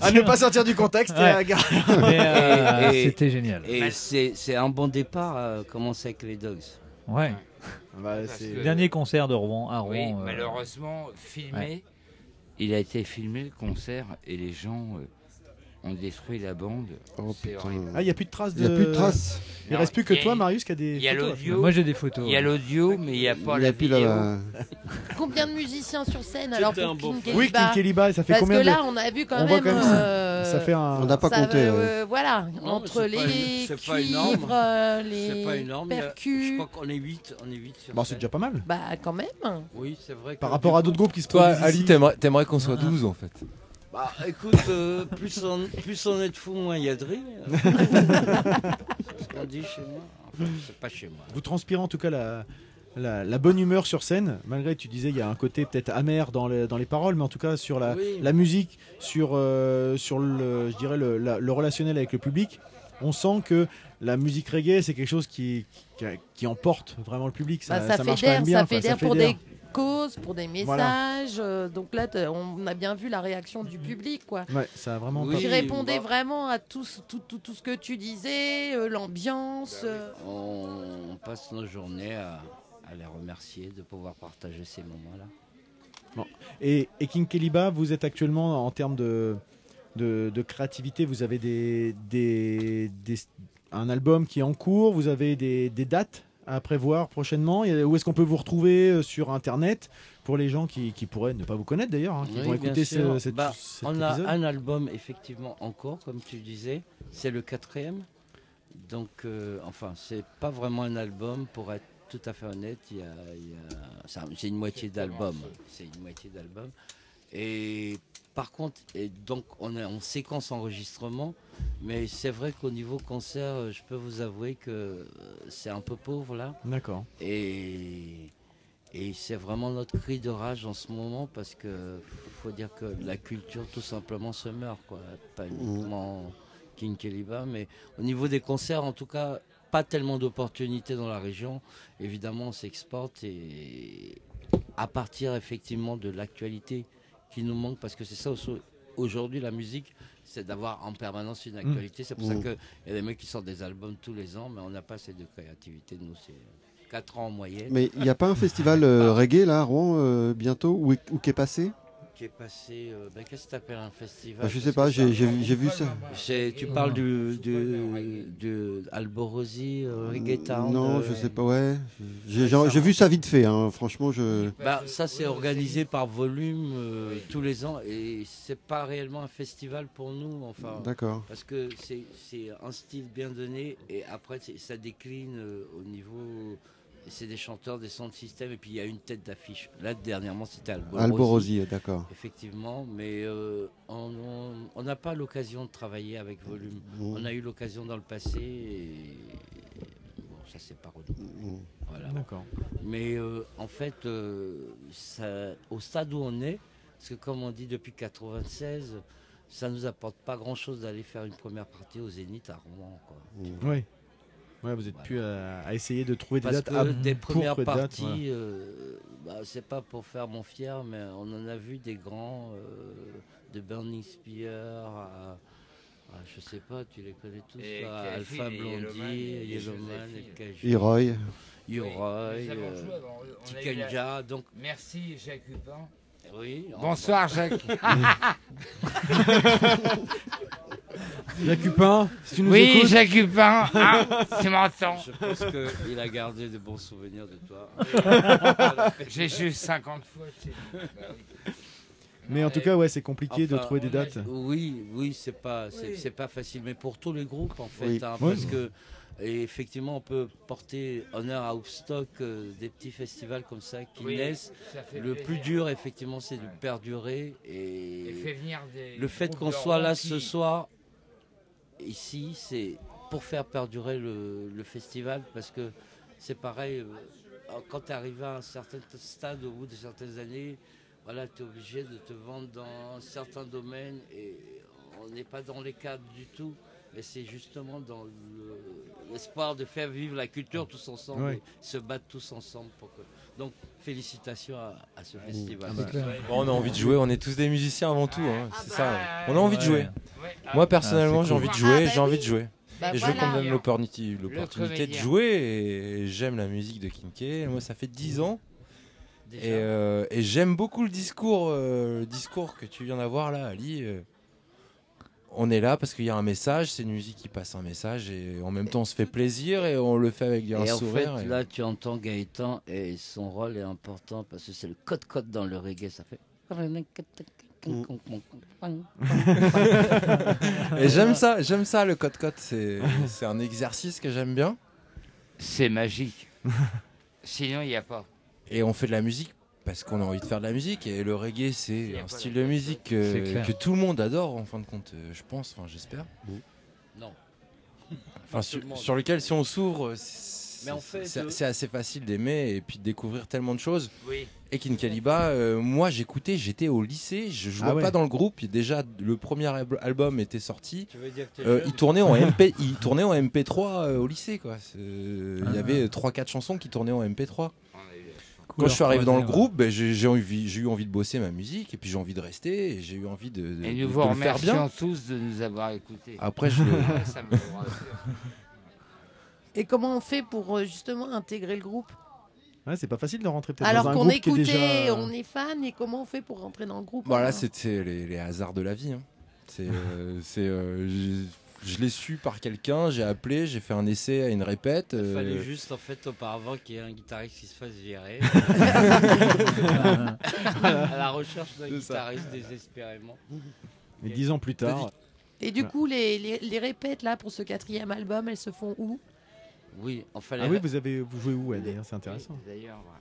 [SPEAKER 2] À ne pas sortir du contexte et à garder-
[SPEAKER 13] Mais, euh,
[SPEAKER 29] Et- et-
[SPEAKER 13] C'était génial.
[SPEAKER 29] Et c'est c'est un bon départ, euh, commencer avec les Dogs.
[SPEAKER 13] Ouais.
[SPEAKER 29] Parce
[SPEAKER 5] Ah, c'est- que-
[SPEAKER 13] Dernier concert de Rouen à Rouen.
[SPEAKER 5] Oui,
[SPEAKER 13] euh,
[SPEAKER 5] malheureusement, filmé,
[SPEAKER 13] ouais.
[SPEAKER 5] il a été filmé le concert et les gens euh, ont détruit la bande. C'est horrible.
[SPEAKER 2] Ah, il n'y a plus de traces de.
[SPEAKER 5] Oh, Il y a plus de traces.
[SPEAKER 2] Il
[SPEAKER 5] Non,
[SPEAKER 2] reste plus que
[SPEAKER 5] il y a-
[SPEAKER 2] toi, Marius, qui a des.
[SPEAKER 5] il y a
[SPEAKER 2] photos,
[SPEAKER 5] l'audio.
[SPEAKER 2] finalement.
[SPEAKER 5] Moi, j'ai des photos, Il y a ouais. l'audio, mais il y a pas
[SPEAKER 18] Il
[SPEAKER 5] la
[SPEAKER 18] plus la-
[SPEAKER 5] vidéo.
[SPEAKER 1] Combien de musiciens sur scène alors pour King Keliba
[SPEAKER 2] Oui, King Keliba, ça fait
[SPEAKER 1] Parce
[SPEAKER 2] combien
[SPEAKER 1] que
[SPEAKER 2] de-
[SPEAKER 1] là, on a vu quand
[SPEAKER 2] On voit
[SPEAKER 1] même.
[SPEAKER 2] quand même ça.
[SPEAKER 1] euh,
[SPEAKER 2] Ça fait un- On n'a pas
[SPEAKER 1] ça
[SPEAKER 2] compté,
[SPEAKER 1] va,
[SPEAKER 2] ouais.
[SPEAKER 1] euh, voilà,
[SPEAKER 29] Non,
[SPEAKER 1] entre
[SPEAKER 29] mais c'est pas
[SPEAKER 1] les
[SPEAKER 29] une- c'est pas énorme.
[SPEAKER 1] cuivres, euh,
[SPEAKER 29] C'est pas
[SPEAKER 1] les
[SPEAKER 29] énorme, il y a- je
[SPEAKER 1] percus.
[SPEAKER 29] crois qu'on est 8, on est 8 sur
[SPEAKER 2] Bah, c'est déjà pas mal.
[SPEAKER 1] Bah, quand même.
[SPEAKER 29] Oui, c'est vrai. que-
[SPEAKER 2] Par rapport à d'autres groupes qui se
[SPEAKER 3] Toi,
[SPEAKER 2] produisent
[SPEAKER 3] Ali,
[SPEAKER 2] ici.
[SPEAKER 3] t'aimerais t'aimerais qu'on soit 12 en fait.
[SPEAKER 29] Bah écoute, euh, plus, on, plus on est de fou, moins il y a de rire. qu'on dit chez moi. Enfin, c'est pas chez moi.
[SPEAKER 2] Vous transpirez en tout cas la, la, la bonne humeur sur scène, malgré tu disais il y a un côté peut-être amer dans les, dans les paroles, mais en tout cas sur la,
[SPEAKER 29] Oui.
[SPEAKER 2] la musique, sur, euh, sur le, je dirais le, la- le relationnel avec le public, on sent que la musique reggae c'est quelque chose qui, qui, qui emporte vraiment le public. Ça,
[SPEAKER 1] Bah,
[SPEAKER 2] ça
[SPEAKER 1] ça,
[SPEAKER 2] marche quand
[SPEAKER 1] fédère,
[SPEAKER 2] même bien.
[SPEAKER 1] ça
[SPEAKER 2] quoi,
[SPEAKER 1] fédère pour
[SPEAKER 2] fédère.
[SPEAKER 1] des causes, pour des messages.
[SPEAKER 2] Voilà.
[SPEAKER 1] euh, donc là, t'as- on a bien vu la réaction du public, quoi.
[SPEAKER 2] Ouais, ça a vraiment
[SPEAKER 1] Qui
[SPEAKER 2] pas-
[SPEAKER 1] répondait
[SPEAKER 29] bah.
[SPEAKER 1] vraiment à tout, ce- tout, tout, tout ce que tu disais,
[SPEAKER 29] Bah
[SPEAKER 1] euh, l'ambiance. euh.
[SPEAKER 29] On passe nos journées à, à les remercier de pouvoir partager ces moments-là.
[SPEAKER 2] Bon. Et, et King Keliba, vous êtes actuellement en termes de, de, de créativité, vous avez des, des, des- un album qui est en cours, vous avez des, des dates à prévoir prochainement. Et euh, Où est-ce qu'on peut vous retrouver euh, sur Internet pour les gens qui, qui pourraient ne pas vous connaître d'ailleurs, hein, qui
[SPEAKER 29] Oui,
[SPEAKER 2] vont
[SPEAKER 29] bien
[SPEAKER 2] écouter
[SPEAKER 29] sûr.
[SPEAKER 2] ce, cet-
[SPEAKER 29] Bah,
[SPEAKER 2] cet
[SPEAKER 29] on a
[SPEAKER 2] épisode
[SPEAKER 29] un album effectivement encore, comme tu disais, c'est le quatrième. Donc, euh, enfin, c'est pas vraiment un album pour être tout à fait honnête. Il y a, il y a- ça- c'est une moitié d'album. C'est une moitié d'album. Et par contre, et donc on est en séquence enregistrement, mais c'est vrai qu'au niveau concert, euh, je peux vous avouer que euh, c'est un peu pauvre là.
[SPEAKER 3] Hein.
[SPEAKER 2] D'accord.
[SPEAKER 29] Et, et c'est vraiment notre cri de rage en ce moment parce que faut dire que la culture tout simplement se meurt, quoi. Pas
[SPEAKER 3] Mmh.
[SPEAKER 29] uniquement King Keliba, mais au niveau des concerts, en tout cas, pas tellement d'opportunités dans la région. Évidemment, on s'exporte et à partir effectivement de l'actualité qui nous manque parce que c'est ça aussi. Aujourd'hui, la musique, c'est d'avoir en permanence une actualité. C'est pour ça
[SPEAKER 3] Mmh.
[SPEAKER 29] qu'il y a des mecs qui sortent des albums tous les ans, mais on n'a pas assez de créativité. Nous, c'est 4 ans en moyenne.
[SPEAKER 18] Mais il n'y a pas un festival
[SPEAKER 29] Ah.
[SPEAKER 18] euh, reggae là à Rouen euh, bientôt ou, ou qui est passé
[SPEAKER 29] qui est passé. euh, ben, Qu'est-ce que tu appelles un festival
[SPEAKER 18] Bah, Je sais pas, j'ai j'ai vu j'ai vu ça.
[SPEAKER 29] C'est- Tu parles du, du, du Alborosi euh, Reggae Town,
[SPEAKER 18] Non,
[SPEAKER 29] euh,
[SPEAKER 18] je sais pas, ouais. J'ai j'ai- j'ai vu ça vite fait, hein. franchement, je.
[SPEAKER 29] Bah, ça, c'est organisé par volume euh, tous les ans et c'est pas réellement un festival pour nous. Enfin,
[SPEAKER 18] D'accord.
[SPEAKER 29] Parce que c'est c'est un style bien donné et après, c'est- ça décline euh, au niveau. C'est des chanteurs, des sons de système et puis il y a une tête d'affiche. Là, dernièrement, c'était Alborosi.
[SPEAKER 18] Alborosi, d'accord.
[SPEAKER 29] Effectivement, mais euh, on- on on n'a pas l'occasion de travailler avec volume.
[SPEAKER 18] Mm.
[SPEAKER 29] On a eu l'occasion dans le passé et. Bon, ça, c'est pas renouvelé. Voilà.
[SPEAKER 2] D'accord.
[SPEAKER 29] Mais euh, en fait, euh, ça- au stade où on est, parce que comme on dit depuis 96, ça nous apporte pas grand-chose d'aller faire une première partie au Zénith à Rouen. Quoi.
[SPEAKER 2] Oui. Ouais, vous êtes plus euh, à, à essayer de trouver des
[SPEAKER 29] Parce
[SPEAKER 2] dates
[SPEAKER 29] que
[SPEAKER 2] à-
[SPEAKER 29] des
[SPEAKER 2] pour
[SPEAKER 29] premières
[SPEAKER 2] que dates,
[SPEAKER 29] parties,
[SPEAKER 2] voilà.
[SPEAKER 29] euh, bah, c'est pas pour faire mon fier, mais on en a vu des grands, euh, de Burning Spear à, à, je sais pas, tu les connais tous,
[SPEAKER 5] Et
[SPEAKER 29] là,
[SPEAKER 5] Cashville,
[SPEAKER 29] Alpha
[SPEAKER 5] et Yellowman,
[SPEAKER 29] Blondie,
[SPEAKER 5] et
[SPEAKER 29] Yellowman,
[SPEAKER 5] Joséphine.
[SPEAKER 29] et Cashville.
[SPEAKER 18] Iroy.
[SPEAKER 29] Iroy,
[SPEAKER 5] Oui, nous avons
[SPEAKER 29] euh,
[SPEAKER 5] joué avant, on a eu la-
[SPEAKER 29] Tikenja, donc
[SPEAKER 5] Merci Jacques Hupin.
[SPEAKER 29] oui.
[SPEAKER 5] Bonsoir Jacques.
[SPEAKER 2] Jacques Hupin, si tu nous
[SPEAKER 5] oui,
[SPEAKER 2] écoutes.
[SPEAKER 5] Jacques Hupin, hein, tu m'entends.
[SPEAKER 29] Je pense qu'il a gardé de bons souvenirs de toi.
[SPEAKER 5] J'ai joué 50 fois chez lui. Bah oui.
[SPEAKER 2] Mais en tout cas, ouais, c'est compliqué de trouver des dates.
[SPEAKER 29] Oui, oui, c'est pas, c'est c'est pas facile, mais pour tous les groupes en fait,
[SPEAKER 2] Oui.
[SPEAKER 29] hein,
[SPEAKER 2] Oui.
[SPEAKER 29] parce que et effectivement, on peut porter honneur à Hoopstock euh, des petits festivals comme ça qui
[SPEAKER 5] Oui,
[SPEAKER 29] naissent.
[SPEAKER 5] ça fait
[SPEAKER 29] Le
[SPEAKER 5] plaisir.
[SPEAKER 29] plus dur, effectivement, c'est de perdurer et,
[SPEAKER 5] Et fait venir des
[SPEAKER 29] le fait
[SPEAKER 5] groupes
[SPEAKER 29] qu'on
[SPEAKER 5] de
[SPEAKER 29] soit là
[SPEAKER 5] rock
[SPEAKER 29] ce
[SPEAKER 5] qui-
[SPEAKER 29] soir ici, c'est pour faire perdurer le, le festival parce que c'est pareil, euh, quand tu arrives à un certain stade au bout de certaines années, voilà, tu es obligé de te vendre dans certains domaines et on n'est pas dans les cadres du tout. Mais c'est justement dans le- l'espoir de faire vivre la culture tous ensemble,
[SPEAKER 2] Ouais.
[SPEAKER 29] et se battre tous ensemble. Pour que... Donc félicitations à, à ce festival.
[SPEAKER 21] Ah, c'est clair. Bon, on a envie de jouer, on est tous des musiciens avant tout, hein, c'est ça. On a envie de
[SPEAKER 29] ouais.
[SPEAKER 21] jouer.
[SPEAKER 29] Ah bah, Ouais.
[SPEAKER 21] Moi personnellement,
[SPEAKER 29] Ah, c'est
[SPEAKER 21] j'ai envie de
[SPEAKER 29] cool.
[SPEAKER 21] jouer,
[SPEAKER 29] Ah, bah
[SPEAKER 21] j'ai envie de
[SPEAKER 29] oui.
[SPEAKER 21] jouer.
[SPEAKER 29] Bah
[SPEAKER 21] et je veux qu'on
[SPEAKER 29] voilà.
[SPEAKER 21] me donne l'opportunité,
[SPEAKER 29] Le
[SPEAKER 21] l'opportunité de
[SPEAKER 29] comédien.
[SPEAKER 21] jouer et j'aime la musique de Kinké. Moi, ça fait 10 ans.
[SPEAKER 29] Déjà.
[SPEAKER 21] Et, euh, et j'aime beaucoup le discours, euh, le discours que tu viens d'avoir là, Ali. euh, on est là parce qu'il y a un message, c'est une musique qui passe un message et en même temps on se fait plaisir et on le fait avec un
[SPEAKER 29] Et en
[SPEAKER 21] sourire.
[SPEAKER 29] fait,
[SPEAKER 21] et-
[SPEAKER 29] là, tu entends Gaëtan et son rôle est important parce que c'est le code-code dans le reggae, ça fait.
[SPEAKER 21] Et j'aime ça, j'aime ça le cote-cote, c'est c'est un exercice que j'aime bien.
[SPEAKER 5] C'est magique. Sinon, il n'y a pas.
[SPEAKER 21] Et on fait de la musique parce qu'on a envie de faire de la musique et le reggae c'est un style de musique
[SPEAKER 5] C'est
[SPEAKER 21] que,
[SPEAKER 5] clair.
[SPEAKER 21] euh,
[SPEAKER 5] Mmh.
[SPEAKER 21] que tout le monde adore en fin de compte, euh, je pense, enfin j'espère.
[SPEAKER 29] Non.
[SPEAKER 21] Enfin, sur, sur lequel si on s'ouvre, c'est
[SPEAKER 29] Mais en fait,
[SPEAKER 21] c'est-
[SPEAKER 29] de-
[SPEAKER 21] c'est assez facile d'aimer et puis de découvrir tellement de choses.
[SPEAKER 29] Oui.
[SPEAKER 21] Et Kinkaliba, euh, moi j'écoutais, j'étais au lycée, je jouais
[SPEAKER 29] Ah ouais.
[SPEAKER 21] pas dans le groupe. et Déjà, le premier al- album était sorti.
[SPEAKER 29] Tu veux dire que t'es
[SPEAKER 21] Euh,
[SPEAKER 29] jeune
[SPEAKER 21] il tournait en MP, il tournait en MP3 euh, au lycée quoi. C'est- Il y
[SPEAKER 29] Ah.
[SPEAKER 21] avait 3-4 chansons qui tournaient en MP3. Quand
[SPEAKER 29] Couleur
[SPEAKER 21] je suis arrivé dans le
[SPEAKER 29] croisée,
[SPEAKER 21] groupe, ben, j'ai j'ai envie- j'ai eu envie de bosser ma musique et puis j'ai envie de rester et j'ai eu envie de, de-
[SPEAKER 29] Et
[SPEAKER 21] de-
[SPEAKER 29] nous vous
[SPEAKER 21] de le faire bien.
[SPEAKER 29] remercions tous de nous avoir écoutés.
[SPEAKER 21] Après, je le-
[SPEAKER 29] Ouais, ça me rassure.
[SPEAKER 1] Et comment on fait pour euh, justement intégrer le groupe
[SPEAKER 2] Ouais, c'est pas facile de rentrer peut-être
[SPEAKER 1] Alors
[SPEAKER 2] dans un
[SPEAKER 1] qu'on
[SPEAKER 2] groupe
[SPEAKER 1] écoutait,
[SPEAKER 2] qui est déjà...
[SPEAKER 1] on est fan, et comment on fait pour rentrer dans le groupe
[SPEAKER 21] Voilà,
[SPEAKER 1] alors
[SPEAKER 21] Bah c'était les, les hasards de la vie. hein. C'est, euh, c'est, euh, j'ai- je l'ai su par quelqu'un, j'ai appelé, j'ai fait un essai à une répète.
[SPEAKER 29] Il
[SPEAKER 21] euh,
[SPEAKER 29] fallait juste en fait auparavant qu'il y ait un guitariste qui se fasse virer. à la recherche d'un guitariste désespérément.
[SPEAKER 2] Mais dix ans plus tard...
[SPEAKER 1] Et du coup, les, les, les répètes là pour ce quatrième album, elles se font où
[SPEAKER 2] Euh,
[SPEAKER 29] Oui, enfin
[SPEAKER 2] Ah oui, vous avez vous jouez où, elle, d'ailleurs C'est intéressant.
[SPEAKER 29] D'ailleurs, on va-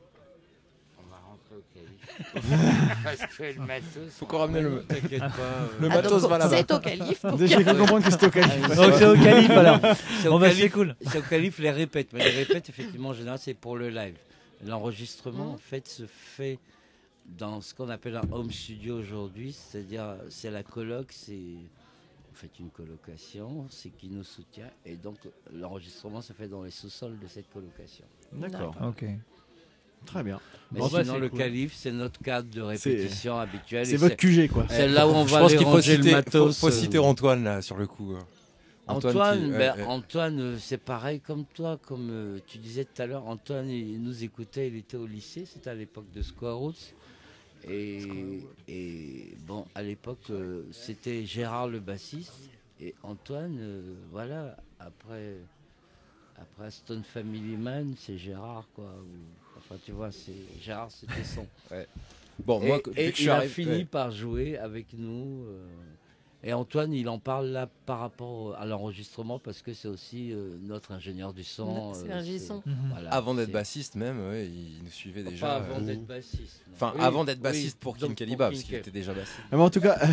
[SPEAKER 29] on va rentrer au calife. Parce que le matos.
[SPEAKER 21] Faut qu'on ramène le-
[SPEAKER 29] T'inquiète pas. euh.
[SPEAKER 21] Le Ah, matos donc, va là-bas. c'est au
[SPEAKER 29] calife,
[SPEAKER 21] donc. J'ai cru comprendre que c'était au calife.
[SPEAKER 29] Ah, oui,
[SPEAKER 21] Donc, c'est au calife, alors.
[SPEAKER 29] C'est au
[SPEAKER 21] Bon, bah,
[SPEAKER 29] calife-
[SPEAKER 21] c'est cool.
[SPEAKER 29] C'est au calife les répètes. Mais les répètes, effectivement, en général, c'est pour le live. L'enregistrement, en fait, se fait dans ce qu'on appelle un home studio aujourd'hui, c'est-à-dire euh, c'est la coloc, c'est en fait une colocation, c'est qui nous soutient, et donc euh, l'enregistrement se fait dans les sous-sols de cette colocation.
[SPEAKER 2] D'accord.
[SPEAKER 13] Ok.
[SPEAKER 2] Très bien.
[SPEAKER 29] Mais
[SPEAKER 2] Bon, bah,
[SPEAKER 29] sinon,
[SPEAKER 2] c'est
[SPEAKER 29] le
[SPEAKER 2] cool.
[SPEAKER 29] calife, c'est notre cadre de
[SPEAKER 2] C'est-
[SPEAKER 29] répétition habituel.
[SPEAKER 2] c'est
[SPEAKER 29] et
[SPEAKER 2] votre QG, quoi.
[SPEAKER 29] C'est là où on
[SPEAKER 21] je
[SPEAKER 29] va
[SPEAKER 21] pense
[SPEAKER 29] aller
[SPEAKER 21] qu'il faut
[SPEAKER 29] ranger
[SPEAKER 21] citer,
[SPEAKER 29] le
[SPEAKER 21] faut,
[SPEAKER 29] matos.
[SPEAKER 21] faut
[SPEAKER 29] euh.
[SPEAKER 21] citer Antoine là sur le coup. hein.
[SPEAKER 29] Antoine,
[SPEAKER 21] qui-
[SPEAKER 29] ben,
[SPEAKER 21] ouais, ouais.
[SPEAKER 29] Antoine, euh, c'est pareil comme toi, comme euh, tu disais tout à l'heure. Antoine, il, il nous écoutait, il était au lycée, c'était à l'époque de Square Roots. Et, et bon, à l'époque, euh, c'était Gérard le bassiste. Et Antoine, euh, voilà, après, après Stone Family Man, c'est Gérard, quoi. ou- enfin, tu vois, c'est Gérard, c'était son.
[SPEAKER 21] Bon,
[SPEAKER 29] et,
[SPEAKER 21] moi, que-
[SPEAKER 29] et
[SPEAKER 21] dès que
[SPEAKER 29] il
[SPEAKER 21] je suis
[SPEAKER 29] a
[SPEAKER 21] arrivé-
[SPEAKER 29] fini
[SPEAKER 21] ouais.
[SPEAKER 29] par jouer avec nous. euh, et Antoine, il en parle là par rapport à l'enregistrement parce que c'est aussi euh, notre ingénieur du son.
[SPEAKER 1] C'est
[SPEAKER 29] euh,
[SPEAKER 1] l'ingé son.
[SPEAKER 29] voilà,
[SPEAKER 21] Mhm. avant d'être
[SPEAKER 29] c'est-
[SPEAKER 21] bassiste même, ouais, il nous suivait déjà.
[SPEAKER 29] Pas avant
[SPEAKER 21] euh,
[SPEAKER 29] d'être bassiste, non.
[SPEAKER 21] Enfin,
[SPEAKER 29] Oui,
[SPEAKER 21] avant d'être
[SPEAKER 29] oui,
[SPEAKER 21] bassiste pour
[SPEAKER 29] donc
[SPEAKER 21] Kim
[SPEAKER 29] pour
[SPEAKER 21] Kaliba, parce
[SPEAKER 29] Kim
[SPEAKER 21] qu'il
[SPEAKER 29] Ke-
[SPEAKER 21] était déjà bassiste.
[SPEAKER 2] Ah, mais en tout cas, euh,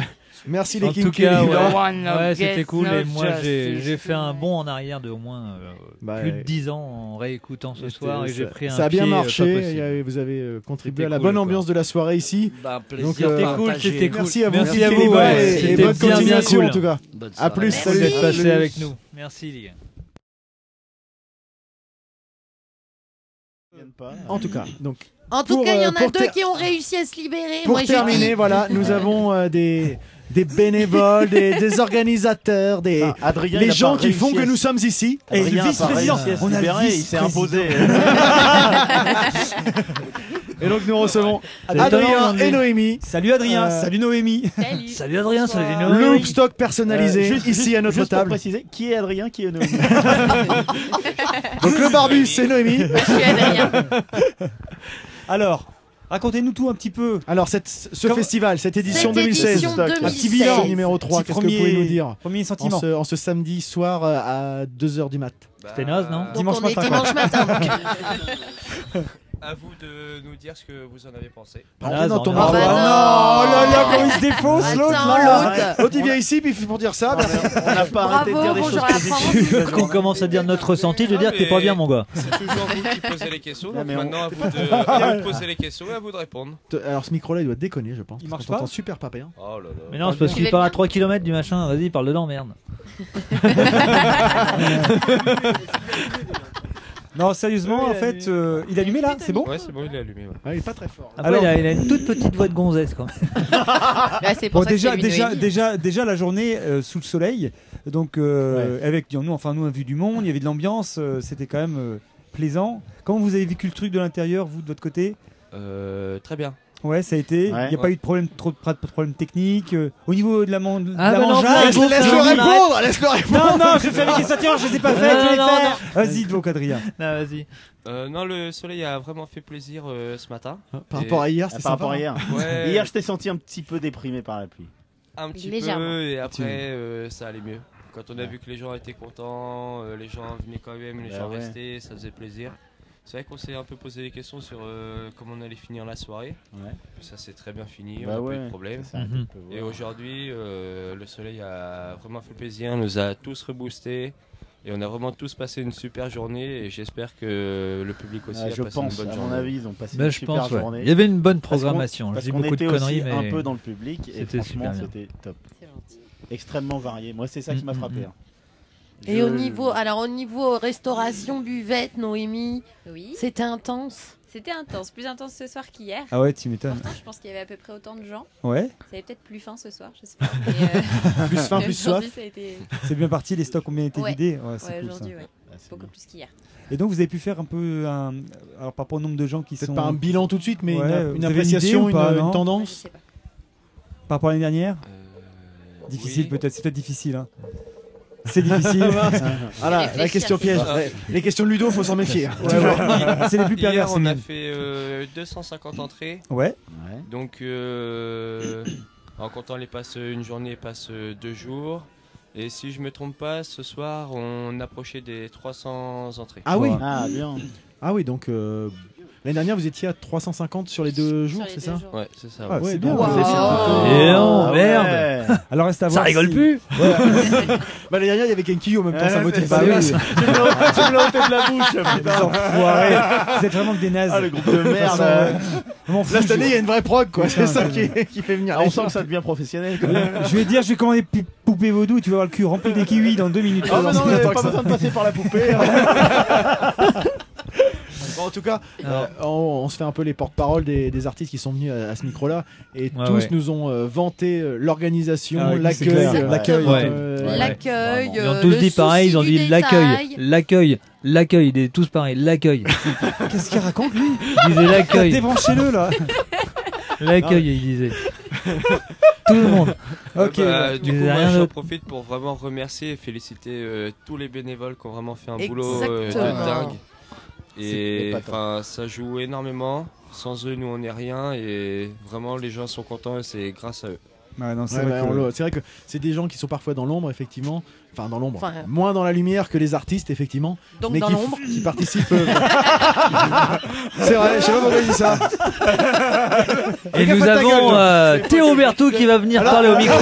[SPEAKER 2] merci les
[SPEAKER 13] En
[SPEAKER 2] Kinky.
[SPEAKER 13] tout cas, ouais,
[SPEAKER 2] Leaders.
[SPEAKER 13] ouais, c'était cool. Et moi, j'ai j'ai fait un bond en arrière de au moins euh,
[SPEAKER 2] Bah,
[SPEAKER 13] plus de
[SPEAKER 2] euh,
[SPEAKER 13] 10 ans en réécoutant ce soir. Et
[SPEAKER 2] Ça-
[SPEAKER 13] j'ai pris un
[SPEAKER 2] Ça a bien
[SPEAKER 13] pied, euh, pas
[SPEAKER 2] marché.
[SPEAKER 13] possible.
[SPEAKER 2] et, euh, vous avez euh, contribué
[SPEAKER 13] C'était
[SPEAKER 2] à la
[SPEAKER 13] cool,
[SPEAKER 2] bonne
[SPEAKER 13] quoi.
[SPEAKER 2] ambiance de la soirée ici.
[SPEAKER 29] Bah, un plaisir
[SPEAKER 2] Donc, euh,
[SPEAKER 29] C'était cool, partagé. c'était cool.
[SPEAKER 2] Merci à vous,
[SPEAKER 13] Merci
[SPEAKER 2] Kiki
[SPEAKER 13] à vous,
[SPEAKER 2] Leba, et-
[SPEAKER 13] ouais,
[SPEAKER 2] et,
[SPEAKER 13] c'était
[SPEAKER 2] bonne
[SPEAKER 13] bien, bien
[SPEAKER 2] continuation
[SPEAKER 13] cool.
[SPEAKER 2] en tout cas.
[SPEAKER 13] Bonne
[SPEAKER 2] à
[SPEAKER 13] soirée.
[SPEAKER 2] plus.
[SPEAKER 13] Merci
[SPEAKER 2] Salut.
[SPEAKER 13] d'être passé avec nous. Merci, les gars.
[SPEAKER 2] En tout cas, donc.
[SPEAKER 1] En tout
[SPEAKER 2] pour,
[SPEAKER 1] cas, Ah, il y
[SPEAKER 2] euh,
[SPEAKER 1] en a
[SPEAKER 2] pour
[SPEAKER 1] deux
[SPEAKER 2] ter-
[SPEAKER 1] qui ont réussi à se libérer.
[SPEAKER 2] Pour
[SPEAKER 1] moi, je dis.
[SPEAKER 2] terminer, voilà, nous avons euh, des des bénévoles, des, des organisateurs, des
[SPEAKER 17] Adrien, il
[SPEAKER 2] les
[SPEAKER 17] a
[SPEAKER 2] gens
[SPEAKER 17] pas
[SPEAKER 2] qui font
[SPEAKER 17] réussi à
[SPEAKER 2] que nous
[SPEAKER 17] se-
[SPEAKER 2] sommes ici.
[SPEAKER 17] Adrien a
[SPEAKER 2] le
[SPEAKER 17] pas
[SPEAKER 2] vice-président.
[SPEAKER 17] réussi à se
[SPEAKER 2] On a le
[SPEAKER 17] libérer, il s'est
[SPEAKER 2] vice-président.
[SPEAKER 17] imposé.
[SPEAKER 2] Et donc nous recevons
[SPEAKER 17] C'est étonnant,
[SPEAKER 2] Adrien
[SPEAKER 17] Noémie.
[SPEAKER 2] et Noémie.
[SPEAKER 8] Salut Adrien,
[SPEAKER 2] Euh,
[SPEAKER 8] salut Noémie.
[SPEAKER 13] Salut Adrien, salut
[SPEAKER 2] Le Hoopstock personnalisé
[SPEAKER 17] Euh, juste-
[SPEAKER 2] ici
[SPEAKER 17] juste-
[SPEAKER 2] à notre
[SPEAKER 17] juste pour
[SPEAKER 2] table.
[SPEAKER 17] préciser, qui est Adrien, qui est Noémie
[SPEAKER 2] Donc le barbu, c'est Noémie.
[SPEAKER 8] Alors, racontez-nous tout un petit peu.
[SPEAKER 2] Alors, cette, ce festival, cette édition
[SPEAKER 8] Cette
[SPEAKER 2] 2016,
[SPEAKER 8] édition
[SPEAKER 2] un
[SPEAKER 8] 2016.
[SPEAKER 2] petit bilan numéro 3,
[SPEAKER 8] Petit
[SPEAKER 2] qu'est-ce que vous pouvez
[SPEAKER 8] premier-
[SPEAKER 2] nous dire
[SPEAKER 8] premier sentiment.
[SPEAKER 2] en ce, en ce samedi soir euh, à 2h du mat
[SPEAKER 12] Bah,
[SPEAKER 13] C'était naze,
[SPEAKER 2] Euh,
[SPEAKER 13] non
[SPEAKER 8] Dimanche
[SPEAKER 13] on est matin, dimanche matin,
[SPEAKER 4] à vous de nous dire ce que vous en avez pensé.
[SPEAKER 2] Par contre, dans ton
[SPEAKER 4] Ah
[SPEAKER 2] arbre.
[SPEAKER 4] bah
[SPEAKER 2] Oh là là,
[SPEAKER 4] non.
[SPEAKER 2] comment il se défonce
[SPEAKER 4] Attends,
[SPEAKER 2] l'autre là
[SPEAKER 4] l'autre.
[SPEAKER 2] L'autre il vient ici puis il fait pour dire ça. parce-
[SPEAKER 17] On n'a pas arrêté de dire des choses positives.
[SPEAKER 13] Qu'on commence à dire notre ressenti, je veux
[SPEAKER 4] Ah,
[SPEAKER 13] dire que t'es pas
[SPEAKER 4] mais
[SPEAKER 13] bien, mon gars.
[SPEAKER 4] C'est toujours vous qui posez les questions.
[SPEAKER 2] Non,
[SPEAKER 4] donc
[SPEAKER 2] mais on-
[SPEAKER 4] maintenant, à
[SPEAKER 2] t'es
[SPEAKER 4] vous,
[SPEAKER 2] pas-
[SPEAKER 4] de, à vous de poser les questions et à vous de répondre.
[SPEAKER 2] Te- Alors ce micro là il doit déconner je pense.
[SPEAKER 4] Il
[SPEAKER 2] parce
[SPEAKER 4] marche
[SPEAKER 2] qu'on
[SPEAKER 4] pas
[SPEAKER 2] t'entend super papé. hein.
[SPEAKER 4] Oh là là.
[SPEAKER 13] Mais non, c'est parce qu'il part à 3 km du machin. Vas-y, parle dedans, merde.
[SPEAKER 8] Non, sérieusement,
[SPEAKER 4] Oui,
[SPEAKER 8] en
[SPEAKER 4] il a
[SPEAKER 8] fait, euh, il est allumé là, c'est bon Ah
[SPEAKER 4] Ouais, c'est bon, il est allumé. ouais.
[SPEAKER 2] Ah, il est pas très fort.
[SPEAKER 13] Après, Ah il, a, il a une toute petite voix de gonzesse quand même.
[SPEAKER 19] c'est
[SPEAKER 8] Bon, déjà, déjà, déjà, déjà la journée euh, sous le soleil, donc euh, avec disons, nous, enfin nous, on a vu du monde, il y avait de l'ambiance, euh, c'était quand même euh, plaisant. Comment vous avez vécu le truc de l'intérieur, vous de votre côté
[SPEAKER 4] Euh, très bien.
[SPEAKER 8] Ouais, ça a été. Il
[SPEAKER 4] Ouais.
[SPEAKER 8] n'y a pas
[SPEAKER 4] Ouais.
[SPEAKER 8] eu de problème, trop, pas de problème technique. euh, au niveau de la, man- de
[SPEAKER 13] Ah,
[SPEAKER 8] la
[SPEAKER 13] bah non,
[SPEAKER 8] mangeade-
[SPEAKER 13] laisse- laisse-le
[SPEAKER 8] Non,
[SPEAKER 13] répondre,
[SPEAKER 8] on arrête.
[SPEAKER 13] laisse-le répondre.
[SPEAKER 8] Non, non, je fais les questions, tiens, je ne sais pas faire.
[SPEAKER 13] Non,
[SPEAKER 8] je vais
[SPEAKER 13] non,
[SPEAKER 8] faire.
[SPEAKER 13] non.
[SPEAKER 8] Vas-y, donc Adrien.
[SPEAKER 13] Non, vas-y.
[SPEAKER 4] Euh, non, le soleil a vraiment fait plaisir euh, ce matin.
[SPEAKER 2] Par
[SPEAKER 4] Et-
[SPEAKER 2] rapport à hier,
[SPEAKER 17] Ah,
[SPEAKER 2] c'est
[SPEAKER 17] Par
[SPEAKER 2] sympa.
[SPEAKER 17] rapport à hier.
[SPEAKER 2] hein.
[SPEAKER 4] Ouais.
[SPEAKER 17] Hier, je t'ai senti un petit peu déprimé par la pluie.
[SPEAKER 4] Un petit
[SPEAKER 17] Légèrement.
[SPEAKER 4] peu, et après,
[SPEAKER 17] Tu-
[SPEAKER 4] euh, ça allait mieux. Quand on a vu que les gens étaient contents, euh, les gens venaient quand même, les
[SPEAKER 17] Bah
[SPEAKER 4] gens
[SPEAKER 17] ouais.
[SPEAKER 4] restaient, ça faisait plaisir. C'est vrai qu'on s'est un peu posé des questions sur euh, comment on allait finir la soirée.
[SPEAKER 17] Ouais.
[SPEAKER 4] Ça s'est très bien
[SPEAKER 17] Bah
[SPEAKER 4] fini, on n'a pas eu
[SPEAKER 17] ouais,
[SPEAKER 4] de problème.
[SPEAKER 17] ça s'arrête un Mhm. peu,
[SPEAKER 4] Et aujourd'hui, euh, le soleil a vraiment fait plaisir, nous a tous reboostés. Et on a vraiment tous passé une super journée et j'espère que le public aussi
[SPEAKER 17] Ah,
[SPEAKER 4] a
[SPEAKER 17] je
[SPEAKER 4] passé
[SPEAKER 17] pense,
[SPEAKER 4] une bonne
[SPEAKER 17] à
[SPEAKER 4] journée.
[SPEAKER 17] mon avis, ils ont passé
[SPEAKER 13] Ben,
[SPEAKER 17] une
[SPEAKER 13] je
[SPEAKER 17] super
[SPEAKER 13] pense, ouais.
[SPEAKER 17] journée.
[SPEAKER 13] Il y avait une bonne
[SPEAKER 17] Parce qu'on-
[SPEAKER 13] programmation.
[SPEAKER 17] parce
[SPEAKER 13] Je dis
[SPEAKER 17] qu'on
[SPEAKER 13] beaucoup de
[SPEAKER 17] était
[SPEAKER 13] conneries,
[SPEAKER 17] aussi
[SPEAKER 13] mais
[SPEAKER 17] un peu dans le public et
[SPEAKER 13] c'était super
[SPEAKER 17] franchement,
[SPEAKER 13] bien. Mm,
[SPEAKER 17] c'était top. Extrêmement varié. Moi, c'est ça qui m'a frappé. hein.
[SPEAKER 1] Et
[SPEAKER 17] Je-
[SPEAKER 1] au niveau, alors au niveau restauration, buvette, Noémie, c'était intense.
[SPEAKER 8] C'était intense, plus intense ce soir qu'hier.
[SPEAKER 16] Ah ouais, tu m'étonnes.
[SPEAKER 8] Pourtant, je pense qu'il y avait à peu près autant de gens.
[SPEAKER 16] Ouais.
[SPEAKER 8] Ça avait peut-être plus faim ce soir, je sais pas. Mais, euh,
[SPEAKER 16] plus faim,
[SPEAKER 8] mais
[SPEAKER 16] plus
[SPEAKER 8] aujourd'hui,
[SPEAKER 16] soif.
[SPEAKER 8] ça a été-
[SPEAKER 16] C'est bien parti, les stocks ont bien été
[SPEAKER 8] Ouais.
[SPEAKER 16] vidés.
[SPEAKER 8] Ouais,
[SPEAKER 16] c'est cool, ça.
[SPEAKER 8] aujourd'hui, ouais. Beaucoup plus qu'hier.
[SPEAKER 16] Et donc, vous avez pu faire un peu un. Alors, par rapport au nombre de gens qui
[SPEAKER 2] Peut-être
[SPEAKER 16] sont.
[SPEAKER 2] pas un bilan tout de suite, mais
[SPEAKER 16] Ouais,
[SPEAKER 2] une-
[SPEAKER 16] vous avez
[SPEAKER 2] une
[SPEAKER 16] idée
[SPEAKER 2] appréciation,
[SPEAKER 16] ou pas,
[SPEAKER 2] une, une
[SPEAKER 16] non
[SPEAKER 2] tendance.
[SPEAKER 16] Par rapport à l'année dernière
[SPEAKER 2] Euh,
[SPEAKER 16] Difficile peut-être, c'est peut-être difficile. hein. C'est difficile.
[SPEAKER 2] voilà, Ah, la question piège. Les questions de Ludo, faut s'en méfier.
[SPEAKER 16] Ah.
[SPEAKER 2] hein.
[SPEAKER 16] Ouais, ouais. C'est les plus
[SPEAKER 4] Hier,
[SPEAKER 16] pervers. ces
[SPEAKER 4] on a
[SPEAKER 16] mines.
[SPEAKER 4] fait euh, 250 entrées.
[SPEAKER 16] Ouais.
[SPEAKER 4] Donc, euh, en comptant les passes une journée, passe euh, deux jours. Et si je me trompe pas, ce soir, on approchait des 300 entrées.
[SPEAKER 2] Ah oui.
[SPEAKER 17] Ah, bien.
[SPEAKER 2] Ah oui, donc euh, l'année dernière vous étiez à 350 sur les deux jours, c'est ça
[SPEAKER 4] Ouais, c'est ça.
[SPEAKER 2] Ah,
[SPEAKER 4] ouais.
[SPEAKER 2] c'est bien.
[SPEAKER 4] Wow.
[SPEAKER 2] c'est bien.
[SPEAKER 4] Et non,
[SPEAKER 2] Ah ouais.
[SPEAKER 4] merde.
[SPEAKER 16] Alors reste à
[SPEAKER 2] Ça
[SPEAKER 16] voir.
[SPEAKER 2] rigole
[SPEAKER 16] si-
[SPEAKER 2] plus.
[SPEAKER 16] Ouais.
[SPEAKER 2] Bah l'année dernière il y avait Kenki en même temps,
[SPEAKER 16] Ouais,
[SPEAKER 2] ça votait
[SPEAKER 16] bah oui.
[SPEAKER 2] Tu me l'as- tu me l'as ôté de la bouche.
[SPEAKER 16] Vous enfoirés. Vous êtes vraiment que des nazes.
[SPEAKER 2] Ah, le groupe de
[SPEAKER 16] toute
[SPEAKER 2] merde,
[SPEAKER 16] façon,
[SPEAKER 2] euh.
[SPEAKER 16] je m'en fous,
[SPEAKER 2] Là cette
[SPEAKER 16] je-
[SPEAKER 2] année il y a une vraie prog quoi,
[SPEAKER 16] Putain,
[SPEAKER 2] c'est ça
[SPEAKER 16] c'est
[SPEAKER 2] qui, qui fait venir.
[SPEAKER 17] Ah,
[SPEAKER 2] les
[SPEAKER 17] on
[SPEAKER 2] gens.
[SPEAKER 17] sent que ça devient professionnel. quoi.
[SPEAKER 16] Je vais dire, je vais commander pou- poupée vaudou, tu vas avoir le cul rempli des kiwis dans deux minutes.
[SPEAKER 2] Ah, mais non, mais pas besoin de passer par la poupée.
[SPEAKER 17] hein.
[SPEAKER 2] Bon, en tout cas, euh, on, on se fait un peu les porte-parole des, des artistes qui sont venus à, à ce micro-là et
[SPEAKER 16] Ouais,
[SPEAKER 2] tous
[SPEAKER 16] ouais.
[SPEAKER 2] nous ont euh, vanté euh, l'organisation,
[SPEAKER 16] Ah ouais, c'est
[SPEAKER 2] l'accueil,
[SPEAKER 16] clair.
[SPEAKER 2] euh,
[SPEAKER 16] L'accueil,
[SPEAKER 2] euh,
[SPEAKER 16] ouais.
[SPEAKER 2] euh,
[SPEAKER 1] L'accueil,
[SPEAKER 16] Ils ont
[SPEAKER 1] euh,
[SPEAKER 16] tous
[SPEAKER 1] le
[SPEAKER 16] dit pareil, ils ont
[SPEAKER 1] souci
[SPEAKER 16] dit
[SPEAKER 1] du
[SPEAKER 16] l'accueil,
[SPEAKER 1] détail.
[SPEAKER 16] l'accueil, l'accueil, des tous pareil, l'accueil.
[SPEAKER 2] Qu'est-ce qu'il raconte lui
[SPEAKER 16] Ils disaient l'accueil.
[SPEAKER 2] Débranchez-le là.
[SPEAKER 16] L'accueil,
[SPEAKER 2] Non.
[SPEAKER 16] il disait. Tout le monde. Ok.
[SPEAKER 4] Bah, du
[SPEAKER 16] mais
[SPEAKER 4] coup, moi,
[SPEAKER 16] rien
[SPEAKER 4] j'en
[SPEAKER 16] d'autre.
[SPEAKER 4] profite pour vraiment remercier et féliciter euh, tous les bénévoles qui ont vraiment fait un boulot euh, de
[SPEAKER 1] Exactement.
[SPEAKER 4] dingue.
[SPEAKER 17] C'est
[SPEAKER 4] Et
[SPEAKER 17] épatant.
[SPEAKER 4] enfin, ça joue énormément. Sans eux, nous, on n'est rien. Et vraiment, les gens sont contents et c'est grâce à eux.
[SPEAKER 16] Ouais, non, c'est
[SPEAKER 2] Ouais,
[SPEAKER 16] vrai
[SPEAKER 2] bah,
[SPEAKER 16] que-
[SPEAKER 2] on le- c'est vrai, que c'est des gens qui sont parfois dans l'ombre, effectivement. Enfin, dans l'ombre.
[SPEAKER 1] Enfin, euh.
[SPEAKER 2] Moins dans la lumière que les artistes, effectivement.
[SPEAKER 1] Donc
[SPEAKER 2] mais
[SPEAKER 1] dans
[SPEAKER 2] qui, f-
[SPEAKER 1] l'ombre.
[SPEAKER 2] qui participent. euh, c'est vrai, je sais pas pourquoi je dis ça.
[SPEAKER 16] Et
[SPEAKER 2] Fais
[SPEAKER 16] nous
[SPEAKER 2] gaffe à ta gueule,
[SPEAKER 16] avons
[SPEAKER 2] toi.
[SPEAKER 16] euh, Théo Berthoud qui va venir parler au micro.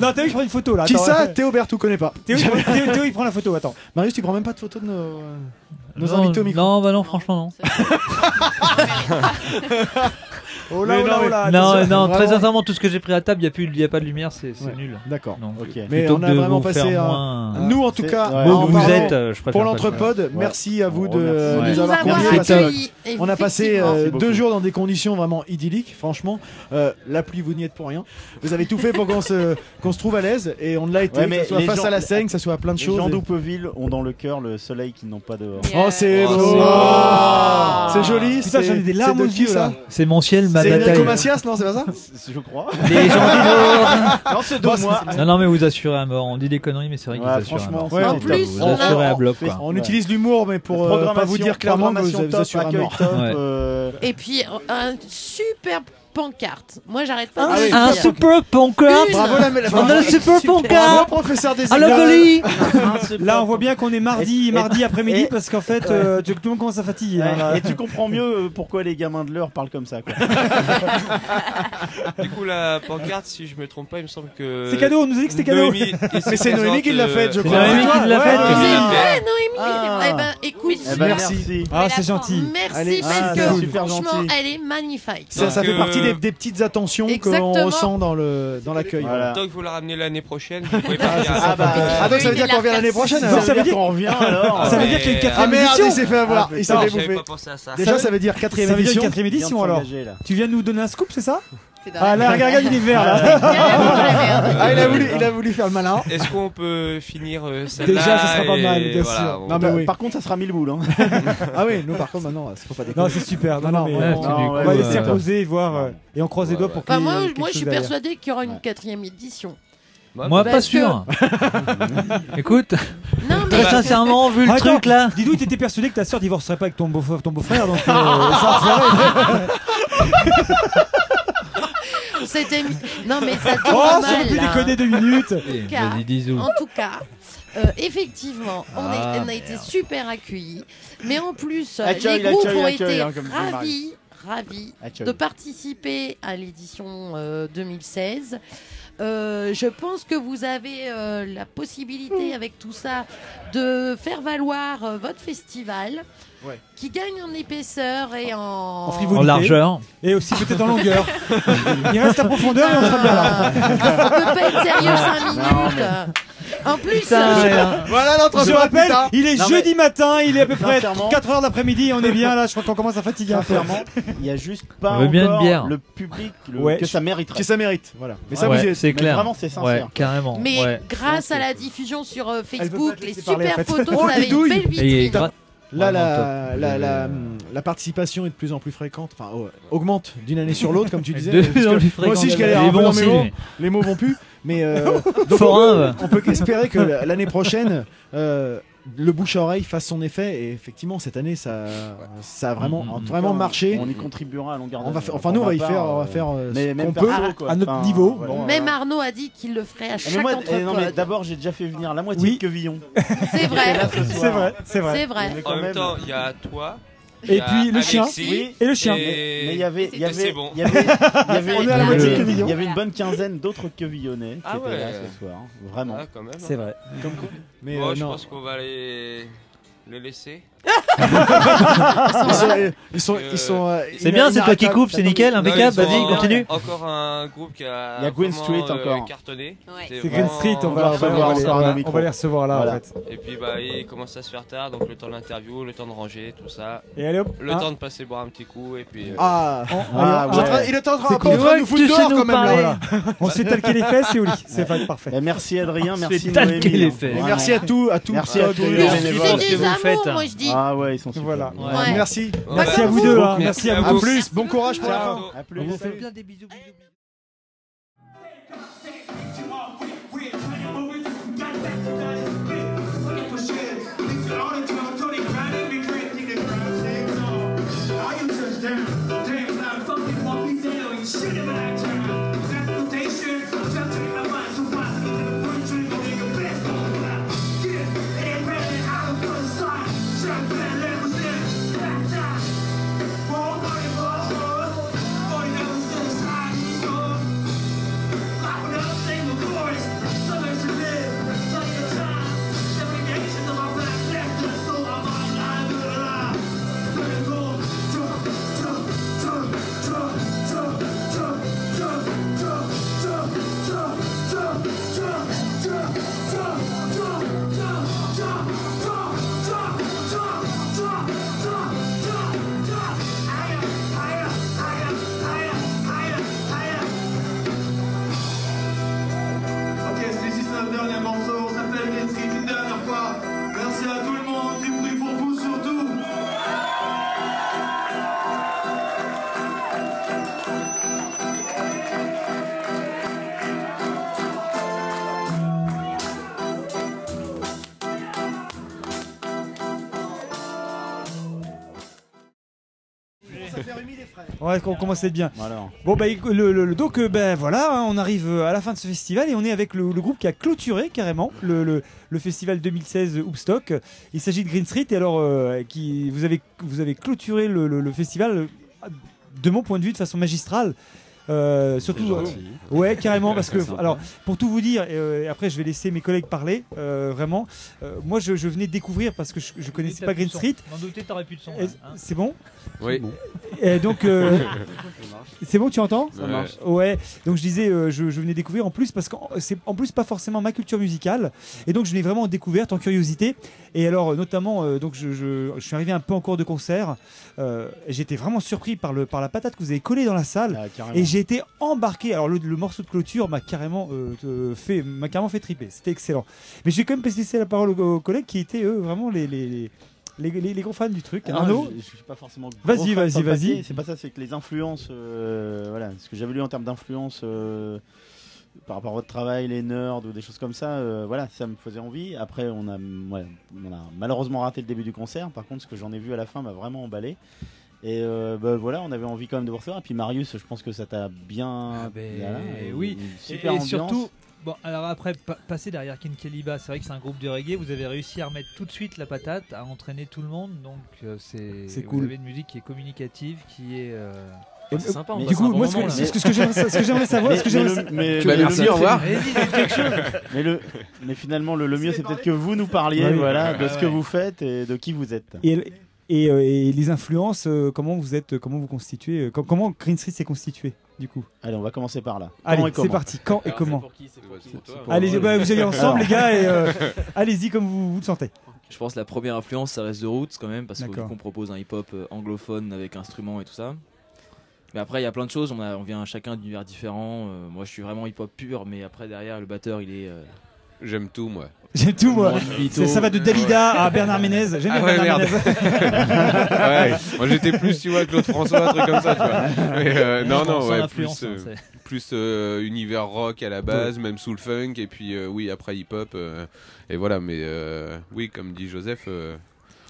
[SPEAKER 2] non, Théo, il prend une photo
[SPEAKER 16] là,
[SPEAKER 2] Qui
[SPEAKER 16] attends,
[SPEAKER 2] ça
[SPEAKER 16] attends.
[SPEAKER 2] Théo Berthoud, connaît pas.
[SPEAKER 16] Théo, il prend- Théo- Théo,
[SPEAKER 2] il prend la photo, attends. Marius, tu prends même pas de photo de nos, euh, nos
[SPEAKER 16] Non,
[SPEAKER 2] invités au micro.
[SPEAKER 16] Non, bah non, franchement non.
[SPEAKER 2] Oh là, oh là, oh là,
[SPEAKER 16] non,
[SPEAKER 2] attention.
[SPEAKER 16] non, très
[SPEAKER 2] Vraiment.
[SPEAKER 16] sincèrement, tout ce que j'ai pris à table, il n'y a, pas de lumière, c'est c'est nul. euh,
[SPEAKER 2] D'accord. Mais
[SPEAKER 16] Plutôt
[SPEAKER 2] on
[SPEAKER 16] que
[SPEAKER 2] a
[SPEAKER 16] de
[SPEAKER 2] vraiment
[SPEAKER 16] vous
[SPEAKER 2] passé.
[SPEAKER 16] faire
[SPEAKER 2] un-
[SPEAKER 16] moins-
[SPEAKER 13] euh,
[SPEAKER 2] Nous, en tout
[SPEAKER 16] C'est-
[SPEAKER 2] cas,
[SPEAKER 16] ouais.
[SPEAKER 2] en
[SPEAKER 16] Bon, vous
[SPEAKER 2] parlant
[SPEAKER 16] êtes, euh, je préfère
[SPEAKER 2] pour
[SPEAKER 16] pas-
[SPEAKER 2] l'entrepode,
[SPEAKER 16] Ouais.
[SPEAKER 2] merci à vous
[SPEAKER 16] On
[SPEAKER 2] de euh,
[SPEAKER 16] remercie.
[SPEAKER 2] nous
[SPEAKER 16] Ouais.
[SPEAKER 2] avoir
[SPEAKER 16] Nous avoir
[SPEAKER 2] conviés. parce que
[SPEAKER 16] accueillis,
[SPEAKER 2] On a passé euh,
[SPEAKER 16] effectivement.
[SPEAKER 2] deux jours dans des conditions vraiment idylliques, franchement. Euh, la pluie, vous n'y êtes pour rien. Vous avez tout fait pour qu'on se, qu'on se trouve à l'aise et on l'a été,
[SPEAKER 17] Ouais,
[SPEAKER 2] que ça soit
[SPEAKER 17] les
[SPEAKER 2] face
[SPEAKER 17] gens-
[SPEAKER 2] à la Seine, que ça soit à plein de
[SPEAKER 17] les
[SPEAKER 2] choses.
[SPEAKER 17] gens
[SPEAKER 2] et-
[SPEAKER 17] d'Oupeville ont dans le cœur le soleil qu'ils n'ont pas dehors.
[SPEAKER 2] Oh, c'est
[SPEAKER 17] Oh,
[SPEAKER 2] beau. Oh.
[SPEAKER 17] c'est-
[SPEAKER 2] C'est joli.
[SPEAKER 17] Putain,
[SPEAKER 2] c'est-
[SPEAKER 17] j'en ai des larmes
[SPEAKER 2] c'est de
[SPEAKER 17] aux
[SPEAKER 2] qui,
[SPEAKER 17] yeux,
[SPEAKER 2] ça
[SPEAKER 17] là.
[SPEAKER 16] C'est mon ciel, ma
[SPEAKER 2] C'est
[SPEAKER 16] bataille.
[SPEAKER 2] Enrico Macias, non, c'est pas ça Bah,
[SPEAKER 17] Je crois.
[SPEAKER 16] Les gens du
[SPEAKER 17] Non, c'est de moi.
[SPEAKER 16] Non, non, mais vous assurez à mort. On dit des conneries, mais c'est vrai qu'ils
[SPEAKER 17] Ouais,
[SPEAKER 16] assurent à
[SPEAKER 17] franchement,
[SPEAKER 16] mort.
[SPEAKER 17] ouais, En plus,
[SPEAKER 16] vous
[SPEAKER 17] on a-
[SPEAKER 16] assurez à bloc.
[SPEAKER 17] on-
[SPEAKER 16] Quoi.
[SPEAKER 2] On utilise l'humour, mais pour euh, pas vous dire clairement que vous
[SPEAKER 17] Programmation
[SPEAKER 2] avez
[SPEAKER 17] top,
[SPEAKER 2] assuré à
[SPEAKER 17] accueil
[SPEAKER 2] mort.
[SPEAKER 17] top,
[SPEAKER 16] Ouais.
[SPEAKER 17] euh,
[SPEAKER 1] Et puis un- un superbe pancarte. Moi, j'arrête pas. de
[SPEAKER 2] Ah
[SPEAKER 1] le
[SPEAKER 16] Un
[SPEAKER 1] dire.
[SPEAKER 16] super pancarte
[SPEAKER 1] Une. Bravo, la-
[SPEAKER 16] On a
[SPEAKER 1] bravo.
[SPEAKER 16] un super
[SPEAKER 1] Bravo,
[SPEAKER 16] pancarte
[SPEAKER 2] professeur des
[SPEAKER 16] Alors,
[SPEAKER 2] écoles.
[SPEAKER 16] Colli
[SPEAKER 17] Là,
[SPEAKER 16] on voit bien qu'on est
[SPEAKER 17] mardi, Et- mardi et- après-midi, et- parce qu'en fait, Ouais. euh,
[SPEAKER 16] tout le monde commence à fatiguer.
[SPEAKER 17] ouais, Et tu comprends mieux euh, pourquoi les gamins de l'heure parlent comme ça. quoi.
[SPEAKER 4] Du coup, la pancarte, si je me trompe pas, il me semble que.
[SPEAKER 17] C'est cadeau, on nous a dit que c'était
[SPEAKER 4] Noémie
[SPEAKER 17] cadeau.
[SPEAKER 4] est
[SPEAKER 17] Mais c'est
[SPEAKER 4] présente,
[SPEAKER 17] Noémie qui l'a
[SPEAKER 4] euh,
[SPEAKER 17] faite, je
[SPEAKER 4] c'est
[SPEAKER 17] crois.
[SPEAKER 4] Noémie
[SPEAKER 17] C'est
[SPEAKER 4] qui l'a
[SPEAKER 17] toi
[SPEAKER 4] faite.
[SPEAKER 17] Ouais,
[SPEAKER 4] Noémie.
[SPEAKER 17] Noémie.
[SPEAKER 1] Ouais, Noémie,
[SPEAKER 17] Ah.
[SPEAKER 1] eh ben, écoute,
[SPEAKER 17] Eh ben, merci.
[SPEAKER 16] Ah, c'est gentil.
[SPEAKER 1] Merci
[SPEAKER 2] Allez,
[SPEAKER 1] parce
[SPEAKER 2] ah,
[SPEAKER 1] que
[SPEAKER 2] c'est super
[SPEAKER 1] franchement,
[SPEAKER 2] gentil.
[SPEAKER 1] elle est magnifique.
[SPEAKER 2] Ça, ça
[SPEAKER 4] Donc,
[SPEAKER 2] fait partie des,
[SPEAKER 4] euh,
[SPEAKER 2] des petites attentions
[SPEAKER 1] Exactement.
[SPEAKER 2] qu'on ressent dans le dans l'accueil.
[SPEAKER 16] Ah
[SPEAKER 2] voilà.
[SPEAKER 16] bah,
[SPEAKER 4] Tant que vous la ramenez l'année prochaine, vous pouvez partir.
[SPEAKER 2] Ah, bah,
[SPEAKER 16] euh,
[SPEAKER 2] ah, donc ça veut dire qu'on revient l'année prochaine. alors.
[SPEAKER 4] Ah, mais-
[SPEAKER 2] Ah merde, il s'est fait
[SPEAKER 16] Ah,
[SPEAKER 2] avoir.
[SPEAKER 16] putain,
[SPEAKER 2] Il s'est fait
[SPEAKER 16] j'avais
[SPEAKER 2] bouffer.
[SPEAKER 16] pas pensé à ça.
[SPEAKER 2] Déjà, ça veut dire quatrième
[SPEAKER 16] Ça veut dire
[SPEAKER 2] édition.
[SPEAKER 16] quatrième édition,
[SPEAKER 2] Vient de
[SPEAKER 16] alors.
[SPEAKER 2] s'engager, là.
[SPEAKER 16] Tu viens de nous donner un scoop, c'est ça
[SPEAKER 1] dans
[SPEAKER 16] Ah
[SPEAKER 2] la
[SPEAKER 16] là,
[SPEAKER 2] merde.
[SPEAKER 16] regarde, regarde, il est vert là.
[SPEAKER 2] Ah, il a voulu, il a voulu faire le malin.
[SPEAKER 4] Est-ce qu'on peut finir euh, celle-là
[SPEAKER 2] Déjà, ça sera pas
[SPEAKER 4] et
[SPEAKER 2] mal, bien
[SPEAKER 4] voilà,
[SPEAKER 2] sûr.
[SPEAKER 4] on-
[SPEAKER 2] Non, mais oui.
[SPEAKER 17] Par contre, ça sera 1000 boules. hein.
[SPEAKER 2] Ah oui, nous par contre maintenant, faut pas déconner.
[SPEAKER 16] Non, c'est super. Non,
[SPEAKER 2] Non,
[SPEAKER 16] non, mais
[SPEAKER 2] non,
[SPEAKER 16] euh,
[SPEAKER 2] ouais, non,
[SPEAKER 16] on
[SPEAKER 2] ouais,
[SPEAKER 16] va
[SPEAKER 2] ouais,
[SPEAKER 16] laisser
[SPEAKER 2] ouais.
[SPEAKER 16] poser, voir. euh, Et on croise les doigts pour qu'il
[SPEAKER 1] Enfin,
[SPEAKER 16] y ait
[SPEAKER 1] moi,
[SPEAKER 16] quelque
[SPEAKER 1] moi, je suis
[SPEAKER 16] chose derrière.
[SPEAKER 1] persuadée qu'il y aura une quatrième édition.
[SPEAKER 16] Ah Moi, pas
[SPEAKER 1] Parce que-
[SPEAKER 16] sûr. Écoute,
[SPEAKER 1] Non, mais-
[SPEAKER 16] très sincèrement, vu le
[SPEAKER 1] Attends,
[SPEAKER 16] truc là. Didou, t'étais persuadé que ta soeur divorcerait pas avec ton beau-frère, ton beau-frère donc euh, ça
[SPEAKER 1] C'était. Non, mais ça tombe
[SPEAKER 16] Oh, ça
[SPEAKER 1] mal.
[SPEAKER 16] peut plus
[SPEAKER 1] là.
[SPEAKER 16] déconner deux minutes.
[SPEAKER 1] En tout cas, en tout cas, euh, effectivement, on, est-
[SPEAKER 16] Ah,
[SPEAKER 1] on a été super accueillis. Mais en plus, euh,
[SPEAKER 17] Accueil,
[SPEAKER 1] les groupes
[SPEAKER 17] accueil,
[SPEAKER 1] ont
[SPEAKER 17] accueil,
[SPEAKER 1] été
[SPEAKER 17] hein, comme dit
[SPEAKER 1] ravis,
[SPEAKER 17] Marie.
[SPEAKER 1] ravis
[SPEAKER 17] Accueil.
[SPEAKER 1] de participer à l'édition euh, 2016. Euh, je pense que vous avez euh, la
[SPEAKER 17] Mmh.
[SPEAKER 1] possibilité avec tout ça de faire valoir euh, votre festival
[SPEAKER 2] Ouais.
[SPEAKER 1] qui gagne en épaisseur et en,
[SPEAKER 13] En frivolité. En largeur.
[SPEAKER 1] Et aussi
[SPEAKER 16] peut-être en longueur. Il reste la profondeur et on sera bien là.
[SPEAKER 1] On peut pas être sérieux
[SPEAKER 16] Ah,
[SPEAKER 1] 5 minutes. En plus, euh,
[SPEAKER 16] voilà hein. Je rappelle, il est
[SPEAKER 17] Non, mais-
[SPEAKER 16] jeudi matin, il est à peu près
[SPEAKER 17] Sincèrement.
[SPEAKER 16] 4h l'après-midi et on est bien là, je crois qu'on commence à fatiguer un peu.
[SPEAKER 17] Sincèrement, il y a juste pas
[SPEAKER 16] On veut bien une
[SPEAKER 17] encore
[SPEAKER 16] bière.
[SPEAKER 17] le public le-
[SPEAKER 16] Ouais.
[SPEAKER 17] que ça mérite.
[SPEAKER 16] Que ça mérite,
[SPEAKER 17] voilà.
[SPEAKER 16] Mais ça, Ouais, vous y êtes.
[SPEAKER 17] mais
[SPEAKER 16] c'est clair.
[SPEAKER 17] Vraiment, c'est sincère.
[SPEAKER 16] Ouais, carrément.
[SPEAKER 1] mais
[SPEAKER 16] Ouais.
[SPEAKER 1] grâce à la diffusion sur euh, Facebook, les super
[SPEAKER 17] parler, en fait.
[SPEAKER 1] photos,
[SPEAKER 17] Oh,
[SPEAKER 1] vous avez une belle vitrine.
[SPEAKER 2] Là,
[SPEAKER 1] Vraiment
[SPEAKER 2] la,
[SPEAKER 1] top.
[SPEAKER 2] la,
[SPEAKER 1] Le-
[SPEAKER 2] la, la participation est de plus en plus fréquente, enfin, au- augmente d'une année sur l'autre, comme tu disais.
[SPEAKER 13] De
[SPEAKER 2] parce
[SPEAKER 13] plus en
[SPEAKER 2] que
[SPEAKER 13] plus
[SPEAKER 2] moi aussi, je
[SPEAKER 13] fréquente.
[SPEAKER 2] galère
[SPEAKER 13] Les
[SPEAKER 2] un peu
[SPEAKER 13] bons
[SPEAKER 2] dans mes
[SPEAKER 13] signes.
[SPEAKER 2] mots, les mots vont plus, mais euh, donc
[SPEAKER 13] Forain,
[SPEAKER 2] on, peut,
[SPEAKER 13] ouais.
[SPEAKER 2] on peut qu'espérer que la- l'année prochaine, euh, le bouche à oreille fasse son effet. Et effectivement, cette année, ça, ça a vraiment,
[SPEAKER 17] En tout cas,
[SPEAKER 2] vraiment
[SPEAKER 17] on-
[SPEAKER 2] marché.
[SPEAKER 17] On y contribuera à longueur
[SPEAKER 2] On va faire-
[SPEAKER 17] d'année.
[SPEAKER 2] enfin, nous, on
[SPEAKER 17] Pour
[SPEAKER 2] va
[SPEAKER 17] ma
[SPEAKER 2] y
[SPEAKER 17] part,
[SPEAKER 2] faire- on va
[SPEAKER 17] euh,
[SPEAKER 2] faire, euh,
[SPEAKER 17] mais
[SPEAKER 2] ce
[SPEAKER 17] même
[SPEAKER 2] qu'on peut,
[SPEAKER 17] perso, quoi.
[SPEAKER 2] à notre
[SPEAKER 17] Enfin,
[SPEAKER 2] niveau.
[SPEAKER 17] voilà.
[SPEAKER 2] Bon,
[SPEAKER 1] Même Arnaud a dit qu'il le ferait à
[SPEAKER 17] Mais
[SPEAKER 1] chaque
[SPEAKER 17] moi,
[SPEAKER 1] entre
[SPEAKER 17] eh non, mais
[SPEAKER 1] potes.
[SPEAKER 17] d'abord, j'ai déjà fait venir la moitié de Quevillon.
[SPEAKER 1] C'est vrai.
[SPEAKER 17] C'est vrai, c'est vrai.
[SPEAKER 1] C'est vrai.
[SPEAKER 17] Mais quand
[SPEAKER 4] En même
[SPEAKER 17] même.
[SPEAKER 4] temps, il y a toi.
[SPEAKER 17] Et
[SPEAKER 4] il y a
[SPEAKER 17] puis le
[SPEAKER 4] Alexis,
[SPEAKER 17] chien. Oui, et le chien.
[SPEAKER 4] Et...
[SPEAKER 17] Mais il y avait, il y
[SPEAKER 4] et
[SPEAKER 17] avait,
[SPEAKER 4] c'est bon.
[SPEAKER 17] il y avait, il y avait-
[SPEAKER 4] On est
[SPEAKER 17] il y
[SPEAKER 4] à la moitié
[SPEAKER 17] avait-
[SPEAKER 4] de Quevillon.
[SPEAKER 17] il y avait une bonne quinzaine d'autres Quevillonnais qui
[SPEAKER 4] Ah
[SPEAKER 17] étaient
[SPEAKER 4] ouais.
[SPEAKER 17] là ce soir, hein. vraiment.
[SPEAKER 4] Ah, quand même, hein.
[SPEAKER 17] Comme quoi.
[SPEAKER 2] Mais,
[SPEAKER 4] Moi,
[SPEAKER 2] euh,
[SPEAKER 4] je
[SPEAKER 2] non.
[SPEAKER 4] pense qu'on va les le laisser.
[SPEAKER 2] Ils sont- ils sont- ils sont, euh, C'est bien, c'est toi qui coupes, c'est nickel,
[SPEAKER 4] Non,
[SPEAKER 2] impeccable,
[SPEAKER 4] ils sont
[SPEAKER 2] vas-y,
[SPEAKER 4] encore-
[SPEAKER 2] continue.
[SPEAKER 4] Encore un groupe qui a.
[SPEAKER 17] Il y a Gwen
[SPEAKER 4] vraiment,
[SPEAKER 17] Street
[SPEAKER 4] euh,
[SPEAKER 17] encore.
[SPEAKER 4] Cartonné.
[SPEAKER 16] C'est Gwen Street, on va- on va- on va les- on va- on va les recevoir là, en fait.
[SPEAKER 4] Et puis bah il commence à se faire tard, donc le temps de l'interview, le temps de ranger, tout ça.
[SPEAKER 16] Et allez, hop,
[SPEAKER 4] Le
[SPEAKER 16] hein.
[SPEAKER 4] temps de passer boire un petit coup et puis. euh,
[SPEAKER 2] Ah,
[SPEAKER 4] on-
[SPEAKER 2] ah,
[SPEAKER 4] on-
[SPEAKER 2] ouais.
[SPEAKER 4] on tra-
[SPEAKER 2] il est en train,
[SPEAKER 16] C'est
[SPEAKER 2] un peu en
[SPEAKER 16] cool.
[SPEAKER 2] train de nous foutre
[SPEAKER 16] Que
[SPEAKER 2] dehors
[SPEAKER 16] chez nous
[SPEAKER 2] quand même.
[SPEAKER 16] parler.
[SPEAKER 2] là, voilà.
[SPEAKER 16] On se fait talquer les fesses et au lit. C'est pas parfait.
[SPEAKER 17] Bah, merci Adrien,
[SPEAKER 16] On se
[SPEAKER 17] merci
[SPEAKER 16] fait talquer les
[SPEAKER 17] Noémie, hein.
[SPEAKER 16] fesses.
[SPEAKER 17] Vraiment.
[SPEAKER 2] Merci à tout, à tout.
[SPEAKER 17] Merci
[SPEAKER 2] à
[SPEAKER 17] à
[SPEAKER 2] tous
[SPEAKER 17] tous
[SPEAKER 2] les
[SPEAKER 17] les
[SPEAKER 2] gens bénévoles.
[SPEAKER 17] bénévoles.
[SPEAKER 2] C'est des amours, moi, je dis.
[SPEAKER 17] Ah ouais, ils sont super.
[SPEAKER 2] Voilà.
[SPEAKER 17] Ouais.
[SPEAKER 2] Merci.
[SPEAKER 17] Ouais.
[SPEAKER 2] Merci à vous deux. hein. Merci à vous.
[SPEAKER 17] Merci à
[SPEAKER 2] À plus.
[SPEAKER 17] vous.
[SPEAKER 2] Bon courage pour la
[SPEAKER 17] Ciao.
[SPEAKER 2] fin.
[SPEAKER 17] À plus.
[SPEAKER 2] On vous fait-
[SPEAKER 13] Plein des bisous, bisous.
[SPEAKER 12] Oh, Ok, celui-ci c'est notre dernier morceau, on s'appelle Get Street une dernière fois. Merci à tout le monde, du bruit pour vous surtout.
[SPEAKER 16] Ouais, qu'on commence à être bien.
[SPEAKER 17] Voilà.
[SPEAKER 16] Bon, bah, écou- le, le- le- donc, euh, ben voilà, hein, on arrive euh, à la fin de ce festival et on est avec le, le groupe qui a clôturé carrément le, le- le festival 2016 Hoopstock. Il s'agit de Green Street et alors, euh, qui, vous, avez, vous avez clôturé le, le- le festival, euh, de mon point de vue, de façon magistrale. Euh, surtout,
[SPEAKER 2] gentil.
[SPEAKER 16] ouais, carrément, parce que
[SPEAKER 2] Sympa.
[SPEAKER 16] alors pour tout vous dire, et, euh, et après je vais laisser mes collègues parler. euh, vraiment, euh, moi je, je venais de découvrir parce que je, je connaissais pas Green Street.
[SPEAKER 13] M'en doutais, t'aurais pu le son. hein,
[SPEAKER 16] Et- C'est bon
[SPEAKER 13] Oui.
[SPEAKER 16] C'est bon. Et donc, euh, c'est bon, tu entends
[SPEAKER 13] Ça marche.
[SPEAKER 16] Ouais. Donc je disais, euh, je, je venais découvrir en plus parce que c'est en plus pas forcément ma culture musicale, et donc je l'ai vraiment découverte en curiosité. Et alors euh, notamment, euh, donc je, je- je suis arrivé un peu en cours de concert, euh, et j'étais vraiment surpris par le par la patate que vous avez collée dans la salle,
[SPEAKER 17] Ah,
[SPEAKER 16] et j'ai été embarqué. Alors le, le morceau de clôture m'a carrément euh, euh, fait m'a carrément fait triper. C'était excellent. Mais je vais quand même laisser la parole aux, aux collègues qui étaient eux vraiment les les, les, les- les- les gros fans du truc.
[SPEAKER 17] Ah,
[SPEAKER 16] Arnaud,
[SPEAKER 17] je, je suis pas forcément. gros fan
[SPEAKER 16] Vas-y,
[SPEAKER 17] sur
[SPEAKER 16] vas-y,
[SPEAKER 17] le papier,
[SPEAKER 16] vas-y.
[SPEAKER 17] C'est pas ça, c'est que les influences, euh, voilà, ce que j'avais lu en termes d'influence euh, par rapport à votre travail, les nerds ou des choses comme ça, euh, voilà, ça me faisait envie. Après, on a, ouais, on a malheureusement raté le début du concert. Par contre, ce que j'en ai vu à la fin m'a vraiment emballé. Et euh, bah, voilà, on avait envie quand même de voir ça. Et puis Marius, je pense que ça t'a bien. voilà,
[SPEAKER 13] Et
[SPEAKER 17] une
[SPEAKER 13] Ah, ben, oui, et,
[SPEAKER 17] super
[SPEAKER 13] et
[SPEAKER 17] ambiance.
[SPEAKER 13] surtout, bon, alors après, pa- passer derrière Ken Keliba, c'est vrai que c'est un groupe de reggae, vous avez réussi à remettre tout de suite la patate, à entraîner tout le monde, donc euh, c'est
[SPEAKER 16] C'est
[SPEAKER 13] vous
[SPEAKER 16] cool.
[SPEAKER 13] avez une musique qui est communicative, qui est. euh,
[SPEAKER 16] Et,
[SPEAKER 13] c'est sympa, on
[SPEAKER 16] du
[SPEAKER 13] passe
[SPEAKER 16] coup,
[SPEAKER 13] un bon
[SPEAKER 16] moi, ce
[SPEAKER 13] moment,
[SPEAKER 16] que-
[SPEAKER 13] là.
[SPEAKER 16] ce que- ce que j'aimerais ce que j'aimerais savoir,
[SPEAKER 17] Mais-
[SPEAKER 16] ce que j'aimerais
[SPEAKER 17] mais
[SPEAKER 16] sa-
[SPEAKER 17] le- mais-
[SPEAKER 16] Tu
[SPEAKER 17] mais
[SPEAKER 16] vas
[SPEAKER 17] le-
[SPEAKER 16] merci,
[SPEAKER 17] mais-
[SPEAKER 16] au revoir.
[SPEAKER 17] mais- Mais le, mais finalement, le, le mieux, c'est peut-être que vous nous parliez,
[SPEAKER 16] Ouais, oui.
[SPEAKER 17] voilà, de
[SPEAKER 16] Ouais,
[SPEAKER 17] ce
[SPEAKER 16] ouais.
[SPEAKER 17] que vous faites et de qui vous êtes.
[SPEAKER 16] Et, et, euh, et les influences, euh, comment vous êtes, comment vous constituez, euh, com- comment Green Street s'est constitué du coup
[SPEAKER 17] Allez, on va commencer par là. Quand
[SPEAKER 16] Allez,
[SPEAKER 17] et comment
[SPEAKER 16] c'est parti. Quand et
[SPEAKER 17] Alors,
[SPEAKER 16] comment
[SPEAKER 17] c'est pour qui, c'est pour qui, c'est pour toi,
[SPEAKER 16] Allez,
[SPEAKER 17] hein.
[SPEAKER 16] bah, vous allez
[SPEAKER 17] Alors.
[SPEAKER 16] ensemble les gars et euh, allez-y comme vous, vous le sentez.
[SPEAKER 2] Je pense que la première influence, ça reste The Roots quand même, parce
[SPEAKER 16] D'accord.
[SPEAKER 2] qu'on propose un hip-hop euh, anglophone avec instruments et tout ça. Mais après, il y a plein de choses, on, a- on vient chacun d'univers différents. Euh, moi, je suis vraiment hip-hop pur, mais après, derrière, le batteur, il est. euh,
[SPEAKER 7] J'aime tout, moi.
[SPEAKER 16] J'aime tout moi. Ça, ça va de Dalida à Bernard Ménez. J'aime bien
[SPEAKER 7] Ah ouais,
[SPEAKER 16] Bernard
[SPEAKER 7] merde.
[SPEAKER 16] Ménez.
[SPEAKER 7] Ouais, moi j'étais plus, tu vois, Claude François, un truc comme ça, tu vois. Mais, euh, non, non, ouais, plus, euh,
[SPEAKER 16] hein,
[SPEAKER 7] plus euh, univers rock à la base, même soul funk, et puis euh, oui, après hip hop. euh, et voilà, mais euh, oui, comme dit Joseph. euh,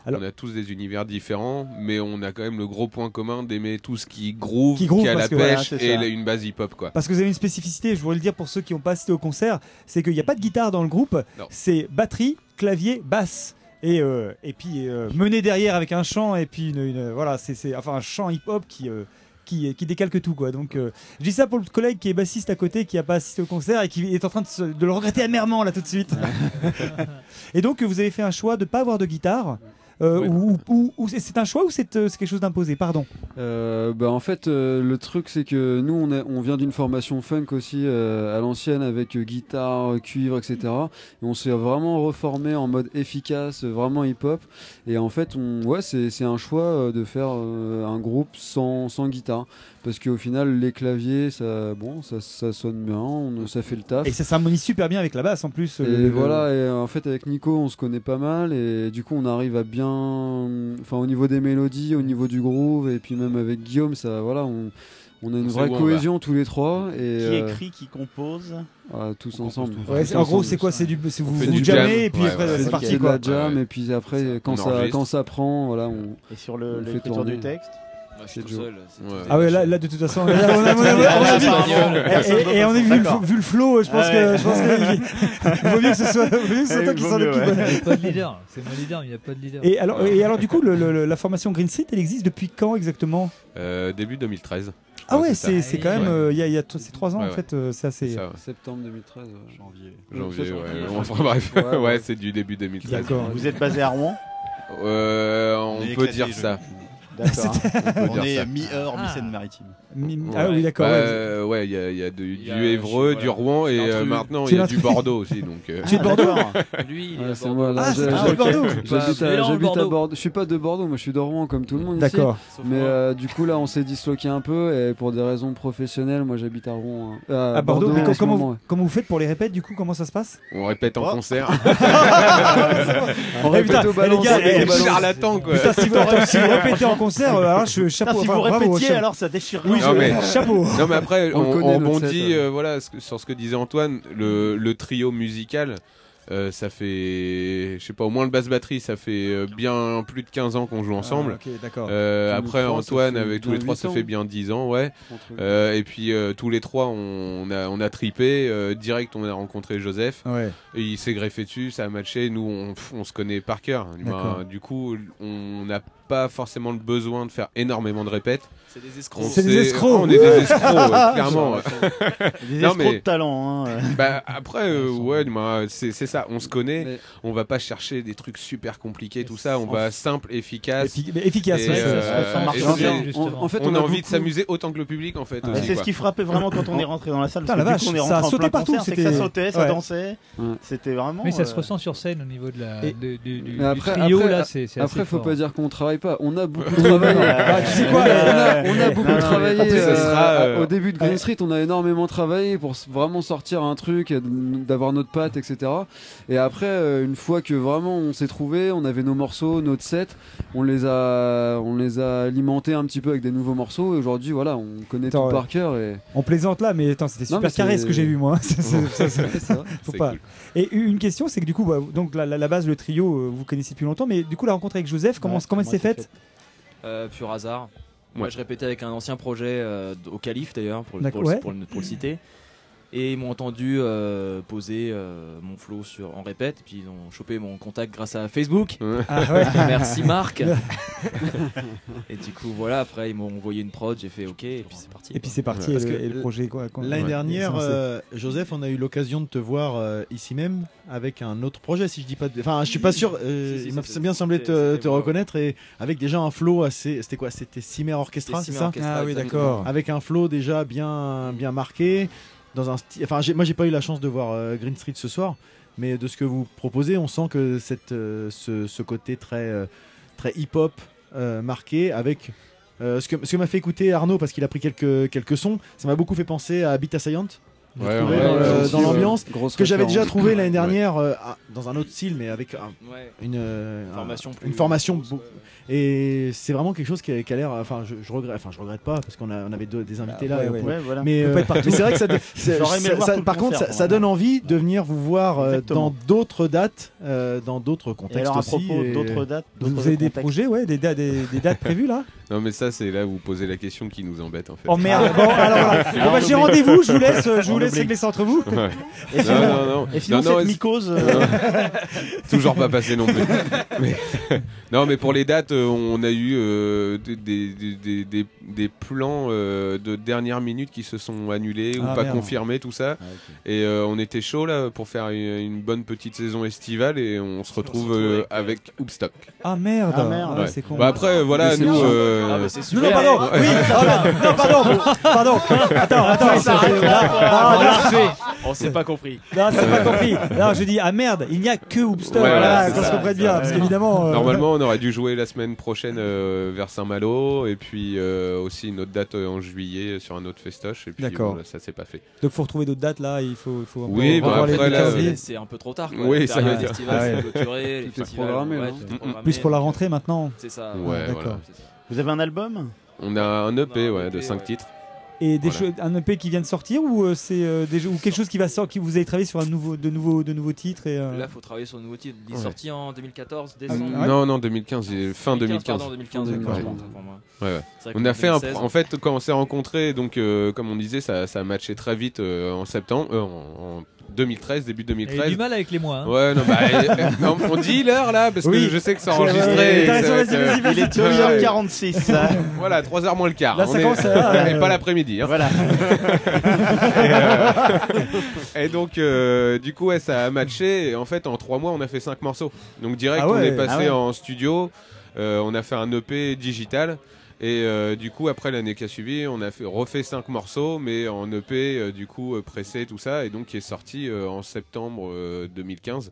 [SPEAKER 7] on a tous des univers différents, mais on a quand même le gros point commun d'aimer tout ce qui groove,
[SPEAKER 16] Qui
[SPEAKER 7] qui,
[SPEAKER 16] groove,
[SPEAKER 7] a la
[SPEAKER 16] parce que voilà,
[SPEAKER 7] pêche
[SPEAKER 16] c'est
[SPEAKER 7] et
[SPEAKER 16] ça.
[SPEAKER 7] la- une base hip-hop, quoi.
[SPEAKER 16] Parce que vous avez une spécificité, je voulais le dire pour ceux qui n'ont pas assisté au concert, c'est qu'il n'y a pas de guitare dans le groupe, c'est batterie, clavier, basse. Et, euh, et puis euh, mené derrière avec un chant et puis une, une- voilà c'est c'est- enfin un chant hip hop qui, euh, qui qui décalque tout quoi donc euh, je dis ça pour le collègue qui est bassiste à côté qui a pas assisté au concert et qui est en train de, se- de le regretter amèrement là tout de suite et donc vous avez fait un choix de pas avoir de guitare euh, ou, ou- ou c'est- c'est un choix ou c'est euh, c'est quelque chose d'imposé pardon
[SPEAKER 39] Euh, bah, en fait, euh, le truc, c'est que nous, on, est- on vient d'une formation funk aussi euh, à l'ancienne avec euh, guitare, euh, cuivre, etc. Et on s'est vraiment reformé en mode efficace, euh, vraiment hip-hop. Et en fait, on, ouais, c'est c'est un choix euh, de faire euh, un groupe sans, sans guitare. Parce qu'au final, les claviers, ça, bon, ça, ça sonne bien, on- ça fait le taf.
[SPEAKER 16] et ça s'harmonie super bien avec la basse en plus euh,
[SPEAKER 39] Et
[SPEAKER 16] le-
[SPEAKER 39] voilà, et en fait avec Nico on se connaît pas mal et du coup on arrive à bien, enfin au niveau des mélodies, au niveau du groove et puis même avec Guillaume ça, voilà, on, on a une
[SPEAKER 17] On sait
[SPEAKER 39] vraie
[SPEAKER 17] où on
[SPEAKER 39] cohésion
[SPEAKER 17] va.
[SPEAKER 39] tous les trois et
[SPEAKER 17] Qui
[SPEAKER 39] euh,
[SPEAKER 17] écrit, qui compose
[SPEAKER 39] voilà, tous ensemble.
[SPEAKER 16] Ouais,
[SPEAKER 39] Tous
[SPEAKER 16] en gros,
[SPEAKER 39] ensemble.
[SPEAKER 16] c'est quoi C'est du, c'est vous,
[SPEAKER 39] On fait
[SPEAKER 16] vous
[SPEAKER 39] du
[SPEAKER 16] jammez
[SPEAKER 39] jam.
[SPEAKER 16] et puis
[SPEAKER 39] Ouais,
[SPEAKER 16] après
[SPEAKER 39] ouais,
[SPEAKER 16] c'est
[SPEAKER 39] c'est
[SPEAKER 16] parti
[SPEAKER 39] de
[SPEAKER 16] quoi.
[SPEAKER 39] la jam et puis après quand On ça enregistre. quand ça prend, voilà, on
[SPEAKER 17] Et sur le-
[SPEAKER 39] on fait
[SPEAKER 17] l'écriture
[SPEAKER 39] tourner.
[SPEAKER 17] du texte
[SPEAKER 2] Moi, je
[SPEAKER 39] C'est
[SPEAKER 2] suis tout
[SPEAKER 39] Joe.
[SPEAKER 2] seul. c'est tout
[SPEAKER 16] Ah ouais, là, là, de toute façon, là, on a, on a- on a- on a vu, et, et- et on a vu, le- vu le flow, je pense que, je pense que il vaut mieux que ce soit, il Ah vaut mieux que ce soit toi qui s'en occupe.
[SPEAKER 12] Il n'y a pas de leader, c'est mon leader, mais il n'y a pas de leader.
[SPEAKER 16] Et alors, et alors du coup, le- le- le- la formation Green Street, elle existe depuis quand exactement
[SPEAKER 7] Euh, début 2013.
[SPEAKER 16] Ah ouais,
[SPEAKER 7] ça.
[SPEAKER 16] c'est c'est quand même,
[SPEAKER 7] Ouais.
[SPEAKER 16] euh, il y a, il y a t- c'est trois ans
[SPEAKER 7] Ouais,
[SPEAKER 16] en
[SPEAKER 7] ouais.
[SPEAKER 16] fait, euh, c'est assez.
[SPEAKER 39] septembre 2013, janvier.
[SPEAKER 7] Janvier, ouais. Enfin bref, ouais, c'est du début 2013.
[SPEAKER 16] D'accord.
[SPEAKER 17] Vous êtes basé à Rouen
[SPEAKER 7] Euh,
[SPEAKER 17] On
[SPEAKER 7] on,
[SPEAKER 17] est
[SPEAKER 7] peut
[SPEAKER 17] éclaté,
[SPEAKER 7] dire
[SPEAKER 17] je-
[SPEAKER 7] ça.
[SPEAKER 17] D'accord.
[SPEAKER 7] peut
[SPEAKER 17] On
[SPEAKER 7] dire
[SPEAKER 17] est
[SPEAKER 7] ça.
[SPEAKER 17] mi-Eure,
[SPEAKER 12] Ah.
[SPEAKER 17] mi-Seine-Maritime.
[SPEAKER 16] Mi- Ah oui, d'accord.
[SPEAKER 7] Bah,
[SPEAKER 16] ouais.
[SPEAKER 7] euh, ouais, il y a- il y, a du,
[SPEAKER 16] y a,
[SPEAKER 7] du Évreux,
[SPEAKER 16] je-
[SPEAKER 7] du
[SPEAKER 16] voilà.
[SPEAKER 7] Rouen et
[SPEAKER 16] C'est
[SPEAKER 7] euh,
[SPEAKER 16] l'intrus.
[SPEAKER 7] maintenant
[SPEAKER 16] C'est
[SPEAKER 7] il y a du
[SPEAKER 16] l'intrus.
[SPEAKER 7] Bordeaux aussi. Donc,
[SPEAKER 17] Ah,
[SPEAKER 7] euh.
[SPEAKER 39] Tu es de Bordeaux
[SPEAKER 2] Lui,
[SPEAKER 39] il c'est moi, là,
[SPEAKER 2] Ah,
[SPEAKER 39] je-
[SPEAKER 2] c'est toi,
[SPEAKER 39] je-
[SPEAKER 2] le Bordeaux.
[SPEAKER 39] J'habite
[SPEAKER 2] Pas-
[SPEAKER 39] à, j'habite à
[SPEAKER 2] Bordeaux.
[SPEAKER 39] Bordeaux. Je suis pas de Bordeaux, moi je suis de Rouen comme tout le monde. ici.
[SPEAKER 16] D'accord.
[SPEAKER 39] Mais euh, du coup là, on s'est disloqué un peu et pour des raisons professionnelles, moi j'habite à Rouen. hein. Euh,
[SPEAKER 16] À Bordeaux, mais
[SPEAKER 39] en ce
[SPEAKER 16] comment,
[SPEAKER 39] moment,
[SPEAKER 16] vous, comment vous faites pour les répètes du coup Comment ça se passe
[SPEAKER 7] On répète
[SPEAKER 16] Oh.
[SPEAKER 7] en concert.
[SPEAKER 16] On répète au ballon,
[SPEAKER 7] Les gars,
[SPEAKER 16] c'est au
[SPEAKER 7] eh,
[SPEAKER 16] ballon.
[SPEAKER 7] charlatan quoi.
[SPEAKER 16] Putain, si vous, attends, si vous répétez en concert, euh, alors je chapeau.
[SPEAKER 17] Putain, si
[SPEAKER 16] enfin,
[SPEAKER 17] vous
[SPEAKER 16] bravo,
[SPEAKER 17] répétiez,
[SPEAKER 16] chapeau.
[SPEAKER 17] alors ça déchire.
[SPEAKER 16] Oui,
[SPEAKER 7] non,
[SPEAKER 16] je-
[SPEAKER 7] Ah, mais,
[SPEAKER 16] chapeau.
[SPEAKER 7] Non, mais après,
[SPEAKER 39] On
[SPEAKER 7] on,
[SPEAKER 39] le connaît,
[SPEAKER 7] on
[SPEAKER 39] notre
[SPEAKER 7] rebondit
[SPEAKER 39] set,
[SPEAKER 7] euh, voilà, ce que- sur ce que disait Antoine, le, le trio musical. euh, ça fait, je sais pas, au moins le basse-batterie, ça fait euh, bien plus de 15 ans qu'on joue ensemble.
[SPEAKER 16] Ah, ok, d'accord.
[SPEAKER 7] Euh,
[SPEAKER 39] Tous les
[SPEAKER 7] après,
[SPEAKER 39] trois, ça
[SPEAKER 7] Antoine,
[SPEAKER 39] fait
[SPEAKER 7] avec tous
[SPEAKER 39] bien
[SPEAKER 7] les trois,
[SPEAKER 39] huit
[SPEAKER 7] ça
[SPEAKER 39] ans.
[SPEAKER 7] fait bien 10 ans, ouais.
[SPEAKER 39] Entre-
[SPEAKER 7] Euh, et puis, euh, tous les trois, on, on a, on a tripé. euh, direct, on a rencontré Joseph.
[SPEAKER 16] Ouais.
[SPEAKER 7] Et il s'est greffé dessus, ça a matché. Nous, on, pff, on se connaît par cœur. Ben,
[SPEAKER 16] D'accord.
[SPEAKER 7] du coup, on n'a pas forcément le besoin de faire énormément de répètes.
[SPEAKER 2] C'est des escrocs.
[SPEAKER 7] On
[SPEAKER 2] C'est des
[SPEAKER 7] sait-
[SPEAKER 2] escrocs.
[SPEAKER 7] On est
[SPEAKER 2] Ouais.
[SPEAKER 7] des escrocs, euh, clairement.
[SPEAKER 17] Des
[SPEAKER 7] Non,
[SPEAKER 17] escrocs
[SPEAKER 7] mais-
[SPEAKER 17] de talent. hein.
[SPEAKER 7] bah, après, euh, ouais, moi, c'est c'est ça. On se connaît. On va pas chercher des trucs super compliqués, tout ça. On va simple, efficace.
[SPEAKER 16] Effi- mais efficace,
[SPEAKER 7] Et,
[SPEAKER 16] ouais, ça-
[SPEAKER 7] euh,
[SPEAKER 16] ça marche
[SPEAKER 7] et
[SPEAKER 16] bien,
[SPEAKER 7] c'est-
[SPEAKER 16] justement.
[SPEAKER 7] on- En fait, on, a, envie de s'amuser autant que le public, en fait.
[SPEAKER 17] Et
[SPEAKER 7] aussi,
[SPEAKER 17] Ah, c'est ce
[SPEAKER 7] quoi.
[SPEAKER 17] qui frappait vraiment quand on est rentré dans la salle.
[SPEAKER 16] Oh. Putain,
[SPEAKER 17] parce
[SPEAKER 16] la
[SPEAKER 17] que du coup,
[SPEAKER 16] vache,
[SPEAKER 17] on est
[SPEAKER 16] ça
[SPEAKER 17] rentré en
[SPEAKER 16] sautait
[SPEAKER 17] plein
[SPEAKER 16] partout,
[SPEAKER 17] concert, c'est que ça
[SPEAKER 16] c'était-
[SPEAKER 17] sautait, ça
[SPEAKER 16] Ouais.
[SPEAKER 17] dansait. C'était vraiment.
[SPEAKER 12] Mais ça se
[SPEAKER 17] euh,
[SPEAKER 12] ressent sur scène au niveau de la,
[SPEAKER 39] Et-
[SPEAKER 12] de- du, du-
[SPEAKER 39] Mais après,
[SPEAKER 12] du trio,
[SPEAKER 39] après,
[SPEAKER 12] là, c'est c'est assez
[SPEAKER 39] après, faut
[SPEAKER 12] fort.
[SPEAKER 39] pas dire qu'on travaille pas. On a beaucoup travaillé. Ah, tu sais quoi On
[SPEAKER 12] euh,
[SPEAKER 39] a, on a Ouais. beaucoup Non, non, travaillé. en plus, ça euh, sera, à- euh, Au début de Green Street, on a énormément travaillé pour s- vraiment sortir un truc, et d'avoir notre patte, etc. Et après, euh, une fois que vraiment on s'est trouvé, on avait nos morceaux, notre set, on les a, on les a alimentés un petit peu avec des nouveaux morceaux. Et aujourd'hui, voilà, on connaît
[SPEAKER 16] Attends,
[SPEAKER 39] tout
[SPEAKER 16] ouais.
[SPEAKER 39] par cœur. Et...
[SPEAKER 16] On plaisante là, mais attends, c'était
[SPEAKER 39] Non,
[SPEAKER 16] super
[SPEAKER 39] mais
[SPEAKER 16] carré
[SPEAKER 39] c'est-
[SPEAKER 16] ce que j'ai vu moi. C'est- c'est-
[SPEAKER 39] Ouais,
[SPEAKER 16] c'est- c'est-
[SPEAKER 39] c'est ça.
[SPEAKER 16] Faut
[SPEAKER 39] C'est
[SPEAKER 16] pas.
[SPEAKER 39] cool.
[SPEAKER 16] Et une question, c'est que du coup, bah, donc la, la- la base, le trio, euh, vous connaissez depuis longtemps, mais du coup, la rencontre avec Joseph, comment,
[SPEAKER 2] Ouais,
[SPEAKER 16] comment elle
[SPEAKER 2] comment
[SPEAKER 16] s'est
[SPEAKER 2] elle s'est
[SPEAKER 16] faite
[SPEAKER 2] Euh, pur hasard. Moi,
[SPEAKER 16] Ouais.
[SPEAKER 2] je répétais avec un ancien projet euh, d- au Calife d'ailleurs, pour, le-
[SPEAKER 16] D'accord,
[SPEAKER 2] pour le-
[SPEAKER 16] ouais.
[SPEAKER 2] pour le- pour le citer.
[SPEAKER 3] Et ils m'ont entendu euh, poser euh, mon flow sur, en répète. Et puis ils ont chopé mon contact grâce à Facebook.
[SPEAKER 2] Ah ouais.
[SPEAKER 3] Merci Marc. et du coup, voilà, après ils m'ont envoyé une prod. J'ai fait OK. Et puis c'est parti.
[SPEAKER 16] Et puis c'est parti, et le- et le projet, quoi, quand-
[SPEAKER 2] L'année
[SPEAKER 16] ouais,
[SPEAKER 2] dernière,
[SPEAKER 16] est censé.
[SPEAKER 2] euh, Joseph, on a eu l'occasion de te voir euh, ici même avec un autre projet, si je dis pas. de- Enfin, je suis pas sûr. euh, il m'a bien semblé te, te reconnaître et avec déjà un flow assez. C'était quoi C'était Cimer Orchestra,
[SPEAKER 16] C'était
[SPEAKER 2] c'est
[SPEAKER 16] Cimer
[SPEAKER 2] ça
[SPEAKER 16] Orchestra, Ah oui, exactement. d'accord.
[SPEAKER 2] Avec un flow déjà bien bien marqué dans un. sty- Enfin, j'ai- moi j'ai pas eu la chance de voir euh, Green Street ce soir, mais de ce que vous proposez, on sent que cette euh, ce, ce côté très euh, très hip-hop euh, marqué avec euh, ce que, ce que m'a fait écouter Arnaud parce qu'il a pris quelques, quelques sons, ça m'a beaucoup fait penser à Habitat Saillant. j'ai
[SPEAKER 19] Ouais,
[SPEAKER 2] trouvé
[SPEAKER 19] ouais,
[SPEAKER 2] dans
[SPEAKER 19] ouais,
[SPEAKER 2] le-
[SPEAKER 19] aussi,
[SPEAKER 2] dans l'ambiance
[SPEAKER 19] ouais. Grosse
[SPEAKER 2] que j'avais déjà
[SPEAKER 19] référence.
[SPEAKER 2] trouvé l'année
[SPEAKER 19] Ouais.
[SPEAKER 2] dernière euh, à- dans un autre style mais avec un-
[SPEAKER 3] Ouais.
[SPEAKER 2] une, euh, un-
[SPEAKER 3] Formation plus
[SPEAKER 2] une formation beau- et c'est vraiment quelque chose qui a, qui a l'air enfin je, je regrette enfin je regrette pas parce qu'on a- on avait deux- des
[SPEAKER 17] Ah,
[SPEAKER 2] invités là
[SPEAKER 17] ouais,
[SPEAKER 2] et on
[SPEAKER 17] ouais.
[SPEAKER 2] pouvait-
[SPEAKER 17] Ouais, voilà.
[SPEAKER 2] mais,
[SPEAKER 17] On peut
[SPEAKER 2] euh,
[SPEAKER 17] pas être partout.
[SPEAKER 2] mais c'est vrai que ça, de- c'est-
[SPEAKER 17] J'aurais aimé
[SPEAKER 2] ça-
[SPEAKER 17] voir
[SPEAKER 2] ça-
[SPEAKER 17] tout le
[SPEAKER 2] par contre
[SPEAKER 17] concert,
[SPEAKER 2] ça,
[SPEAKER 17] moi.
[SPEAKER 2] ça donne envie de venir vous voir euh,
[SPEAKER 17] Exactement.
[SPEAKER 2] dans d'autres dates euh, dans d'autres contextes
[SPEAKER 17] alors, à
[SPEAKER 2] aussi,
[SPEAKER 17] propos
[SPEAKER 2] et-
[SPEAKER 17] d'autres dates,
[SPEAKER 16] Vous avez des projets, ouais, des, da- des- des dates prévues là
[SPEAKER 7] Non, mais ça, c'est là où vous posez la question qui nous embête en fait. Ah.
[SPEAKER 16] Oh merde, bon, alors voilà. Bon, bah, j'ai rendez-vous, je vous laisse, euh, je vous laisse régler ça entre vous.
[SPEAKER 7] Ouais.
[SPEAKER 16] Et
[SPEAKER 7] Non,
[SPEAKER 16] sinon-
[SPEAKER 7] non, non.
[SPEAKER 16] et sinon,
[SPEAKER 7] Non, non,
[SPEAKER 16] cette
[SPEAKER 7] est-
[SPEAKER 16] mycose, euh,
[SPEAKER 7] Non. Toujours pas passé non plus. Mais- non, mais pour les dates, euh, on a eu euh, des, des- des- des- des plans euh, de dernière minute qui se sont annulés ou
[SPEAKER 2] Ah,
[SPEAKER 7] pas
[SPEAKER 2] merde.
[SPEAKER 7] confirmés, tout ça.
[SPEAKER 16] Ah,
[SPEAKER 7] Et euh, on était chaud là pour faire une, une bonne petite saison estivale et on se retrouve euh, avec Hoopstock.
[SPEAKER 16] Ah merde,
[SPEAKER 7] Ah, merde.
[SPEAKER 16] ouais,
[SPEAKER 7] Ouais.
[SPEAKER 16] c'est con.
[SPEAKER 7] Bah, après, euh, voilà,
[SPEAKER 16] Mais c'est
[SPEAKER 7] nous,
[SPEAKER 16] bien.
[SPEAKER 7] euh, Ah, mais c'est
[SPEAKER 16] Non, non,
[SPEAKER 7] super.
[SPEAKER 16] pardon,
[SPEAKER 7] Ouais.
[SPEAKER 16] oui, ah, merde, non, pardon, pardon, attends, attends,
[SPEAKER 7] Ça s'arrête
[SPEAKER 16] là,
[SPEAKER 7] là,
[SPEAKER 16] ah,
[SPEAKER 7] on
[SPEAKER 16] là.
[SPEAKER 7] l'a refait.
[SPEAKER 3] On s'est pas compris.
[SPEAKER 16] Non, c'est
[SPEAKER 7] Euh,
[SPEAKER 16] pas compris. Non, je dis, ah merde, il n'y a que Hoopster,
[SPEAKER 7] Ouais, voilà,
[SPEAKER 16] voilà,
[SPEAKER 7] c'est
[SPEAKER 16] qu'on se
[SPEAKER 7] ça,
[SPEAKER 16] comprenne
[SPEAKER 7] c'est
[SPEAKER 16] bien,
[SPEAKER 7] ça.
[SPEAKER 16] parce qu'évidemment. euh,
[SPEAKER 7] Normalement, on aurait dû jouer la semaine prochaine euh, vers Saint-Malo et puis euh, aussi une autre date euh, en juillet sur un autre festoche. Et puis
[SPEAKER 16] D'accord.
[SPEAKER 7] bon, ça s'est pas fait.
[SPEAKER 16] Donc, faut retrouver d'autres dates là, il faut, il faut un peu
[SPEAKER 7] Oui, bah,
[SPEAKER 16] revoir les-
[SPEAKER 7] après,
[SPEAKER 16] les
[SPEAKER 7] là,
[SPEAKER 16] calendriers.
[SPEAKER 3] c'est un peu trop tard. Quoi.
[SPEAKER 7] Oui,
[SPEAKER 3] Les
[SPEAKER 7] ça veut
[SPEAKER 3] périodes
[SPEAKER 7] dire.
[SPEAKER 3] estivales
[SPEAKER 7] Ah
[SPEAKER 3] sont
[SPEAKER 7] ouais.
[SPEAKER 3] clôturées, les
[SPEAKER 7] Tout est
[SPEAKER 3] festivals,
[SPEAKER 7] programmé,
[SPEAKER 3] ouais,
[SPEAKER 7] non
[SPEAKER 3] tout est programmé.
[SPEAKER 16] Plus pour la rentrée maintenant.
[SPEAKER 3] C'est ça.
[SPEAKER 7] Ouais,
[SPEAKER 16] Ah,
[SPEAKER 7] voilà.
[SPEAKER 17] Vous avez un album
[SPEAKER 7] On a un EP, ouais, de 5 titres.
[SPEAKER 16] Et des
[SPEAKER 7] Voilà.
[SPEAKER 16] choses- un EP qui vient de sortir ou euh, c'est euh, des jeux- ou quelque chose qui va sortir, qui vous avez travaillé sur un nouveau, de nouveaux, de nouveaux titres et. euh,
[SPEAKER 3] Là, faut travailler sur le nouveau titre. Il est
[SPEAKER 7] Ouais.
[SPEAKER 3] sorti en 2014, décembre.
[SPEAKER 2] Ah
[SPEAKER 16] Ah,
[SPEAKER 7] Non, non, 2015, il- fin 2015.
[SPEAKER 3] 2015, pardon, 2015,
[SPEAKER 7] Ouais.
[SPEAKER 3] d'accord,
[SPEAKER 7] Ouais.
[SPEAKER 3] autant pour moi.
[SPEAKER 7] Ouais, ouais.
[SPEAKER 3] C'est vrai
[SPEAKER 7] On
[SPEAKER 3] qu'on
[SPEAKER 7] a fait un,
[SPEAKER 3] 2016.
[SPEAKER 7] en fait quand on s'est rencontrés, donc euh, comme on disait, ça, ça matchait très vite euh, en septembre, euh, en, en 2013, début 2013.
[SPEAKER 13] Il y a eu du mal avec les mois, hein.
[SPEAKER 7] Ouais, non, bah, euh, non, on dit l'heure là parce que
[SPEAKER 2] Oui.
[SPEAKER 7] je sais que c'est
[SPEAKER 2] Ouais,
[SPEAKER 7] enregistré.
[SPEAKER 2] ouais,
[SPEAKER 7] et
[SPEAKER 2] t'as
[SPEAKER 7] ça
[SPEAKER 2] raison,
[SPEAKER 7] va être,
[SPEAKER 2] vas-y, vas-y,
[SPEAKER 7] euh,
[SPEAKER 2] vas-y,
[SPEAKER 7] il est
[SPEAKER 2] vas-y.
[SPEAKER 7] 2h46, là. voilà, 3h moins le quart.
[SPEAKER 2] Là, ça
[SPEAKER 7] On est-
[SPEAKER 2] commence à-
[SPEAKER 7] on est
[SPEAKER 2] euh,
[SPEAKER 7] pas l'après-midi. hein.
[SPEAKER 2] voilà.
[SPEAKER 7] Et, euh, et donc, euh, du coup, ouais, ça a matché. Et en fait, en trois mois, on a fait cinq morceaux. Donc, direct,
[SPEAKER 2] Ah ouais.
[SPEAKER 7] on est passé
[SPEAKER 2] Ah ouais.
[SPEAKER 7] en studio. euh, on a fait un EP digital. Et euh, du coup, après l'année qui a suivi, on a fait, refait cinq morceaux, mais en EP, euh, du coup, euh, pressé, tout ça. Et donc, qui est sorti euh, en septembre euh, 2015.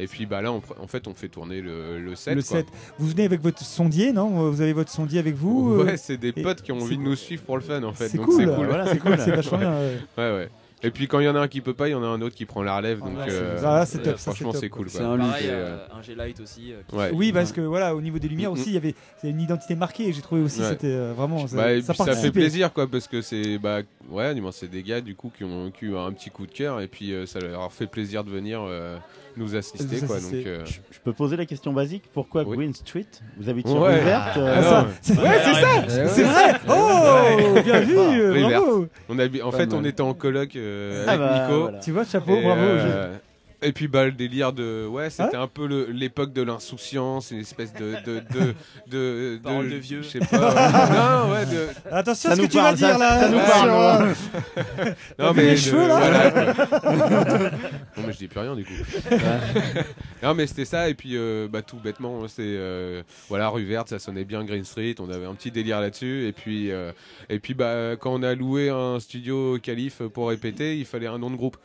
[SPEAKER 7] Et puis, bah là, on pr- en fait, on fait tourner le, le set.
[SPEAKER 16] le
[SPEAKER 7] quoi.
[SPEAKER 16] set. Vous venez avec votre sondier, non Vous avez votre sondier avec vous euh,
[SPEAKER 7] Ouais, c'est des
[SPEAKER 16] et-
[SPEAKER 7] potes qui ont envie de nous suivre pour le fun en fait.
[SPEAKER 16] C'est
[SPEAKER 7] donc
[SPEAKER 16] cool.
[SPEAKER 7] c'est cool.
[SPEAKER 16] Voilà, c'est cool, c'est vachement
[SPEAKER 7] ouais.
[SPEAKER 16] bien, ouais.
[SPEAKER 7] ouais, ouais. Et puis quand il y en a un qui peut pas, il y en a un autre qui prend la relève. Donc
[SPEAKER 16] Ah, c'est-
[SPEAKER 7] euh,
[SPEAKER 16] ah, c'est top, ça,
[SPEAKER 7] franchement,
[SPEAKER 16] top.
[SPEAKER 7] c'est cool. quoi.
[SPEAKER 3] Pareil, euh, un G-Lite aussi. euh, qui
[SPEAKER 7] Ouais.
[SPEAKER 3] fait-
[SPEAKER 16] Oui, parce que voilà, au niveau des lumières
[SPEAKER 7] Mm,
[SPEAKER 16] aussi,
[SPEAKER 7] mm.
[SPEAKER 16] il y avait c'est une identité marquée. et J'ai trouvé aussi,
[SPEAKER 7] Ouais.
[SPEAKER 16] c'était euh, vraiment ça,
[SPEAKER 7] Bah, et puis ça,
[SPEAKER 16] ça
[SPEAKER 7] fait
[SPEAKER 16] participait.
[SPEAKER 7] plaisir quoi parce que c'est bah ouais du moins c'est des gars du coup qui ont, qui ont un petit coup de cœur et puis euh, ça leur fait plaisir de venir euh, nous assister quoi donc euh,
[SPEAKER 17] je, je peux poser la question basique pourquoi Green Street Vous habitez sur
[SPEAKER 7] Ouais.
[SPEAKER 17] rue verte
[SPEAKER 16] euh,
[SPEAKER 7] Ah, ça, c'est- ouais, c'est ça, c'est vrai.
[SPEAKER 16] Oh,
[SPEAKER 7] Ouais.
[SPEAKER 16] bien vu, euh,
[SPEAKER 7] Rue verte.
[SPEAKER 16] bravo.
[SPEAKER 7] On habi- en
[SPEAKER 16] Pas
[SPEAKER 7] fait,
[SPEAKER 16] mal.
[SPEAKER 7] on était en coloc euh,
[SPEAKER 16] Ah
[SPEAKER 7] avec
[SPEAKER 16] bah,
[SPEAKER 7] Nico.
[SPEAKER 16] voilà. Tu vois, chapeau,
[SPEAKER 7] et,
[SPEAKER 16] bravo, Hein
[SPEAKER 7] euh, et puis bah le délire de ouais c'était un peu le- l'époque de l'insouciance une espèce de de de de,
[SPEAKER 3] Parole de vieux.
[SPEAKER 7] je sais pas non ouais de-
[SPEAKER 16] Attention à ce que tu vas dire là.
[SPEAKER 7] non,
[SPEAKER 16] mais
[SPEAKER 7] mais
[SPEAKER 16] les
[SPEAKER 7] de-
[SPEAKER 16] cheveux là.
[SPEAKER 7] voilà, quoi. non, mais je dis plus rien du coup. non, mais c'était ça. Et puis, euh, bah, tout bêtement, c'est euh, voilà, rue verte, ça sonnait bien Green Street. On avait un petit délire là-dessus. Et puis, euh, et puis, bah, quand on a loué un studio au Calife pour répéter, il fallait un nom de groupe.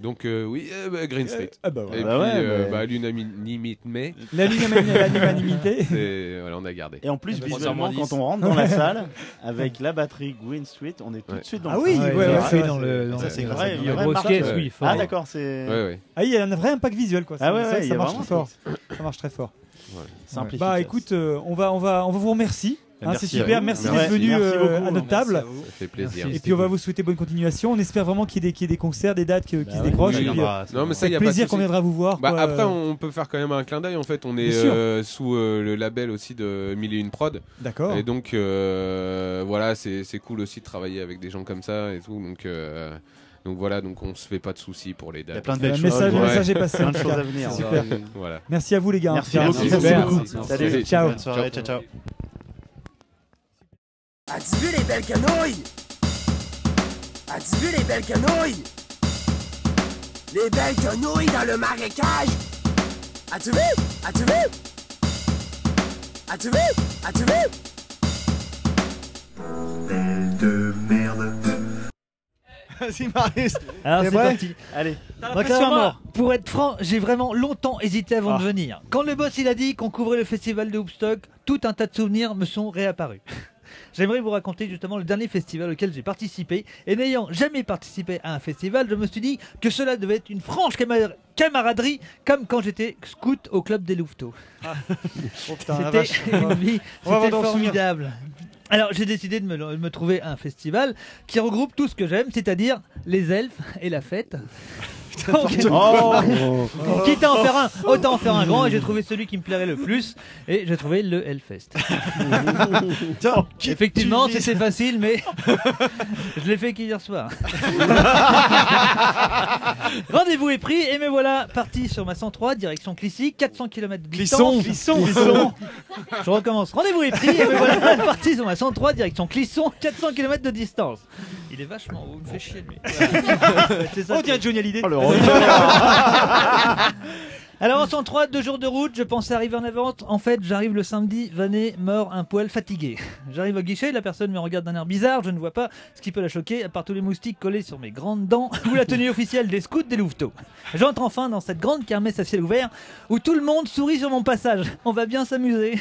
[SPEAKER 7] Donc euh, oui, euh, bah, Green Street.
[SPEAKER 16] Ah bah voilà.
[SPEAKER 7] Et
[SPEAKER 16] Bah
[SPEAKER 7] puis,
[SPEAKER 16] ouais,
[SPEAKER 7] euh,
[SPEAKER 16] mais-
[SPEAKER 7] bah, l'unanimité. mais-
[SPEAKER 16] L'unanimité- l'unanimité.
[SPEAKER 7] C'est- Voilà, on a gardé.
[SPEAKER 17] Et en plus,
[SPEAKER 7] Bah,
[SPEAKER 17] visuellement,
[SPEAKER 7] bizarrement,
[SPEAKER 17] quand
[SPEAKER 7] dix.
[SPEAKER 17] on rentre dans la salle avec la batterie Green Street, on est tout de
[SPEAKER 16] Ah
[SPEAKER 17] suite dans le train.
[SPEAKER 16] c'est dans le- dans
[SPEAKER 17] Ça,
[SPEAKER 16] le-
[SPEAKER 17] c'est une
[SPEAKER 16] dans le-
[SPEAKER 17] vraie- une
[SPEAKER 16] dans
[SPEAKER 17] vraie
[SPEAKER 16] le
[SPEAKER 17] marque.
[SPEAKER 16] caisse, oui, fort.
[SPEAKER 17] Ah, d'accord, c'est.
[SPEAKER 16] Ah, il y a un vrai impact visuel quoi.
[SPEAKER 17] Ah
[SPEAKER 16] C'est- c'est
[SPEAKER 17] ouais, ouais,
[SPEAKER 16] vrai que
[SPEAKER 17] il y
[SPEAKER 16] ça
[SPEAKER 17] a
[SPEAKER 16] marche
[SPEAKER 17] vraiment
[SPEAKER 16] très fort. Ça marche très fort.
[SPEAKER 17] Ouais.
[SPEAKER 16] Ouais.
[SPEAKER 17] Simplification.
[SPEAKER 16] Bah écoute, euh, on va, on va, on va vous remercier. Hein,
[SPEAKER 17] Merci
[SPEAKER 16] c'est
[SPEAKER 17] à
[SPEAKER 16] super,
[SPEAKER 17] vous.
[SPEAKER 16] merci
[SPEAKER 17] Merci.
[SPEAKER 16] d'être venu
[SPEAKER 17] Merci
[SPEAKER 16] euh,
[SPEAKER 17] beaucoup.
[SPEAKER 16] à notre
[SPEAKER 17] Merci
[SPEAKER 16] table.
[SPEAKER 17] à vous. Ça fait plaisir.
[SPEAKER 16] Et puis on va vous souhaiter bonne continuation. On espère vraiment qu'il y, ait des- qu'il y ait des concerts, des dates
[SPEAKER 17] Bah
[SPEAKER 16] que- qui se décrochent. et puis, euh,
[SPEAKER 7] Non, mais ça,
[SPEAKER 16] avec
[SPEAKER 7] y a pas de
[SPEAKER 16] plaisir qu'on
[SPEAKER 7] souci.
[SPEAKER 16] viendra vous voir.
[SPEAKER 7] Bah,
[SPEAKER 16] quoi. euh,
[SPEAKER 7] Après, on peut faire quand même un clin d'œil. En fait, on est
[SPEAKER 16] Bien sûr.
[SPEAKER 7] euh, sous euh, le label aussi de Mille et Une Prod.
[SPEAKER 16] D'accord.
[SPEAKER 7] Et donc, euh, voilà, c'est c'est cool aussi de travailler avec des gens comme ça et tout. Donc, euh, Donc voilà, donc on se fait pas de soucis pour les dates.
[SPEAKER 2] Il y a plein de
[SPEAKER 16] belles Le choses. Eh ben, message- le
[SPEAKER 7] Ouais.
[SPEAKER 16] message est passé, Plein de en tout choses cas. à venir. C'est super.
[SPEAKER 7] voilà.
[SPEAKER 16] Merci à vous, les gars. Merci à vous. Merci beaucoup. Salut. Ciao. Bonne soirée, ciao, ciao.
[SPEAKER 12] As-tu vu les belles canouilles? As-tu vu les belles canouilles? Les belles canouilles dans le marécage! As-tu vu? As-tu vu? As-tu vu? As-tu vu?
[SPEAKER 13] Belle de merde.
[SPEAKER 2] Vas-y, Marius.
[SPEAKER 13] Alors
[SPEAKER 2] T'es
[SPEAKER 13] c'est
[SPEAKER 2] prêt
[SPEAKER 13] parti.
[SPEAKER 2] Allez. T'as la
[SPEAKER 13] Donc,
[SPEAKER 2] pression
[SPEAKER 13] alors,
[SPEAKER 2] à
[SPEAKER 13] moi,
[SPEAKER 2] mort.
[SPEAKER 13] Pour être franc, j'ai vraiment longtemps hésité avant de
[SPEAKER 2] Ah.
[SPEAKER 13] venir. Quand le boss il a dit qu'on couvrait le festival de Hoopstock, tout un tas de souvenirs me sont réapparus. J'aimerais vous raconter justement le dernier festival auquel j'ai participé. Et n'ayant jamais participé à un festival, je me suis dit que cela devait être une franche camar- camaraderie, comme quand j'étais scout au club des Louveteaux.
[SPEAKER 16] Oh putain, la
[SPEAKER 13] C'était
[SPEAKER 16] vache.
[SPEAKER 13] une vie-
[SPEAKER 16] On va avoir
[SPEAKER 13] c'était
[SPEAKER 16] dans le souvenir.
[SPEAKER 13] formidable. Alors j'ai décidé de me, de me trouver un festival qui regroupe tout ce que j'aime, c'est-à-dire les elfes et la fête. Donc,
[SPEAKER 2] n'importe quoi.
[SPEAKER 13] Oh. Quitte à en faire un, autant en faire un grand et j'ai trouvé celui qui me plairait le plus et j'ai trouvé le Hellfest. Effectivement, c'est- c'est facile, mais je l'ai fait qu'hier soir. Rendez-vous est pris et me voilà parti sur ma 103 direction Clisson, 400 km
[SPEAKER 2] Clisson, Clisson, Clisson.
[SPEAKER 13] Je recommence. Rendez-vous est pris et me voilà parti sur ma 103 direction Clisson, 400 km de distance. Il est vachement haut, il me fait chier lui. C'est ça
[SPEAKER 2] On
[SPEAKER 13] que-
[SPEAKER 2] dirait Johnny Hallyday.
[SPEAKER 13] alors en 103, deux jours de route, je pensais arriver en avance. En fait, j'arrive le samedi, vanné, mort, un poil, fatigué. J'arrive au guichet, la personne me regarde d'un air bizarre, je ne vois pas ce qui peut la choquer, à part tous les moustiques collés sur mes grandes dents ou la tenue officielle des scouts des Louveteaux. J'entre enfin dans cette grande kermesse à ciel ouvert où tout le monde sourit sur mon passage. On va bien s'amuser.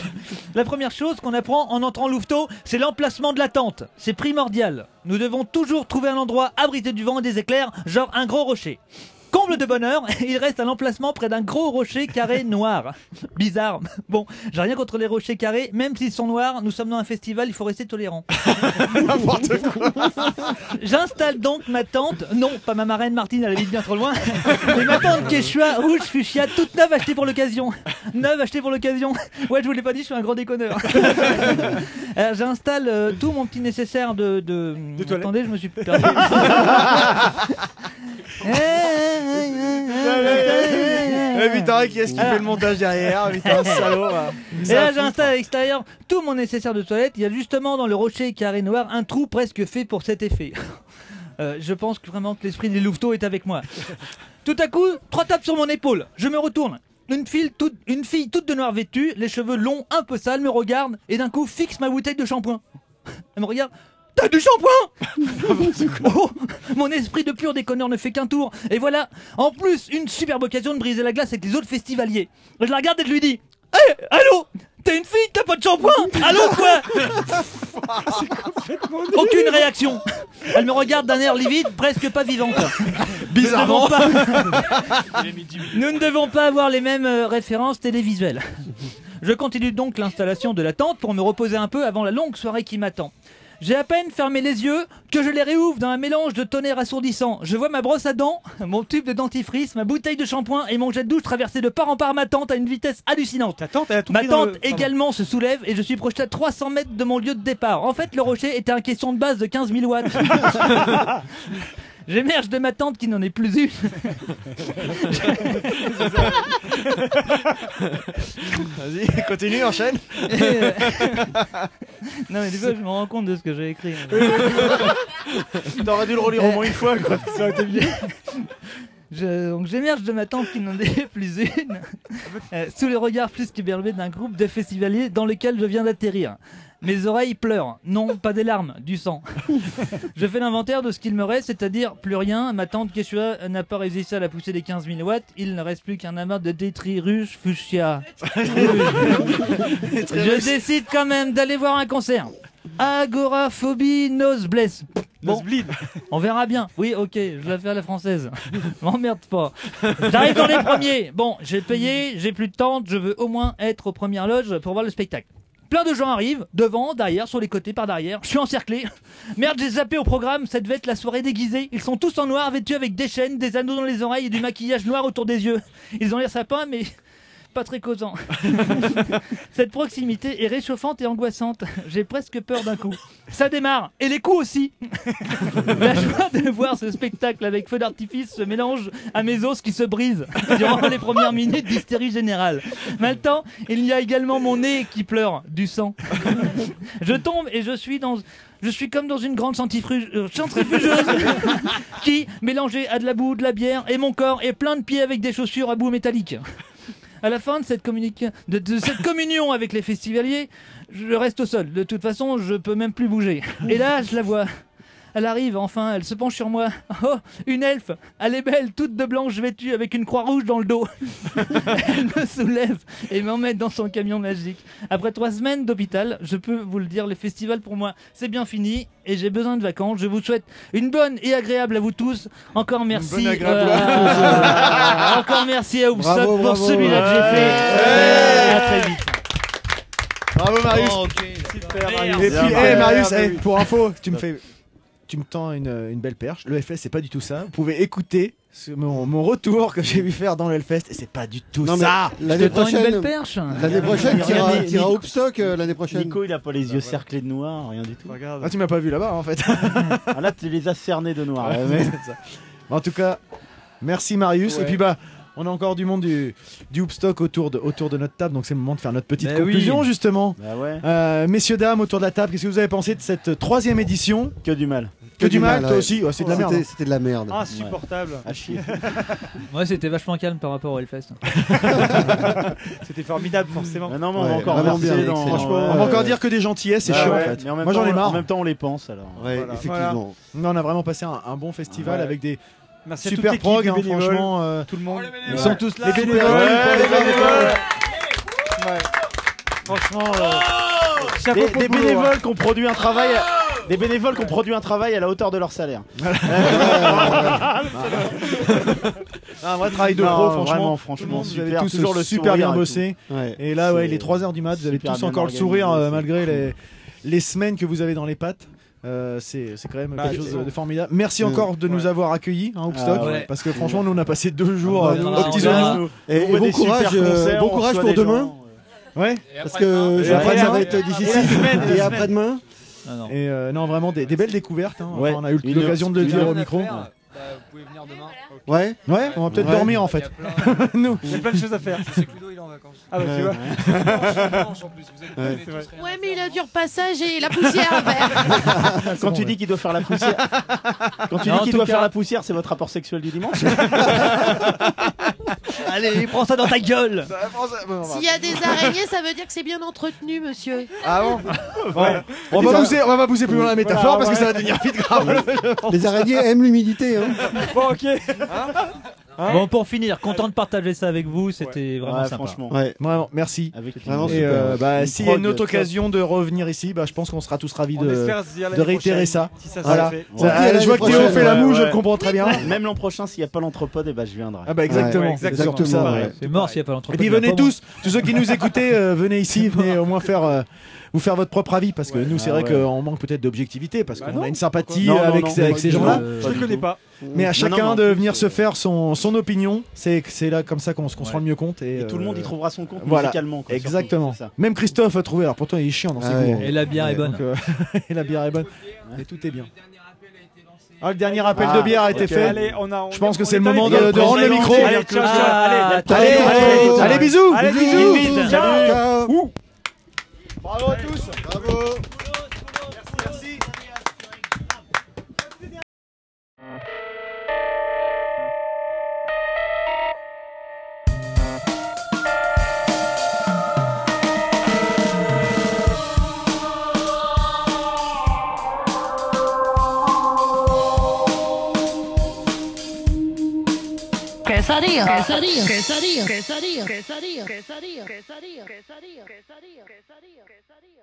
[SPEAKER 13] La première chose qu'on apprend en entrant au Louveteau, c'est l'emplacement de la tente. C'est primordial. Nous devons toujours trouver un endroit abrité du vent et des éclairs, genre un gros rocher. Comble de bonheur, il reste à l'emplacement près d'un gros rocher carré noir. Bizarre. Bon, j'ai rien contre les rochers carrés, même s'ils sont noirs, nous sommes dans un festival, il faut rester tolérant. J'installe donc ma tante, non, pas ma marraine Martine, elle habite bien trop loin, mais ma tante Quechua, rouge fuchsia, toute neuve achetée pour l'occasion. Neuve achetée pour l'occasion. Ouais, je vous l'ai pas dit, je suis un grand déconneur. Alors, J'installe euh, tout mon petit nécessaire de. de... Attendez, je me suis perdu.
[SPEAKER 2] Eh putain, qui est-ce qui fait le montage derrière Putain, salaud. va.
[SPEAKER 13] Et là, j'installe à l'extérieur tout mon nécessaire de toilette. Il y a justement dans le rocher carré noir un trou presque fait pour cet effet. Euh, je pense que vraiment que l'esprit des louveteaux est avec moi. Tout à coup, trois tapes sur mon épaule. Je me retourne. Une fille, toute, une fille toute de noir vêtue, les cheveux longs, un peu sales, me regarde et d'un coup fixe ma bouteille de shampoing. Elle me regarde. T'as du shampoing Oh, Mon esprit de pur déconneur ne fait qu'un tour. Et voilà, en plus, une superbe occasion de briser la glace avec les autres festivaliers. Je la regarde et je lui dis Hé, allô T'es une fille, t'as pas de shampoing Allô, quoi Aucune réaction. Elle me regarde d'un air livide, presque pas vivante.
[SPEAKER 2] Bizarrement.
[SPEAKER 13] Nous ne devons pas- Nous ne devons pas avoir les mêmes euh, références télévisuelles. Je continue donc l'installation de la tente pour me reposer un peu avant la longue soirée qui m'attend. J'ai à peine fermé les yeux que je les réouvre dans un mélange de tonnerre assourdissant. Je vois ma brosse à dents, mon tube de dentifrice, ma bouteille de shampoing et mon jet de douche traverser de part en part ma tente à une vitesse hallucinante. ma
[SPEAKER 2] pris dans
[SPEAKER 13] tente
[SPEAKER 2] le- pardon.
[SPEAKER 13] également se soulève et je suis projeté à 300 mètres de mon lieu de départ. En fait, le rocher était un question de base de 15 000 watts. J'émerge de ma tente qui n'en est plus une.
[SPEAKER 2] Vas-y, continue, enchaîne.
[SPEAKER 13] Et, euh, non mais du coup je me rends compte de ce que j'ai écrit.
[SPEAKER 2] T'aurais dû le relire au moins une fois, quoi. Ça aurait été mieux.
[SPEAKER 13] Je- donc j'émerge de ma tente qui n'en est plus une, euh, sous le regard plus qu'éberlué d'un groupe de festivaliers dans lequel je viens d'atterrir. Mes oreilles pleurent, non pas des larmes, du sang. Je fais l'inventaire de ce qu'il me reste, c'est-à-dire plus rien. Ma tante Quechua n'a pas résisté à la poussée des 15 000 watts. Il ne reste plus qu'un amas de détris ruches fuchsia. Je décide quand même d'aller voir un concert. Agoraphobie nose bless. Bon, on verra bien. Oui, ok, je la fais à la française. M'emmerde pas. J'arrive dans les premiers. Bon, j'ai payé, j'ai plus de tente, je veux au moins être aux premières loges pour voir le spectacle. Plein de gens arrivent, devant, derrière, sur les côtés, par derrière. Je suis encerclé. Merde, j'ai zappé au programme, ça devait être la soirée déguisée. Ils sont tous en noir, vêtus avec des chaînes, des anneaux dans les oreilles et du maquillage noir autour des yeux. Ils ont l'air sapins, mais pas très causant. Cette proximité est réchauffante et angoissante. J'ai presque peur d'un coup. Ça démarre, et les coups aussi. La joie de voir ce spectacle avec feu d'artifice se mélange à mes os qui se brisent durant les premières minutes d'hystérie générale. Maintenant, il y a également mon nez qui pleure du sang. Je tombe et je suis dans... Je suis comme dans une grande centrifuge- euh, centrifugeuse qui, mélangée à de la boue, de la bière et mon corps, est plein de pieds avec des chaussures à bout métallique. À la fin de cette, communica- de, de cette communion avec les festivaliers, je reste au sol. De toute façon, je peux même plus bouger. Et là, je la vois. Elle arrive enfin, elle se penche sur moi. Oh, une elfe Elle est belle, toute de blanche vêtue, avec une croix rouge dans le dos. elle me soulève et m'emmène dans son camion magique. Après trois semaines d'hôpital, je peux vous le dire, les festivals pour moi, c'est bien fini et j'ai besoin de vacances. Je vous souhaite une bonne et agréable à vous tous. Encore merci.
[SPEAKER 40] bonne agréable
[SPEAKER 13] euh,
[SPEAKER 40] à tous.
[SPEAKER 13] Encore merci à Oubsop
[SPEAKER 40] Bravo,
[SPEAKER 13] pour
[SPEAKER 40] bravo.
[SPEAKER 13] celui-là que j'ai fait. À très vite.
[SPEAKER 12] Oh,
[SPEAKER 40] Bravo Marius.
[SPEAKER 13] Super
[SPEAKER 40] Marius. Et puis, eh, Marius, eh,
[SPEAKER 2] pour info, tu me fais, tu me tends une, une belle perche. Le Hellfest, c'est pas du tout ça. Vous pouvez écouter ce- mon, mon retour que j'ai vu faire dans le Hellfest et c'est pas du tout
[SPEAKER 17] Non, mais
[SPEAKER 2] ça.
[SPEAKER 17] l'année Je te tends une prochaine- belle
[SPEAKER 13] perche.
[SPEAKER 18] L'année prochaine,
[SPEAKER 17] Regarde,
[SPEAKER 18] t'iras
[SPEAKER 17] Nico-
[SPEAKER 18] t'iras au Hoopstock euh, l'année prochaine.
[SPEAKER 17] Nico, il a pas les yeux cerclés de noir, rien du tout.
[SPEAKER 2] Ah, tu m'as pas vu là-bas en fait.
[SPEAKER 17] Ah, là, tu les as cernés de noir.
[SPEAKER 2] Ouais,
[SPEAKER 17] là,
[SPEAKER 2] c'est
[SPEAKER 17] mais-
[SPEAKER 2] ça. En tout cas, merci Marius.
[SPEAKER 17] Ouais.
[SPEAKER 2] Et puis bah, on a encore du monde du, du hoopstock autour de, autour de notre table, donc c'est le moment de faire notre petite
[SPEAKER 17] Bah oui.
[SPEAKER 2] conclusion justement.
[SPEAKER 17] Bah ouais.
[SPEAKER 2] Euh, messieurs, dames, autour de la table, qu'est-ce que vous avez pensé de cette euh, troisième édition
[SPEAKER 17] Que du mal. Ah,
[SPEAKER 2] Que, du mal, toi
[SPEAKER 18] ouais.
[SPEAKER 2] aussi Ouais, C'est de la
[SPEAKER 18] C'était-
[SPEAKER 2] merde. hein.
[SPEAKER 18] C'était de la merde.
[SPEAKER 16] Insupportable.
[SPEAKER 17] À chier.
[SPEAKER 13] Ouais, c'était vachement calme par rapport au Hellfest.
[SPEAKER 16] C'était formidable, forcément.
[SPEAKER 17] non, mais on
[SPEAKER 2] Ouais,
[SPEAKER 17] va encore
[SPEAKER 2] vraiment
[SPEAKER 17] verser
[SPEAKER 2] bien,
[SPEAKER 17] dans-
[SPEAKER 2] excellent. On va encore dire que des gentillesses, c'est
[SPEAKER 17] Ouais,
[SPEAKER 2] chiant,
[SPEAKER 17] ouais,
[SPEAKER 2] en fait.
[SPEAKER 17] mais en même
[SPEAKER 2] Moi,
[SPEAKER 17] temps,
[SPEAKER 2] j'en ai
[SPEAKER 17] on-
[SPEAKER 2] marre.
[SPEAKER 17] En même temps, on les pense alors.
[SPEAKER 2] Voilà. Voilà. Non, on a vraiment passé un, un bon festival
[SPEAKER 17] Ouais.
[SPEAKER 2] avec des
[SPEAKER 17] Merci à toute
[SPEAKER 2] super
[SPEAKER 17] l'équipe,
[SPEAKER 2] prog,
[SPEAKER 17] les
[SPEAKER 2] hein,
[SPEAKER 17] bénévoles,
[SPEAKER 2] franchement. euh,
[SPEAKER 16] tout le monde.
[SPEAKER 2] Ils sont tous là.
[SPEAKER 16] Oh, Les
[SPEAKER 2] super
[SPEAKER 16] bénévoles,
[SPEAKER 2] cool.
[SPEAKER 16] ouais, les bénévoles.
[SPEAKER 17] Ouais. Franchement, euh,
[SPEAKER 16] Oh, Chapeau
[SPEAKER 17] des,
[SPEAKER 16] pour
[SPEAKER 17] des
[SPEAKER 16] le boulot,
[SPEAKER 17] bénévoles
[SPEAKER 16] hein.
[SPEAKER 17] qui ont produit un travail, des bénévoles qui ont produit un travail à la hauteur de leur salaire.
[SPEAKER 16] Ah,
[SPEAKER 2] Un vrai travail de
[SPEAKER 17] Non,
[SPEAKER 2] pro, franchement.
[SPEAKER 17] vraiment,
[SPEAKER 2] Tout le monde,
[SPEAKER 17] franchement,
[SPEAKER 2] vous avez
[SPEAKER 17] super,
[SPEAKER 2] tous
[SPEAKER 17] toujours
[SPEAKER 2] euh,
[SPEAKER 17] le
[SPEAKER 2] super bien
[SPEAKER 17] sourire et
[SPEAKER 2] bossé.
[SPEAKER 17] tout. Ouais.
[SPEAKER 2] Et là, ouais,
[SPEAKER 17] C'est
[SPEAKER 2] les 3 heures du mat, vous avez
[SPEAKER 17] super
[SPEAKER 2] tous
[SPEAKER 17] bien
[SPEAKER 2] encore le
[SPEAKER 17] organisé,
[SPEAKER 2] sourire euh,
[SPEAKER 17] c'est
[SPEAKER 2] malgré les, les semaines que vous avez dans les pattes. Euh, c'est c'est quand même
[SPEAKER 17] Bah,
[SPEAKER 2] quelque chose
[SPEAKER 17] c'est-
[SPEAKER 2] de formidable. Merci
[SPEAKER 17] Mm.
[SPEAKER 2] encore de nous avoir accueillis, hein, Hoopstock,
[SPEAKER 17] Ah ouais.
[SPEAKER 2] parce que franchement, nous on a passé deux jours
[SPEAKER 17] Ah
[SPEAKER 2] euh,
[SPEAKER 17] bah,
[SPEAKER 2] aux petits
[SPEAKER 17] on verra.
[SPEAKER 2] oignons.
[SPEAKER 17] Et- et
[SPEAKER 2] On voit
[SPEAKER 17] bon
[SPEAKER 2] des super
[SPEAKER 17] courage, euh,
[SPEAKER 2] concerts,
[SPEAKER 17] bon
[SPEAKER 2] on
[SPEAKER 17] courage
[SPEAKER 2] reçoit
[SPEAKER 17] pour
[SPEAKER 2] des
[SPEAKER 17] demain.
[SPEAKER 2] gens. Ouais,
[SPEAKER 18] Parce que je crois que ça va être difficile. Et après-demain.
[SPEAKER 2] Et euh, non, vraiment des, des belles découvertes. hein. Enfin,
[SPEAKER 18] Ouais.
[SPEAKER 2] on a eu
[SPEAKER 18] Une-
[SPEAKER 2] l'occasion de le
[SPEAKER 18] une
[SPEAKER 2] dire au
[SPEAKER 18] heure
[SPEAKER 2] micro.
[SPEAKER 18] d'affaires.
[SPEAKER 12] Bah, vous pouvez venir demain.
[SPEAKER 2] Ouais, ouais, on va peut-être
[SPEAKER 18] Ouais.
[SPEAKER 2] dormir en fait. Nous.
[SPEAKER 16] Il y a plein de choses à faire.
[SPEAKER 12] Je sais que Ludo, il est en vacances.
[SPEAKER 16] Ah bah tu
[SPEAKER 2] Ouais.
[SPEAKER 16] vois.
[SPEAKER 12] Dimanche, dimanche, en plus, vous êtes-
[SPEAKER 2] Ouais.
[SPEAKER 12] vous êtes tous
[SPEAKER 1] Ouais, mais il a du repassage et la poussière à faire.
[SPEAKER 17] Quand tu dis qu'il doit faire la poussière, quand tu
[SPEAKER 16] Non,
[SPEAKER 17] dis
[SPEAKER 16] en
[SPEAKER 17] qu'il
[SPEAKER 16] tout
[SPEAKER 17] doit
[SPEAKER 16] cas-
[SPEAKER 17] faire la poussière, c'est votre rapport sexuel du dimanche.
[SPEAKER 13] Allez, prends ça dans ta gueule.
[SPEAKER 1] S'il y a des araignées, ça veut dire que c'est bien entretenu, monsieur.
[SPEAKER 2] Ah bon
[SPEAKER 17] Ouais.
[SPEAKER 2] On va,
[SPEAKER 18] Les
[SPEAKER 2] pas
[SPEAKER 18] ara-
[SPEAKER 2] pousser, on va pas pousser plus loin la métaphore
[SPEAKER 18] Voilà,
[SPEAKER 2] parce que
[SPEAKER 18] ouais.
[SPEAKER 2] ça va devenir vite grave.
[SPEAKER 18] Les araignées aiment l'humidité. Hein.
[SPEAKER 16] Bon, ok.
[SPEAKER 13] bon, pour finir, content de partager ça avec vous. C'était vraiment sympa.
[SPEAKER 2] Ouais, vraiment, merci.
[SPEAKER 18] Vraiment
[SPEAKER 2] et
[SPEAKER 18] super.
[SPEAKER 2] euh, bah,
[SPEAKER 18] Une
[SPEAKER 2] s'il y a une
[SPEAKER 18] prog
[SPEAKER 2] autre occasion de revenir ici, bah, je pense qu'on sera tous ravis
[SPEAKER 17] On
[SPEAKER 2] de,
[SPEAKER 17] espère se dire l'année
[SPEAKER 2] de réitérer
[SPEAKER 17] prochaine,
[SPEAKER 2] ça.
[SPEAKER 17] si ça se
[SPEAKER 2] Voilà.
[SPEAKER 17] fait.
[SPEAKER 2] Ça- ah, je vois que Théo fait la moue, je le comprends très bien.
[SPEAKER 17] Même l'an prochain, s'il n'y a pas l'anthropode, eh ben, je viendrai.
[SPEAKER 2] Ah bah exactement, surtout ça, ouais.
[SPEAKER 13] C'est mort s'il n'y a pas l'entreprise.
[SPEAKER 2] Et puis venez tous, tous ceux qui nous écoutez, euh, venez ici, venez au moins faire euh, vous faire votre propre avis parce que nous c'est
[SPEAKER 17] Ah
[SPEAKER 2] vrai
[SPEAKER 17] ouais.
[SPEAKER 2] qu'on manque peut-être d'objectivité parce qu'on
[SPEAKER 17] Bah non,
[SPEAKER 2] a une sympathie
[SPEAKER 17] pourquoi
[SPEAKER 2] avec,
[SPEAKER 17] Non, non,
[SPEAKER 2] ces-
[SPEAKER 17] non,
[SPEAKER 2] avec
[SPEAKER 17] pas
[SPEAKER 2] ces
[SPEAKER 17] du
[SPEAKER 2] gens-là.
[SPEAKER 17] tout, euh, Je pas du
[SPEAKER 16] connais tout. pas.
[SPEAKER 2] Mais à
[SPEAKER 17] Non,
[SPEAKER 2] chacun
[SPEAKER 17] non, mais en
[SPEAKER 2] de
[SPEAKER 17] plus,
[SPEAKER 2] venir se
[SPEAKER 17] euh,
[SPEAKER 2] faire son, son opinion, c'est c'est là comme ça qu'on se- qu'on se rend le mieux compte et, euh,
[SPEAKER 17] Et tout le monde y trouvera son compte
[SPEAKER 2] voilà.
[SPEAKER 17] musicalement, quoi, surtout,
[SPEAKER 2] Exactement.
[SPEAKER 17] c'est ça.
[SPEAKER 2] Même Christophe a trouvé. Alors pourtant il est chiant dans ses
[SPEAKER 17] Ah ouais.
[SPEAKER 2] goûts.
[SPEAKER 17] Et la bière est bonne.
[SPEAKER 2] donc, euh, et la bière est bonne. Et tout est bien. Ah, le dernier appel
[SPEAKER 16] Ah,
[SPEAKER 2] de bière a été
[SPEAKER 16] ok.
[SPEAKER 2] fait.
[SPEAKER 16] Allez, on a- on
[SPEAKER 2] je pense
[SPEAKER 16] est-
[SPEAKER 2] que
[SPEAKER 16] on
[SPEAKER 2] c'est le
[SPEAKER 16] est
[SPEAKER 2] moment
[SPEAKER 16] allé-
[SPEAKER 2] de, de rendre le
[SPEAKER 16] Allez,
[SPEAKER 2] micro.
[SPEAKER 16] ciao, ciao, ciao. Allez,
[SPEAKER 2] Ah,
[SPEAKER 16] ciao,
[SPEAKER 2] allez,
[SPEAKER 16] ciao.
[SPEAKER 2] allez, allez, bisous.
[SPEAKER 16] Allez,
[SPEAKER 2] Bisous.
[SPEAKER 16] bisous.
[SPEAKER 2] Ciao.
[SPEAKER 16] Salut. Ouh.
[SPEAKER 2] Bravo à tous. Bravo.
[SPEAKER 41] Quesadilla. Quesadilla. Quesadilla. Quesadilla. Quesadilla. Quesadilla. Quesadilla. Quesadilla. Quesadilla. Quesadilla.